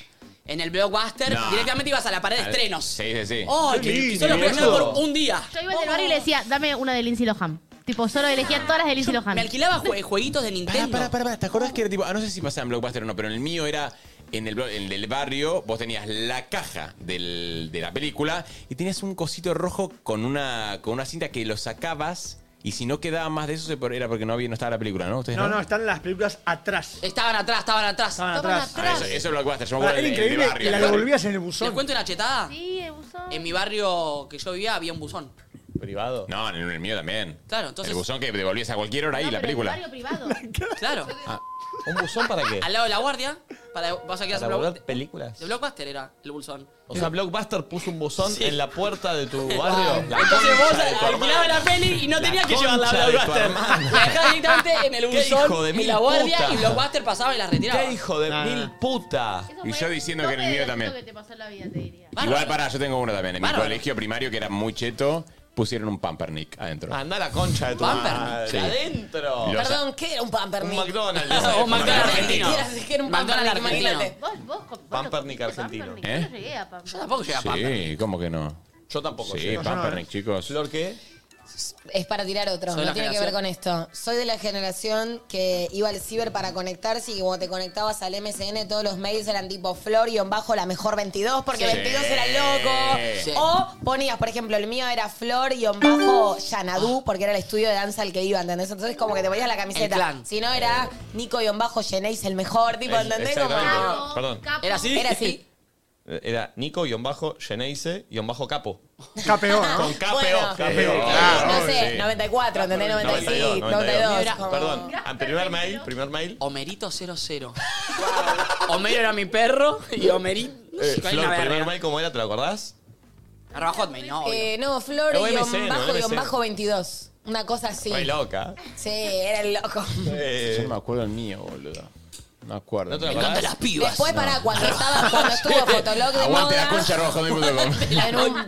[SPEAKER 3] En el Blockbuster
[SPEAKER 5] No.
[SPEAKER 3] directamente ibas a la pared de
[SPEAKER 5] Al-
[SPEAKER 3] estrenos.
[SPEAKER 5] Sí, sí, sí.
[SPEAKER 3] Oh,
[SPEAKER 5] Qué
[SPEAKER 3] que- que
[SPEAKER 5] lindo,
[SPEAKER 3] solo preguntaba
[SPEAKER 5] boludo.
[SPEAKER 3] por un día.
[SPEAKER 7] Yo iba al del barrio y le decía, dame una de Lindsay Lohan. Tipo, solo elegía todas las de Lindsay Lohan.
[SPEAKER 3] Me alquilaba jue- jueguitos de Nintendo.
[SPEAKER 5] Pará, pará, pará. ¿Te acordás que era tipo.? Ah, no sé si pasaba en Blockbuster o no, pero en el mío era. En el, blo- en el del barrio, vos tenías la caja del- de la película y tenías un cosito rojo con una, con una cinta que lo sacabas y si no quedaba más de eso se por- era porque no, había, no estaba la película, ¿no? ¿Ustedes
[SPEAKER 4] No, no, están las películas atrás.
[SPEAKER 3] Estaban atrás, estaban atrás.
[SPEAKER 4] Estaban atrás.
[SPEAKER 5] Ah, eso, eso es Blockbuster. Yo me
[SPEAKER 4] Ahora,
[SPEAKER 5] acuerdo
[SPEAKER 4] era
[SPEAKER 5] del- del
[SPEAKER 4] increíble
[SPEAKER 5] barrio,
[SPEAKER 4] la
[SPEAKER 5] del barrio.
[SPEAKER 4] devolvías en el
[SPEAKER 3] ¿Les
[SPEAKER 4] buzón.
[SPEAKER 3] cuento una chetada?
[SPEAKER 7] Sí, el buzón.
[SPEAKER 3] En mi barrio que yo vivía había un buzón.
[SPEAKER 5] ¿Privado? No, en el, en el mío también.
[SPEAKER 3] Claro, entonces-
[SPEAKER 5] El buzón que devolvías a cualquier hora ahí la película.
[SPEAKER 7] privado.
[SPEAKER 3] claro.
[SPEAKER 2] Ah, ¿Un buzón para qué?
[SPEAKER 3] Al lado de la guardia, para, vas a quedar
[SPEAKER 2] ¿Para volver películas?
[SPEAKER 3] De Blockbuster era el buzón.
[SPEAKER 2] O sea, Blockbuster puso un buzón en la puerta de tu
[SPEAKER 3] Ah,
[SPEAKER 2] barrio. La
[SPEAKER 3] Entonces vos
[SPEAKER 2] concha de tu
[SPEAKER 3] alquilabas
[SPEAKER 2] hermana.
[SPEAKER 3] la peli y no
[SPEAKER 2] La
[SPEAKER 3] tenías que
[SPEAKER 2] concha
[SPEAKER 3] llevarla
[SPEAKER 2] de
[SPEAKER 3] a
[SPEAKER 2] tu
[SPEAKER 3] Blockbuster.
[SPEAKER 2] hermana.
[SPEAKER 3] La dejabas directamente en el
[SPEAKER 2] ¿Qué hijo
[SPEAKER 3] buzón
[SPEAKER 2] de
[SPEAKER 3] y
[SPEAKER 2] mil
[SPEAKER 3] la guardia
[SPEAKER 2] puta?
[SPEAKER 3] y Blockbuster pasaba y la retiraba.
[SPEAKER 2] ¡Qué hijo de
[SPEAKER 3] Nah.
[SPEAKER 2] mil puta!
[SPEAKER 5] Y yo diciendo que en el mío también.
[SPEAKER 7] que te pasó en la vida, te diría.
[SPEAKER 5] Igual, pará, yo tengo uno también. En
[SPEAKER 7] Bárbaro.
[SPEAKER 5] mi colegio primario, que era muy cheto, pusieron un Pampernick adentro.
[SPEAKER 2] Anda a la concha de tu
[SPEAKER 5] Pampernick.
[SPEAKER 2] madre.
[SPEAKER 5] Sí.
[SPEAKER 2] Adentro.
[SPEAKER 5] Los-
[SPEAKER 6] Perdón, ¿qué era un
[SPEAKER 2] Un
[SPEAKER 6] pampernick?
[SPEAKER 2] McDonald's.
[SPEAKER 3] O un McDonald's argentino.
[SPEAKER 6] Es que era un
[SPEAKER 3] McDonald's
[SPEAKER 6] pampernick,
[SPEAKER 3] argentino.
[SPEAKER 6] imagínate.
[SPEAKER 7] Vos, vos, vos
[SPEAKER 2] Pampernick argentino.
[SPEAKER 7] no
[SPEAKER 5] ¿Eh?
[SPEAKER 7] llegué a Pampernick.
[SPEAKER 3] tampoco
[SPEAKER 5] Sí, ¿cómo que no?
[SPEAKER 2] Yo tampoco
[SPEAKER 5] Sí,
[SPEAKER 2] llegué. No, yo no,
[SPEAKER 5] Pampernick, chicos.
[SPEAKER 2] ¿Flor qué?
[SPEAKER 6] Es para tirar otro,
[SPEAKER 3] Soy
[SPEAKER 6] no
[SPEAKER 3] la
[SPEAKER 6] tiene que ver con esto. Soy de la generación que iba al ciber para conectarse y que cuando te conectabas al MSN todos los mails eran tipo flor-bajo la mejor 22 porque
[SPEAKER 8] Sí.
[SPEAKER 6] 22 era loco.
[SPEAKER 8] Sí.
[SPEAKER 6] O ponías, por ejemplo, el mío era flor-bajo Yanadú porque era el estudio de danza al que iba, ¿entendés? Entonces como que te ponías la
[SPEAKER 3] El
[SPEAKER 6] camiseta.
[SPEAKER 3] clan.
[SPEAKER 6] Si no era Nico-bajo Yenéis el mejor, tipo,
[SPEAKER 2] Es-
[SPEAKER 6] ¿entendés? Como-
[SPEAKER 2] exactamente. Perdón.
[SPEAKER 3] ¿Era así?
[SPEAKER 6] Era así.
[SPEAKER 2] Era Nico, guión bajo, Geneise, guión bajo, capo.
[SPEAKER 4] Capeón,
[SPEAKER 2] Con KPO.
[SPEAKER 6] Bueno,
[SPEAKER 2] KPO,
[SPEAKER 6] Ah, no
[SPEAKER 2] claro,
[SPEAKER 6] sé,
[SPEAKER 2] sí.
[SPEAKER 6] 94, ¿entendés? 95,
[SPEAKER 2] 92,
[SPEAKER 6] 92.
[SPEAKER 2] 92.
[SPEAKER 6] como-
[SPEAKER 2] Perdón, ah, primer mail, primer mail.
[SPEAKER 3] Homerito 00. Homero era mi perro y Homerito.
[SPEAKER 2] Eh,
[SPEAKER 3] Hay
[SPEAKER 2] Flor,
[SPEAKER 3] una
[SPEAKER 2] primer
[SPEAKER 3] verga.
[SPEAKER 2] mail, ¿cómo era? ¿Te lo acordás?
[SPEAKER 3] Arroba Hotmail, no. obvio.
[SPEAKER 6] Eh, no, Flor
[SPEAKER 2] No,
[SPEAKER 6] guión
[SPEAKER 2] MC, no,
[SPEAKER 6] bajo guión
[SPEAKER 2] MC.
[SPEAKER 6] bajo 22. Una cosa así.
[SPEAKER 2] Re loca.
[SPEAKER 6] Sí, era el loco.
[SPEAKER 5] Yo no me acuerdo el mío, boludo. No me acuerdo.
[SPEAKER 2] te lo acordás? Me encantan las
[SPEAKER 5] pibas.
[SPEAKER 6] Después, pará, cuando estaba, cuando estuvo Fotolog de
[SPEAKER 5] Aguante la
[SPEAKER 6] moda.
[SPEAKER 5] concha arroba hotmail.com.
[SPEAKER 6] En un,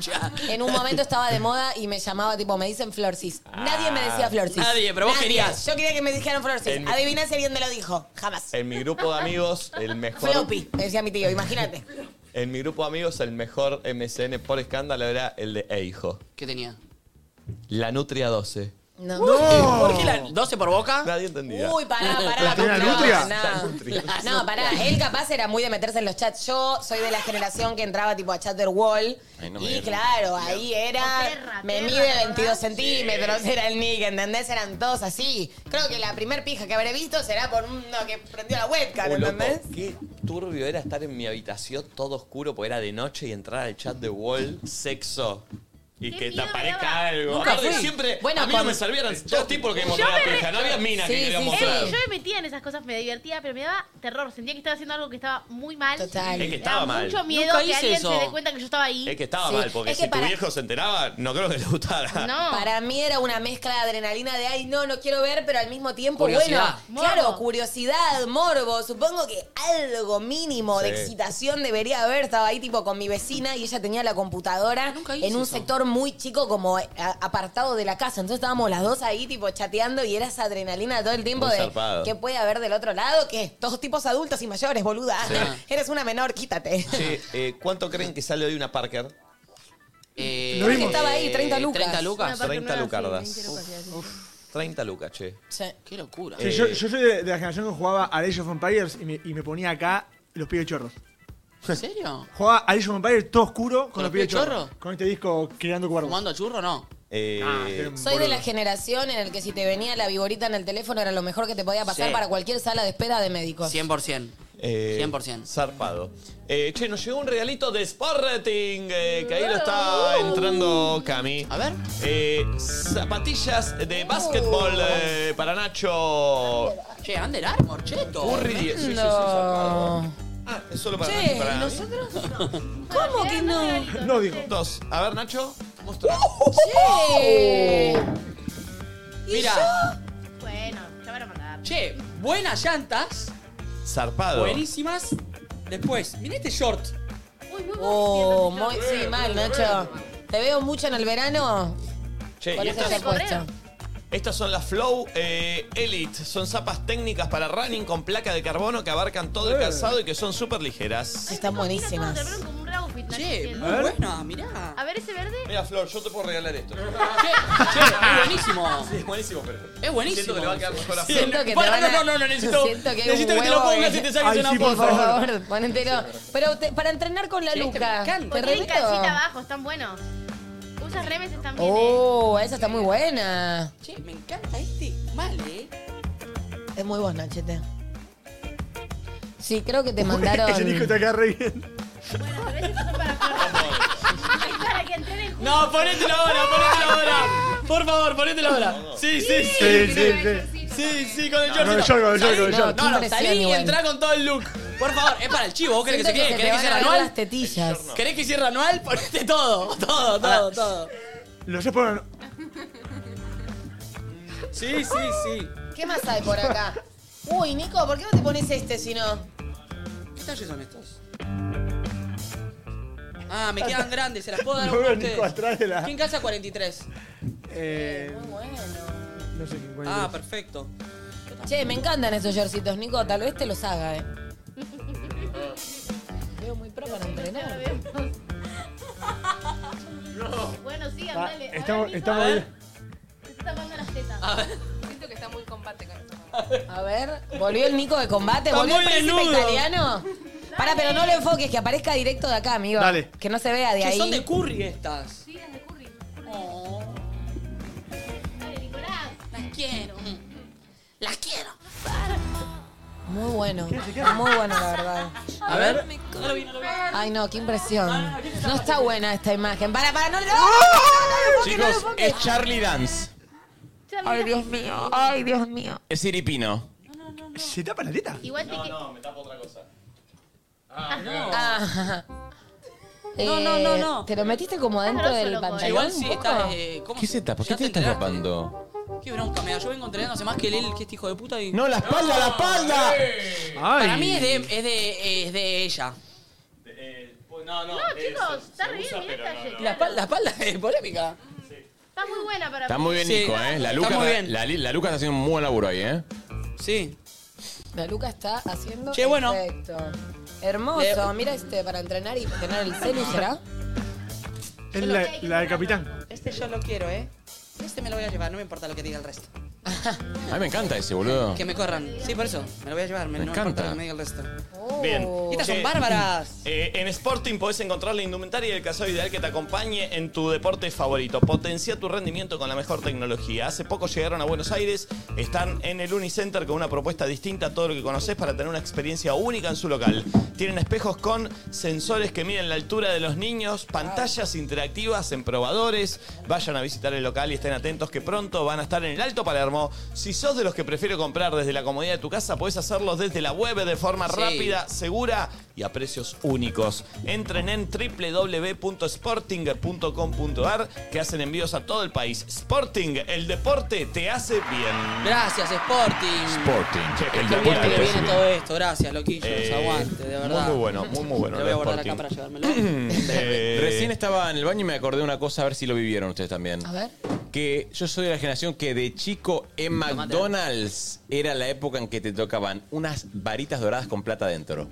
[SPEAKER 6] en un momento estaba de moda y me llamaba, tipo, me dicen Florcis. Nadie me decía Florcis.
[SPEAKER 2] Nadie, pero vos querías.
[SPEAKER 6] Yo quería que me dijeran Florcis.
[SPEAKER 2] En-
[SPEAKER 6] Adivina si alguien me lo dijo. Jamás.
[SPEAKER 2] En mi grupo de amigos, el mejor.
[SPEAKER 6] Floppy, me decía mi tío, imagínate.
[SPEAKER 2] En mi grupo de amigos, el mejor MSN por escándalo era el de Eijo.
[SPEAKER 3] ¿Qué tenía?
[SPEAKER 2] La Nutria 12.
[SPEAKER 6] No.
[SPEAKER 3] ¿Por qué la 12 por boca?
[SPEAKER 2] Nadie entendía.
[SPEAKER 6] Uy, pará, pará.
[SPEAKER 2] ¿La tiene la
[SPEAKER 6] no,
[SPEAKER 2] nutria?
[SPEAKER 6] no.
[SPEAKER 2] La nutria.
[SPEAKER 6] Ah, No, pará. Él capaz era muy de meterse en los chats. Yo soy de la generación que entraba tipo a Chatterwall.
[SPEAKER 5] Ay, no me
[SPEAKER 6] y
[SPEAKER 5] digas.
[SPEAKER 6] claro, ahí era. Me mide 22 centímetros, era el nick, ¿entendés? Eran todos así. Creo que la primer pija que habré visto será por uno que prendió la webcam,
[SPEAKER 2] Oh, loco,
[SPEAKER 6] ¿entendés?
[SPEAKER 2] qué turbio era estar en mi habitación todo oscuro porque era de noche y entrar al chat de Wall sexo. Y que te aparezca algo.
[SPEAKER 6] Nunca
[SPEAKER 2] Aparte,
[SPEAKER 6] fui.
[SPEAKER 2] siempre
[SPEAKER 6] Bueno, eh,
[SPEAKER 2] a mí no
[SPEAKER 6] cuando-
[SPEAKER 2] me servían dos tipos que mostraban
[SPEAKER 7] me
[SPEAKER 2] la pija.
[SPEAKER 7] re-
[SPEAKER 2] No había minas
[SPEAKER 7] Sí,
[SPEAKER 2] que querían
[SPEAKER 7] sí,
[SPEAKER 2] mostrar.
[SPEAKER 7] sí. Yo me metía en esas cosas, me divertía, pero me daba terror. Sentía que estaba haciendo algo que estaba muy mal.
[SPEAKER 2] Es que
[SPEAKER 7] Me
[SPEAKER 2] estaba
[SPEAKER 7] daba
[SPEAKER 2] mal.
[SPEAKER 7] Mucho miedo
[SPEAKER 2] Nunca
[SPEAKER 7] que
[SPEAKER 2] hice
[SPEAKER 7] alguien
[SPEAKER 2] eso.
[SPEAKER 7] se dé cuenta que yo estaba ahí.
[SPEAKER 2] Es que estaba mal, porque
[SPEAKER 6] es que
[SPEAKER 2] si
[SPEAKER 6] para-
[SPEAKER 2] tu viejo se enteraba, no creo que le gustara.
[SPEAKER 6] Para mí era una mezcla de adrenalina de ay, no, no quiero ver, pero al mismo tiempo,
[SPEAKER 2] Curiosidad.
[SPEAKER 6] bueno, claro, curiosidad, morbo. Supongo que algo mínimo de
[SPEAKER 8] Sí.
[SPEAKER 6] excitación debería haber. Estaba ahí tipo con mi vecina y ella tenía la computadora
[SPEAKER 8] hice
[SPEAKER 6] en un
[SPEAKER 8] eso.
[SPEAKER 6] sector muy chico, como eh, a- apartado de la casa. Entonces estábamos las dos ahí, tipo, chateando y era esa adrenalina todo el tiempo
[SPEAKER 2] Muy
[SPEAKER 6] de
[SPEAKER 2] zarpado.
[SPEAKER 6] qué puede haber del otro lado, que todos tipos adultos y mayores, boluda.
[SPEAKER 2] Sí.
[SPEAKER 6] Eres una menor, quítate.
[SPEAKER 2] Che, eh, ¿cuánto creen que sale hoy una Parker?
[SPEAKER 6] Lo vimos. Eh, Estaba ahí, 30 lucas.
[SPEAKER 3] 30 lucas.
[SPEAKER 6] Una Parker
[SPEAKER 2] 30
[SPEAKER 6] nueva,
[SPEAKER 2] lucardas. 30 lucas, che.
[SPEAKER 3] Qué locura.
[SPEAKER 2] Eh.
[SPEAKER 4] Sí, yo, yo soy de, de la generación que jugaba a Age of Empires y me, y me ponía acá los pibes chorros.
[SPEAKER 3] ¿En serio?
[SPEAKER 4] Jugaba a Age of Empires todo oscuro con,
[SPEAKER 3] ¿Con
[SPEAKER 4] los pibes chorros. Con este disco creando cuervos.
[SPEAKER 3] ¿Fumando churro no?
[SPEAKER 2] Eh,
[SPEAKER 4] Ah, qué
[SPEAKER 6] Soy de la generación en el que si te venía la viborita en el teléfono era lo mejor que te podía pasar
[SPEAKER 3] Sí.
[SPEAKER 6] para cualquier sala de espera de médicos.
[SPEAKER 3] 100%.
[SPEAKER 2] Eh,
[SPEAKER 3] 100%.
[SPEAKER 2] Zarpado. Eh, che, nos llegó un regalito de Sporting, eh, que ahí lo está entrando Cami. A ver. zapatillas de básquetbol eh, para Nacho.
[SPEAKER 3] Che, Under Armour, cheto.
[SPEAKER 2] Curry, sí, sí, sí, Ah, es solo para Nacho. Para
[SPEAKER 6] nosotros. ¿Cómo que no?
[SPEAKER 2] No digo. Dos. A ver, Nacho.
[SPEAKER 6] Che.
[SPEAKER 3] Mira.
[SPEAKER 7] Bueno, ya me lo mandaron.
[SPEAKER 3] Che, buenas llantas.
[SPEAKER 2] Zarpado.
[SPEAKER 3] Buenísimas. Después, mira este short.
[SPEAKER 6] Oh, muy, sí, mal, Nacho. Te veo mucho en el verano.
[SPEAKER 2] Che,
[SPEAKER 6] Por
[SPEAKER 2] y
[SPEAKER 6] eso te he
[SPEAKER 2] estas,
[SPEAKER 6] puesto.
[SPEAKER 2] estas son las Flow eh, Elite. Son zapas técnicas para running con placa de carbono que abarcan todo el calzado y que son súper ligeras.
[SPEAKER 6] Están buenísimas.
[SPEAKER 7] Un re outfit, Nacho,
[SPEAKER 3] Che,
[SPEAKER 7] cielo.
[SPEAKER 3] muy buena, mirá.
[SPEAKER 7] A ver ese verde.
[SPEAKER 2] Mira, Flor, yo te puedo regalar esto.
[SPEAKER 3] es buenísimo.
[SPEAKER 2] Sí, es buenísimo, pero.
[SPEAKER 3] Es buenísimo.
[SPEAKER 2] Siento que le va a quedar mejor a Flor.
[SPEAKER 6] Siento que te
[SPEAKER 3] Bueno,
[SPEAKER 6] van a-
[SPEAKER 3] no, no, no, necesito-
[SPEAKER 6] siento que
[SPEAKER 3] necesito
[SPEAKER 6] un
[SPEAKER 3] que te lo
[SPEAKER 6] huevo
[SPEAKER 3] pongas
[SPEAKER 6] que-
[SPEAKER 3] y te saques Ay, una sí, por foto.
[SPEAKER 6] Por
[SPEAKER 3] favor.
[SPEAKER 6] favor, ponételo. Pero te- para entrenar con la
[SPEAKER 3] Sí, este me
[SPEAKER 6] Luca.
[SPEAKER 3] encanta.
[SPEAKER 6] Te
[SPEAKER 7] O tienen
[SPEAKER 6] repito.
[SPEAKER 7] calcita abajo, están buenos. Usas remes, eh. están bien.
[SPEAKER 6] Oh, esa está muy buena.
[SPEAKER 3] Che, me encanta este. Mal, eh.
[SPEAKER 6] Es muy vos, Nachete. Sí, creo que te mandaron.
[SPEAKER 4] Ese disco te queda re bien.
[SPEAKER 7] Ay, para que entren en
[SPEAKER 3] No, ponételo ahora, ponételo ahora. Por favor, ponételo ahora. Sí, sí, sí.
[SPEAKER 4] Sí, sí, sí.
[SPEAKER 3] Sí, sí, con el
[SPEAKER 4] No,
[SPEAKER 3] short.
[SPEAKER 4] con el short, con el short, con el short.
[SPEAKER 3] No, no,
[SPEAKER 4] Impresión,
[SPEAKER 3] salí y
[SPEAKER 4] igual.
[SPEAKER 3] entrá con todo el look. Por favor, es para el chivo. ¿Vos querés que se
[SPEAKER 6] Siento que
[SPEAKER 3] quede?
[SPEAKER 6] se te
[SPEAKER 3] ¿Querés que
[SPEAKER 6] van
[SPEAKER 3] cierre
[SPEAKER 6] a ver
[SPEAKER 3] anual?
[SPEAKER 6] las tetillas.
[SPEAKER 3] ¿Querés que cierre anual? Ponete todo, todo, todo, todo.
[SPEAKER 4] Los dos ponen.
[SPEAKER 3] Sí, sí, sí.
[SPEAKER 6] ¿Qué más hay por acá? Uy, Nico, ¿por qué no te pones este si no?
[SPEAKER 3] ¿Qué talles son estos? Ah, me quedan grandes, se las puedo dar a
[SPEAKER 4] No
[SPEAKER 3] uno
[SPEAKER 4] veo
[SPEAKER 3] a
[SPEAKER 4] a Nico
[SPEAKER 3] ustedes.
[SPEAKER 4] atrás de la.
[SPEAKER 3] ¿Quién casa 43?
[SPEAKER 4] Eh, no sé qué
[SPEAKER 3] Ah, perfecto.
[SPEAKER 6] Che, me encantan esos yorcitos, Nico. Tal vez te los haga, eh. Veo muy pro para entrenar.
[SPEAKER 7] Bueno, sigan,
[SPEAKER 4] Va,
[SPEAKER 7] dale.
[SPEAKER 4] estamos,
[SPEAKER 7] Ahora
[SPEAKER 4] estamos
[SPEAKER 7] mismo,
[SPEAKER 4] bien.
[SPEAKER 7] Se está tapando las tetas.
[SPEAKER 10] Siento que está muy combate con eso.
[SPEAKER 6] A ver, volvió el Nico de combate,
[SPEAKER 10] Está
[SPEAKER 6] volvió el
[SPEAKER 10] muy
[SPEAKER 6] príncipe
[SPEAKER 10] desnudo.
[SPEAKER 6] italiano. Pará, pero no lo enfoques, que aparezca directo de acá, amigo.
[SPEAKER 3] Dale.
[SPEAKER 6] Que no se vea de
[SPEAKER 3] Che,
[SPEAKER 6] ahí.
[SPEAKER 3] son de curry estas.
[SPEAKER 7] Sí, es de curry.
[SPEAKER 6] Dale, Nicolás. Las quiero. Las quiero. Muy bueno. Muy bueno, la verdad.
[SPEAKER 3] A ver.
[SPEAKER 6] Ay, no, qué impresión. No está buena esta imagen. Para, para, no lo.
[SPEAKER 5] Chicos, es Charlie Dance.
[SPEAKER 6] Ay, Dios mío. Ay, Dios mío.
[SPEAKER 5] Es Iripino.
[SPEAKER 4] ¿Se tapa la teta?
[SPEAKER 7] Igual te que-
[SPEAKER 2] me tapo otra cosa. Ah,
[SPEAKER 6] Ah.
[SPEAKER 3] No, no, no, no.
[SPEAKER 6] Eh, Te lo metiste como dentro
[SPEAKER 3] Sabroso,
[SPEAKER 6] del
[SPEAKER 3] loco, eh.
[SPEAKER 6] pantalón.
[SPEAKER 3] Igual sí,
[SPEAKER 6] un poco?
[SPEAKER 3] está, eh, ¿cómo
[SPEAKER 5] ¿Qué se tapa? ¿Qué te estás tapando?
[SPEAKER 3] Qué bronca me da. Yo vengo entrenando hace más que él, que este hijo de puta. Y...
[SPEAKER 5] No, la espalda, la espalda.
[SPEAKER 3] Para mí es de, es de, es de ella.
[SPEAKER 2] No,
[SPEAKER 7] No, chicos, está re bien, mirá esta
[SPEAKER 3] La espalda, la espalda es polémica.
[SPEAKER 7] Está muy buena para
[SPEAKER 5] Está muy bien,
[SPEAKER 3] Sí.
[SPEAKER 5] Nico, ¿eh? La
[SPEAKER 3] Está
[SPEAKER 5] Luca,
[SPEAKER 3] muy
[SPEAKER 5] está-
[SPEAKER 3] bien.
[SPEAKER 5] La, Li- la Luca está haciendo un buen laburo ahí, ¿eh?
[SPEAKER 3] Sí.
[SPEAKER 6] La Luca está haciendo.
[SPEAKER 3] Che, bueno.
[SPEAKER 6] Perfecto. Hermoso. Mira este para entrenar y tener el celu, ¿será?
[SPEAKER 4] Es la, la del capitán.
[SPEAKER 3] Este yo lo quiero, ¿eh? Este me lo voy a llevar, no me importa lo que diga el resto.
[SPEAKER 5] A mí me encanta ese,
[SPEAKER 2] Ah.
[SPEAKER 5] boludo.
[SPEAKER 3] Que me corran. Sí, por eso. Me lo voy a llevar, me,
[SPEAKER 5] Me
[SPEAKER 3] no
[SPEAKER 5] encanta.
[SPEAKER 3] me importa lo que me diga el resto.
[SPEAKER 7] Oh.
[SPEAKER 2] Bien.
[SPEAKER 3] Estas son
[SPEAKER 2] Che,
[SPEAKER 3] bárbaras.
[SPEAKER 2] eh, en Sporting podés encontrar la indumentaria y el calzado ideal que te acompañe en tu deporte favorito. Potencia tu rendimiento con la mejor tecnología. Hace poco llegaron a Buenos Aires, están en el Unicenter con una propuesta distinta a todo lo que conoces para tener una experiencia única en su local. Tienen espejos con sensores que miden la altura de los niños, pantallas interactivas en probadores. Vayan a visitar el local y estén atentos que pronto van a estar en el Alto Palermo. Si sos de los que prefiere comprar desde la comodidad de tu casa, podés hacerlo desde la web de forma
[SPEAKER 1] Sí.
[SPEAKER 2] rápida, segura y a precios únicos. Entren en www.sporting.com.ar que hacen envíos a todo el país. Sporting, el deporte te hace bien.
[SPEAKER 3] Gracias, Sporting.
[SPEAKER 2] Sporting, Eh,
[SPEAKER 3] Qué bien que le viene todo esto, gracias, loquillos. aguante, de verdad.
[SPEAKER 2] Muy, muy bueno, muy, muy bueno.
[SPEAKER 3] Lo voy a
[SPEAKER 2] el
[SPEAKER 3] guardar
[SPEAKER 2] Sporting.
[SPEAKER 3] acá para llevármelo.
[SPEAKER 5] Eh, Recién estaba en el baño y me acordé de una cosa, a ver si lo vivieron ustedes también.
[SPEAKER 6] A ver.
[SPEAKER 5] Que yo soy de la generación que de chico en McDonald's era la época en que te tocaban unas varitas doradas con plata adentro.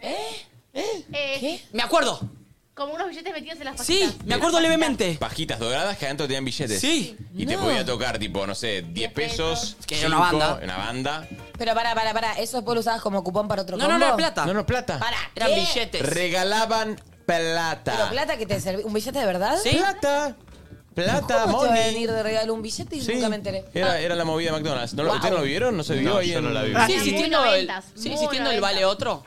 [SPEAKER 7] Eh,
[SPEAKER 3] Me acuerdo.
[SPEAKER 7] Como unos billetes metidos en las
[SPEAKER 3] Sí,
[SPEAKER 7] pasitas.
[SPEAKER 3] me acuerdo levemente.
[SPEAKER 5] Pajitas doradas que adentro tenían billetes.
[SPEAKER 3] Sí.
[SPEAKER 5] Y te
[SPEAKER 6] No.
[SPEAKER 5] podía tocar, tipo, no sé, 10 pesos.
[SPEAKER 3] Que era una
[SPEAKER 5] cinco,
[SPEAKER 3] banda.
[SPEAKER 5] Una banda.
[SPEAKER 6] Pero para, para, para. ¿Eso después lo usabas como cupón para otro
[SPEAKER 3] No, no, no,
[SPEAKER 6] combo?
[SPEAKER 3] era plata. No,
[SPEAKER 5] no, plata.
[SPEAKER 6] Para.
[SPEAKER 3] Eran
[SPEAKER 6] ¿qué?
[SPEAKER 3] billetes.
[SPEAKER 5] Regalaban plata.
[SPEAKER 6] ¿Pero plata que te servía? ¿Un billete de verdad?
[SPEAKER 3] Sí.
[SPEAKER 5] Plata. Plata,
[SPEAKER 6] ¿Cómo te va a
[SPEAKER 5] money.
[SPEAKER 6] venir de regalo un billete y nunca me enteré?
[SPEAKER 5] Era, era la movida de McDonald's. ¿No lo,
[SPEAKER 6] Wow.
[SPEAKER 5] ¿Ustedes no lo vieron? ¿No se vio
[SPEAKER 2] No,
[SPEAKER 5] ahí
[SPEAKER 2] yo
[SPEAKER 5] en-
[SPEAKER 2] no la vi.
[SPEAKER 3] ¿Sigue existiendo, el,
[SPEAKER 7] noventas, muy
[SPEAKER 3] ¿sigue existiendo el
[SPEAKER 7] noventas.
[SPEAKER 3] vale otro?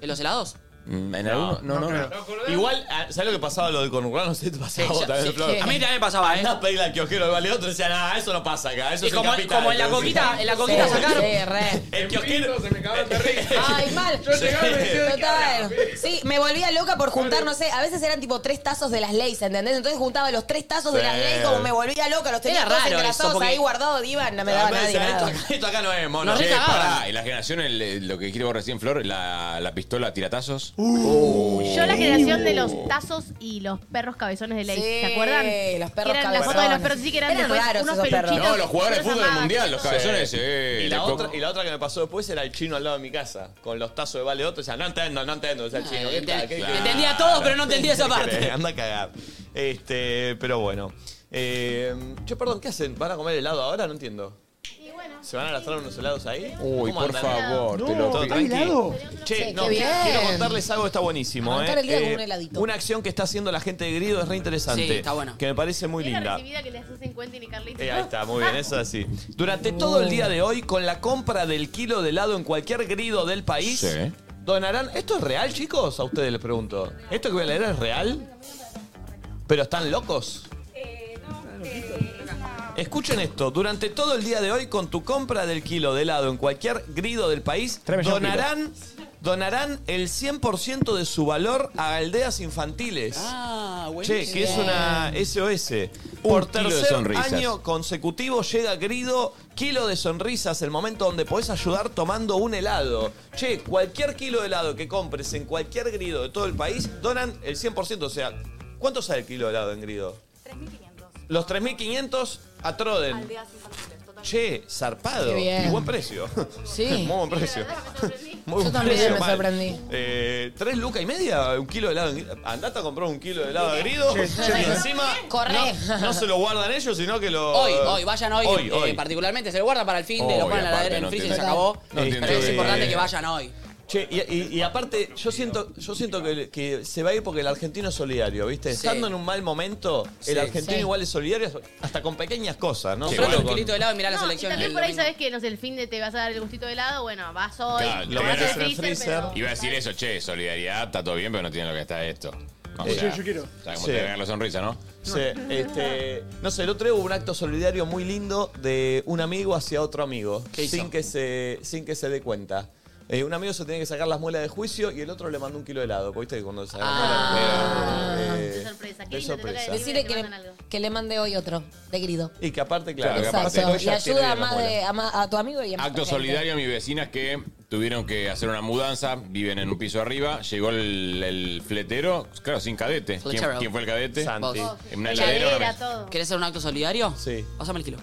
[SPEAKER 3] ¿En los helados?
[SPEAKER 5] Mm, ¿En alguno? No, no. no.
[SPEAKER 2] Igual, ah, ¿sabes lo que pasaba lo del conurbano? Sí, te pasaba
[SPEAKER 3] Sí,
[SPEAKER 2] vos
[SPEAKER 3] ya-
[SPEAKER 2] también,
[SPEAKER 3] sí,
[SPEAKER 2] Flor.
[SPEAKER 3] sí. A mí también pasaba, ¿eh?
[SPEAKER 2] Andá a pedirle al kiosquero que vale otro y decía, nada, eso no pasa acá, eso
[SPEAKER 3] Y
[SPEAKER 2] es
[SPEAKER 3] como-
[SPEAKER 2] en capital.
[SPEAKER 3] como en la coquita- en la coquita
[SPEAKER 2] Sí,
[SPEAKER 3] sacaron.
[SPEAKER 2] sí.
[SPEAKER 6] Eh, re.
[SPEAKER 2] El kiosquero. Se me cagaban de
[SPEAKER 6] Ay, mal.
[SPEAKER 2] Yo llegaba y me decía,
[SPEAKER 6] Total. Sí, me volvía loca por juntar, no sé, a veces eran tipo tres tazos de las leyes, ¿entendés? Entonces juntaba los tres tazos de
[SPEAKER 2] Sí.
[SPEAKER 6] las leyes, como me volvía loca, los tenía
[SPEAKER 3] Era
[SPEAKER 6] todos
[SPEAKER 3] raro eso,
[SPEAKER 6] engrasados
[SPEAKER 3] porque-
[SPEAKER 6] ahí guardados, iban, no me daba nadie
[SPEAKER 2] esto,
[SPEAKER 6] nada.
[SPEAKER 2] acá- Ah, esto acá no es, mono.
[SPEAKER 3] Nos
[SPEAKER 5] Che,
[SPEAKER 3] re cagaban.
[SPEAKER 5] eh, pará, y la generación, el- el- lo que dijiste vos recién, Flor, la, la pistola tiratazos.
[SPEAKER 2] Uh.
[SPEAKER 7] Yo la generación de los tazos y los perros cabezones de ley, ¿se
[SPEAKER 6] Sí,
[SPEAKER 7] acuerdan?
[SPEAKER 6] los perros
[SPEAKER 7] Que eran las fotos de los
[SPEAKER 6] cabezones.
[SPEAKER 7] perros, sí que eran,
[SPEAKER 6] Eran
[SPEAKER 7] después
[SPEAKER 6] raros
[SPEAKER 7] unos
[SPEAKER 6] esos perros.
[SPEAKER 7] peluchitos.
[SPEAKER 5] No, los jugadores de fútbol del mundial, los cabezones. eh,
[SPEAKER 2] Y la,
[SPEAKER 5] le
[SPEAKER 2] otra,
[SPEAKER 5] co-
[SPEAKER 2] y la otra que me pasó después era el chino al lado de mi casa, con los tazos de vale otro. O sea, no entiendo, no entiendo. O sea, el chino, ¿qué tal? ¿Qué- qué-
[SPEAKER 3] Entendía todo, pero no entendía esa parte.
[SPEAKER 2] Anda a cagar. Este, pero bueno. Eh, che, perdón, ¿qué hacen? ¿Van a comer helado ahora? No entiendo. ¿Se van a arrastrar unos helados ahí?
[SPEAKER 5] Uy,
[SPEAKER 2] ¿Cómo
[SPEAKER 5] por
[SPEAKER 2] andan?
[SPEAKER 5] favor, te lo
[SPEAKER 2] ¿Todo
[SPEAKER 5] pido.
[SPEAKER 2] tranqui?
[SPEAKER 5] helado?
[SPEAKER 2] Che,
[SPEAKER 6] Sí,
[SPEAKER 2] no,
[SPEAKER 6] qué
[SPEAKER 2] quiero-
[SPEAKER 6] bien.
[SPEAKER 2] quiero contarles algo, está buenísimo.
[SPEAKER 6] Arrancar
[SPEAKER 2] eh.
[SPEAKER 6] el día con
[SPEAKER 2] Eh,
[SPEAKER 6] un heladito.
[SPEAKER 2] Una acción que está haciendo la gente de Grido es re interesante.
[SPEAKER 3] Sí, está bueno.
[SPEAKER 2] Que me parece muy
[SPEAKER 7] Es la
[SPEAKER 2] linda.
[SPEAKER 7] recibida que les hacen Quentin y Carlitos.
[SPEAKER 2] Eh, ahí está, muy bien, eso así. Durante todo el día de hoy, con la compra del kilo de helado en cualquier grido del país,
[SPEAKER 5] Sí.
[SPEAKER 2] donarán. ¿Esto es real, chicos? A ustedes les pregunto. ¿Esto que voy a leer es real? ¿Pero están locos? Escuchen esto, durante todo el día de hoy con tu compra del kilo de helado en cualquier grido del país,
[SPEAKER 13] ya un kilo.
[SPEAKER 2] donarán, donarán el 100% de su valor a aldeas infantiles.
[SPEAKER 3] Ah, buenísimo.
[SPEAKER 2] Che, que es una SOS. Por
[SPEAKER 5] kilo de
[SPEAKER 2] tercer
[SPEAKER 5] sonrisas.
[SPEAKER 2] año consecutivo llega Grido Kilo de Sonrisas, el momento donde podés ayudar tomando un helado. Che, cualquier kilo de helado que compres en cualquier Grido de todo el país, donan el 100%. O sea, ¿cuánto sale el kilo de helado en Grido? 3.500. Los 3.500 a Troden. Che, zarpado.
[SPEAKER 6] Qué bien.
[SPEAKER 2] Y buen precio.
[SPEAKER 6] Sí.
[SPEAKER 2] Muy buen precio. Muy
[SPEAKER 6] Yo
[SPEAKER 2] buen
[SPEAKER 6] también
[SPEAKER 2] precio,
[SPEAKER 6] me
[SPEAKER 2] mal.
[SPEAKER 6] sorprendí.
[SPEAKER 2] Eh, ¿Tres lucas y media? ¿Un kilo de helado? en- Andate a comprar un kilo de helado agrido.
[SPEAKER 6] Che, che,
[SPEAKER 2] y
[SPEAKER 6] no.
[SPEAKER 2] encima
[SPEAKER 6] Corre.
[SPEAKER 2] no, no se lo guardan ellos, sino que lo...
[SPEAKER 3] Hoy, hoy, vayan hoy,
[SPEAKER 2] Hoy,
[SPEAKER 3] eh,
[SPEAKER 2] hoy.
[SPEAKER 3] particularmente. Se lo guardan para el fin, de
[SPEAKER 5] Hoy,
[SPEAKER 3] lo ponen a la
[SPEAKER 5] aparte,
[SPEAKER 3] heladera en
[SPEAKER 5] no
[SPEAKER 3] el freezer y se
[SPEAKER 5] tiene-
[SPEAKER 3] acabó.
[SPEAKER 5] no tiene-
[SPEAKER 3] pero es importante
[SPEAKER 2] Eh,
[SPEAKER 3] que vayan hoy.
[SPEAKER 2] Che, y, y- y aparte, yo siento, yo siento que, que se va a ir porque el argentino es solidario, ¿viste?
[SPEAKER 3] Sí.
[SPEAKER 2] Estando en un mal momento,
[SPEAKER 3] Sí.
[SPEAKER 2] el argentino
[SPEAKER 3] Sí.
[SPEAKER 2] igual es solidario hasta con pequeñas cosas, ¿no?
[SPEAKER 3] Comprate
[SPEAKER 2] Solo
[SPEAKER 3] un
[SPEAKER 2] con-
[SPEAKER 3] kilito de helado y mirá la
[SPEAKER 7] No, y
[SPEAKER 3] selección.
[SPEAKER 7] también
[SPEAKER 3] del
[SPEAKER 7] por ahí
[SPEAKER 3] domingo.
[SPEAKER 7] sabes que, no sé, el fin de te vas a dar el gustito de helado, bueno, vas hoy,
[SPEAKER 5] Claro,
[SPEAKER 7] lo
[SPEAKER 5] lo
[SPEAKER 7] vas
[SPEAKER 5] metes
[SPEAKER 7] al
[SPEAKER 5] en el
[SPEAKER 7] freezer,
[SPEAKER 2] freezer.
[SPEAKER 7] pero-
[SPEAKER 5] Iba a decir eso, che, solidaridad, está todo bien, pero no tiene lo que está esto. O sea,
[SPEAKER 4] yo quiero.
[SPEAKER 5] o sea, como
[SPEAKER 2] Sí.
[SPEAKER 5] te vean la sonrisa, ¿no?
[SPEAKER 2] Sí, este, no sé, el otro día hubo un acto solidario muy lindo de un amigo hacia otro amigo,
[SPEAKER 3] ¿Qué hizo?
[SPEAKER 2] sin que se sin que se dé cuenta. Eh, un amigo se tenía que sacar las muelas de juicio y el otro le mandó un kilo de helado, ¿viste? Que Cuando se sacan
[SPEAKER 6] Ah.
[SPEAKER 2] las muelas, eh,
[SPEAKER 7] De sorpresa, qué lindo,
[SPEAKER 2] de
[SPEAKER 7] te toca
[SPEAKER 2] sorpresa.
[SPEAKER 7] decir-
[SPEAKER 6] Decirle
[SPEAKER 7] que
[SPEAKER 6] que,
[SPEAKER 7] mandan algo.
[SPEAKER 6] que le mande hoy otro, de grido.
[SPEAKER 2] Y que aparte, claro,
[SPEAKER 5] Claro, que aparte,
[SPEAKER 6] Exacto.
[SPEAKER 2] hoy
[SPEAKER 6] Y
[SPEAKER 2] ya tiene
[SPEAKER 6] ayuda a
[SPEAKER 2] las
[SPEAKER 6] más,
[SPEAKER 2] muelas.
[SPEAKER 6] de, a más- a tu amigo y a más
[SPEAKER 5] Acto
[SPEAKER 6] gente.
[SPEAKER 5] solidario a mis vecinas que tuvieron que hacer una mudanza, viven en un piso arriba, llegó el, el fletero, claro, sin cadete. ¿Quién,
[SPEAKER 3] Fletero.
[SPEAKER 5] quién fue el cadete?
[SPEAKER 2] Santi.
[SPEAKER 3] Vos.
[SPEAKER 5] En una
[SPEAKER 7] Heladera,
[SPEAKER 5] heladera. una mesa.
[SPEAKER 7] todo.
[SPEAKER 3] ¿Querés hacer un acto solidario?
[SPEAKER 2] Sí.
[SPEAKER 3] Pásame el kilo.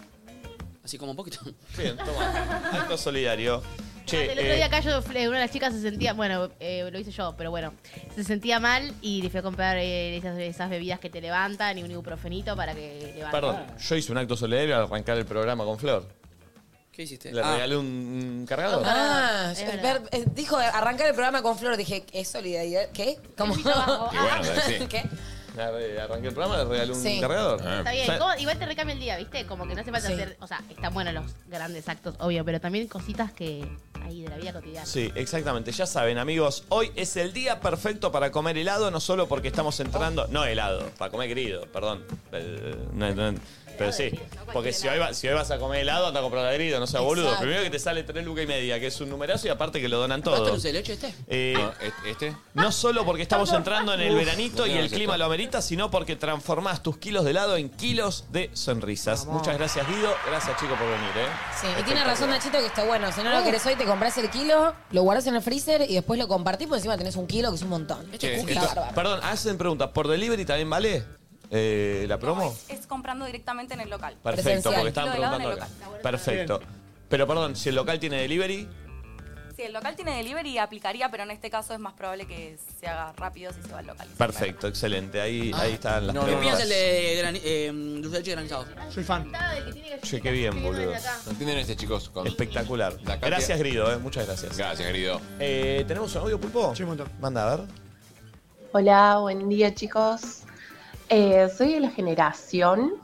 [SPEAKER 3] Así como un poquito.
[SPEAKER 2] Bien, toma. Acto solidario. Che,
[SPEAKER 7] El Ah, otro
[SPEAKER 2] eh,
[SPEAKER 7] día acá yo, eh, una de las chicas se sentía, bueno, eh, lo hice yo, pero bueno, se sentía mal y le fui a comprar eh, esas, esas bebidas que te levantan y un ibuprofenito para que levante.
[SPEAKER 2] perdón, yo hice un acto solidario al arrancar el programa con Flor.
[SPEAKER 3] ¿Qué hiciste?
[SPEAKER 2] Le
[SPEAKER 3] Ah.
[SPEAKER 2] regalé un un cargador.
[SPEAKER 6] Ah,
[SPEAKER 7] Es
[SPEAKER 6] el
[SPEAKER 7] verdad.
[SPEAKER 6] ver- eh, dijo arrancar el programa con Flor, dije, ¿es solidaridad? ¿Qué? ¿Cómo?
[SPEAKER 7] El pito abajo.
[SPEAKER 5] Y bueno, sí.
[SPEAKER 6] ¿Qué?
[SPEAKER 2] Le re- Arranqué el programa, le regalé un
[SPEAKER 6] Sí.
[SPEAKER 2] cargador.
[SPEAKER 7] Está bien,
[SPEAKER 2] O sea,
[SPEAKER 7] ¿cómo? igual te recambia el día, ¿viste? Como que no hace falta
[SPEAKER 6] Sí.
[SPEAKER 7] hacer, o sea, están buenos los grandes actos, obvio, pero también cositas que ahí de la vida cotidiana.
[SPEAKER 2] Sí, exactamente. Ya saben, amigos, hoy es el día perfecto para comer helado, no solo porque estamos entrando. No helado, para comer grido, perdón. Eh, no, no, pero sí, porque si hoy, va- si hoy vas a comer helado, anda a comprar grido, no seas boludo.
[SPEAKER 6] Exacto.
[SPEAKER 2] Primero que te sale tres lucas y media, que es un numerazo, y aparte que lo donan
[SPEAKER 3] ¿Cuánto
[SPEAKER 2] todo.
[SPEAKER 3] dulce de leche este?
[SPEAKER 2] Eh,
[SPEAKER 5] No, ¿e- ¿Este?
[SPEAKER 2] No solo porque estamos entrando en el
[SPEAKER 5] Uf,
[SPEAKER 2] veranito y el
[SPEAKER 5] tenemos
[SPEAKER 2] clima
[SPEAKER 5] esto.
[SPEAKER 2] lo amerita, sino porque transformás tus kilos de helado en kilos de sonrisas. Muchas gracias, Guido. Gracias, chicos, por venir. ¿eh?
[SPEAKER 6] Sí, y tiene
[SPEAKER 2] Espectacular.
[SPEAKER 6] razón Nachito que está bueno. Si no lo querés hoy, te compras el kilo, lo guardás en el freezer y después lo compartís, porque encima tenés un kilo, que es un montón.
[SPEAKER 10] Este
[SPEAKER 5] Che,
[SPEAKER 6] Está
[SPEAKER 5] esto-
[SPEAKER 6] Este bárbaro.
[SPEAKER 2] Perdón, hacen preguntas. ¿Por delivery también vale eh, la promo?
[SPEAKER 10] Es, es comprando directamente en el local.
[SPEAKER 2] Perfecto,
[SPEAKER 6] presencial.
[SPEAKER 2] porque estaban
[SPEAKER 10] Kilo de helado
[SPEAKER 2] preguntando
[SPEAKER 10] en el
[SPEAKER 2] acá.
[SPEAKER 10] local.
[SPEAKER 2] Perfecto. Pero perdón, si el local tiene delivery,
[SPEAKER 10] Si el local tiene delivery, aplicaría, pero en este caso es más probable que se haga rápido si se va al local.
[SPEAKER 2] perfecto, excelente. Ahí, ahí están las
[SPEAKER 3] No, ¿Qué
[SPEAKER 2] preguntas.
[SPEAKER 3] opinas el de grani- eh, dulce de leche granizado?
[SPEAKER 4] Soy fan.
[SPEAKER 2] Che, qué bien, boludo.
[SPEAKER 5] ¿No entienden este, chicos? Con-
[SPEAKER 2] Espectacular.
[SPEAKER 5] La cantidad-
[SPEAKER 2] Gracias, Grido, eh, muchas gracias.
[SPEAKER 5] Gracias, querido.
[SPEAKER 2] Eh, ¿Tenemos un audio pulpo?
[SPEAKER 4] Sí, un montón.
[SPEAKER 6] Ah,
[SPEAKER 2] Manda a ver.
[SPEAKER 15] Hola, buen día chicos.
[SPEAKER 6] Eh, soy de la generación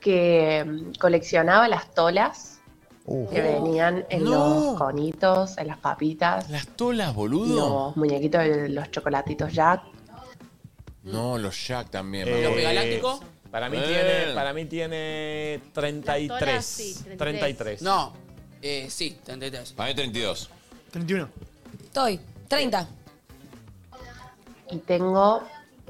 [SPEAKER 6] que mm, coleccionaba las tolas
[SPEAKER 2] Uh.
[SPEAKER 6] que venían en los conitos, en las papitas.
[SPEAKER 5] ¿Las tolas, boludo?
[SPEAKER 6] Los muñequitos de los chocolatitos Jack.
[SPEAKER 5] No, los Jack también.
[SPEAKER 2] Eh,
[SPEAKER 5] ¿Los
[SPEAKER 2] Galáctico? Para mí,
[SPEAKER 5] Eh.
[SPEAKER 2] tiene, para mí tiene 33.
[SPEAKER 3] Las tolas, sí, 33.
[SPEAKER 2] 33.
[SPEAKER 3] No. Eh, sí, 33.
[SPEAKER 5] Para mí 32.
[SPEAKER 20] 31.
[SPEAKER 21] Estoy. 30.
[SPEAKER 6] Y tengo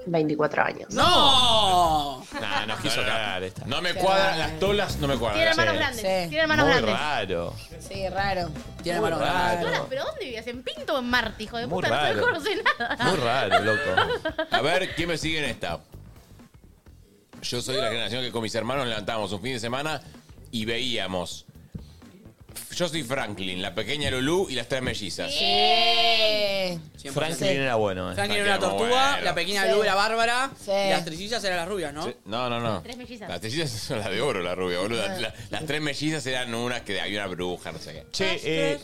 [SPEAKER 6] 24 años.
[SPEAKER 3] ¡No!
[SPEAKER 5] Nah, nos quiso cagar esta. No me cuadran las tolas, no me cuadran.
[SPEAKER 7] Tiene hermanos
[SPEAKER 5] Sí.
[SPEAKER 7] grandes.
[SPEAKER 21] Sí.
[SPEAKER 7] Tiene hermanos
[SPEAKER 5] Muy
[SPEAKER 7] grandes.
[SPEAKER 5] raro.
[SPEAKER 21] Sí, raro.
[SPEAKER 3] Tiene
[SPEAKER 7] Muy
[SPEAKER 3] manos
[SPEAKER 7] raro.
[SPEAKER 3] grandes.
[SPEAKER 7] Todas, ¿Pero dónde vivías? ¿En Pinto o en Marte, hijo de
[SPEAKER 5] Muy
[SPEAKER 7] puta? No
[SPEAKER 5] raro.
[SPEAKER 7] No conoces nada.
[SPEAKER 5] Muy raro, loco. A ver, ¿quién me sigue en esta? Yo soy de la generación que con mis hermanos levantábamos un fin de semana y veíamos. Yo soy Franklin, la pequeña Lulú y las tres mellizas.
[SPEAKER 21] Sí.
[SPEAKER 5] Franklin
[SPEAKER 3] Sí.
[SPEAKER 5] era bueno, eh.
[SPEAKER 3] Franklin
[SPEAKER 5] Franklin
[SPEAKER 3] era una
[SPEAKER 5] era
[SPEAKER 3] tortuga,
[SPEAKER 5] bueno.
[SPEAKER 3] la pequeña
[SPEAKER 21] Sí.
[SPEAKER 3] Blue era bárbara,
[SPEAKER 21] Sí.
[SPEAKER 3] y las trillizas eran las rubias, ¿no?
[SPEAKER 5] No, no, no.
[SPEAKER 3] Tres mellizas.
[SPEAKER 5] Las trillizas son las de oro, la rubia, boludo. La- la- las tres mellizas eran unas que había una bruja, no sé qué.
[SPEAKER 2] Che, eh,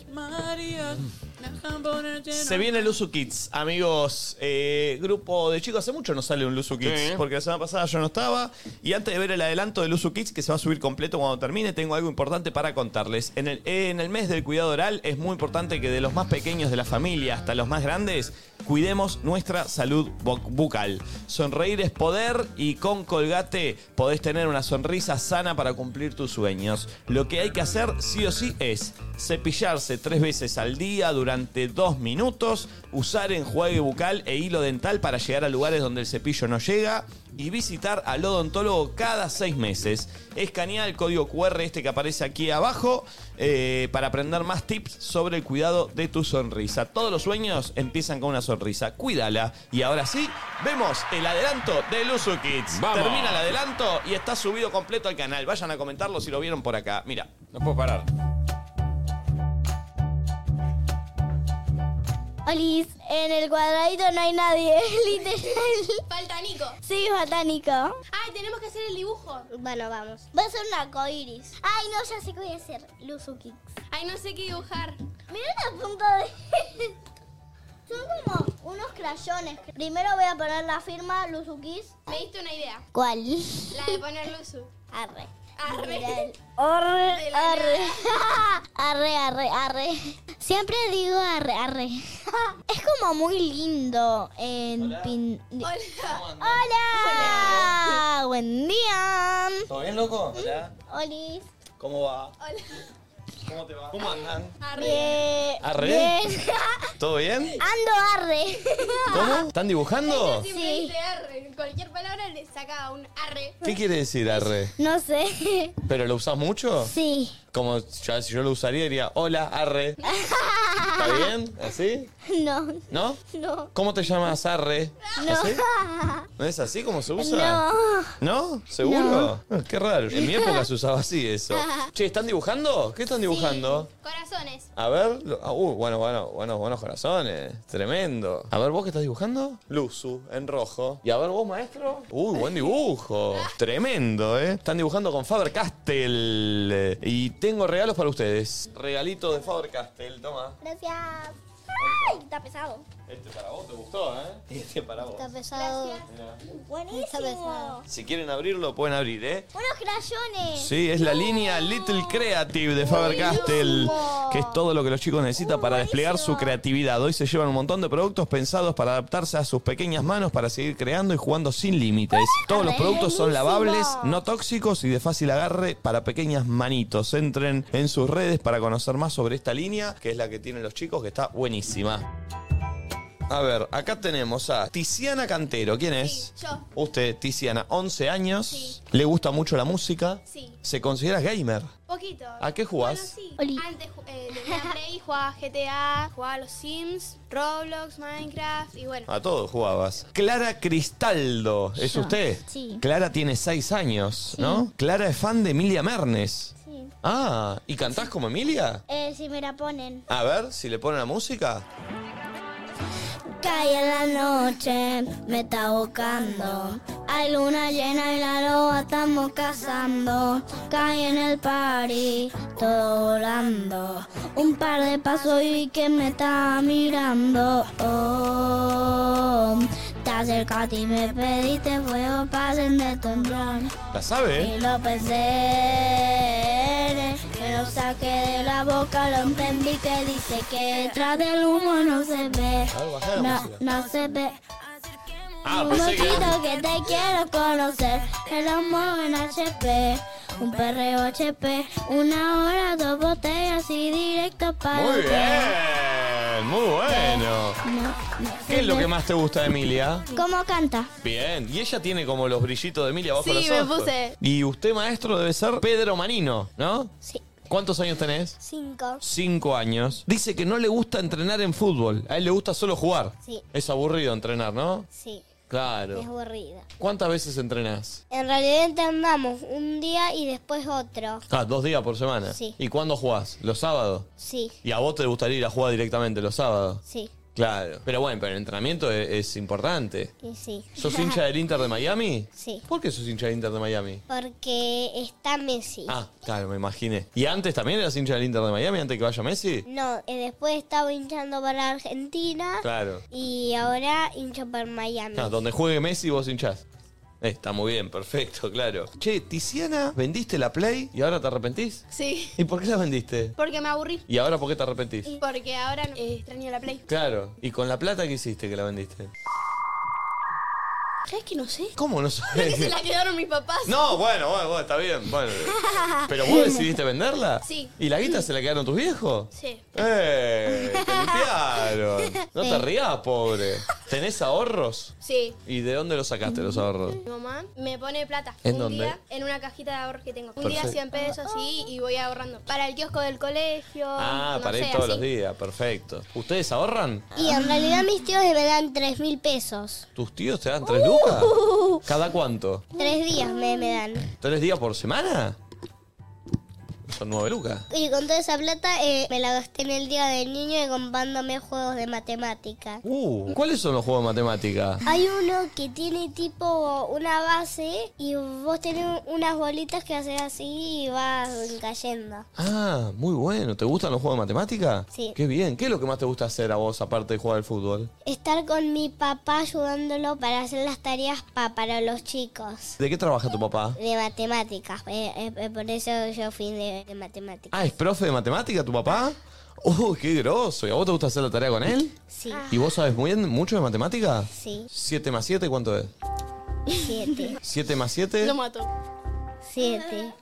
[SPEAKER 2] Se viene el Luzu Kids, amigos. eh, grupo de chicos, hace mucho no sale un Luzu Kids,
[SPEAKER 5] Sí.
[SPEAKER 2] porque la semana pasada yo no estaba. Y antes de ver el adelanto del Luzu Kids, que se va a subir completo cuando termine, tengo algo importante para contarles. En el, en el mes del cuidado oral es muy importante que de los más pequeños de la familia hasta los más grandes, cuidemos nuestra salud bo- bucal. Sonreír es poder y con Colgate podés tener una sonrisa sana para cumplir tus sueños. Lo que hay que hacer sí o sí es cepillarse tres veces al día durante dos minutos, usar enjuague bucal e hilo dental para llegar a lugares donde el cepillo no llega y visitar al odontólogo cada seis meses. Escanea el código QR este que aparece aquí abajo eh, para aprender más tips sobre el cuidado de tu sonrisa. Todos los sueños empiezan con una sonrisa. Cuídala. Y ahora sí, vemos el adelanto de Luzu Kids.
[SPEAKER 5] Vamos.
[SPEAKER 2] Termina el adelanto y está subido completo al canal. Vayan a comentarlo si lo vieron por acá. Mira.
[SPEAKER 5] No puedo parar.
[SPEAKER 9] Olis, en el cuadradito no hay nadie, literal. Falta Nico. Sí, falta Nico. Ay, tenemos que hacer el dibujo. Bueno, vamos. Va a ser un arcoiris. Ay, no, ya sé qué voy a hacer. Luzuki. Ay, no sé qué dibujar. Mira la punta de... Son como unos crayones. Primero voy a poner la firma Luzukis.
[SPEAKER 22] Me diste una idea.
[SPEAKER 9] ¿Cuál?
[SPEAKER 22] La de poner Luzu.
[SPEAKER 9] Arre.
[SPEAKER 22] Arre.
[SPEAKER 9] Arre,
[SPEAKER 22] De la
[SPEAKER 9] arre.
[SPEAKER 22] nada.
[SPEAKER 9] Arre, arre, arre. Siempre digo arre, arre. Es como muy lindo en pin-
[SPEAKER 22] Hola.
[SPEAKER 9] Hola. Buen día.
[SPEAKER 4] ¿Todo bien, loco? Hola.
[SPEAKER 9] Olis.
[SPEAKER 4] ¿Cómo va?
[SPEAKER 22] Hola.
[SPEAKER 4] ¿Cómo te va? ¿Cómo andan?
[SPEAKER 9] Bien.
[SPEAKER 2] ¿Arre?
[SPEAKER 9] Bien.
[SPEAKER 2] ¿Todo bien?
[SPEAKER 9] Ando arre.
[SPEAKER 2] ¿Cómo? ¿Están dibujando?
[SPEAKER 22] Siempre dice arre. Cualquier palabra le saca un arre.
[SPEAKER 2] ¿Qué quiere decir arre?
[SPEAKER 9] No sé.
[SPEAKER 2] ¿Pero lo usás mucho?
[SPEAKER 9] Sí.
[SPEAKER 2] Como ya, si yo lo usaría diría, hola, arre. ¿Está bien? ¿Así?
[SPEAKER 9] No.
[SPEAKER 2] ¿No?
[SPEAKER 9] No.
[SPEAKER 2] ¿Cómo te llamas arre? ¿Así?
[SPEAKER 9] No.
[SPEAKER 2] ¿No es así como se usa?
[SPEAKER 9] No.
[SPEAKER 2] ¿No? ¿Seguro? Ah, Qué raro. En mi época se usaba así eso. Che, ¿están dibujando? ¿Qué están dibujando?
[SPEAKER 22] Corazones.
[SPEAKER 2] A ver. lo- ah, uh, bueno, bueno, buenos, buenos corazones. Tremendo. A ver, ¿vos qué estás dibujando? Luzu, en rojo. Y a ver, vos, maestro. Uy, buen dibujo. Tremendo, ¿eh? Están dibujando con Faber Castell. este, eh, Y tengo regalos para ustedes. Regalito de Faber Castell, toma.
[SPEAKER 9] Gracias. Ay, está pesado.
[SPEAKER 2] Este para vos te gustó, ¿eh? Y este para vos.
[SPEAKER 9] Está pesado.
[SPEAKER 2] Mirá.
[SPEAKER 9] Buenísimo.
[SPEAKER 2] Si quieren abrirlo, pueden abrir, ¿eh?
[SPEAKER 9] Unos crayones.
[SPEAKER 2] Sí, es la línea Little Creative de Faber Castell, que es todo lo que los chicos necesitan para desplegar su creatividad. Hoy se llevan un montón de productos pensados para adaptarse a sus pequeñas manos para seguir creando y jugando sin límites. Todos los productos son lavables, no tóxicos y de fácil agarre para pequeñas manitos. Entren en sus redes para conocer más sobre esta línea, que es la que tienen los chicos, que está buenísima. A ver, acá tenemos a Tiziana Cantero. ¿Quién es?
[SPEAKER 22] Yo.
[SPEAKER 2] Usted, Tiziana, 11 años. Le gusta mucho la música.
[SPEAKER 22] Sí.
[SPEAKER 2] ¿Se considera gamer?
[SPEAKER 22] Poquito.
[SPEAKER 2] ¿A qué jugás?
[SPEAKER 22] Bueno, sí. Antes ju- eh, tenía Play, jugaba GTA, jugaba a los Sims, Roblox, Minecraft y bueno.
[SPEAKER 2] A todo jugabas. Clara Cristaldo, ¿es
[SPEAKER 22] Yo.
[SPEAKER 2] usted?
[SPEAKER 22] Sí.
[SPEAKER 2] Clara tiene 6 años, ¿no? Clara es fan de Emilia Mernes.
[SPEAKER 9] Sí.
[SPEAKER 2] Ah, ¿y cantás como Emilia?
[SPEAKER 9] Eh, si me la ponen.
[SPEAKER 2] A ver, si le ponen la música.
[SPEAKER 9] Cae en la noche, me está buscando. Hay luna llena y la loba estamos cazando. Cae en el party, todo volando. Un par de pasos y vi que me estaba mirando. Oh,
[SPEAKER 23] Te acercaste y me pediste fuego para de temblor.
[SPEAKER 1] La sabe,
[SPEAKER 23] Y
[SPEAKER 1] ¿eh?
[SPEAKER 23] lo pensé, me lo saqué de la boca, lo entendí que dice que detrás del humo no se ve.
[SPEAKER 8] bajá la
[SPEAKER 23] No,
[SPEAKER 8] música.
[SPEAKER 23] no se ve.
[SPEAKER 8] Ah,
[SPEAKER 2] pues
[SPEAKER 23] un
[SPEAKER 8] pensé que-
[SPEAKER 23] mojito que te quiero conocer, el amor en HP, un perreo HP, una hora, dos botellas y directo para
[SPEAKER 2] Muy bien, muy bueno. ¿Qué es lo que más te gusta de Emilia?
[SPEAKER 23] ¿Cómo canta?
[SPEAKER 2] Bien, y ella tiene como los brillitos de Emilia bajo
[SPEAKER 23] Sí,
[SPEAKER 2] los
[SPEAKER 23] me
[SPEAKER 2] ojos.
[SPEAKER 23] puse.
[SPEAKER 2] Y usted, maestro, debe ser Pedro Manino, ¿no?
[SPEAKER 23] Sí.
[SPEAKER 2] ¿Cuántos años tenés?
[SPEAKER 23] Cinco.
[SPEAKER 2] Cinco años. Dice que no le gusta entrenar en fútbol, a él le gusta solo jugar.
[SPEAKER 23] Sí.
[SPEAKER 2] Es aburrido entrenar, ¿no?
[SPEAKER 23] Sí,
[SPEAKER 2] Claro.
[SPEAKER 23] aburrida.
[SPEAKER 2] ¿Cuántas veces entrenás?
[SPEAKER 23] En realidad entrenamos un día y después otro.
[SPEAKER 2] Ah, dos días por semana.
[SPEAKER 23] Sí.
[SPEAKER 2] ¿Y cuándo jugás? ¿Los sábados?
[SPEAKER 23] Sí,
[SPEAKER 2] ¿Y a vos te gustaría ir a jugar directamente los sábados?
[SPEAKER 23] sí,
[SPEAKER 2] Claro. Pero bueno, pero el entrenamiento es, es importante.
[SPEAKER 23] y sí.
[SPEAKER 2] ¿Sos hincha del Inter de Miami?
[SPEAKER 23] Sí.
[SPEAKER 2] ¿Por qué sos hincha del Inter de Miami?
[SPEAKER 23] Porque está Messi.
[SPEAKER 2] Ah, claro, me imaginé. ¿Y antes también eras hincha del Inter de Miami antes que vaya Messi?
[SPEAKER 23] No, eh, después estaba hinchando para Argentina
[SPEAKER 2] Claro.
[SPEAKER 23] y ahora hincho para Miami.
[SPEAKER 2] Ah, donde juegue Messi vos hinchás. Eh, está muy bien, perfecto, claro. Che, Tiziana, vendiste la Play y ahora te arrepentís.
[SPEAKER 22] Sí,
[SPEAKER 2] ¿Y por qué la vendiste?
[SPEAKER 22] porque me aburrí.
[SPEAKER 2] ¿Y ahora por qué te arrepentís?
[SPEAKER 22] Porque ahora eh, extraño la Play.
[SPEAKER 2] Claro. ¿Y con la plata que hiciste que la vendiste?
[SPEAKER 22] ¿Sabes que no sé?
[SPEAKER 2] ¿Cómo no
[SPEAKER 22] Creo que se
[SPEAKER 2] sabés?
[SPEAKER 22] la quedaron mis papás.
[SPEAKER 2] No, bueno, bueno, bueno, está bien. Bueno. ¿Pero vos decidiste venderla?
[SPEAKER 22] Sí.
[SPEAKER 2] ¿Y la guita se la quedaron tus viejos?
[SPEAKER 22] Sí.
[SPEAKER 2] ¡Eh! ¡Te limpiaron! No te
[SPEAKER 22] Sí.
[SPEAKER 2] rías, pobre. ¿Tenés ahorros?
[SPEAKER 22] Sí.
[SPEAKER 2] ¿Y de dónde los sacaste los ahorros?
[SPEAKER 22] Mi mamá me pone plata.
[SPEAKER 2] ¿En
[SPEAKER 22] un
[SPEAKER 2] dónde?
[SPEAKER 22] día en una cajita de ahorros que tengo. Un día 100
[SPEAKER 2] Perfecto.
[SPEAKER 22] pesos, sí, y voy ahorrando. Para el kiosco del colegio.
[SPEAKER 2] Ah,
[SPEAKER 22] no
[SPEAKER 2] para ir
[SPEAKER 22] sé,
[SPEAKER 2] todos
[SPEAKER 22] así.
[SPEAKER 2] los días, perfecto. ¿Ustedes ahorran?
[SPEAKER 23] Y en realidad mis tíos me dan tres mil pesos.
[SPEAKER 2] ¿Tus tíos te dan tres lucas? ¿Cada cuánto?
[SPEAKER 23] Tres días me, me dan.
[SPEAKER 2] ¿Tres días por semana? Son nueve lucas.
[SPEAKER 23] Y con toda esa plata eh, me la gasté en el día del niño y comprándome juegos de matemática.
[SPEAKER 2] Uh, ¿Cuáles son los juegos de matemática?
[SPEAKER 23] Hay uno que tiene tipo una base y vos tenés unas bolitas que haces así y vas cayendo.
[SPEAKER 2] Ah, muy bueno. ¿Te gustan los juegos de matemática?
[SPEAKER 23] Sí.
[SPEAKER 2] Qué bien. ¿Qué es lo que más te gusta hacer a vos aparte de jugar al fútbol?
[SPEAKER 23] Estar con mi papá ayudándolo para hacer las tareas pa- para los chicos.
[SPEAKER 2] ¿De qué trabaja tu papá?
[SPEAKER 23] De matemáticas, eh, eh, eh, por eso yo fui de, de matemáticas.
[SPEAKER 2] Ah, ¿es profe de matemática tu papá? ¡Uh, qué groso! ¿Y a vos te gusta hacer la tarea con él?
[SPEAKER 23] Sí.
[SPEAKER 2] ¿Y vos sabes muy bien mucho de matemática?
[SPEAKER 23] Sí.
[SPEAKER 2] ¿7 más 7 cuánto es?
[SPEAKER 23] Siete.
[SPEAKER 2] ¿7 más 7?
[SPEAKER 23] mato. Siete.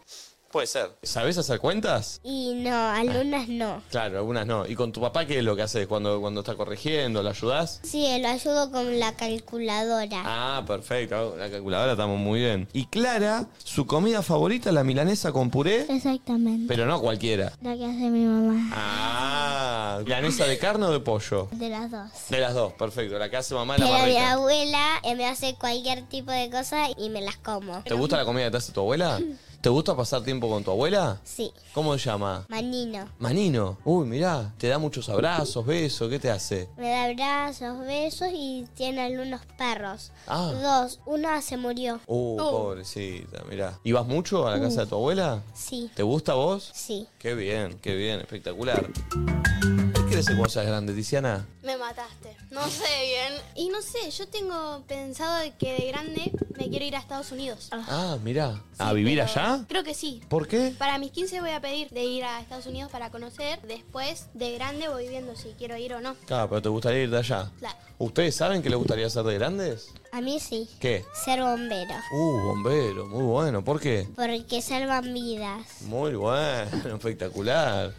[SPEAKER 2] Puede ser. ¿Sabés hacer cuentas?
[SPEAKER 23] Y no, algunas no.
[SPEAKER 2] Claro, algunas no. ¿Y con tu papá qué es lo que haces cuando, cuando está corrigiendo? ¿Le ayudás?
[SPEAKER 23] Sí, lo ayudo con la calculadora.
[SPEAKER 2] Ah, perfecto. La calculadora estamos muy bien. Y Clara, su comida favorita, la milanesa con puré,
[SPEAKER 23] Exactamente.
[SPEAKER 2] pero no cualquiera.
[SPEAKER 23] La que hace mi mamá.
[SPEAKER 2] Ah, milanesa de carne o de pollo.
[SPEAKER 23] De las dos.
[SPEAKER 2] De las dos, perfecto. La que hace mamá es Ah, la más
[SPEAKER 23] Pero mi
[SPEAKER 2] rica.
[SPEAKER 23] abuela eh, me hace cualquier tipo de cosa y me las como.
[SPEAKER 2] ¿Te gusta la comida que te hace tu abuela? ¿Te gusta pasar tiempo con tu abuela?
[SPEAKER 23] Sí.
[SPEAKER 2] ¿Cómo se llama?
[SPEAKER 23] Manino.
[SPEAKER 2] Manino. Uy, mirá, te da muchos abrazos, besos, ¿qué te hace?
[SPEAKER 23] Me da abrazos, besos y tiene algunos perros.
[SPEAKER 2] Ah.
[SPEAKER 23] Dos. Uno se murió.
[SPEAKER 2] Uh,
[SPEAKER 23] Oh.
[SPEAKER 2] pobrecita, mirá. ¿Y vas mucho a la casa de tu abuela?
[SPEAKER 23] Sí.
[SPEAKER 2] ¿Te gusta a vos?
[SPEAKER 23] Sí.
[SPEAKER 2] Qué bien, qué bien, espectacular. ¿Qué quieres ser cuando seas grande, Tiziana?
[SPEAKER 22] Me mataste.
[SPEAKER 14] No sé bien. Y no sé, yo tengo pensado de que de grande me quiero ir a Estados Unidos.
[SPEAKER 2] Ah, mirá. ¿A vivir
[SPEAKER 22] pero-
[SPEAKER 2] allá?
[SPEAKER 22] Creo que sí.
[SPEAKER 2] ¿Por qué?
[SPEAKER 22] Para mis 15 voy a pedir de ir a Estados Unidos para conocer. Después, de grande, voy viendo si quiero ir o no.
[SPEAKER 2] Claro, pero te gustaría ir de allá.
[SPEAKER 22] Claro.
[SPEAKER 2] ¿Ustedes saben qué les gustaría hacer de grandes?
[SPEAKER 23] A mí sí.
[SPEAKER 2] ¿Qué?
[SPEAKER 23] Ser bombero.
[SPEAKER 2] Uh, bombero, muy bueno. ¿Por qué?
[SPEAKER 23] Porque salvan vidas.
[SPEAKER 2] Muy bueno, espectacular.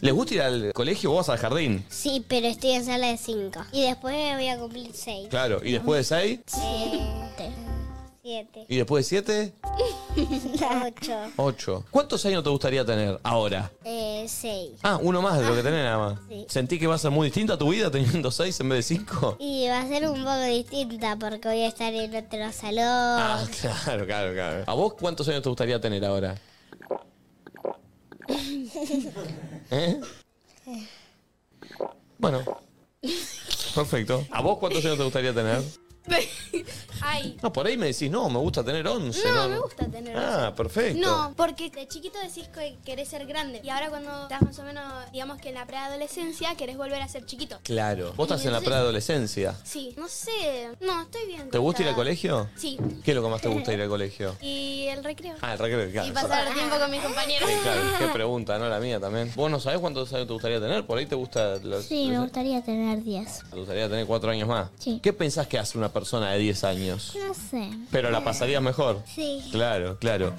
[SPEAKER 2] ¿Les gusta ir al colegio o vas al jardín?
[SPEAKER 23] Sí, pero estoy en sala de 5. Y después voy a cumplir 6.
[SPEAKER 2] Claro, ¿y después de 6?
[SPEAKER 23] Siete. Siete.
[SPEAKER 2] ¿Y después de 7?
[SPEAKER 23] Ocho.
[SPEAKER 2] 8. ¿Cuántos años te gustaría tener ahora?
[SPEAKER 23] Eh, seis.
[SPEAKER 2] Ah, uno más de lo que tenés nada más.
[SPEAKER 23] Sí.
[SPEAKER 2] ¿Sentí que va a ser muy distinta tu vida teniendo 6 en vez de 5?
[SPEAKER 23] Y va a ser un poco distinta porque voy a estar en otro salón.
[SPEAKER 2] Ah, claro, claro, claro. ¿A vos cuántos años te gustaría tener ahora? ¿Eh? Bueno. Perfecto. ¿A vos cuántos años te gustaría tener?
[SPEAKER 24] Ay.
[SPEAKER 2] No, por ahí me decís, no, me gusta tener 11.
[SPEAKER 24] No,
[SPEAKER 2] No,
[SPEAKER 24] me gusta tener
[SPEAKER 2] Ah, perfecto.
[SPEAKER 24] No,
[SPEAKER 22] Porque de chiquito decís que querés ser grande y ahora cuando estás más o menos, digamos que en la preadolescencia, querés volver a ser chiquito.
[SPEAKER 2] Claro. Vos estás en la preadolescencia.
[SPEAKER 22] Sí, no sé, no, estoy bien.
[SPEAKER 2] ¿Te gusta ir al colegio?
[SPEAKER 22] Sí.
[SPEAKER 2] ¿Qué es lo que más te gusta ir al colegio?
[SPEAKER 22] Y el recreo.
[SPEAKER 2] Ah, el recreo, claro.
[SPEAKER 22] y pasar tiempo con mis compañeros.
[SPEAKER 2] Eh, claro, qué pregunta, ¿no? La mía también. Vos no sabés cuántos años te gustaría tener, por ahí te gusta... los-
[SPEAKER 9] Sí, me gustaría tener 10.
[SPEAKER 2] ¿Te gustaría tener cuatro años más?
[SPEAKER 9] Sí.
[SPEAKER 2] ¿Qué pensás que hace una persona de 10 años?
[SPEAKER 9] No sé.
[SPEAKER 2] Pero la pasarías mejor.
[SPEAKER 9] Sí.
[SPEAKER 2] Claro, claro.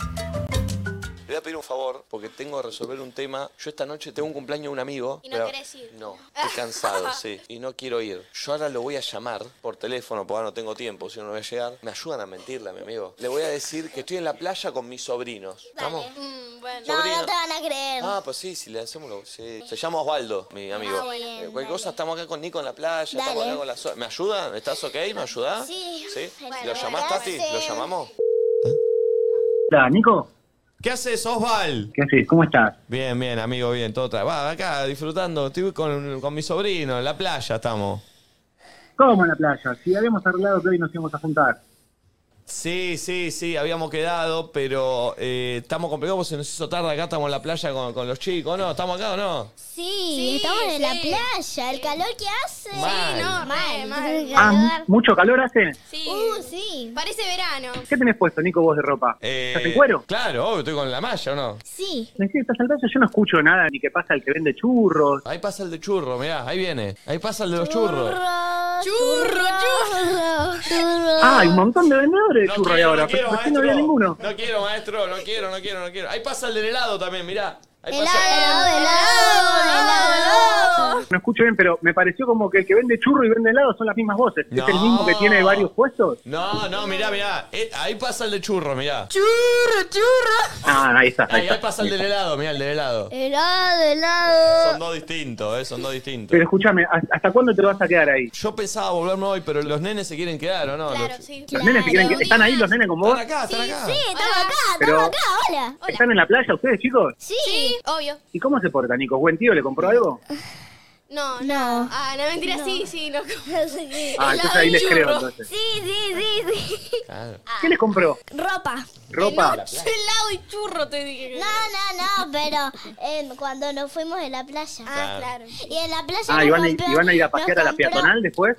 [SPEAKER 2] Le voy a pedir un favor, porque tengo que resolver un tema. Yo esta noche tengo un cumpleaños de un amigo.
[SPEAKER 9] ¿Y
[SPEAKER 22] no
[SPEAKER 2] pero-
[SPEAKER 22] querés ir?
[SPEAKER 2] No, estoy cansado, sí. Y no quiero ir. Yo ahora lo voy a llamar por teléfono, porque ahora no tengo tiempo, si no, no voy a llegar. Me ayudan a mentirle a mi amigo. Le voy a decir que estoy en la playa con mis sobrinos. ¿Vamos?
[SPEAKER 9] No,
[SPEAKER 2] Sobrino.
[SPEAKER 9] no te van a creer.
[SPEAKER 2] Ah, pues sí, si le hacemos lo- sí. Se llama Osvaldo, mi amigo.
[SPEAKER 9] Ah, bueno.
[SPEAKER 2] Eh, cualquier cosa, estamos acá con Nico en la playa, estamos
[SPEAKER 9] Dale.
[SPEAKER 2] acá con la so- ¿Me ayuda? ¿Estás ok? ¿Me ayuda?
[SPEAKER 9] Sí. Bueno,
[SPEAKER 2] ¿Lo llamás, Tati? ¿Lo llamamos?
[SPEAKER 4] Hola, Nico.
[SPEAKER 2] ¿Qué haces, Osval?
[SPEAKER 4] ¿Qué haces? ¿Cómo estás?
[SPEAKER 2] Bien, bien, amigo, bien, todo tra- Va, acá disfrutando, estoy con, con mi sobrino, en la playa estamos.
[SPEAKER 4] ¿Cómo en la playa? Si habíamos arreglado que hoy nos íbamos a juntar.
[SPEAKER 2] Sí, sí, sí, habíamos quedado, pero eh, estamos complicados porque se nos hizo tarde, acá estamos en la playa con, con los chicos, ¿no? ¿Estamos acá o no?
[SPEAKER 9] Sí, estamos en la playa. El calor que hace.
[SPEAKER 2] Mal. no,
[SPEAKER 9] mal.
[SPEAKER 4] Ah, mu- ¿Mucho calor hace?
[SPEAKER 22] Sí. Uh, sí. Parece verano.
[SPEAKER 4] ¿Qué tenés puesto, Nico, vos de ropa? ¿Estás en cuero?
[SPEAKER 2] Eh, Claro, obvio, estoy con la malla, ¿o no?
[SPEAKER 9] Sí.
[SPEAKER 4] Me decís, estás en playa, yo no escucho nada, ni que pasa el que vende churros.
[SPEAKER 2] Ahí pasa el de churro, mirá, ahí viene. Ahí pasa el de los churros.
[SPEAKER 9] Oh, Churro, churro. Churro.
[SPEAKER 4] Ah, hay un montón de vendedores de churros ahí ahora, pero
[SPEAKER 2] quiero,
[SPEAKER 4] ¿por qué no había
[SPEAKER 2] maestro.
[SPEAKER 4] ninguno?
[SPEAKER 2] No quiero, maestro, no quiero, no quiero, no quiero. Ahí pasa el del helado también, mirá. Ahí
[SPEAKER 9] Helado, helado,
[SPEAKER 2] pasa-
[SPEAKER 9] helado, helado.
[SPEAKER 4] No escucho bien, pero me pareció como que el que vende churro y vende helado son las mismas voces. ¿Es el mismo que tiene varios puestos?
[SPEAKER 2] No, no, mirá, mirá. Eh, ahí pasa el de churro, mirá.
[SPEAKER 9] Churro, churro.
[SPEAKER 4] Ah, ahí está.
[SPEAKER 2] Ahí, ahí pasa el del helado, mirá, el del helado.
[SPEAKER 9] Helado, helado.
[SPEAKER 2] Son dos distintos, eh, son dos distintos.
[SPEAKER 4] Pero escúchame, ¿has- ¿hasta cuándo te vas a quedar ahí?
[SPEAKER 2] Yo pensaba volverme hoy, pero los nenes se quieren quedar, ¿o no? Los-
[SPEAKER 4] Los nenes se quieren que- ¿Están ahí los nenes con vos?
[SPEAKER 2] Están acá, están acá.
[SPEAKER 9] Sí, estamos acá, estamos
[SPEAKER 4] Pero-
[SPEAKER 9] acá, hola.
[SPEAKER 4] ¿Están en la playa ustedes, chicos?
[SPEAKER 9] Sí. obvio.
[SPEAKER 4] ¿Y cómo se porta, Nico? ¿Buen tío? ¿Le compró algo?
[SPEAKER 24] No,
[SPEAKER 9] no.
[SPEAKER 24] Ah, no, mentira,
[SPEAKER 9] No.
[SPEAKER 24] sí, sí, no.
[SPEAKER 4] Ah, entonces ahí les creo, entonces.
[SPEAKER 9] Sí, sí, sí, sí. Ah.
[SPEAKER 4] ¿Qué les compró?
[SPEAKER 9] Ropa.
[SPEAKER 4] ¿Ropa?
[SPEAKER 9] Helado y churro, te dije. No, no, no, pero eh, cuando nos fuimos de la playa.
[SPEAKER 4] Ah, claro.
[SPEAKER 9] Y en la playa.
[SPEAKER 4] Ah,
[SPEAKER 9] nos
[SPEAKER 4] ¿y van, a,
[SPEAKER 9] compró-
[SPEAKER 4] y van a ir a
[SPEAKER 9] nos
[SPEAKER 4] pasear a la
[SPEAKER 9] compró-
[SPEAKER 4] peatonal después?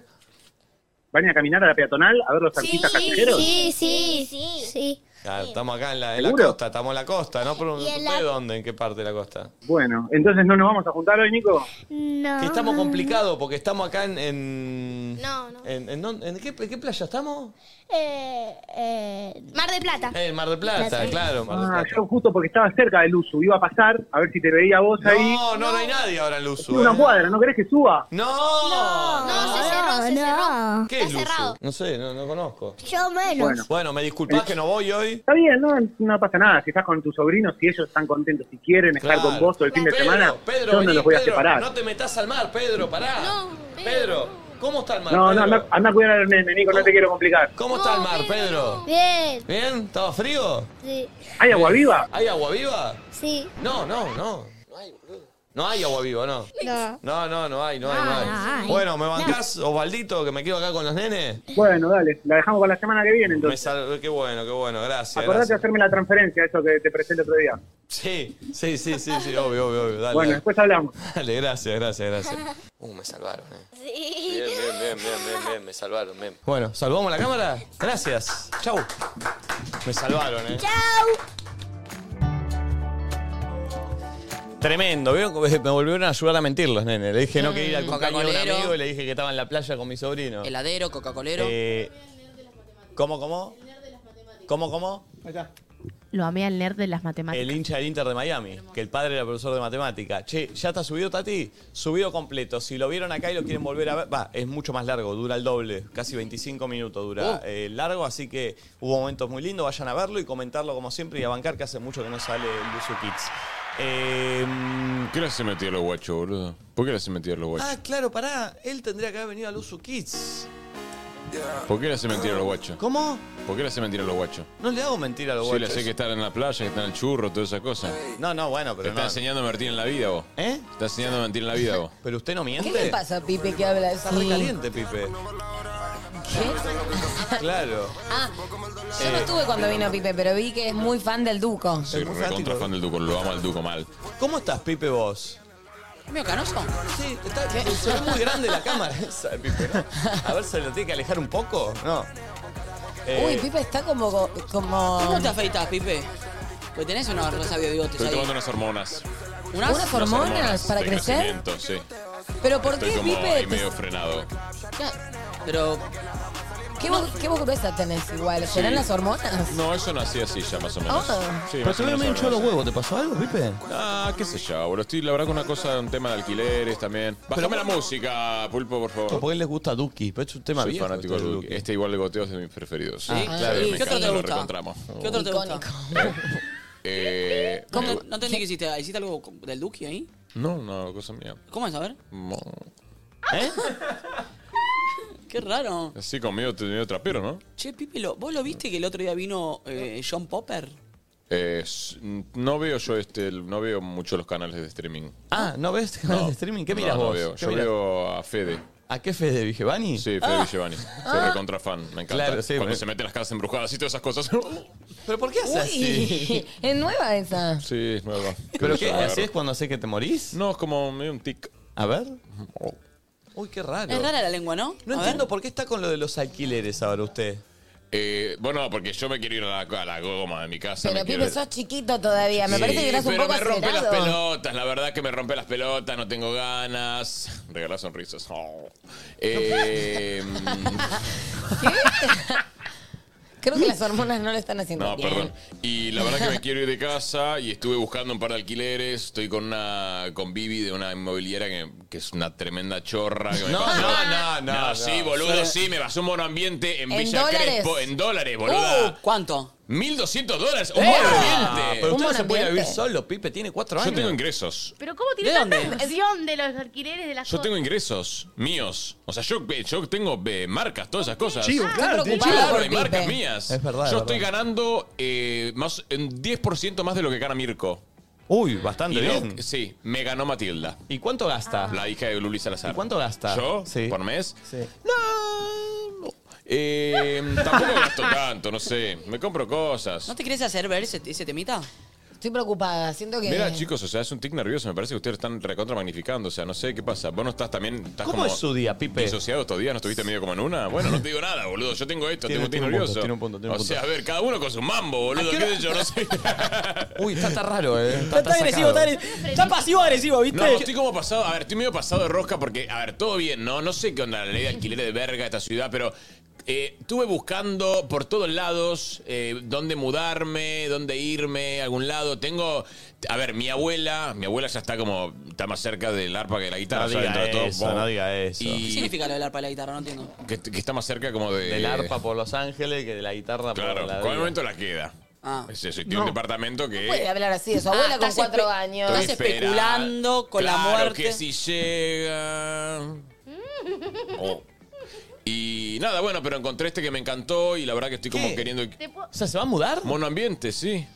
[SPEAKER 4] ¿Van a ir a caminar a la peatonal a ver los Ah, artistas callejeros?
[SPEAKER 9] Sí, sí, sí. sí.
[SPEAKER 2] Claro, estamos acá en la, en la costa, estamos en la costa, ¿no? Pero no
[SPEAKER 9] Y en
[SPEAKER 2] sé
[SPEAKER 9] la-
[SPEAKER 2] dónde, en qué parte de la costa.
[SPEAKER 4] Bueno, entonces no nos vamos a juntar hoy, Nico.
[SPEAKER 9] No.
[SPEAKER 2] Que estamos complicados porque estamos acá en... en En, en dónde- en qué, en qué playa estamos?
[SPEAKER 9] Eh, eh,
[SPEAKER 24] Mar de Plata.
[SPEAKER 2] Eh, en Mar del Plata,
[SPEAKER 4] Plata.
[SPEAKER 2] claro. Mar del
[SPEAKER 4] Ah,
[SPEAKER 2] Plata.
[SPEAKER 4] yo justo porque estaba cerca del Usu, iba a pasar a ver si te veía vos ahí.
[SPEAKER 2] No, no, no hay nadie ahora en Luzu.
[SPEAKER 4] Una
[SPEAKER 2] eh.
[SPEAKER 4] cuadra, ¿no querés que suba?
[SPEAKER 2] No. No,
[SPEAKER 9] se cerró, se cerró.
[SPEAKER 2] ¿Qué es Luzu? No sé, no, no conozco.
[SPEAKER 9] Yo menos.
[SPEAKER 2] Bueno, me disculpás que no voy hoy.
[SPEAKER 4] Está bien, no, no pasa nada. Si estás con tus sobrinos, si ellos están contentos, si quieren estar
[SPEAKER 2] Claro.
[SPEAKER 4] con vos todo el fin de
[SPEAKER 2] Pedro,
[SPEAKER 4] semana,
[SPEAKER 2] Pedro,
[SPEAKER 4] yo no
[SPEAKER 2] vení,
[SPEAKER 4] los voy a
[SPEAKER 2] Pedro,
[SPEAKER 4] separar.
[SPEAKER 2] No te metas al mar, Pedro, pará. No, Pedro. ¿Cómo está el mar?
[SPEAKER 4] No, no,
[SPEAKER 2] Pedro?
[SPEAKER 4] anda, anda a cuidar a los nenes, Nico, no te quiero complicar.
[SPEAKER 2] ¿Cómo está el mar, Pedro?
[SPEAKER 9] Bien.
[SPEAKER 2] ¿Bien? ¿Estaba frío?
[SPEAKER 9] Sí.
[SPEAKER 4] ¿Hay agua viva?
[SPEAKER 2] ¿Hay agua viva?
[SPEAKER 9] Sí.
[SPEAKER 2] No, no, no. No hay agua viva, no.
[SPEAKER 9] No. Ah,
[SPEAKER 2] No, no, no hay, no hay, no hay.
[SPEAKER 9] no hay.
[SPEAKER 2] Bueno, ¿me bancás, Osvaldito, que me quedo acá con los nenes?
[SPEAKER 4] Bueno, dale, la dejamos para la semana que viene
[SPEAKER 2] Me
[SPEAKER 4] entonces.
[SPEAKER 2] sal- Qué bueno, qué bueno, gracias.
[SPEAKER 4] Acordate de
[SPEAKER 2] gracias.
[SPEAKER 4] hacerme la transferencia, eso que te presenté otro día.
[SPEAKER 2] Sí, sí, sí, sí, sí, obvio, obvio, obvio. Dale,
[SPEAKER 4] Bueno,
[SPEAKER 2] dale.
[SPEAKER 4] después hablamos.
[SPEAKER 2] Dale, gracias, gracias, gracias. Uh, me salvaron, eh. Bien, bien, bien, bien, bien, bien, me salvaron, bien. Bueno, ¿salvamos la cámara? Gracias. Chau. Me salvaron, eh.
[SPEAKER 9] Chau.
[SPEAKER 2] Tremendo, ¿vieron? Me volvieron a ayudar a mentir los nenes. Le dije no que ir al
[SPEAKER 25] Mm,
[SPEAKER 2] cumpleaños de un
[SPEAKER 25] Coca-Colero.
[SPEAKER 2] amigo y le dije que estaba en la playa con mi sobrino.
[SPEAKER 25] Heladero, Coca-Colero.
[SPEAKER 2] Eh, ¿Cómo, cómo? ¿Cómo, cómo?
[SPEAKER 7] Lo amé al nerd de las matemáticas.
[SPEAKER 2] El hincha del Inter de Miami, que el padre era profesor de matemática. Che, ¿ya está subido, Tati? Subido completo. Si lo vieron acá y lo quieren volver a ver, va, es mucho más largo, dura el doble, casi 25 minutos dura
[SPEAKER 5] Uh.
[SPEAKER 25] Oh.
[SPEAKER 2] eh, largo, así que hubo momentos muy lindos, vayan a verlo y comentarlo como siempre y a bancar, que hace mucho que no sale el Luzu Kids. Eh,
[SPEAKER 5] Em, ¿Qué le hace metido a los guachos, boludo? ¿Por qué le hace metido a los guachos?
[SPEAKER 2] ah, claro, pará, él tendría que haber venido al Luzu Kids.
[SPEAKER 5] ¿Por qué le hace mentir a los guachos?
[SPEAKER 2] ¿Cómo?
[SPEAKER 5] ¿Por qué le hace mentir a los guachos?
[SPEAKER 2] No le hago mentir a los
[SPEAKER 5] Sí, le
[SPEAKER 2] guachos.
[SPEAKER 5] hace que estar en la playa, que está en el churro, toda esa cosa.
[SPEAKER 2] No, no, bueno, pero
[SPEAKER 5] Te está
[SPEAKER 2] no.
[SPEAKER 5] enseñando a mentir en la vida, vos.
[SPEAKER 2] ¿Eh?
[SPEAKER 5] Te está enseñando a mentir en la vida, vos.
[SPEAKER 2] ¿Pero usted no miente?
[SPEAKER 6] ¿Qué le pasa, Pipe, que habla así?
[SPEAKER 2] Está recaliente, Pipe. Claro.
[SPEAKER 6] Ah, yo no
[SPEAKER 5] Eh.
[SPEAKER 6] estuve cuando vino Pipe, pero vi que es muy fan del Duco.
[SPEAKER 5] Soy recontra fan del Duco, lo amo al Duco mal.
[SPEAKER 2] ¿Cómo estás, Pipe, vos?
[SPEAKER 3] ¿Mío canoso?
[SPEAKER 2] Sí, está, Se ve muy grande la cámara esa de Pipe, ¿no? A ver, ¿se lo tiene que alejar un poco? No. Eh,
[SPEAKER 6] Uy, Pipe está como... como...
[SPEAKER 3] ¿Cómo te afeitas, Pipe? Pues tenés una rosa de bigotes
[SPEAKER 5] Estoy
[SPEAKER 3] ahí.
[SPEAKER 5] tomando unas hormonas.
[SPEAKER 3] ¿Unas hormonas para
[SPEAKER 5] de
[SPEAKER 3] crecer?
[SPEAKER 5] crecimiento, Sí.
[SPEAKER 6] Pero ¿por
[SPEAKER 5] Estoy
[SPEAKER 6] qué,
[SPEAKER 5] como
[SPEAKER 6] Pipe?
[SPEAKER 5] ahí
[SPEAKER 6] te-
[SPEAKER 5] medio frenado.
[SPEAKER 3] Pero...
[SPEAKER 6] ¿Qué, voz, ¿Qué voz gruesa tenés igual? ¿Serán
[SPEAKER 5] Sí.
[SPEAKER 6] las hormonas?
[SPEAKER 5] No, eso nací así ya, más o menos.
[SPEAKER 6] Ah.
[SPEAKER 5] Sí,
[SPEAKER 1] Pero
[SPEAKER 5] más
[SPEAKER 1] te
[SPEAKER 5] o
[SPEAKER 1] veo
[SPEAKER 5] menos
[SPEAKER 1] medio hinchado
[SPEAKER 5] hormonas.
[SPEAKER 1] los huevos. ¿Te pasó algo, Pipe?
[SPEAKER 5] Ah, qué sé yo, boludo. Estoy, la verdad, con una cosa, un tema de alquileres también. Bájame la música, Pulpo, por favor.
[SPEAKER 1] Porque a él les gusta Duki, pero es un tema
[SPEAKER 5] Soy
[SPEAKER 1] viejo.
[SPEAKER 5] fanático
[SPEAKER 1] este
[SPEAKER 5] de
[SPEAKER 1] de
[SPEAKER 5] Duki. Este igual de goteos es de mis preferidos.
[SPEAKER 1] Ah, claro.
[SPEAKER 5] Me
[SPEAKER 1] ¿Y qué
[SPEAKER 5] encanta,
[SPEAKER 1] otro te
[SPEAKER 5] lo
[SPEAKER 1] gusta?
[SPEAKER 5] reencontramos.
[SPEAKER 3] ¿Qué otro te gusta?
[SPEAKER 5] Eh,
[SPEAKER 3] ¿Cómo?
[SPEAKER 5] me-
[SPEAKER 3] No entendí que hiciste, ¿hiciste algo del Duki ahí?
[SPEAKER 5] No, no, cosa mía.
[SPEAKER 3] ¿Cómo es? A ver.
[SPEAKER 5] Mo-
[SPEAKER 3] ¿Eh? Qué raro.
[SPEAKER 5] Así conmigo te medio trapero, ¿no?
[SPEAKER 3] Che, Pipe, lo- ¿vos lo viste que el otro día vino eh, John Popper?
[SPEAKER 5] Eh, s- no veo yo este, el- no veo mucho los canales de streaming.
[SPEAKER 1] Ah, ¿no ves canales de streaming? ¿Qué
[SPEAKER 5] No,
[SPEAKER 1] miras
[SPEAKER 5] no
[SPEAKER 1] vos?
[SPEAKER 5] veo.
[SPEAKER 1] ¿Qué
[SPEAKER 5] Yo
[SPEAKER 1] mirás?
[SPEAKER 5] veo a Fede.
[SPEAKER 1] ¿A qué Fede Vigevani?
[SPEAKER 5] Sí, Fede Giovanni. Soy recontra fan, me encanta.
[SPEAKER 1] Ah. Claro, sí,
[SPEAKER 5] Cuando
[SPEAKER 1] me-
[SPEAKER 5] se meten las casas embrujadas y todas esas cosas. Uh.
[SPEAKER 1] ¿Pero por qué
[SPEAKER 6] Uy, es nueva esa.
[SPEAKER 5] Sí, es nueva.
[SPEAKER 1] ¿Pero qué?
[SPEAKER 5] Claro.
[SPEAKER 1] ¿Así es cuando sé que te morís?
[SPEAKER 5] No, es como medio un tic.
[SPEAKER 1] A ver. Uy, qué raro.
[SPEAKER 3] Es rara la lengua, ¿no?
[SPEAKER 1] No entiendo por qué está con lo de los alquileres ahora usted.
[SPEAKER 5] Eh, bueno, porque yo me quiero ir a la, a la goma de mi casa.
[SPEAKER 6] Pero
[SPEAKER 5] me quiero
[SPEAKER 6] Pipe,
[SPEAKER 5] ir-
[SPEAKER 6] sos chiquito todavía. Me
[SPEAKER 5] Sí,
[SPEAKER 6] parece que eras un
[SPEAKER 5] pero
[SPEAKER 6] poco
[SPEAKER 5] me rompe
[SPEAKER 6] acelerado.
[SPEAKER 5] las pelotas, la verdad que me rompe las pelotas, no tengo ganas. Regala sonrisas. Oh. Eh,
[SPEAKER 6] Creo que las hormonas no le están haciendo
[SPEAKER 5] no,
[SPEAKER 6] bien.
[SPEAKER 5] perdón. Y la verdad que me quiero ir de casa y estuve buscando un par de alquileres. Estoy con una con Vivi de una inmobiliaria que, que es una tremenda chorra. que me
[SPEAKER 1] No,
[SPEAKER 5] pasó.
[SPEAKER 1] no, no, no, no.
[SPEAKER 5] sí, boludo,
[SPEAKER 1] Sí.
[SPEAKER 5] sí, me pasó un monoambiente en,
[SPEAKER 1] ¿En
[SPEAKER 5] Villa
[SPEAKER 1] dólares?
[SPEAKER 5] Crespo. En dólares,
[SPEAKER 3] Uh,
[SPEAKER 5] boluda.
[SPEAKER 3] ¿Cuánto?
[SPEAKER 5] 1.200 dólares. ¡Un
[SPEAKER 1] ¡Eh!
[SPEAKER 5] monoambiente!
[SPEAKER 1] Pero usted no se puede vivir solo, Pipe, tiene cuatro años.
[SPEAKER 5] Yo tengo ingresos.
[SPEAKER 7] Eh, Pero ¿cómo tiene
[SPEAKER 5] ¿De
[SPEAKER 7] tanta
[SPEAKER 5] dónde?
[SPEAKER 7] noción de los alquileres de las
[SPEAKER 5] Yo tengo
[SPEAKER 7] cosas?
[SPEAKER 5] ingresos míos. O sea, yo, yo tengo eh, marcas, todas esas cosas.
[SPEAKER 7] Chivo, claro,
[SPEAKER 5] Claro,
[SPEAKER 7] tiene chivo.
[SPEAKER 5] hay marcas mías.
[SPEAKER 1] Es verdad,
[SPEAKER 5] Yo
[SPEAKER 1] es
[SPEAKER 5] estoy ganando eh, más, en 10% más de lo que gana Mirko.
[SPEAKER 1] Uy, bastante
[SPEAKER 5] Y lo-
[SPEAKER 1] bien.
[SPEAKER 5] sí, me ganó Matilda.
[SPEAKER 1] ¿Y cuánto gasta?
[SPEAKER 5] La hija de Luli Salazar.
[SPEAKER 1] ¿Y cuánto gasta?
[SPEAKER 5] ¿Yo?
[SPEAKER 1] Sí.
[SPEAKER 5] ¿Por mes?
[SPEAKER 1] Sí.
[SPEAKER 5] Eh, tampoco gasto tanto, no sé. Me compro cosas.
[SPEAKER 3] ¿No te querés hacer ver ese, ese temita?
[SPEAKER 6] Estoy preocupada. Siento que...
[SPEAKER 5] Mira, chicos, o sea, es un tic nervioso. Me parece que ustedes están recontra magnificando. O sea, no sé qué pasa. Vos no estás también. Estás
[SPEAKER 1] ¿Cómo
[SPEAKER 5] como
[SPEAKER 1] es su día, Pipe?
[SPEAKER 5] Disociado estos días, ¿no estuviste medio como en una? Bueno, no te digo nada, boludo. Yo tengo esto,
[SPEAKER 1] Tiene-
[SPEAKER 5] tengo un tic
[SPEAKER 1] tiene un punto,
[SPEAKER 5] nervioso.
[SPEAKER 1] tiene un punto, tiene un
[SPEAKER 5] o
[SPEAKER 1] punto.
[SPEAKER 5] sea, a ver, cada uno con su mambo, boludo.
[SPEAKER 1] ¿A qué
[SPEAKER 5] ¿Qué
[SPEAKER 1] hora-
[SPEAKER 5] sé yo? No sé.
[SPEAKER 1] Uy, está, tan raro, eh.
[SPEAKER 3] Está,
[SPEAKER 5] está
[SPEAKER 3] agresivo, está,
[SPEAKER 5] sacado.
[SPEAKER 3] agres- está pasivo-agresivo, ¿viste?
[SPEAKER 5] No, estoy como pasado. A ver, estoy medio pasado de rosca porque, a ver, todo bien, ¿no? No sé qué onda la ley de alquiler de verga de esta ciudad, pero. eh, estuve buscando por todos lados eh, dónde mudarme, dónde irme, algún lado. Tengo, a ver, mi abuela, mi abuela ya está como, está más cerca del arpa que de la guitarra.
[SPEAKER 1] No
[SPEAKER 5] ya
[SPEAKER 1] diga
[SPEAKER 5] dentro de
[SPEAKER 1] eso,
[SPEAKER 5] todo,
[SPEAKER 1] no diga eso.
[SPEAKER 3] ¿Qué
[SPEAKER 5] Y
[SPEAKER 3] significa lo del arpa y la guitarra? No entiendo.
[SPEAKER 5] que, que está más cerca como de...
[SPEAKER 1] Del arpa por Los Ángeles que de la guitarra
[SPEAKER 5] Claro,
[SPEAKER 1] por la.
[SPEAKER 5] con el momento la queda. Es eso, y tiene
[SPEAKER 1] No.
[SPEAKER 5] un departamento que...
[SPEAKER 6] Puede hablar así de su abuela
[SPEAKER 3] Ah,
[SPEAKER 6] con
[SPEAKER 3] estás
[SPEAKER 6] cuatro
[SPEAKER 3] espe-
[SPEAKER 6] años.
[SPEAKER 5] Estoy espera-
[SPEAKER 6] Claro,
[SPEAKER 5] Claro
[SPEAKER 6] que
[SPEAKER 5] que si llega... Oh. Y nada, bueno, pero encontré este que me encantó y la verdad que estoy como queriendo...
[SPEAKER 1] O sea, ¿se va a mudar?
[SPEAKER 5] Monoambiente, sí.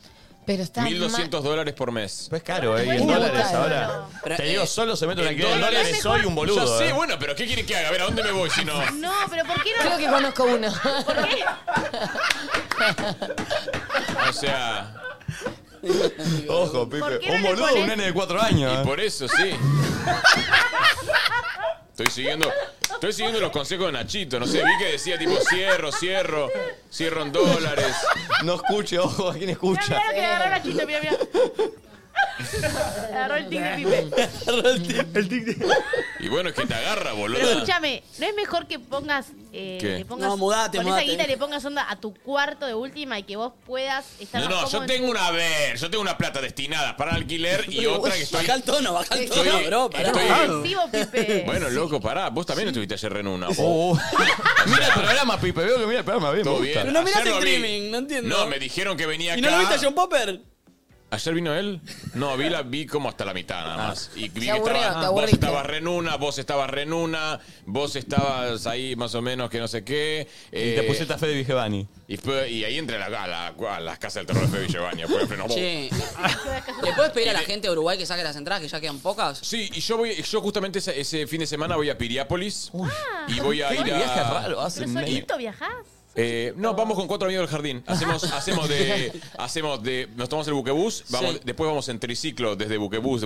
[SPEAKER 6] Pero está
[SPEAKER 5] 1.200 dólares por mes.
[SPEAKER 1] Pues caro, ¿eh? Y en
[SPEAKER 5] Muy
[SPEAKER 1] dólares
[SPEAKER 5] caro.
[SPEAKER 1] ahora.
[SPEAKER 5] Pero,
[SPEAKER 1] Te
[SPEAKER 5] eh,
[SPEAKER 1] digo, solo se mete un alquiler en dólares, soy un boludo.
[SPEAKER 5] Yo sé,
[SPEAKER 1] eh.
[SPEAKER 5] bueno, pero ¿qué quieren que haga? A ver, ¿a dónde me voy si no?
[SPEAKER 7] No, pero ¿por qué no?
[SPEAKER 6] Creo que conozco uno.
[SPEAKER 7] ¿Por qué?
[SPEAKER 5] O sea...
[SPEAKER 1] Ojo, Pipe.
[SPEAKER 7] ¿Por qué no
[SPEAKER 1] Un
[SPEAKER 7] le
[SPEAKER 1] boludo,
[SPEAKER 7] pones-
[SPEAKER 1] un nene de cuatro años. ¿eh?
[SPEAKER 5] Y por eso, sí. Estoy siguiendo, estoy siguiendo los consejos de Nachito. No sé, vi que decía tipo cierro, cierro, cierro en dólares.
[SPEAKER 1] No escuche, ojo, ¿a quién escucha?
[SPEAKER 7] Mira lo que agarró la chita, mira, mira. Agarró el tic de Pipe.
[SPEAKER 5] Y bueno, es que te agarra,
[SPEAKER 7] Pero
[SPEAKER 5] boludo.
[SPEAKER 7] escúchame, ¿no es mejor que pongas. Eh,
[SPEAKER 5] ¿Qué?
[SPEAKER 7] le pongas
[SPEAKER 5] No, mudate,
[SPEAKER 7] con
[SPEAKER 5] mudate.
[SPEAKER 7] esa guita le pongas onda a tu cuarto de última y que vos puedas estar
[SPEAKER 5] No,
[SPEAKER 7] más
[SPEAKER 5] no, yo
[SPEAKER 7] cómodo en
[SPEAKER 5] tengo
[SPEAKER 7] tu-
[SPEAKER 5] una, a ver, yo tengo una plata destinada para alquiler y otra que estoy...
[SPEAKER 3] Baja el tono, baja el tono,
[SPEAKER 5] Estoy-
[SPEAKER 3] bro. pará.
[SPEAKER 5] estoy-
[SPEAKER 7] Vivo,
[SPEAKER 2] Eh,
[SPEAKER 7] Pipe.
[SPEAKER 5] Bueno, loco, pará, vos también estuviste ayer en una. Oh.
[SPEAKER 1] Mira el programa, Pipe. Veo que mira el programa bien.
[SPEAKER 5] Todo
[SPEAKER 1] me
[SPEAKER 5] bien.
[SPEAKER 1] gusta.
[SPEAKER 3] Pero no mirás
[SPEAKER 5] Ayer
[SPEAKER 3] el
[SPEAKER 5] lo vi.
[SPEAKER 3] streaming, no entiendo.
[SPEAKER 5] No, me dijeron que venía acá.
[SPEAKER 3] ¿Y no lo viste a John Popper?
[SPEAKER 5] ¿Ayer vino él? No, vi, la, vi como hasta la mitad nada más. Y vi
[SPEAKER 6] Se
[SPEAKER 5] que
[SPEAKER 6] aburrió,
[SPEAKER 5] estaba-
[SPEAKER 6] te
[SPEAKER 5] vos
[SPEAKER 6] aburriste.
[SPEAKER 5] estabas re en una, vos estabas re en una, vos estabas ahí más o menos que no sé qué. eh,
[SPEAKER 2] Y te pusiste a Fede Vigevani.
[SPEAKER 5] Y, fue- y ahí entra la, a la- a las casas del terror de Fede Vigevani. Fue- fue- no,
[SPEAKER 3] Che, ¿le puedes pedir a la gente de Uruguay que saque las entradas, que ya quedan pocas?
[SPEAKER 5] Sí, y yo voy, yo justamente ese, ese fin de semana voy a Piriápolis y voy a
[SPEAKER 2] Qué
[SPEAKER 5] ir a.
[SPEAKER 2] viaje raro, hace
[SPEAKER 7] ¿Pero solito viajás?
[SPEAKER 5] Eh, no, vamos con cuatro amigos del jardín. Hacemos, hacemos de, hacemos de, nos tomamos el buquebús, vamos,
[SPEAKER 2] Sí.
[SPEAKER 5] después vamos en triciclo desde buquebús de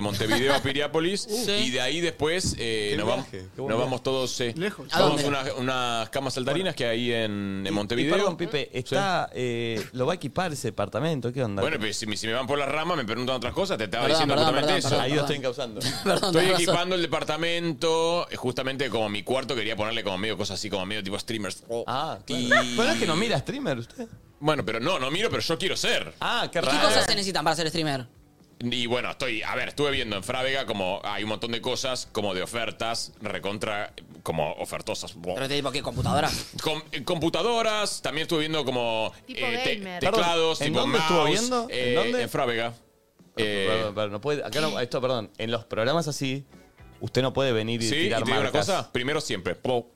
[SPEAKER 5] Montevideo a Piriápolis
[SPEAKER 2] Sí.
[SPEAKER 5] y de ahí después eh,
[SPEAKER 2] Qué
[SPEAKER 5] nos,
[SPEAKER 2] viaje,
[SPEAKER 5] vamos,
[SPEAKER 2] qué buen
[SPEAKER 5] nos
[SPEAKER 2] viaje.
[SPEAKER 5] vamos todos. eh,
[SPEAKER 2] Lejos. ¿A
[SPEAKER 5] Tomamos
[SPEAKER 2] dónde?
[SPEAKER 5] unas, unas camas saltarinas que hay en, en Montevideo.
[SPEAKER 2] perdón, Pipe, está, eh, lo va a equipar ese departamento, ¿qué onda?
[SPEAKER 5] Bueno, pero si, me- si me van por las ramas, me preguntan otras cosas, te estaba
[SPEAKER 2] Perdón,
[SPEAKER 5] diciendo
[SPEAKER 2] perdón,
[SPEAKER 5] justamente
[SPEAKER 2] perdón,
[SPEAKER 5] eso.
[SPEAKER 2] perdón, Ahí lo estoy encauzando.
[SPEAKER 5] estoy
[SPEAKER 2] tenés razón.
[SPEAKER 5] equipando el departamento, eh, justamente como mi cuarto quería ponerle como medio cosas así, como medio tipo streamers. Ah,
[SPEAKER 2] Pero es que no mira streamer usted.
[SPEAKER 5] Bueno, pero no, no miro, pero yo quiero ser.
[SPEAKER 2] Ah,
[SPEAKER 5] qué
[SPEAKER 3] ¿Y qué cosas se necesitan para ser streamer?
[SPEAKER 5] Y bueno, estoy, a ver, estuve viendo en Frávega como hay un montón de cosas, como de ofertas, recontra, como ofertosas.
[SPEAKER 3] Pero te digo, ¿qué? ¿Computadoras?
[SPEAKER 5] Com- eh, computadoras, también estuve viendo como
[SPEAKER 7] Tipo
[SPEAKER 5] Eh, te-
[SPEAKER 7] gamer.
[SPEAKER 5] teclados,
[SPEAKER 2] Perdón, ¿en
[SPEAKER 5] tipo
[SPEAKER 2] dónde
[SPEAKER 5] mouse,
[SPEAKER 2] estuvo viendo?
[SPEAKER 5] eh,
[SPEAKER 2] ¿En dónde?
[SPEAKER 5] en Eh, Frávega.
[SPEAKER 2] Perdón, perdón, no puede, acá no- esto, perdón, en los programas así, usted no puede venir y
[SPEAKER 5] Sí, y te
[SPEAKER 2] tirar
[SPEAKER 5] digo una
[SPEAKER 2] marcas.
[SPEAKER 5] cosa, primero siempre. po.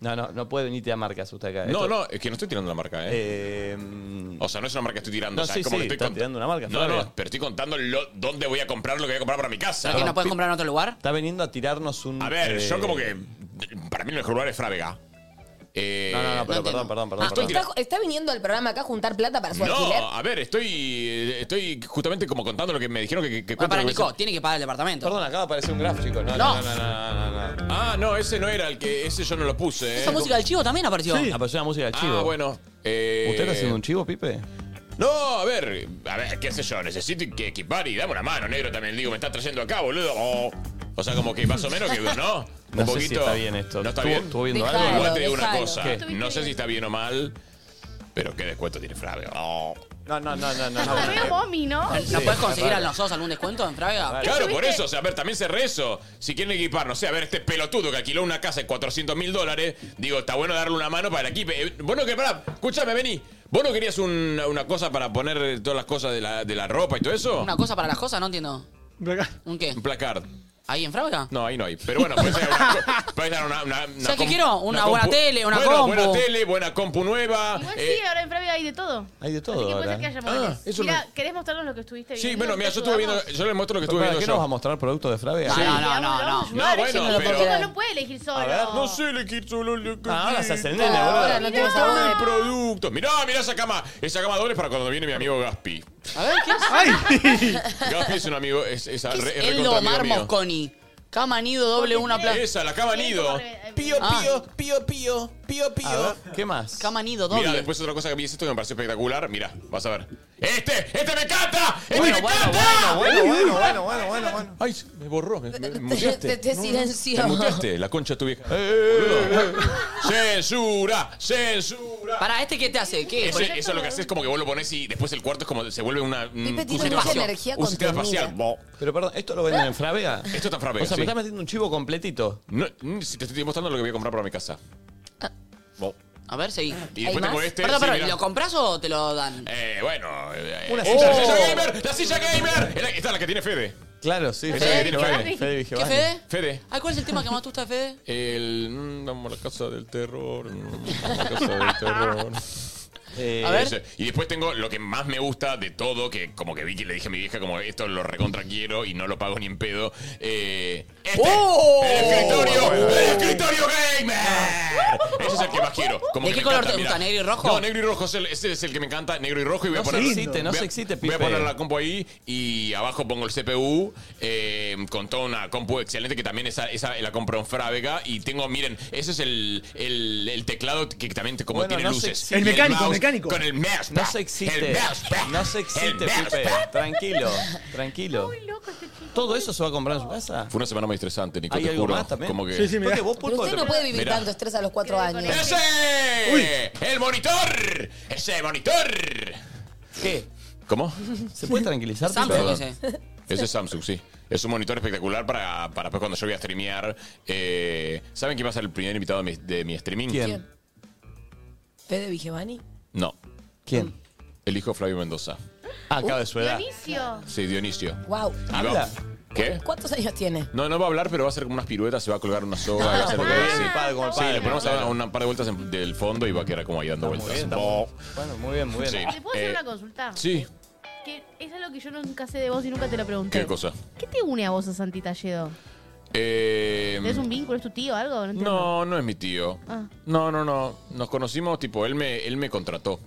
[SPEAKER 2] No, no, no puede venir y tirar marcas usted acá. Esto-
[SPEAKER 5] No,
[SPEAKER 2] Em,
[SPEAKER 5] no, es que no estoy tirando la marca, ¿eh? o sea, no es una marca que estoy tirando,
[SPEAKER 2] No,
[SPEAKER 5] o sea,
[SPEAKER 2] sí,
[SPEAKER 5] es como
[SPEAKER 2] sí,
[SPEAKER 5] que estoy
[SPEAKER 2] está
[SPEAKER 5] cont-
[SPEAKER 2] tirando una marca,
[SPEAKER 5] No,
[SPEAKER 2] Frávega.
[SPEAKER 5] no, pero estoy contando lo- dónde voy a comprar lo que voy a comprar para mi casa.
[SPEAKER 2] Perdón, Pi-
[SPEAKER 3] comprar en otro lugar?
[SPEAKER 2] Está viniendo a tirarnos un.
[SPEAKER 5] A ver,
[SPEAKER 2] eh,
[SPEAKER 5] yo como que. Para mí el mejor lugar es Frávega. Eh,
[SPEAKER 2] No, no, no, pero perdón, perdón, perdón.
[SPEAKER 5] estoy
[SPEAKER 6] Está,
[SPEAKER 5] tirando-
[SPEAKER 6] está viniendo al programa acá a juntar plata para su alquiler.
[SPEAKER 5] No, a ver, estoy, estoy justamente como contando lo que me dijeron que, que, que cuento
[SPEAKER 3] Ah, para
[SPEAKER 5] lo que
[SPEAKER 3] Nico,
[SPEAKER 5] es-
[SPEAKER 3] tiene que pagar el departamento.
[SPEAKER 2] Perdón, acaba de aparecer un gráfico. No,
[SPEAKER 3] No.
[SPEAKER 2] no, no, no, no, no, no.
[SPEAKER 5] Ah, no, ese no era el que. Ese yo no lo puse. ¿eh?
[SPEAKER 3] Esa música del chivo también apareció.
[SPEAKER 2] Sí, apareció la música del chivo.
[SPEAKER 5] Ah, bueno. eh,
[SPEAKER 2] ¿Usted está haciendo un chivo, Pipe?
[SPEAKER 5] No, a ver, a ver, qué sé yo, necesito que equipar y dame una mano, negro, también. Digo, me está trayendo acá, boludo. O, o sea, como que más o menos que, ¿no?
[SPEAKER 2] No sé si está bien esto.
[SPEAKER 5] No está
[SPEAKER 2] ¿Estuvo-
[SPEAKER 5] bien.
[SPEAKER 2] estuvo viendo Dejalo, algo?
[SPEAKER 5] Igual te digo una
[SPEAKER 2] dejalo.
[SPEAKER 5] cosa.
[SPEAKER 2] ¿Qué?
[SPEAKER 5] No sé si está bien o mal, pero qué descuento tiene Flavio. Oh.
[SPEAKER 2] No, no, no, no, no.
[SPEAKER 7] Está re momi, ¿no?
[SPEAKER 3] ¿Nos puedes conseguir a nosotros algún descuento en Fraga?
[SPEAKER 5] Claro, por eso, o sea, a ver, también se rezo. Si quieren equipar, no sé, a ver, este pelotudo que alquiló una casa en 400 mil dólares, digo, está bueno darle una mano para el equipo. Eh, vos no que, pará, escúchame, vení. ¿Vos no querías un- una cosa para poner todas las cosas de la, de la ropa y todo eso?
[SPEAKER 3] ¿Una cosa para las cosas? No entiendo. ¿Un qué?
[SPEAKER 5] Un placard.
[SPEAKER 3] ¿Ahí en Fraga?
[SPEAKER 5] No, ahí no hay. Pero bueno, puede ser una. co- puede ser una, una- una
[SPEAKER 3] Ah. ¿Sabes qué
[SPEAKER 5] com-
[SPEAKER 3] quiero? Una buena
[SPEAKER 5] compu-
[SPEAKER 3] tele, una
[SPEAKER 5] Bueno, Buena
[SPEAKER 3] compu.
[SPEAKER 5] tele, buena compu nueva.
[SPEAKER 7] Igual
[SPEAKER 5] eh,
[SPEAKER 7] sí, ahora en Frávega hay de todo.
[SPEAKER 2] Hay de
[SPEAKER 7] Así
[SPEAKER 2] todo
[SPEAKER 7] que puede
[SPEAKER 2] ahora.
[SPEAKER 7] ser que haya
[SPEAKER 2] Ah,
[SPEAKER 7] modelos.
[SPEAKER 2] eso
[SPEAKER 7] Mira,
[SPEAKER 2] no-
[SPEAKER 7] ¿querés mostrar lo que estuviste viendo?
[SPEAKER 5] sí, bueno, mira,
[SPEAKER 7] ¿Te
[SPEAKER 5] yo estuve
[SPEAKER 7] ayudamos?
[SPEAKER 5] viendo. Yo les muestro lo que
[SPEAKER 2] Pero
[SPEAKER 5] estuve
[SPEAKER 2] para,
[SPEAKER 5] viendo
[SPEAKER 2] ¿Qué
[SPEAKER 5] yo.
[SPEAKER 2] nos va a mostrar productos de Frávega?
[SPEAKER 3] No, no, no, no, no.
[SPEAKER 7] Vamos, vamos,
[SPEAKER 5] bueno,
[SPEAKER 7] yo no lo
[SPEAKER 5] pero-
[SPEAKER 7] puedo creer. no puede elegir solo.
[SPEAKER 5] A ver, no sé elegir solo lo que
[SPEAKER 2] Ah, ahora se hace el nene,
[SPEAKER 5] quiero.
[SPEAKER 2] boludo. Ahora no
[SPEAKER 7] tiene
[SPEAKER 5] Mirá
[SPEAKER 7] sabor.
[SPEAKER 5] el producto. Mirá, mirá esa cama. Esa cama doble es para cuando viene mi amigo Gaspi.
[SPEAKER 3] A ver, ¿qué es?
[SPEAKER 5] Gaspi es un amigo, es, es,
[SPEAKER 3] ¿Qué es
[SPEAKER 5] re- re
[SPEAKER 3] el
[SPEAKER 5] contra amigo
[SPEAKER 3] Omar
[SPEAKER 5] mío.
[SPEAKER 3] Mosconi? Cama nido doble una plaza.
[SPEAKER 5] Esa, la cama nido.
[SPEAKER 2] eh,
[SPEAKER 3] Pío, pío,
[SPEAKER 5] pío, pío, pío,
[SPEAKER 2] A ver, ¿qué más?
[SPEAKER 3] Cama nido
[SPEAKER 5] Mira,
[SPEAKER 3] doble.
[SPEAKER 5] después otra cosa que vi es esto que me pareció espectacular. Mira, vas a ver. ¡Este! ¡Este me encanta! ¡Este
[SPEAKER 2] Bueno,
[SPEAKER 5] me
[SPEAKER 2] bueno,
[SPEAKER 5] encanta!
[SPEAKER 2] bueno, bueno, bueno, bueno, bueno, bueno.
[SPEAKER 5] Ay, me borró, me, me muteaste.
[SPEAKER 6] Te- te silenció.
[SPEAKER 5] Me muteaste, la concha de tu vieja. ¡Censura! ¡Censura!
[SPEAKER 3] Para, ¿este qué te hace? ¿Qué?
[SPEAKER 5] Ese- eso es lo que haces, como que vos lo pones y después el cuarto es como se vuelve una. un-
[SPEAKER 6] Pepe
[SPEAKER 5] un
[SPEAKER 6] tiene
[SPEAKER 5] sistema
[SPEAKER 6] mucha
[SPEAKER 5] espacial.
[SPEAKER 6] energía
[SPEAKER 5] Un sistema
[SPEAKER 6] contenida.
[SPEAKER 5] espacial. Bo.
[SPEAKER 2] Pero perdón, ¿esto lo venden en Frávega?
[SPEAKER 5] Esto está en Frávega,
[SPEAKER 2] O sea,
[SPEAKER 5] sí.
[SPEAKER 2] me está metiendo un chivo completito.
[SPEAKER 5] No, mm, si te estoy mostrando lo que voy a comprar para mi casa. Bo.
[SPEAKER 3] Ah. A ver, seguí.
[SPEAKER 5] Y después tengo este,
[SPEAKER 3] Perdón,
[SPEAKER 5] sí,
[SPEAKER 3] perdón,
[SPEAKER 5] mirá.
[SPEAKER 3] ¿lo compras o te lo dan?
[SPEAKER 5] Eh, bueno. eh,
[SPEAKER 3] Una
[SPEAKER 5] eh,
[SPEAKER 3] silla.
[SPEAKER 5] ¡La silla
[SPEAKER 3] Oh.
[SPEAKER 5] gamer! ¡La silla gamer! Era- Esta es la que tiene Fede.
[SPEAKER 2] Claro, sí.
[SPEAKER 5] Esa
[SPEAKER 2] Fede
[SPEAKER 5] es la que tiene
[SPEAKER 2] Vigevani,
[SPEAKER 5] Fede.
[SPEAKER 2] Fede
[SPEAKER 3] ¿Qué,
[SPEAKER 2] Vigevani.
[SPEAKER 3] Fede?
[SPEAKER 5] Fede.
[SPEAKER 3] Ay, ¿cuál es el tema que más te gusta de Fede?
[SPEAKER 5] El. mm, Vamos a la casa del terror. mm, Vamos a la casa del terror.
[SPEAKER 2] Eh,
[SPEAKER 3] A ver.
[SPEAKER 5] eso. Y después tengo lo que más me gusta de todo, que como que vi que le dije a mi vieja, como esto lo recontra quiero y no lo pago ni en pedo. Eh, este,
[SPEAKER 3] ¡Oh!
[SPEAKER 5] ¡El escritorio! ¡El escritorio gamer! Ese es el que más quiero. Como
[SPEAKER 3] ¿De
[SPEAKER 5] que me
[SPEAKER 3] qué color
[SPEAKER 5] encanta,
[SPEAKER 3] te gusta?
[SPEAKER 5] mirá.
[SPEAKER 3] ¿Negro y rojo?
[SPEAKER 5] No, negro y rojo es el, ese es el que me encanta, negro y rojo. Y voy
[SPEAKER 2] No
[SPEAKER 5] a
[SPEAKER 2] se
[SPEAKER 5] poner,
[SPEAKER 2] excite, no
[SPEAKER 5] voy a-
[SPEAKER 2] se excite,
[SPEAKER 5] Voy a
[SPEAKER 2] Pipe.
[SPEAKER 5] poner la compu ahí y abajo pongo el CPU eh, con toda una compu excelente que también esa, esa la compro en Frávega. Y tengo, miren, ese es el, el, el teclado que también te- como
[SPEAKER 2] Bueno,
[SPEAKER 5] tiene
[SPEAKER 2] no se
[SPEAKER 5] luces.
[SPEAKER 2] excite. El
[SPEAKER 5] Y
[SPEAKER 2] mecánico, el
[SPEAKER 5] mouse
[SPEAKER 2] mecánico.
[SPEAKER 5] Con el mouse.
[SPEAKER 2] No se
[SPEAKER 5] El
[SPEAKER 2] excite.
[SPEAKER 5] mouse.
[SPEAKER 2] No se excite,
[SPEAKER 5] El
[SPEAKER 2] Pipe.
[SPEAKER 5] mouse.
[SPEAKER 2] Tranquilo, tranquilo.
[SPEAKER 3] este
[SPEAKER 2] ¿Todo eso se va a comprar en su casa?
[SPEAKER 5] Fue una semana muy estresante, Nico,
[SPEAKER 2] ¿Hay
[SPEAKER 5] te
[SPEAKER 2] algo
[SPEAKER 5] juro.
[SPEAKER 2] más también?
[SPEAKER 5] Como que...
[SPEAKER 2] Porque vos,
[SPEAKER 6] Pero
[SPEAKER 2] Pulpo,
[SPEAKER 6] usted
[SPEAKER 2] te-
[SPEAKER 6] no puede vivir
[SPEAKER 5] Mirá.
[SPEAKER 6] tanto estrés a los cuatro años.
[SPEAKER 5] ¡Ese! ¡El monitor! ¡Ese monitor!
[SPEAKER 2] ¿Qué?
[SPEAKER 5] ¿Cómo?
[SPEAKER 2] ¿Se puede tranquilizar?
[SPEAKER 3] Samsung,
[SPEAKER 2] Pipe?
[SPEAKER 3] dice.
[SPEAKER 5] Ese es Samsung, sí. Es un monitor espectacular para, para después cuando yo voy a streamear. Eh, ¿Saben quién va a ser el primer invitado de mi, de mi streaming?
[SPEAKER 2] ¿Quién?
[SPEAKER 6] Fede Vigevani.
[SPEAKER 5] No.
[SPEAKER 2] ¿Quién?
[SPEAKER 5] El hijo de Flavio Mendoza. Ah, acaba de su edad.
[SPEAKER 7] Dionisio.
[SPEAKER 5] Sí, Dionisio.
[SPEAKER 6] Wow.
[SPEAKER 5] Y va- ¿Qué?
[SPEAKER 6] ¿Cuántos años tiene?
[SPEAKER 5] No, no va a hablar, pero va a hacer como unas piruetas, se va a colgar una soga,
[SPEAKER 6] Ah,
[SPEAKER 5] va a hacer lo que
[SPEAKER 6] como el
[SPEAKER 5] dice.
[SPEAKER 6] padre, como el
[SPEAKER 5] Sí,
[SPEAKER 6] padre,
[SPEAKER 5] le ponemos a
[SPEAKER 23] claro.
[SPEAKER 5] dar una par de vueltas en- del fondo y va a quedar como ahí dando vueltas.
[SPEAKER 23] bien, está
[SPEAKER 5] Bo.
[SPEAKER 23] Bueno, muy bien, muy bien.
[SPEAKER 5] Sí.
[SPEAKER 7] ¿Te puedo hacer
[SPEAKER 5] Eh,
[SPEAKER 7] una consulta?
[SPEAKER 5] Sí.
[SPEAKER 7] Que es algo que yo nunca sé de vos y nunca te lo pregunté.
[SPEAKER 5] ¿Qué Em, cosa?
[SPEAKER 7] ¿Qué te une a vos a Santi Talledo?
[SPEAKER 5] Eh,
[SPEAKER 7] ¿Es un vínculo? ¿Es tu tío o algo? No, entiendo.
[SPEAKER 5] no, no es mi tío.
[SPEAKER 7] Ah.
[SPEAKER 5] No, no, no. Nos conocimos, tipo, él me, él me contrató.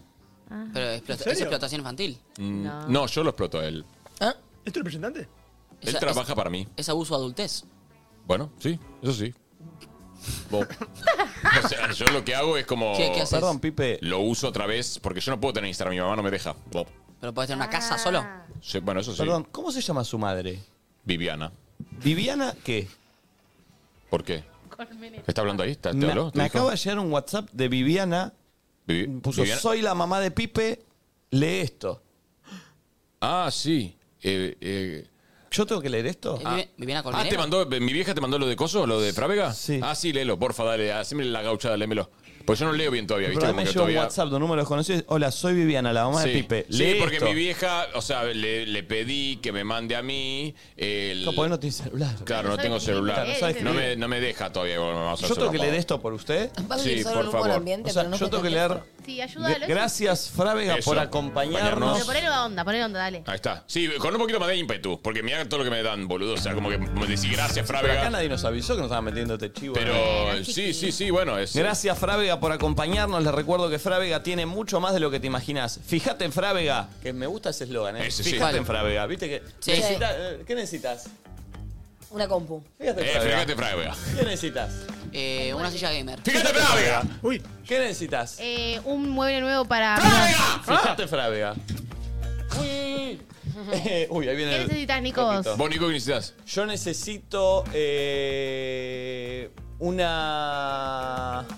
[SPEAKER 3] Pero explota-
[SPEAKER 7] ¿En serio?
[SPEAKER 3] es explotación infantil.
[SPEAKER 5] Mm,
[SPEAKER 3] No.
[SPEAKER 5] No. yo lo exploto a él.
[SPEAKER 3] ¿Ah? ¿Es tu representante?
[SPEAKER 5] Él trabaja para mí.
[SPEAKER 3] Es abuso adultez.
[SPEAKER 5] Bueno, sí, eso sí. Bo. o sea, yo lo que hago es como.
[SPEAKER 3] ¿Qué- qué haces? Perdón,
[SPEAKER 5] Pipe. Lo uso otra vez porque yo no puedo tener Instagram, mi mamá no me deja. Bo.
[SPEAKER 3] Pero puedes tener una casa solo.
[SPEAKER 5] Sí, bueno, eso sí.
[SPEAKER 2] Perdón, ¿cómo se llama su madre?
[SPEAKER 5] Viviana.
[SPEAKER 2] ¿Viviana qué?
[SPEAKER 5] ¿Por qué? ¿Está hablando ahí? ¿Te, te
[SPEAKER 2] Me,
[SPEAKER 5] habló? ¿Te
[SPEAKER 2] me
[SPEAKER 5] dijo?
[SPEAKER 2] acaba de llegar un WhatsApp de Viviana. puso,
[SPEAKER 5] Viviana-
[SPEAKER 2] soy la mamá de
[SPEAKER 3] Eh,
[SPEAKER 2] Pipe, lee esto.
[SPEAKER 5] Ah, sí. Eh, eh,
[SPEAKER 2] ¿Yo tengo que leer esto?
[SPEAKER 5] Ah.
[SPEAKER 3] Viviana
[SPEAKER 5] Ah, te
[SPEAKER 3] Colmenero.
[SPEAKER 5] mandó, mi vieja te mandó lo de Coso, lo de Frávega. Sí. Ah, sí, léelo, porfa, dale, haceme la gauchada, léemelo. Pues yo no leo bien todavía, ¿viste?
[SPEAKER 2] Pero ahí
[SPEAKER 5] Como
[SPEAKER 2] me
[SPEAKER 5] que
[SPEAKER 2] llegó un
[SPEAKER 5] todavía-
[SPEAKER 2] WhatsApp de un número desconocido. y dice, Hola, soy Viviana, la mamá
[SPEAKER 5] sí.
[SPEAKER 2] de Pipe.
[SPEAKER 5] Sí,
[SPEAKER 2] lee
[SPEAKER 5] porque
[SPEAKER 2] esto.
[SPEAKER 5] mi vieja, o sea, le, le pedí que me mande a mí el...
[SPEAKER 2] No, porque no tiene celular.
[SPEAKER 5] Claro, no tengo celular.
[SPEAKER 2] Claro, ¿sabes qué?
[SPEAKER 5] No me, no me deja todavía.
[SPEAKER 2] Yo tengo que leer esto por usted.
[SPEAKER 5] Va a vivir Sí, solo por en un favor. buen ambiente,
[SPEAKER 2] O sea,
[SPEAKER 5] pero no
[SPEAKER 2] yo tengo que
[SPEAKER 5] puede
[SPEAKER 2] leer.
[SPEAKER 7] Sí, ayúdalo.
[SPEAKER 2] Gracias, Frávega,
[SPEAKER 5] Eso,
[SPEAKER 2] por
[SPEAKER 7] Pero
[SPEAKER 2] acompañarnos.
[SPEAKER 7] ponele onda, ponele onda, dale.
[SPEAKER 5] Ahí está. Sí, con un poquito más de ímpetu, porque mira todo lo que me dan, boludo. O sea, como que me decís gracias,
[SPEAKER 2] Pero acá
[SPEAKER 5] Frávega.
[SPEAKER 2] nadie nos avisó que nos estaban metiendo este chivo.
[SPEAKER 5] Pero sí, sí, sí, bueno, es... eh.
[SPEAKER 2] Gracias Frávega por acompañarnos. Les recuerdo que Frávega tiene mucho más de lo que te imaginas. Fíjate en Frávega, que me gusta ese eslogan, ¿eh?
[SPEAKER 5] Ese sí.
[SPEAKER 2] Fíjate
[SPEAKER 5] ¿Cuál?
[SPEAKER 2] en Frávega, ¿viste que
[SPEAKER 3] Sí.
[SPEAKER 2] necesita- eh, ¿Qué necesitas?
[SPEAKER 3] Una compu.
[SPEAKER 2] Fíjate,
[SPEAKER 5] Eh, fíjate, Frávega.
[SPEAKER 2] ¿Qué necesitas?
[SPEAKER 3] una silla gamer.
[SPEAKER 5] Fíjate Frávega.
[SPEAKER 2] Uy, ¿qué necesitas?
[SPEAKER 7] Eh, un mueble nuevo para.
[SPEAKER 5] ¡Ah!
[SPEAKER 2] Fíjate Frávega. Eh, Uy, ahí viene
[SPEAKER 7] ¿Qué
[SPEAKER 2] el-
[SPEAKER 7] necesitas, Nico? vos?
[SPEAKER 5] ¿Vos, Nico, qué necesitas?
[SPEAKER 2] Yo necesito eh, una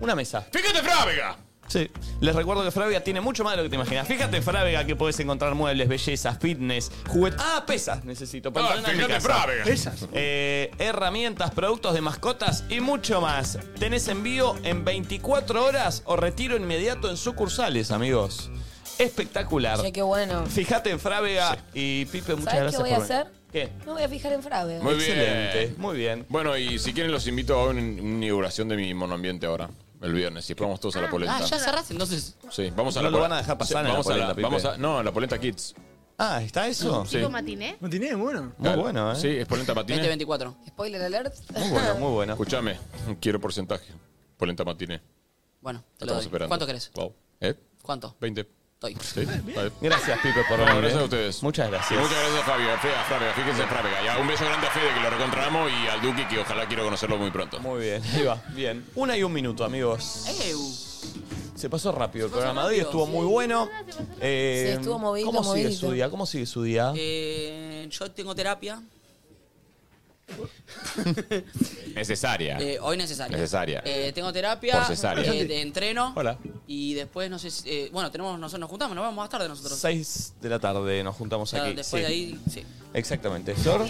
[SPEAKER 2] una mesa.
[SPEAKER 5] Fíjate Frávega. Ah,
[SPEAKER 2] Sí. Les recuerdo que Frávega tiene mucho más de lo que te imaginas. Fíjate en Frávega que podés encontrar muebles, bellezas, fitness, juguetes. Ah, pesas necesito para
[SPEAKER 5] Ah,
[SPEAKER 2] entrenar en mi
[SPEAKER 5] fíjate en
[SPEAKER 2] casa.
[SPEAKER 5] Frávega. Pesas.
[SPEAKER 2] Eh, herramientas, productos de mascotas y mucho más. Tenés envío en 24 horas o retiro inmediato en sucursales, amigos. Espectacular.
[SPEAKER 6] Che, qué bueno.
[SPEAKER 2] Fíjate en Frávega y Pipe, muchas
[SPEAKER 6] ¿Sabes qué
[SPEAKER 2] gracias
[SPEAKER 6] voy a
[SPEAKER 2] por venir.
[SPEAKER 6] hacer?
[SPEAKER 2] ¿Qué?
[SPEAKER 6] Me voy a fijar en Frave.
[SPEAKER 5] Muy
[SPEAKER 2] Excelente,
[SPEAKER 5] bien. Muy bien. Bueno, y si quieren los invito a una, una inauguración de mi monoambiente ahora, el viernes. Y después vamos todos a la polenta.
[SPEAKER 3] Ah, ya cerraste, entonces.
[SPEAKER 5] Sí, vamos a
[SPEAKER 2] No
[SPEAKER 5] la
[SPEAKER 2] lo
[SPEAKER 5] pol-
[SPEAKER 2] van a dejar pasar en la
[SPEAKER 5] vamos
[SPEAKER 2] polenta,
[SPEAKER 5] a
[SPEAKER 2] Pipe.
[SPEAKER 5] vamos a No, la polenta Kids.
[SPEAKER 2] Ah, ¿está eso?
[SPEAKER 5] Sí.
[SPEAKER 7] ¿Tipo matiné?
[SPEAKER 4] Matiné, bueno.
[SPEAKER 2] Muy bueno, ¿eh?
[SPEAKER 5] Sí, es polenta matine.
[SPEAKER 3] 2024.
[SPEAKER 6] Spoiler alert.
[SPEAKER 5] Muy bueno, muy bueno. Escúchame, quiero porcentaje. Polenta matine.
[SPEAKER 3] Bueno, te lo
[SPEAKER 5] Estamos
[SPEAKER 3] doy.
[SPEAKER 5] esperando.
[SPEAKER 3] ¿Cuánto querés?
[SPEAKER 5] Wow. ¿Eh?
[SPEAKER 3] ¿Cuánto?
[SPEAKER 5] 20.
[SPEAKER 3] Estoy.
[SPEAKER 5] Sí, vale.
[SPEAKER 2] Gracias, Pipe, por
[SPEAKER 5] Bueno,
[SPEAKER 2] venir.
[SPEAKER 5] gracias
[SPEAKER 2] ¿eh?
[SPEAKER 5] a ustedes.
[SPEAKER 2] Muchas
[SPEAKER 5] Y
[SPEAKER 2] gracias.
[SPEAKER 5] muchas gracias a Fabio, a Fe- a Frávega, fíjense en Frávega. Y a un beso grande a Fede, que lo reencontramos, y al Duque, que ojalá quiero conocerlo muy pronto.
[SPEAKER 2] Muy bien, ahí va. Bien. Una y un minuto, amigos. Se pasó rápido el programa de hoy,
[SPEAKER 3] rápido.
[SPEAKER 2] estuvo muy bueno. Eh,
[SPEAKER 3] Sí, estuvo movido,
[SPEAKER 2] ¿Cómo sigue
[SPEAKER 3] movido.
[SPEAKER 2] su día? ¿Cómo sigue su día?
[SPEAKER 3] Eh, yo tengo terapia.
[SPEAKER 5] Necesaria.
[SPEAKER 3] Eh, hoy necesaria.
[SPEAKER 5] Necesaria.
[SPEAKER 3] Eh, tengo terapia.
[SPEAKER 5] Por cesárea.
[SPEAKER 3] eh, de entreno.
[SPEAKER 2] Hola.
[SPEAKER 3] Y después, no sé si- eh, bueno, tenemos, nosotros nos juntamos, nos vamos más tarde nosotros.
[SPEAKER 2] Seis de la tarde nos juntamos
[SPEAKER 3] O sea,
[SPEAKER 2] aquí.
[SPEAKER 3] después
[SPEAKER 2] sí.
[SPEAKER 3] de ahí, sí.
[SPEAKER 2] Exactamente. Flor,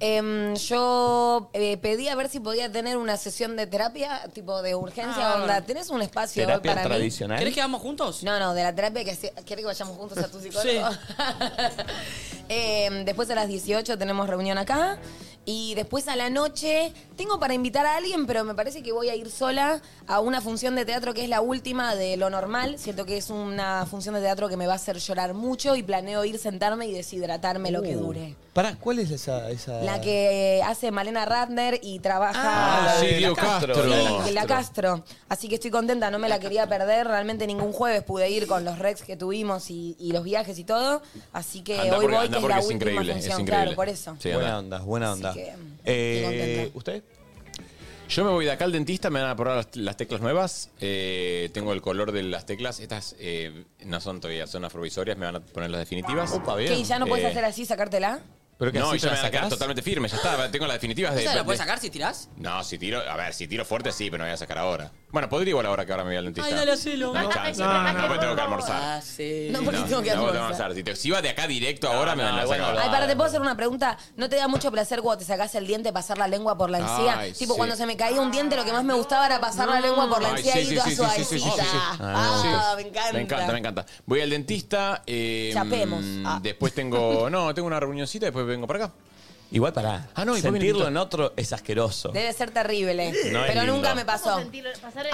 [SPEAKER 2] Eh,
[SPEAKER 6] Em, yo eh, pedí a ver si podía tener una sesión de terapia, tipo de urgencia,
[SPEAKER 3] Ah.
[SPEAKER 6] onda. ¿Tenés un espacio hoy
[SPEAKER 2] ¿Terapia
[SPEAKER 6] para mí?
[SPEAKER 2] tradicional? ¿Querés que
[SPEAKER 3] vamos juntos?
[SPEAKER 6] No, no, de la terapia que hace- ¿Querés que vayamos juntos a tu psicólogo? Em, después a las 18 tenemos reunión acá. Y después a la noche tengo para invitar a alguien, pero me parece que voy a ir sola a una función de teatro que es la última de lo normal. Siento que es una función de teatro que me va a hacer llorar mucho y planeo ir sentarme y deshidratarme lo que
[SPEAKER 2] Uh.
[SPEAKER 6] dure.
[SPEAKER 2] pará, ¿cuál es esa? esa...
[SPEAKER 6] La que hace Malena Ratner y trabaja.
[SPEAKER 2] Ah, la
[SPEAKER 5] sí,
[SPEAKER 2] de
[SPEAKER 5] Diego Castro.
[SPEAKER 6] Sí, la Castro. Así que estoy contenta, no me la quería perder. Realmente ningún jueves pude ir con los rex que tuvimos y, y los viajes y todo. Así que
[SPEAKER 5] Andá
[SPEAKER 6] hoy
[SPEAKER 5] porque-
[SPEAKER 6] voy, que
[SPEAKER 5] andá
[SPEAKER 6] es
[SPEAKER 5] porque
[SPEAKER 6] la
[SPEAKER 5] es
[SPEAKER 6] última
[SPEAKER 5] increíble, es
[SPEAKER 6] función,
[SPEAKER 5] increíble.
[SPEAKER 6] claro, por eso.
[SPEAKER 5] Sí,
[SPEAKER 2] buena
[SPEAKER 5] anda.
[SPEAKER 2] onda, buena onda.
[SPEAKER 6] que,
[SPEAKER 2] Eh,
[SPEAKER 6] contenta.
[SPEAKER 2] ¿Usted?
[SPEAKER 5] Yo me voy de acá al dentista, me van a probar las, las teclas nuevas. Eh, tengo el color de las teclas. Estas eh, no son todavía, son las provisorias, me van a poner las definitivas.
[SPEAKER 2] Opa,
[SPEAKER 6] ¿Qué, ¿Y ya no puedes hacer así, sacártela?
[SPEAKER 1] Pero que
[SPEAKER 5] no,
[SPEAKER 1] así
[SPEAKER 5] y
[SPEAKER 1] te
[SPEAKER 5] ya me
[SPEAKER 1] la
[SPEAKER 5] voy a quedar
[SPEAKER 1] sacás.
[SPEAKER 5] totalmente firme, ya está, tengo las definitivas de.
[SPEAKER 3] ¿Esa la puedes
[SPEAKER 5] de-
[SPEAKER 3] sacar si tirás?
[SPEAKER 5] No, si tiro, a ver, si tiro fuerte sí, pero no voy a sacar ahora. Bueno, podría igual ahora que ahora me voy al dentista.
[SPEAKER 3] Ay, dale, hacelo.
[SPEAKER 5] No hay
[SPEAKER 3] No,
[SPEAKER 5] chance,
[SPEAKER 3] no,
[SPEAKER 5] no, no,
[SPEAKER 3] no,
[SPEAKER 5] porque
[SPEAKER 3] no,
[SPEAKER 5] tengo que
[SPEAKER 3] no.
[SPEAKER 5] almorzar.
[SPEAKER 3] Ah, sí.
[SPEAKER 6] No, porque tengo que
[SPEAKER 5] No, porque tengo que
[SPEAKER 6] almorzar.
[SPEAKER 5] almorzar. Si, te, si iba de acá directo ahora, me la sacaba.
[SPEAKER 6] Ay, para, te puedo hacer una pregunta. ¿No te da mucho placer cuando te sacás el diente pasar la lengua por la encía?
[SPEAKER 5] Ay,
[SPEAKER 6] tipo,
[SPEAKER 5] sí. Ah,
[SPEAKER 6] cuando se me caía un diente, lo que más me gustaba era pasar la lengua por la
[SPEAKER 5] Ay,
[SPEAKER 6] encía
[SPEAKER 5] sí,
[SPEAKER 6] y
[SPEAKER 5] sí,
[SPEAKER 6] toda
[SPEAKER 5] sí, sí, sí, sí, sí, sí.
[SPEAKER 6] suavecita. Ah, me encanta.
[SPEAKER 5] Me encanta, me encanta. Voy al dentista. Eh,
[SPEAKER 6] Chapemos. Ah.
[SPEAKER 5] Después tengo. No, tengo una reunioncita, después vengo para acá.
[SPEAKER 2] Igual para
[SPEAKER 5] Ah, no, y después viene
[SPEAKER 2] sentirlo
[SPEAKER 5] el
[SPEAKER 2] en otro es asqueroso.
[SPEAKER 6] Debe ser terrible.
[SPEAKER 2] No es
[SPEAKER 6] Pero
[SPEAKER 2] lindo.
[SPEAKER 6] nunca me pasó. Abuelo,
[SPEAKER 2] Pasar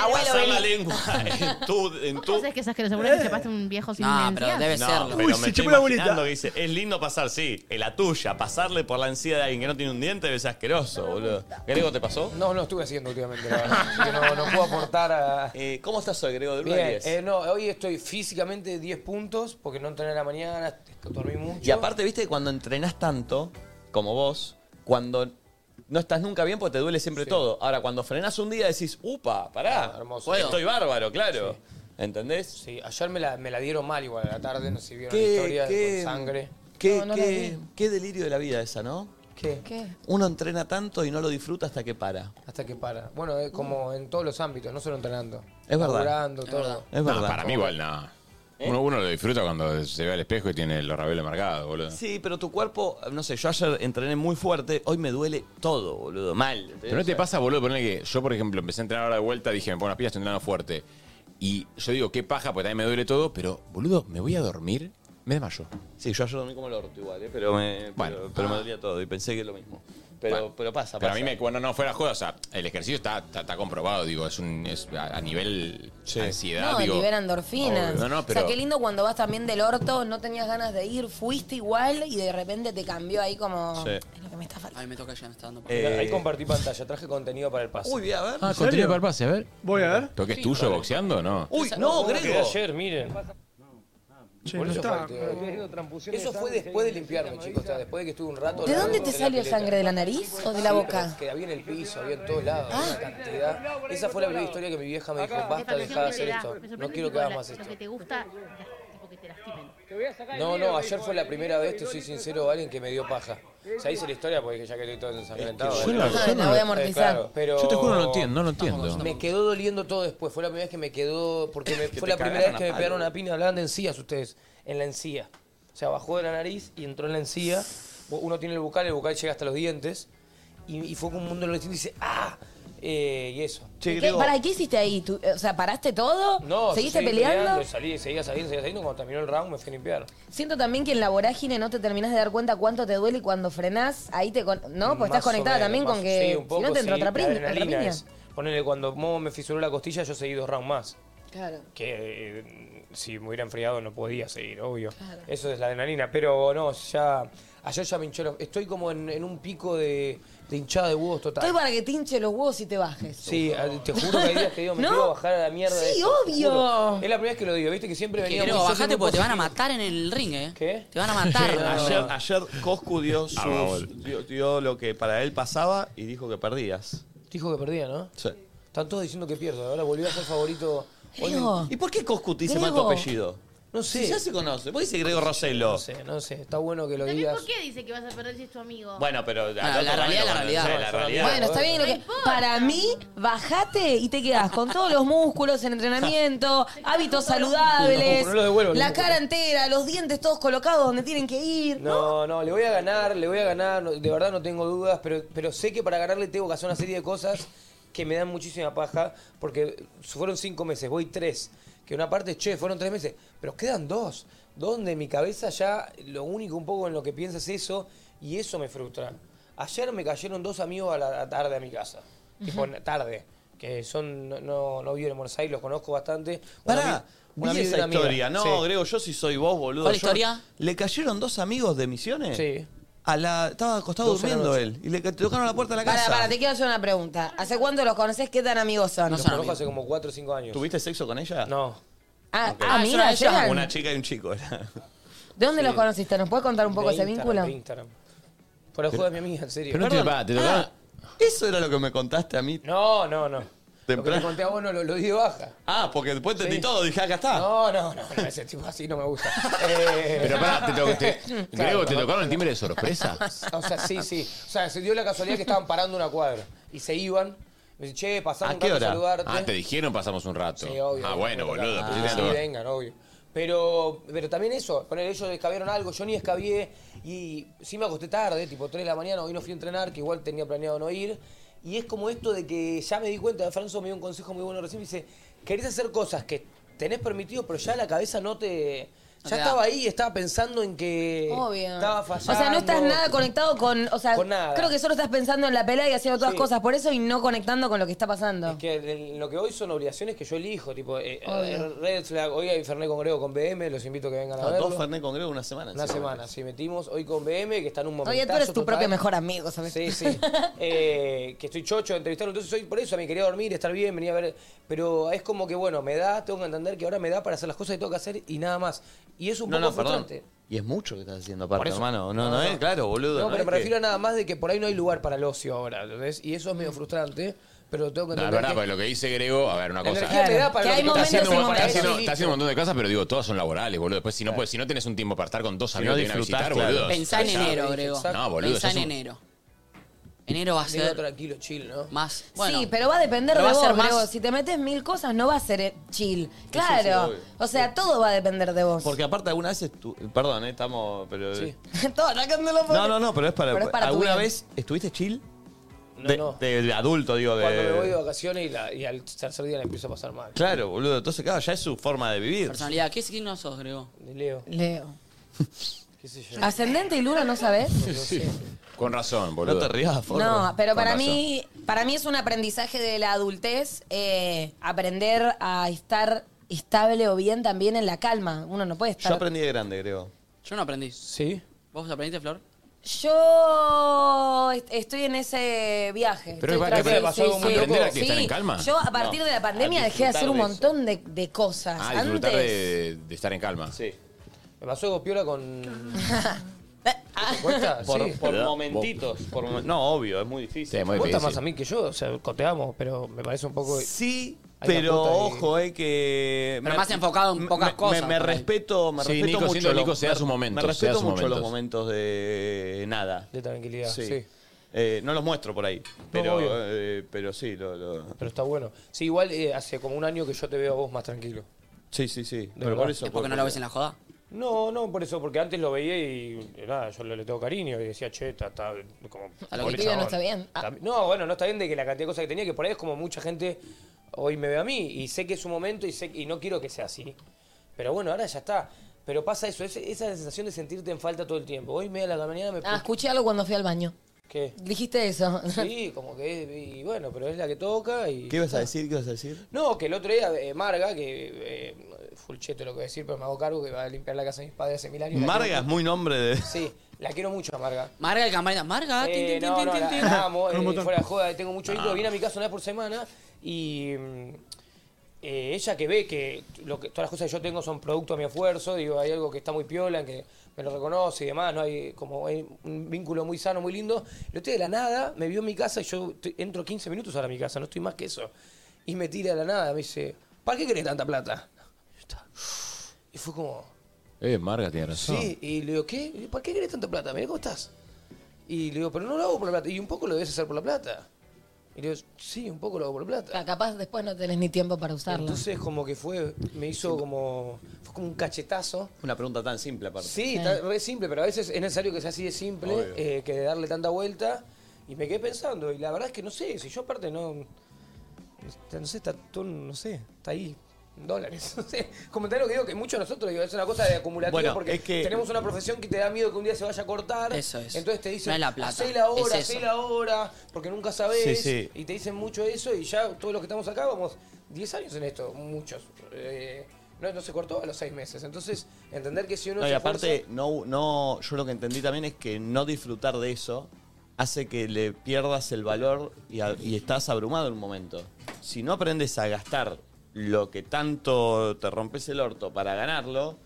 [SPEAKER 2] la
[SPEAKER 6] vení.
[SPEAKER 2] lengua en tu, en tu
[SPEAKER 7] ¿Sabes qué es asqueroso? ¿Seguro que chapaste un viejo sin
[SPEAKER 2] No,
[SPEAKER 7] encía?
[SPEAKER 2] no, Pero me estoy imaginando que dice, es lindo pasar, sí, en la tuya, pasarle por la encía de alguien que no tiene un diente debe ser asqueroso, boludo. ¿Grego te pasó?
[SPEAKER 16] No, no estuve haciendo últimamente. la verdad. Yo no, no puedo aportar a.
[SPEAKER 2] eh, ¿Cómo estás hoy, Grego? Del uno al
[SPEAKER 16] Bien,
[SPEAKER 2] diez.
[SPEAKER 16] eh, no, hoy estoy físicamente 10 puntos porque no entrené a la mañana, dormí mucho.
[SPEAKER 2] Y aparte, viste, cuando entrenás tanto, como vos, cuando no estás nunca bien, pues te duele siempre todo. Ahora, cuando frenás un día, decís, upa, pará,
[SPEAKER 16] Ah, hermoso.
[SPEAKER 2] puedo, estoy
[SPEAKER 16] Bueno.
[SPEAKER 2] bárbaro, claro. ¿Entendés?
[SPEAKER 16] Sí, ayer me la, me la dieron mal igual a la tarde, no sé si vieron la
[SPEAKER 2] ¿Qué-
[SPEAKER 16] historia
[SPEAKER 2] qué-
[SPEAKER 16] con sangre.
[SPEAKER 2] Qué,
[SPEAKER 16] No, no la
[SPEAKER 2] qué,
[SPEAKER 16] vi.
[SPEAKER 2] qué delirio de la vida esa, ¿no?
[SPEAKER 16] ¿Qué?
[SPEAKER 2] Uno entrena tanto y no lo disfruta hasta que para.
[SPEAKER 16] Hasta que para. Bueno, es como en todos los ámbitos, no solo entrenando.
[SPEAKER 2] Es verdad.
[SPEAKER 16] Laburando, todo.
[SPEAKER 2] Es verdad.
[SPEAKER 5] No, para mí igual no.
[SPEAKER 6] ¿Eh?
[SPEAKER 5] Uno, uno lo disfruta cuando se ve al espejo y tiene los rabeles marcados, boludo.
[SPEAKER 2] Sí, pero tu cuerpo, no sé, yo ayer entrené muy fuerte, hoy me duele todo, boludo, mal.
[SPEAKER 5] Pero no te pasa, boludo, ponerle que yo, por ejemplo, empecé a entrenar ahora de vuelta, dije, me pongo las pilas, estoy entrenando fuerte. Y yo digo, qué paja, porque también me duele todo, pero, boludo, me voy a dormir, me desmayo.
[SPEAKER 2] Sí, yo ayer dormí como el orto igual, ¿eh? pero, me,
[SPEAKER 5] Bueno.
[SPEAKER 2] pero, pero me
[SPEAKER 5] Ah.
[SPEAKER 2] dolía todo y pensé que es lo mismo. Pero,
[SPEAKER 5] Bueno.
[SPEAKER 2] pero pasa, pasa.
[SPEAKER 5] Pero a mí, me, cuando no fuera joda, o sea, el ejercicio está, está, está comprobado, digo, es, un, es a, a nivel ansiedad,
[SPEAKER 6] No,
[SPEAKER 5] digo.
[SPEAKER 6] libera endorfinas.
[SPEAKER 5] obvio. No, no,
[SPEAKER 6] O sea,
[SPEAKER 5] pero-
[SPEAKER 6] qué lindo cuando vas también del orto, no tenías ganas de ir, fuiste igual y de repente te cambió ahí
[SPEAKER 2] Ah.
[SPEAKER 6] como... Es lo que me está faltando.
[SPEAKER 3] Ay, me toca ya, me está dando por
[SPEAKER 2] Eh,
[SPEAKER 16] Mirá, Ahí compartí pantalla, traje contenido para el pase.
[SPEAKER 3] Uy, bien, a ver.
[SPEAKER 5] Ah, contenido para el pase, a ver.
[SPEAKER 16] Voy a ver.
[SPEAKER 5] ¿Toque es tuyo boxeando o no?
[SPEAKER 16] Uy,
[SPEAKER 3] no, Grego.
[SPEAKER 16] ayer, miren. Por no eso está. falté hoy. Eso fue después de limpiarme, chicos. O sea, después de que estuve un rato.
[SPEAKER 6] ¿De
[SPEAKER 16] la-
[SPEAKER 6] dónde
[SPEAKER 16] la
[SPEAKER 6] te salió
[SPEAKER 16] pileta.
[SPEAKER 6] sangre? ¿De la nariz o de la
[SPEAKER 16] Sí,
[SPEAKER 6] boca? Ah.
[SPEAKER 16] pero Que había en el piso, había en todos lados. una cantidad. Esa fue la primera historia que mi vieja me dijo: basta,
[SPEAKER 7] Me
[SPEAKER 16] dejá de
[SPEAKER 7] sorprende
[SPEAKER 16] hacer esto.
[SPEAKER 7] que te da- me
[SPEAKER 16] No
[SPEAKER 7] sorprende
[SPEAKER 16] quiero
[SPEAKER 7] tipo
[SPEAKER 16] que hagas
[SPEAKER 7] la-
[SPEAKER 16] más esto.
[SPEAKER 7] Lo que te gusta, la- tipo que te lastimen.
[SPEAKER 16] No, no, ayer fue la primera vez, te soy sincero, alguien que me dio paja. O sea, hice la historia porque ya que estoy todo ensangrentado.
[SPEAKER 5] yo no-
[SPEAKER 16] ¿verdad?
[SPEAKER 5] yo no- La voy a amortizar.
[SPEAKER 16] Eh, claro, pero-
[SPEAKER 5] Yo te juro, no entiendo, no lo entiendo.
[SPEAKER 16] Me quedó doliendo todo después. Fue la primera vez que me quedó. Porque me-
[SPEAKER 5] Que
[SPEAKER 16] fue
[SPEAKER 5] te
[SPEAKER 16] la primera
[SPEAKER 5] cagaron
[SPEAKER 16] vez
[SPEAKER 5] a
[SPEAKER 16] que me
[SPEAKER 5] palo.
[SPEAKER 16] pegaron una pina. Hablaban de encías ustedes. En la encía. O sea, bajó de la nariz y entró en la encía. Uno tiene el bucal, el bucal llega hasta los dientes. Y, y fue como un mundo de y dice ¡Ah! Eh, y eso.
[SPEAKER 6] ¿Qué- ¿Para qué hiciste ahí? ¿Tú- o sea, ¿paraste todo?
[SPEAKER 16] No,
[SPEAKER 6] ¿Seguiste
[SPEAKER 16] seguí
[SPEAKER 6] peleando?
[SPEAKER 16] Salí, seguía saliendo, seguía saliendo. Cuando terminó el round me fui a limpiar.
[SPEAKER 6] Siento también que en la vorágine no te terminás de dar cuenta cuánto te duele y cuando frenás, ahí te... con- ¿No? Pues
[SPEAKER 16] Mm, Más
[SPEAKER 6] estás
[SPEAKER 16] o
[SPEAKER 6] conectada
[SPEAKER 16] menos,
[SPEAKER 6] también
[SPEAKER 16] más-
[SPEAKER 6] con que...
[SPEAKER 16] sí, un poco,
[SPEAKER 6] si no te entra
[SPEAKER 16] sí,
[SPEAKER 6] otra
[SPEAKER 16] la
[SPEAKER 6] piña. otra
[SPEAKER 16] adrenalina
[SPEAKER 6] piña.
[SPEAKER 16] es. Ponele, cuando Momo me fisuró la costilla, yo seguí dos rounds más.
[SPEAKER 6] Claro.
[SPEAKER 16] Que eh, si me hubiera enfriado no podía seguir, obvio. Eso es la adrenalina. Pero no, ya. Ayer ya me hinchó los- Estoy como en, en un pico de, de hinchada de huevos total.
[SPEAKER 6] Estoy para que te hinche los huevos y te bajes.
[SPEAKER 16] Sí, a- te juro que hay días que digo, me
[SPEAKER 6] ¿No?
[SPEAKER 16] quiero bajar a la mierda. de
[SPEAKER 6] Sí,
[SPEAKER 16] esto, te
[SPEAKER 6] obvio.
[SPEAKER 16] juro. Es la primera vez que lo digo, viste que siempre
[SPEAKER 3] Que
[SPEAKER 16] venía
[SPEAKER 3] creo,
[SPEAKER 16] muy- yo
[SPEAKER 3] bajate
[SPEAKER 16] soy muy
[SPEAKER 3] porque te van a
[SPEAKER 16] positivo.
[SPEAKER 3] matar en el ring, ¿eh?
[SPEAKER 16] ¿Qué?
[SPEAKER 3] Te van a matar.
[SPEAKER 2] ayer, ayer Coscu dio, sus-
[SPEAKER 5] Ah, vamos.
[SPEAKER 2] dio- dio lo que para él pasaba y dijo que perdías.
[SPEAKER 16] Dijo que perdía, ¿no?
[SPEAKER 2] Sí.
[SPEAKER 16] Están todos diciendo que pierdo. Ahora volvió a ser favorito. Hoy me-
[SPEAKER 6] Grego.
[SPEAKER 2] ¿Y por qué Coscu te dice mal
[SPEAKER 16] Grego.
[SPEAKER 2] tu apellido?
[SPEAKER 16] No sé.
[SPEAKER 2] Si ya se conoce. ¿Por qué dice Grego Rosello?
[SPEAKER 16] No sé, no sé. Está bueno que lo
[SPEAKER 7] También,
[SPEAKER 16] digas.
[SPEAKER 7] ¿por qué dice que vas a perder si es tu amigo?
[SPEAKER 2] Bueno, pero...
[SPEAKER 16] la realidad es la realidad.
[SPEAKER 2] La realidad.
[SPEAKER 6] Bueno, está bien lo que. Para mí, bajate y te quedás con todos los músculos en entrenamiento, hábitos saludables,
[SPEAKER 16] No, no lo devuelvo,
[SPEAKER 6] la
[SPEAKER 16] no.
[SPEAKER 6] cara entera, los dientes todos colocados donde tienen que ir.
[SPEAKER 16] No, no, le voy a ganar, le voy a ganar, no- de verdad no tengo dudas, pero, pero sé que para ganarle tengo que hacer una serie de cosas que me dan muchísima paja, porque fueron cinco meses, voy tres, que una parte, che, fueron tres meses, pero quedan dos, donde mi cabeza ya lo único un poco en lo que piensa es eso, y eso me frustra. Ayer me cayeron dos amigos a la tarde a mi casa, tipo na- tarde, que son, no, no, no viven en Buenos Aires, los conozco bastante. Una ami- un
[SPEAKER 2] Vi
[SPEAKER 16] amigo y
[SPEAKER 2] esa
[SPEAKER 16] una amiga.
[SPEAKER 2] historia. No,
[SPEAKER 16] Sí.
[SPEAKER 2] Grego, yo sí soy vos, boludo.
[SPEAKER 16] ¿Cuál
[SPEAKER 2] Yo-
[SPEAKER 16] historia?
[SPEAKER 2] ¿Le cayeron dos amigos de Misiones?
[SPEAKER 16] Sí.
[SPEAKER 2] A la, estaba acostado
[SPEAKER 16] Dos a la
[SPEAKER 2] durmiendo
[SPEAKER 16] noche.
[SPEAKER 2] él. Y le ca- tocaron la puerta de la
[SPEAKER 6] Para,
[SPEAKER 2] casa.
[SPEAKER 6] para, te quiero hacer una pregunta. ¿Hace cuánto los conoces? ¿Qué tan amigos son?
[SPEAKER 16] Los Ah, conozco hace como cuatro o cinco años.
[SPEAKER 2] ¿Tuviste sexo con ella?
[SPEAKER 16] No.
[SPEAKER 6] Ah,
[SPEAKER 2] Ok.
[SPEAKER 6] ah, mira, llegan.
[SPEAKER 2] Una chica y un chico. era.
[SPEAKER 6] ¿De dónde los conociste? ¿Nos puedes contar un poco
[SPEAKER 16] De
[SPEAKER 6] ese
[SPEAKER 16] Instagram,
[SPEAKER 6] vínculo?
[SPEAKER 16] de Instagram. Por la joda de mi amiga, en serio.
[SPEAKER 2] Ah, Perdón. Ah, Eso era lo que me contaste a mí.
[SPEAKER 16] No, no, no. Lo que le conté a vos no lo, lo di de baja.
[SPEAKER 2] Ah, porque después te di
[SPEAKER 16] Sí.
[SPEAKER 2] todo,
[SPEAKER 17] "Ah,
[SPEAKER 2] dije, acá está.
[SPEAKER 16] No, no, no, no, ese tipo así no me gusta. Eh,
[SPEAKER 17] Pero pará, te, to- te-
[SPEAKER 16] Claro,
[SPEAKER 17] Grego, ¿te
[SPEAKER 16] no,
[SPEAKER 17] tocaron el timbre de sorpresa?
[SPEAKER 16] O sea, sí, sí. O sea, se dio la casualidad que estaban parando una cuadra y se iban. Me dice, che, pasamos
[SPEAKER 17] ¿A
[SPEAKER 16] un
[SPEAKER 17] qué
[SPEAKER 16] rato
[SPEAKER 17] hora?
[SPEAKER 16] a saludarte.
[SPEAKER 17] Ah, te dijeron pasamos un rato.
[SPEAKER 16] Sí, obvio.
[SPEAKER 17] Ah, bueno, boludo.
[SPEAKER 16] Ah,
[SPEAKER 17] pusiste
[SPEAKER 16] sí,
[SPEAKER 17] todo.
[SPEAKER 16] vengan, obvio. Pero, pero también eso, poner ellos descabieron algo, yo ni escabié y sí me acosté tarde, tipo 3 de la mañana, hoy no fui a entrenar, que igual tenía planeado no ir. Y es como esto de que ya me di cuenta, Franzo me dio un consejo muy bueno recién, me dice, querés hacer cosas que tenés permitido, pero ya la cabeza no te...
[SPEAKER 6] No
[SPEAKER 16] Ya
[SPEAKER 6] te da.
[SPEAKER 16] estaba ahí, estaba pensando en que
[SPEAKER 6] Obvio.
[SPEAKER 16] estaba
[SPEAKER 6] o
[SPEAKER 16] fallando.
[SPEAKER 6] sea, no estás nada conectado con. O sea,
[SPEAKER 16] Con nada.
[SPEAKER 6] creo que solo estás pensando en la pelea y haciendo todas
[SPEAKER 16] Sí.
[SPEAKER 6] cosas por eso y no conectando con lo que está pasando.
[SPEAKER 16] Que el- lo que hoy son obligaciones que yo elijo, tipo, eh,
[SPEAKER 6] Obvio.
[SPEAKER 16] Red Flag, hoy hay Fernet con Grego con BM, los invito a que vengan a
[SPEAKER 2] No,
[SPEAKER 16] verlo.
[SPEAKER 2] dos Fernet con Grego una semana.
[SPEAKER 16] Una
[SPEAKER 2] encima.
[SPEAKER 16] semana, sí, metimos hoy con BM, que está en un momento.
[SPEAKER 6] Oye, tú eres tu propio mejor amigo, ¿sabes?
[SPEAKER 16] Sí, sí. Eh, que estoy chocho de entrevistarlo, entonces hoy por eso me quería dormir, estar bien, venía a ver. Pero es como que, bueno, me da, tengo que entender que ahora me da para hacer las cosas que tengo que hacer y nada más. Y es un
[SPEAKER 2] No,
[SPEAKER 16] poco
[SPEAKER 2] no, perdón.
[SPEAKER 16] frustrante.
[SPEAKER 2] Y es mucho que estás haciendo aparte,
[SPEAKER 16] Por eso.
[SPEAKER 2] hermano. No, no,
[SPEAKER 16] No,
[SPEAKER 2] es,
[SPEAKER 16] no.
[SPEAKER 2] claro, boludo.
[SPEAKER 16] No,
[SPEAKER 2] no
[SPEAKER 16] pero
[SPEAKER 2] es
[SPEAKER 16] me
[SPEAKER 2] que-
[SPEAKER 16] refiero a nada más de que por ahí no hay lugar para el ocio ahora, ¿entendés? Y eso es
[SPEAKER 6] Mm.
[SPEAKER 16] medio frustrante, pero tengo que
[SPEAKER 17] No, es
[SPEAKER 16] entender.
[SPEAKER 17] verdad,
[SPEAKER 16] Pues que-
[SPEAKER 17] porque lo que dice Grego, a ver, una
[SPEAKER 16] La
[SPEAKER 17] cosa.
[SPEAKER 16] energía me da
[SPEAKER 17] Está
[SPEAKER 16] para Que lo hay que-
[SPEAKER 17] haciendo-
[SPEAKER 16] momentos y
[SPEAKER 17] está
[SPEAKER 16] momentos.
[SPEAKER 17] haciendo-
[SPEAKER 16] Sí,
[SPEAKER 17] Está haciendo un montón de cosas, pero digo, todas son laborales, boludo. Después, si no, puedes- si no tenés un tiempo para estar con dos
[SPEAKER 3] Si
[SPEAKER 17] amigos
[SPEAKER 3] no
[SPEAKER 17] que vienen a
[SPEAKER 3] disfrutás,
[SPEAKER 17] visitar,
[SPEAKER 3] claro.
[SPEAKER 17] boludo.
[SPEAKER 3] Pensá en enero, Grego.
[SPEAKER 17] No, boludo.
[SPEAKER 3] Pensá
[SPEAKER 17] sos
[SPEAKER 3] en
[SPEAKER 17] un-
[SPEAKER 3] enero. Enero va a
[SPEAKER 16] Enero
[SPEAKER 3] ser
[SPEAKER 16] tranquilo, chill, ¿no?
[SPEAKER 3] más. Bueno,
[SPEAKER 6] sí, pero va a depender
[SPEAKER 3] pero
[SPEAKER 6] de
[SPEAKER 3] va a
[SPEAKER 6] vos,
[SPEAKER 3] ser más-
[SPEAKER 6] Grego. Si te metes mil cosas, no va a ser eh, chill.
[SPEAKER 2] sí,
[SPEAKER 6] Claro.
[SPEAKER 2] obvio.
[SPEAKER 6] o sea, todo va a depender de vos.
[SPEAKER 2] Porque aparte algunas veces, tu- perdón, eh, estamos, pero... eh,
[SPEAKER 6] todo, arrancándolo por-
[SPEAKER 2] No, no, no, pero es para...
[SPEAKER 6] Pero es para tu
[SPEAKER 2] ¿Alguna
[SPEAKER 6] bien.
[SPEAKER 2] vez estuviste chill? de,
[SPEAKER 16] no.
[SPEAKER 2] de- de adulto, digo, de...
[SPEAKER 16] Cuando me voy de vacaciones y, la- y al tercer día la empiezo a pasar mal.
[SPEAKER 2] Claro, boludo. Entonces, claro, ya es su forma de vivir.
[SPEAKER 3] personalidad. ¿Qué signo sos, Grego?
[SPEAKER 16] Leo.
[SPEAKER 6] Leo.
[SPEAKER 16] ¿Qué sé yo?
[SPEAKER 6] Ascendente y luna, ¿no sabés?
[SPEAKER 17] Con razón, boludo.
[SPEAKER 2] No te rías, Forro.
[SPEAKER 6] No, pero
[SPEAKER 17] Con
[SPEAKER 6] para
[SPEAKER 17] razón.
[SPEAKER 6] mí, para mí es un aprendizaje de la adultez eh, aprender a estar estable o bien también en la calma. Uno no puede estar.
[SPEAKER 2] Yo aprendí de grande, creo.
[SPEAKER 3] Yo no aprendí.
[SPEAKER 16] ¿Sí?
[SPEAKER 3] ¿Vos aprendiste, Flor?
[SPEAKER 6] Yo est- estoy en ese viaje.
[SPEAKER 17] Pero
[SPEAKER 6] Estoy
[SPEAKER 17] para-
[SPEAKER 6] tratando-
[SPEAKER 17] ¿qué pasó? ¿Cómo aprender a que estar en calma?
[SPEAKER 6] Yo a partir
[SPEAKER 17] No,
[SPEAKER 6] de la pandemia
[SPEAKER 17] a
[SPEAKER 6] dejé de hacer un
[SPEAKER 17] disfrutar
[SPEAKER 6] montón de, de cosas.
[SPEAKER 17] Ah, disfrutar
[SPEAKER 6] Antes-
[SPEAKER 17] de, de estar en calma. Sí.
[SPEAKER 16] Me pasó algo piola con. ¿Te cuesta?
[SPEAKER 2] Por,
[SPEAKER 16] Sí.
[SPEAKER 2] por momentitos. por momen- no, obvio, es muy difícil.
[SPEAKER 16] Vos estás más a mí que yo, o sea, coteamos, pero me parece un poco.
[SPEAKER 2] Sí,
[SPEAKER 16] Hay una
[SPEAKER 2] Pero
[SPEAKER 16] puta y-
[SPEAKER 2] ojo, eh, que...
[SPEAKER 3] Pero
[SPEAKER 2] me-
[SPEAKER 3] más enfocado en
[SPEAKER 2] me-
[SPEAKER 3] pocas
[SPEAKER 2] me-
[SPEAKER 3] cosas,
[SPEAKER 2] Me,
[SPEAKER 3] por ahí.
[SPEAKER 2] respeto, me
[SPEAKER 17] Sí,
[SPEAKER 2] respeto
[SPEAKER 17] Nico,
[SPEAKER 2] mucho.
[SPEAKER 17] siendo
[SPEAKER 2] los-
[SPEAKER 17] Nico, se da
[SPEAKER 2] me-
[SPEAKER 17] sus momentos,
[SPEAKER 2] Me
[SPEAKER 17] se da
[SPEAKER 2] respeto
[SPEAKER 17] sus
[SPEAKER 2] mucho los
[SPEAKER 17] momentos.
[SPEAKER 2] momentos de nada.
[SPEAKER 16] De tranquilidad, sí.
[SPEAKER 2] Eh, no los muestro por ahí, pero,
[SPEAKER 16] obvio.
[SPEAKER 2] eh, pero sí. Lo, lo-
[SPEAKER 16] Pero está bueno. Sí, igual eh, hace como un año que yo te veo a vos más tranquilo.
[SPEAKER 2] Sí, sí, sí. Pero
[SPEAKER 16] verdad.
[SPEAKER 2] por eso.
[SPEAKER 16] Es porque no lo ves en
[SPEAKER 3] la joda?
[SPEAKER 16] No, no, por eso, porque antes lo veía y eh, nada, yo le, le tengo cariño y decía, che, está, está como.
[SPEAKER 6] A lo
[SPEAKER 16] pobre
[SPEAKER 6] que te digo,
[SPEAKER 16] chabón.
[SPEAKER 6] no está bien. Ah.
[SPEAKER 16] Tam- No, bueno, no está bien de que la cantidad de cosas que tenía, que por ahí es como mucha gente hoy me ve a mí y sé que es su momento y, sé, y no quiero que sea así. Pero bueno, ahora ya está. Pero pasa eso, ese- esa sensación de sentirte en falta todo el tiempo. Hoy media de la mañana me
[SPEAKER 6] Ah, escuché algo cuando fui al baño.
[SPEAKER 16] ¿Qué?
[SPEAKER 6] Dijiste eso.
[SPEAKER 16] Sí, como que es, y bueno, pero es la que toca y...
[SPEAKER 2] ¿Qué ibas a decir? ¿Qué ibas a decir?
[SPEAKER 16] No, que el otro día eh, Marga, que eh, fulchete lo que voy a decir, pero me hago cargo que va a limpiar la casa de mis padres hace mil años. La
[SPEAKER 2] Marga
[SPEAKER 16] quiero
[SPEAKER 2] es muy nombre de.
[SPEAKER 16] mucho. Sí, la quiero mucho a Marga.
[SPEAKER 3] Marga el camarita. Marga, tin,
[SPEAKER 16] Eh,
[SPEAKER 3] tin,
[SPEAKER 16] no,
[SPEAKER 3] tin,
[SPEAKER 16] no,
[SPEAKER 3] tin,
[SPEAKER 16] la,
[SPEAKER 3] tin.
[SPEAKER 16] la amo,
[SPEAKER 3] Con un
[SPEAKER 16] eh,
[SPEAKER 3] botón.
[SPEAKER 16] fuera de joda, tengo mucho hijo,
[SPEAKER 3] Ah.
[SPEAKER 16] viene a mi casa una vez por semana y mm, eh, ella que ve que, lo que todas las cosas que yo tengo son producto de mi esfuerzo, digo, hay algo que está muy piola, en que me lo reconoce y demás, no hay como hay un vínculo muy sano, muy lindo. Lo de la nada, me vio en mi casa y yo te- entro 15 minutos ahora a mi casa, no estoy más que eso. Y me tira de la nada, me dice, ¿para qué querés tanta plata? Y fue como,
[SPEAKER 17] Eh, Marga tiene razón.
[SPEAKER 16] Sí, y le digo, ¿qué? Y le digo, ¿Para qué querés tanta plata? Mira cómo estás. Y le digo, pero no lo hago por la plata. Y un poco lo debes hacer por la plata. Y le digo, sí, un poco lo hago por la plata.
[SPEAKER 6] Ah, Capaz después no tenés ni tiempo para usarlo.
[SPEAKER 16] Entonces como que fue, me hizo como, fue como un cachetazo.
[SPEAKER 2] Una pregunta tan simple aparte.
[SPEAKER 16] Sí, está re simple, pero a veces es necesario que sea así de simple,
[SPEAKER 2] Obvio.
[SPEAKER 16] eh, que de darle tanta vuelta. Y me quedé pensando, y la verdad es que no sé, si yo aparte no, este, no sé, está todo, no sé, está ahí. en Dólares. No sé. Comentar lo que digo que muchos de nosotros digo, es una cosa de acumulativa
[SPEAKER 3] Bueno,
[SPEAKER 16] porque
[SPEAKER 3] es que-
[SPEAKER 16] tenemos una profesión que te da miedo que un día se vaya a cortar.
[SPEAKER 3] Eso es.
[SPEAKER 16] Entonces te dicen,
[SPEAKER 3] No es la plata,
[SPEAKER 16] hacé la hora,
[SPEAKER 3] es
[SPEAKER 16] hacé
[SPEAKER 3] eso.
[SPEAKER 16] la hora, porque nunca sabés.
[SPEAKER 2] Sí, sí.
[SPEAKER 16] Y te dicen mucho eso, y ya todos los que estamos acá vamos 10 años en esto, muchos. Eh, no, no se cortó a los 6 meses. Entonces, entender que si uno.
[SPEAKER 2] No, y
[SPEAKER 16] se
[SPEAKER 2] aparte,
[SPEAKER 16] esfuerza-
[SPEAKER 2] no, no, yo lo que entendí también es que no disfrutar de eso hace que le pierdas el valor y, a- y estás abrumado en un momento. Si no aprendes a gastar lo que tanto te rompes el orto para ganarlo,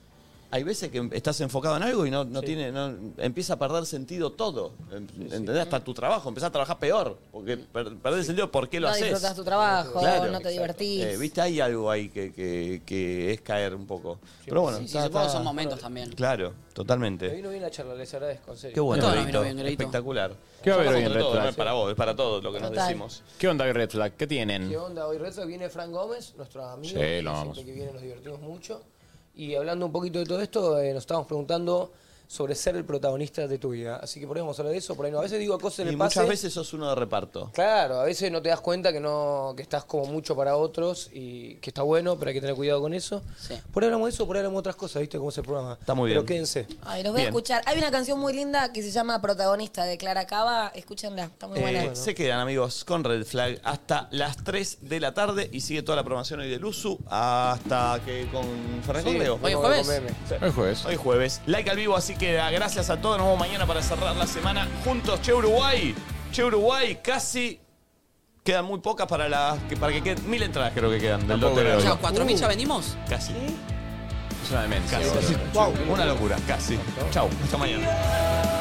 [SPEAKER 2] Hay veces que estás enfocado en algo y no, no tiene, no- empieza a perder sentido todo. Em- ¿Entendés? Hasta tu trabajo, empezás a trabajar peor. Porque per- perdés el sentido por qué lo
[SPEAKER 6] No
[SPEAKER 2] haces.
[SPEAKER 6] disfrutás tu trabajo,
[SPEAKER 2] Claro.
[SPEAKER 6] no te divertís.
[SPEAKER 2] Eh, Viste, hay algo ahí que, que- que es caer un poco. Pero bueno,
[SPEAKER 3] Sí, sí,
[SPEAKER 2] está-
[SPEAKER 3] supongo que
[SPEAKER 2] está-
[SPEAKER 3] son momentos también.
[SPEAKER 2] Claro,
[SPEAKER 16] Me
[SPEAKER 2] totalmente.
[SPEAKER 16] vino bien la charla, les agradezco, en serio.
[SPEAKER 2] Qué bueno,
[SPEAKER 16] No, no,
[SPEAKER 2] Greito.
[SPEAKER 16] vino bien, Greito.
[SPEAKER 2] Espectacular.
[SPEAKER 17] ¿Qué va a haber
[SPEAKER 2] Somos
[SPEAKER 17] hoy en
[SPEAKER 2] entre
[SPEAKER 17] Red
[SPEAKER 2] todos,
[SPEAKER 17] Flag?
[SPEAKER 2] No es para vos, es para todos lo que nos
[SPEAKER 16] Total.
[SPEAKER 2] decimos.
[SPEAKER 17] ¿Qué onda hoy Red Flag? ¿Qué tienen?
[SPEAKER 16] ¿Qué
[SPEAKER 3] Mm.
[SPEAKER 16] onda? Hoy Red Sox viene Frank Gómez, nuestro amigo.
[SPEAKER 17] Sí,
[SPEAKER 16] que
[SPEAKER 17] lo
[SPEAKER 16] siempre
[SPEAKER 17] amamos.
[SPEAKER 16] que viene nos divertimos mucho. Y hablando un poquito de todo esto, eh, nos estábamos preguntando sobre ser el protagonista de tu vida. Así que por ahí vamos a hablar de eso, por ahí no. A veces digo cosas en
[SPEAKER 2] Y
[SPEAKER 16] el
[SPEAKER 2] muchas
[SPEAKER 16] pase.
[SPEAKER 2] veces sos uno de reparto.
[SPEAKER 16] Claro, a veces no te das cuenta que no que estás como mucho para otros y que está bueno, pero hay que tener cuidado con eso. Por ahí hablamos de eso, por ahí hablamos de otras cosas, ¿viste cómo es el programa? Está
[SPEAKER 2] muy
[SPEAKER 16] Pero
[SPEAKER 2] bien.
[SPEAKER 16] quédense.
[SPEAKER 6] Ay, los voy a escuchar. Hay una canción muy linda que se llama Protagonista de Clara Cava. Escúchenla, está muy
[SPEAKER 2] Eh,
[SPEAKER 6] buena.
[SPEAKER 2] Se quedan amigos con Red Flag hasta las 3 de la tarde y sigue toda la programación hoy del USU hasta que con Fernández
[SPEAKER 17] Sí,
[SPEAKER 2] Cordeo.
[SPEAKER 17] hoy es jueves.
[SPEAKER 2] Sí.
[SPEAKER 17] Hoy es jueves.
[SPEAKER 2] Hoy es jueves. Like al vivo, así que ah, gracias a todos. Nos vemos mañana para cerrar la semana juntos. Che Uruguay, Che Uruguay, casi quedan muy pocas para las que para que queden mil entradas creo que quedan del
[SPEAKER 17] Tampoco
[SPEAKER 2] lote de
[SPEAKER 17] creo
[SPEAKER 2] hoy.
[SPEAKER 17] yo.
[SPEAKER 3] No, ¿cuatro mil
[SPEAKER 16] Uh.
[SPEAKER 2] Uh.
[SPEAKER 3] ya vendimos?
[SPEAKER 2] Casi.
[SPEAKER 17] Es una demencia.
[SPEAKER 2] Casi.
[SPEAKER 17] boludo.
[SPEAKER 2] Una locura, casi. Chau, hasta mañana.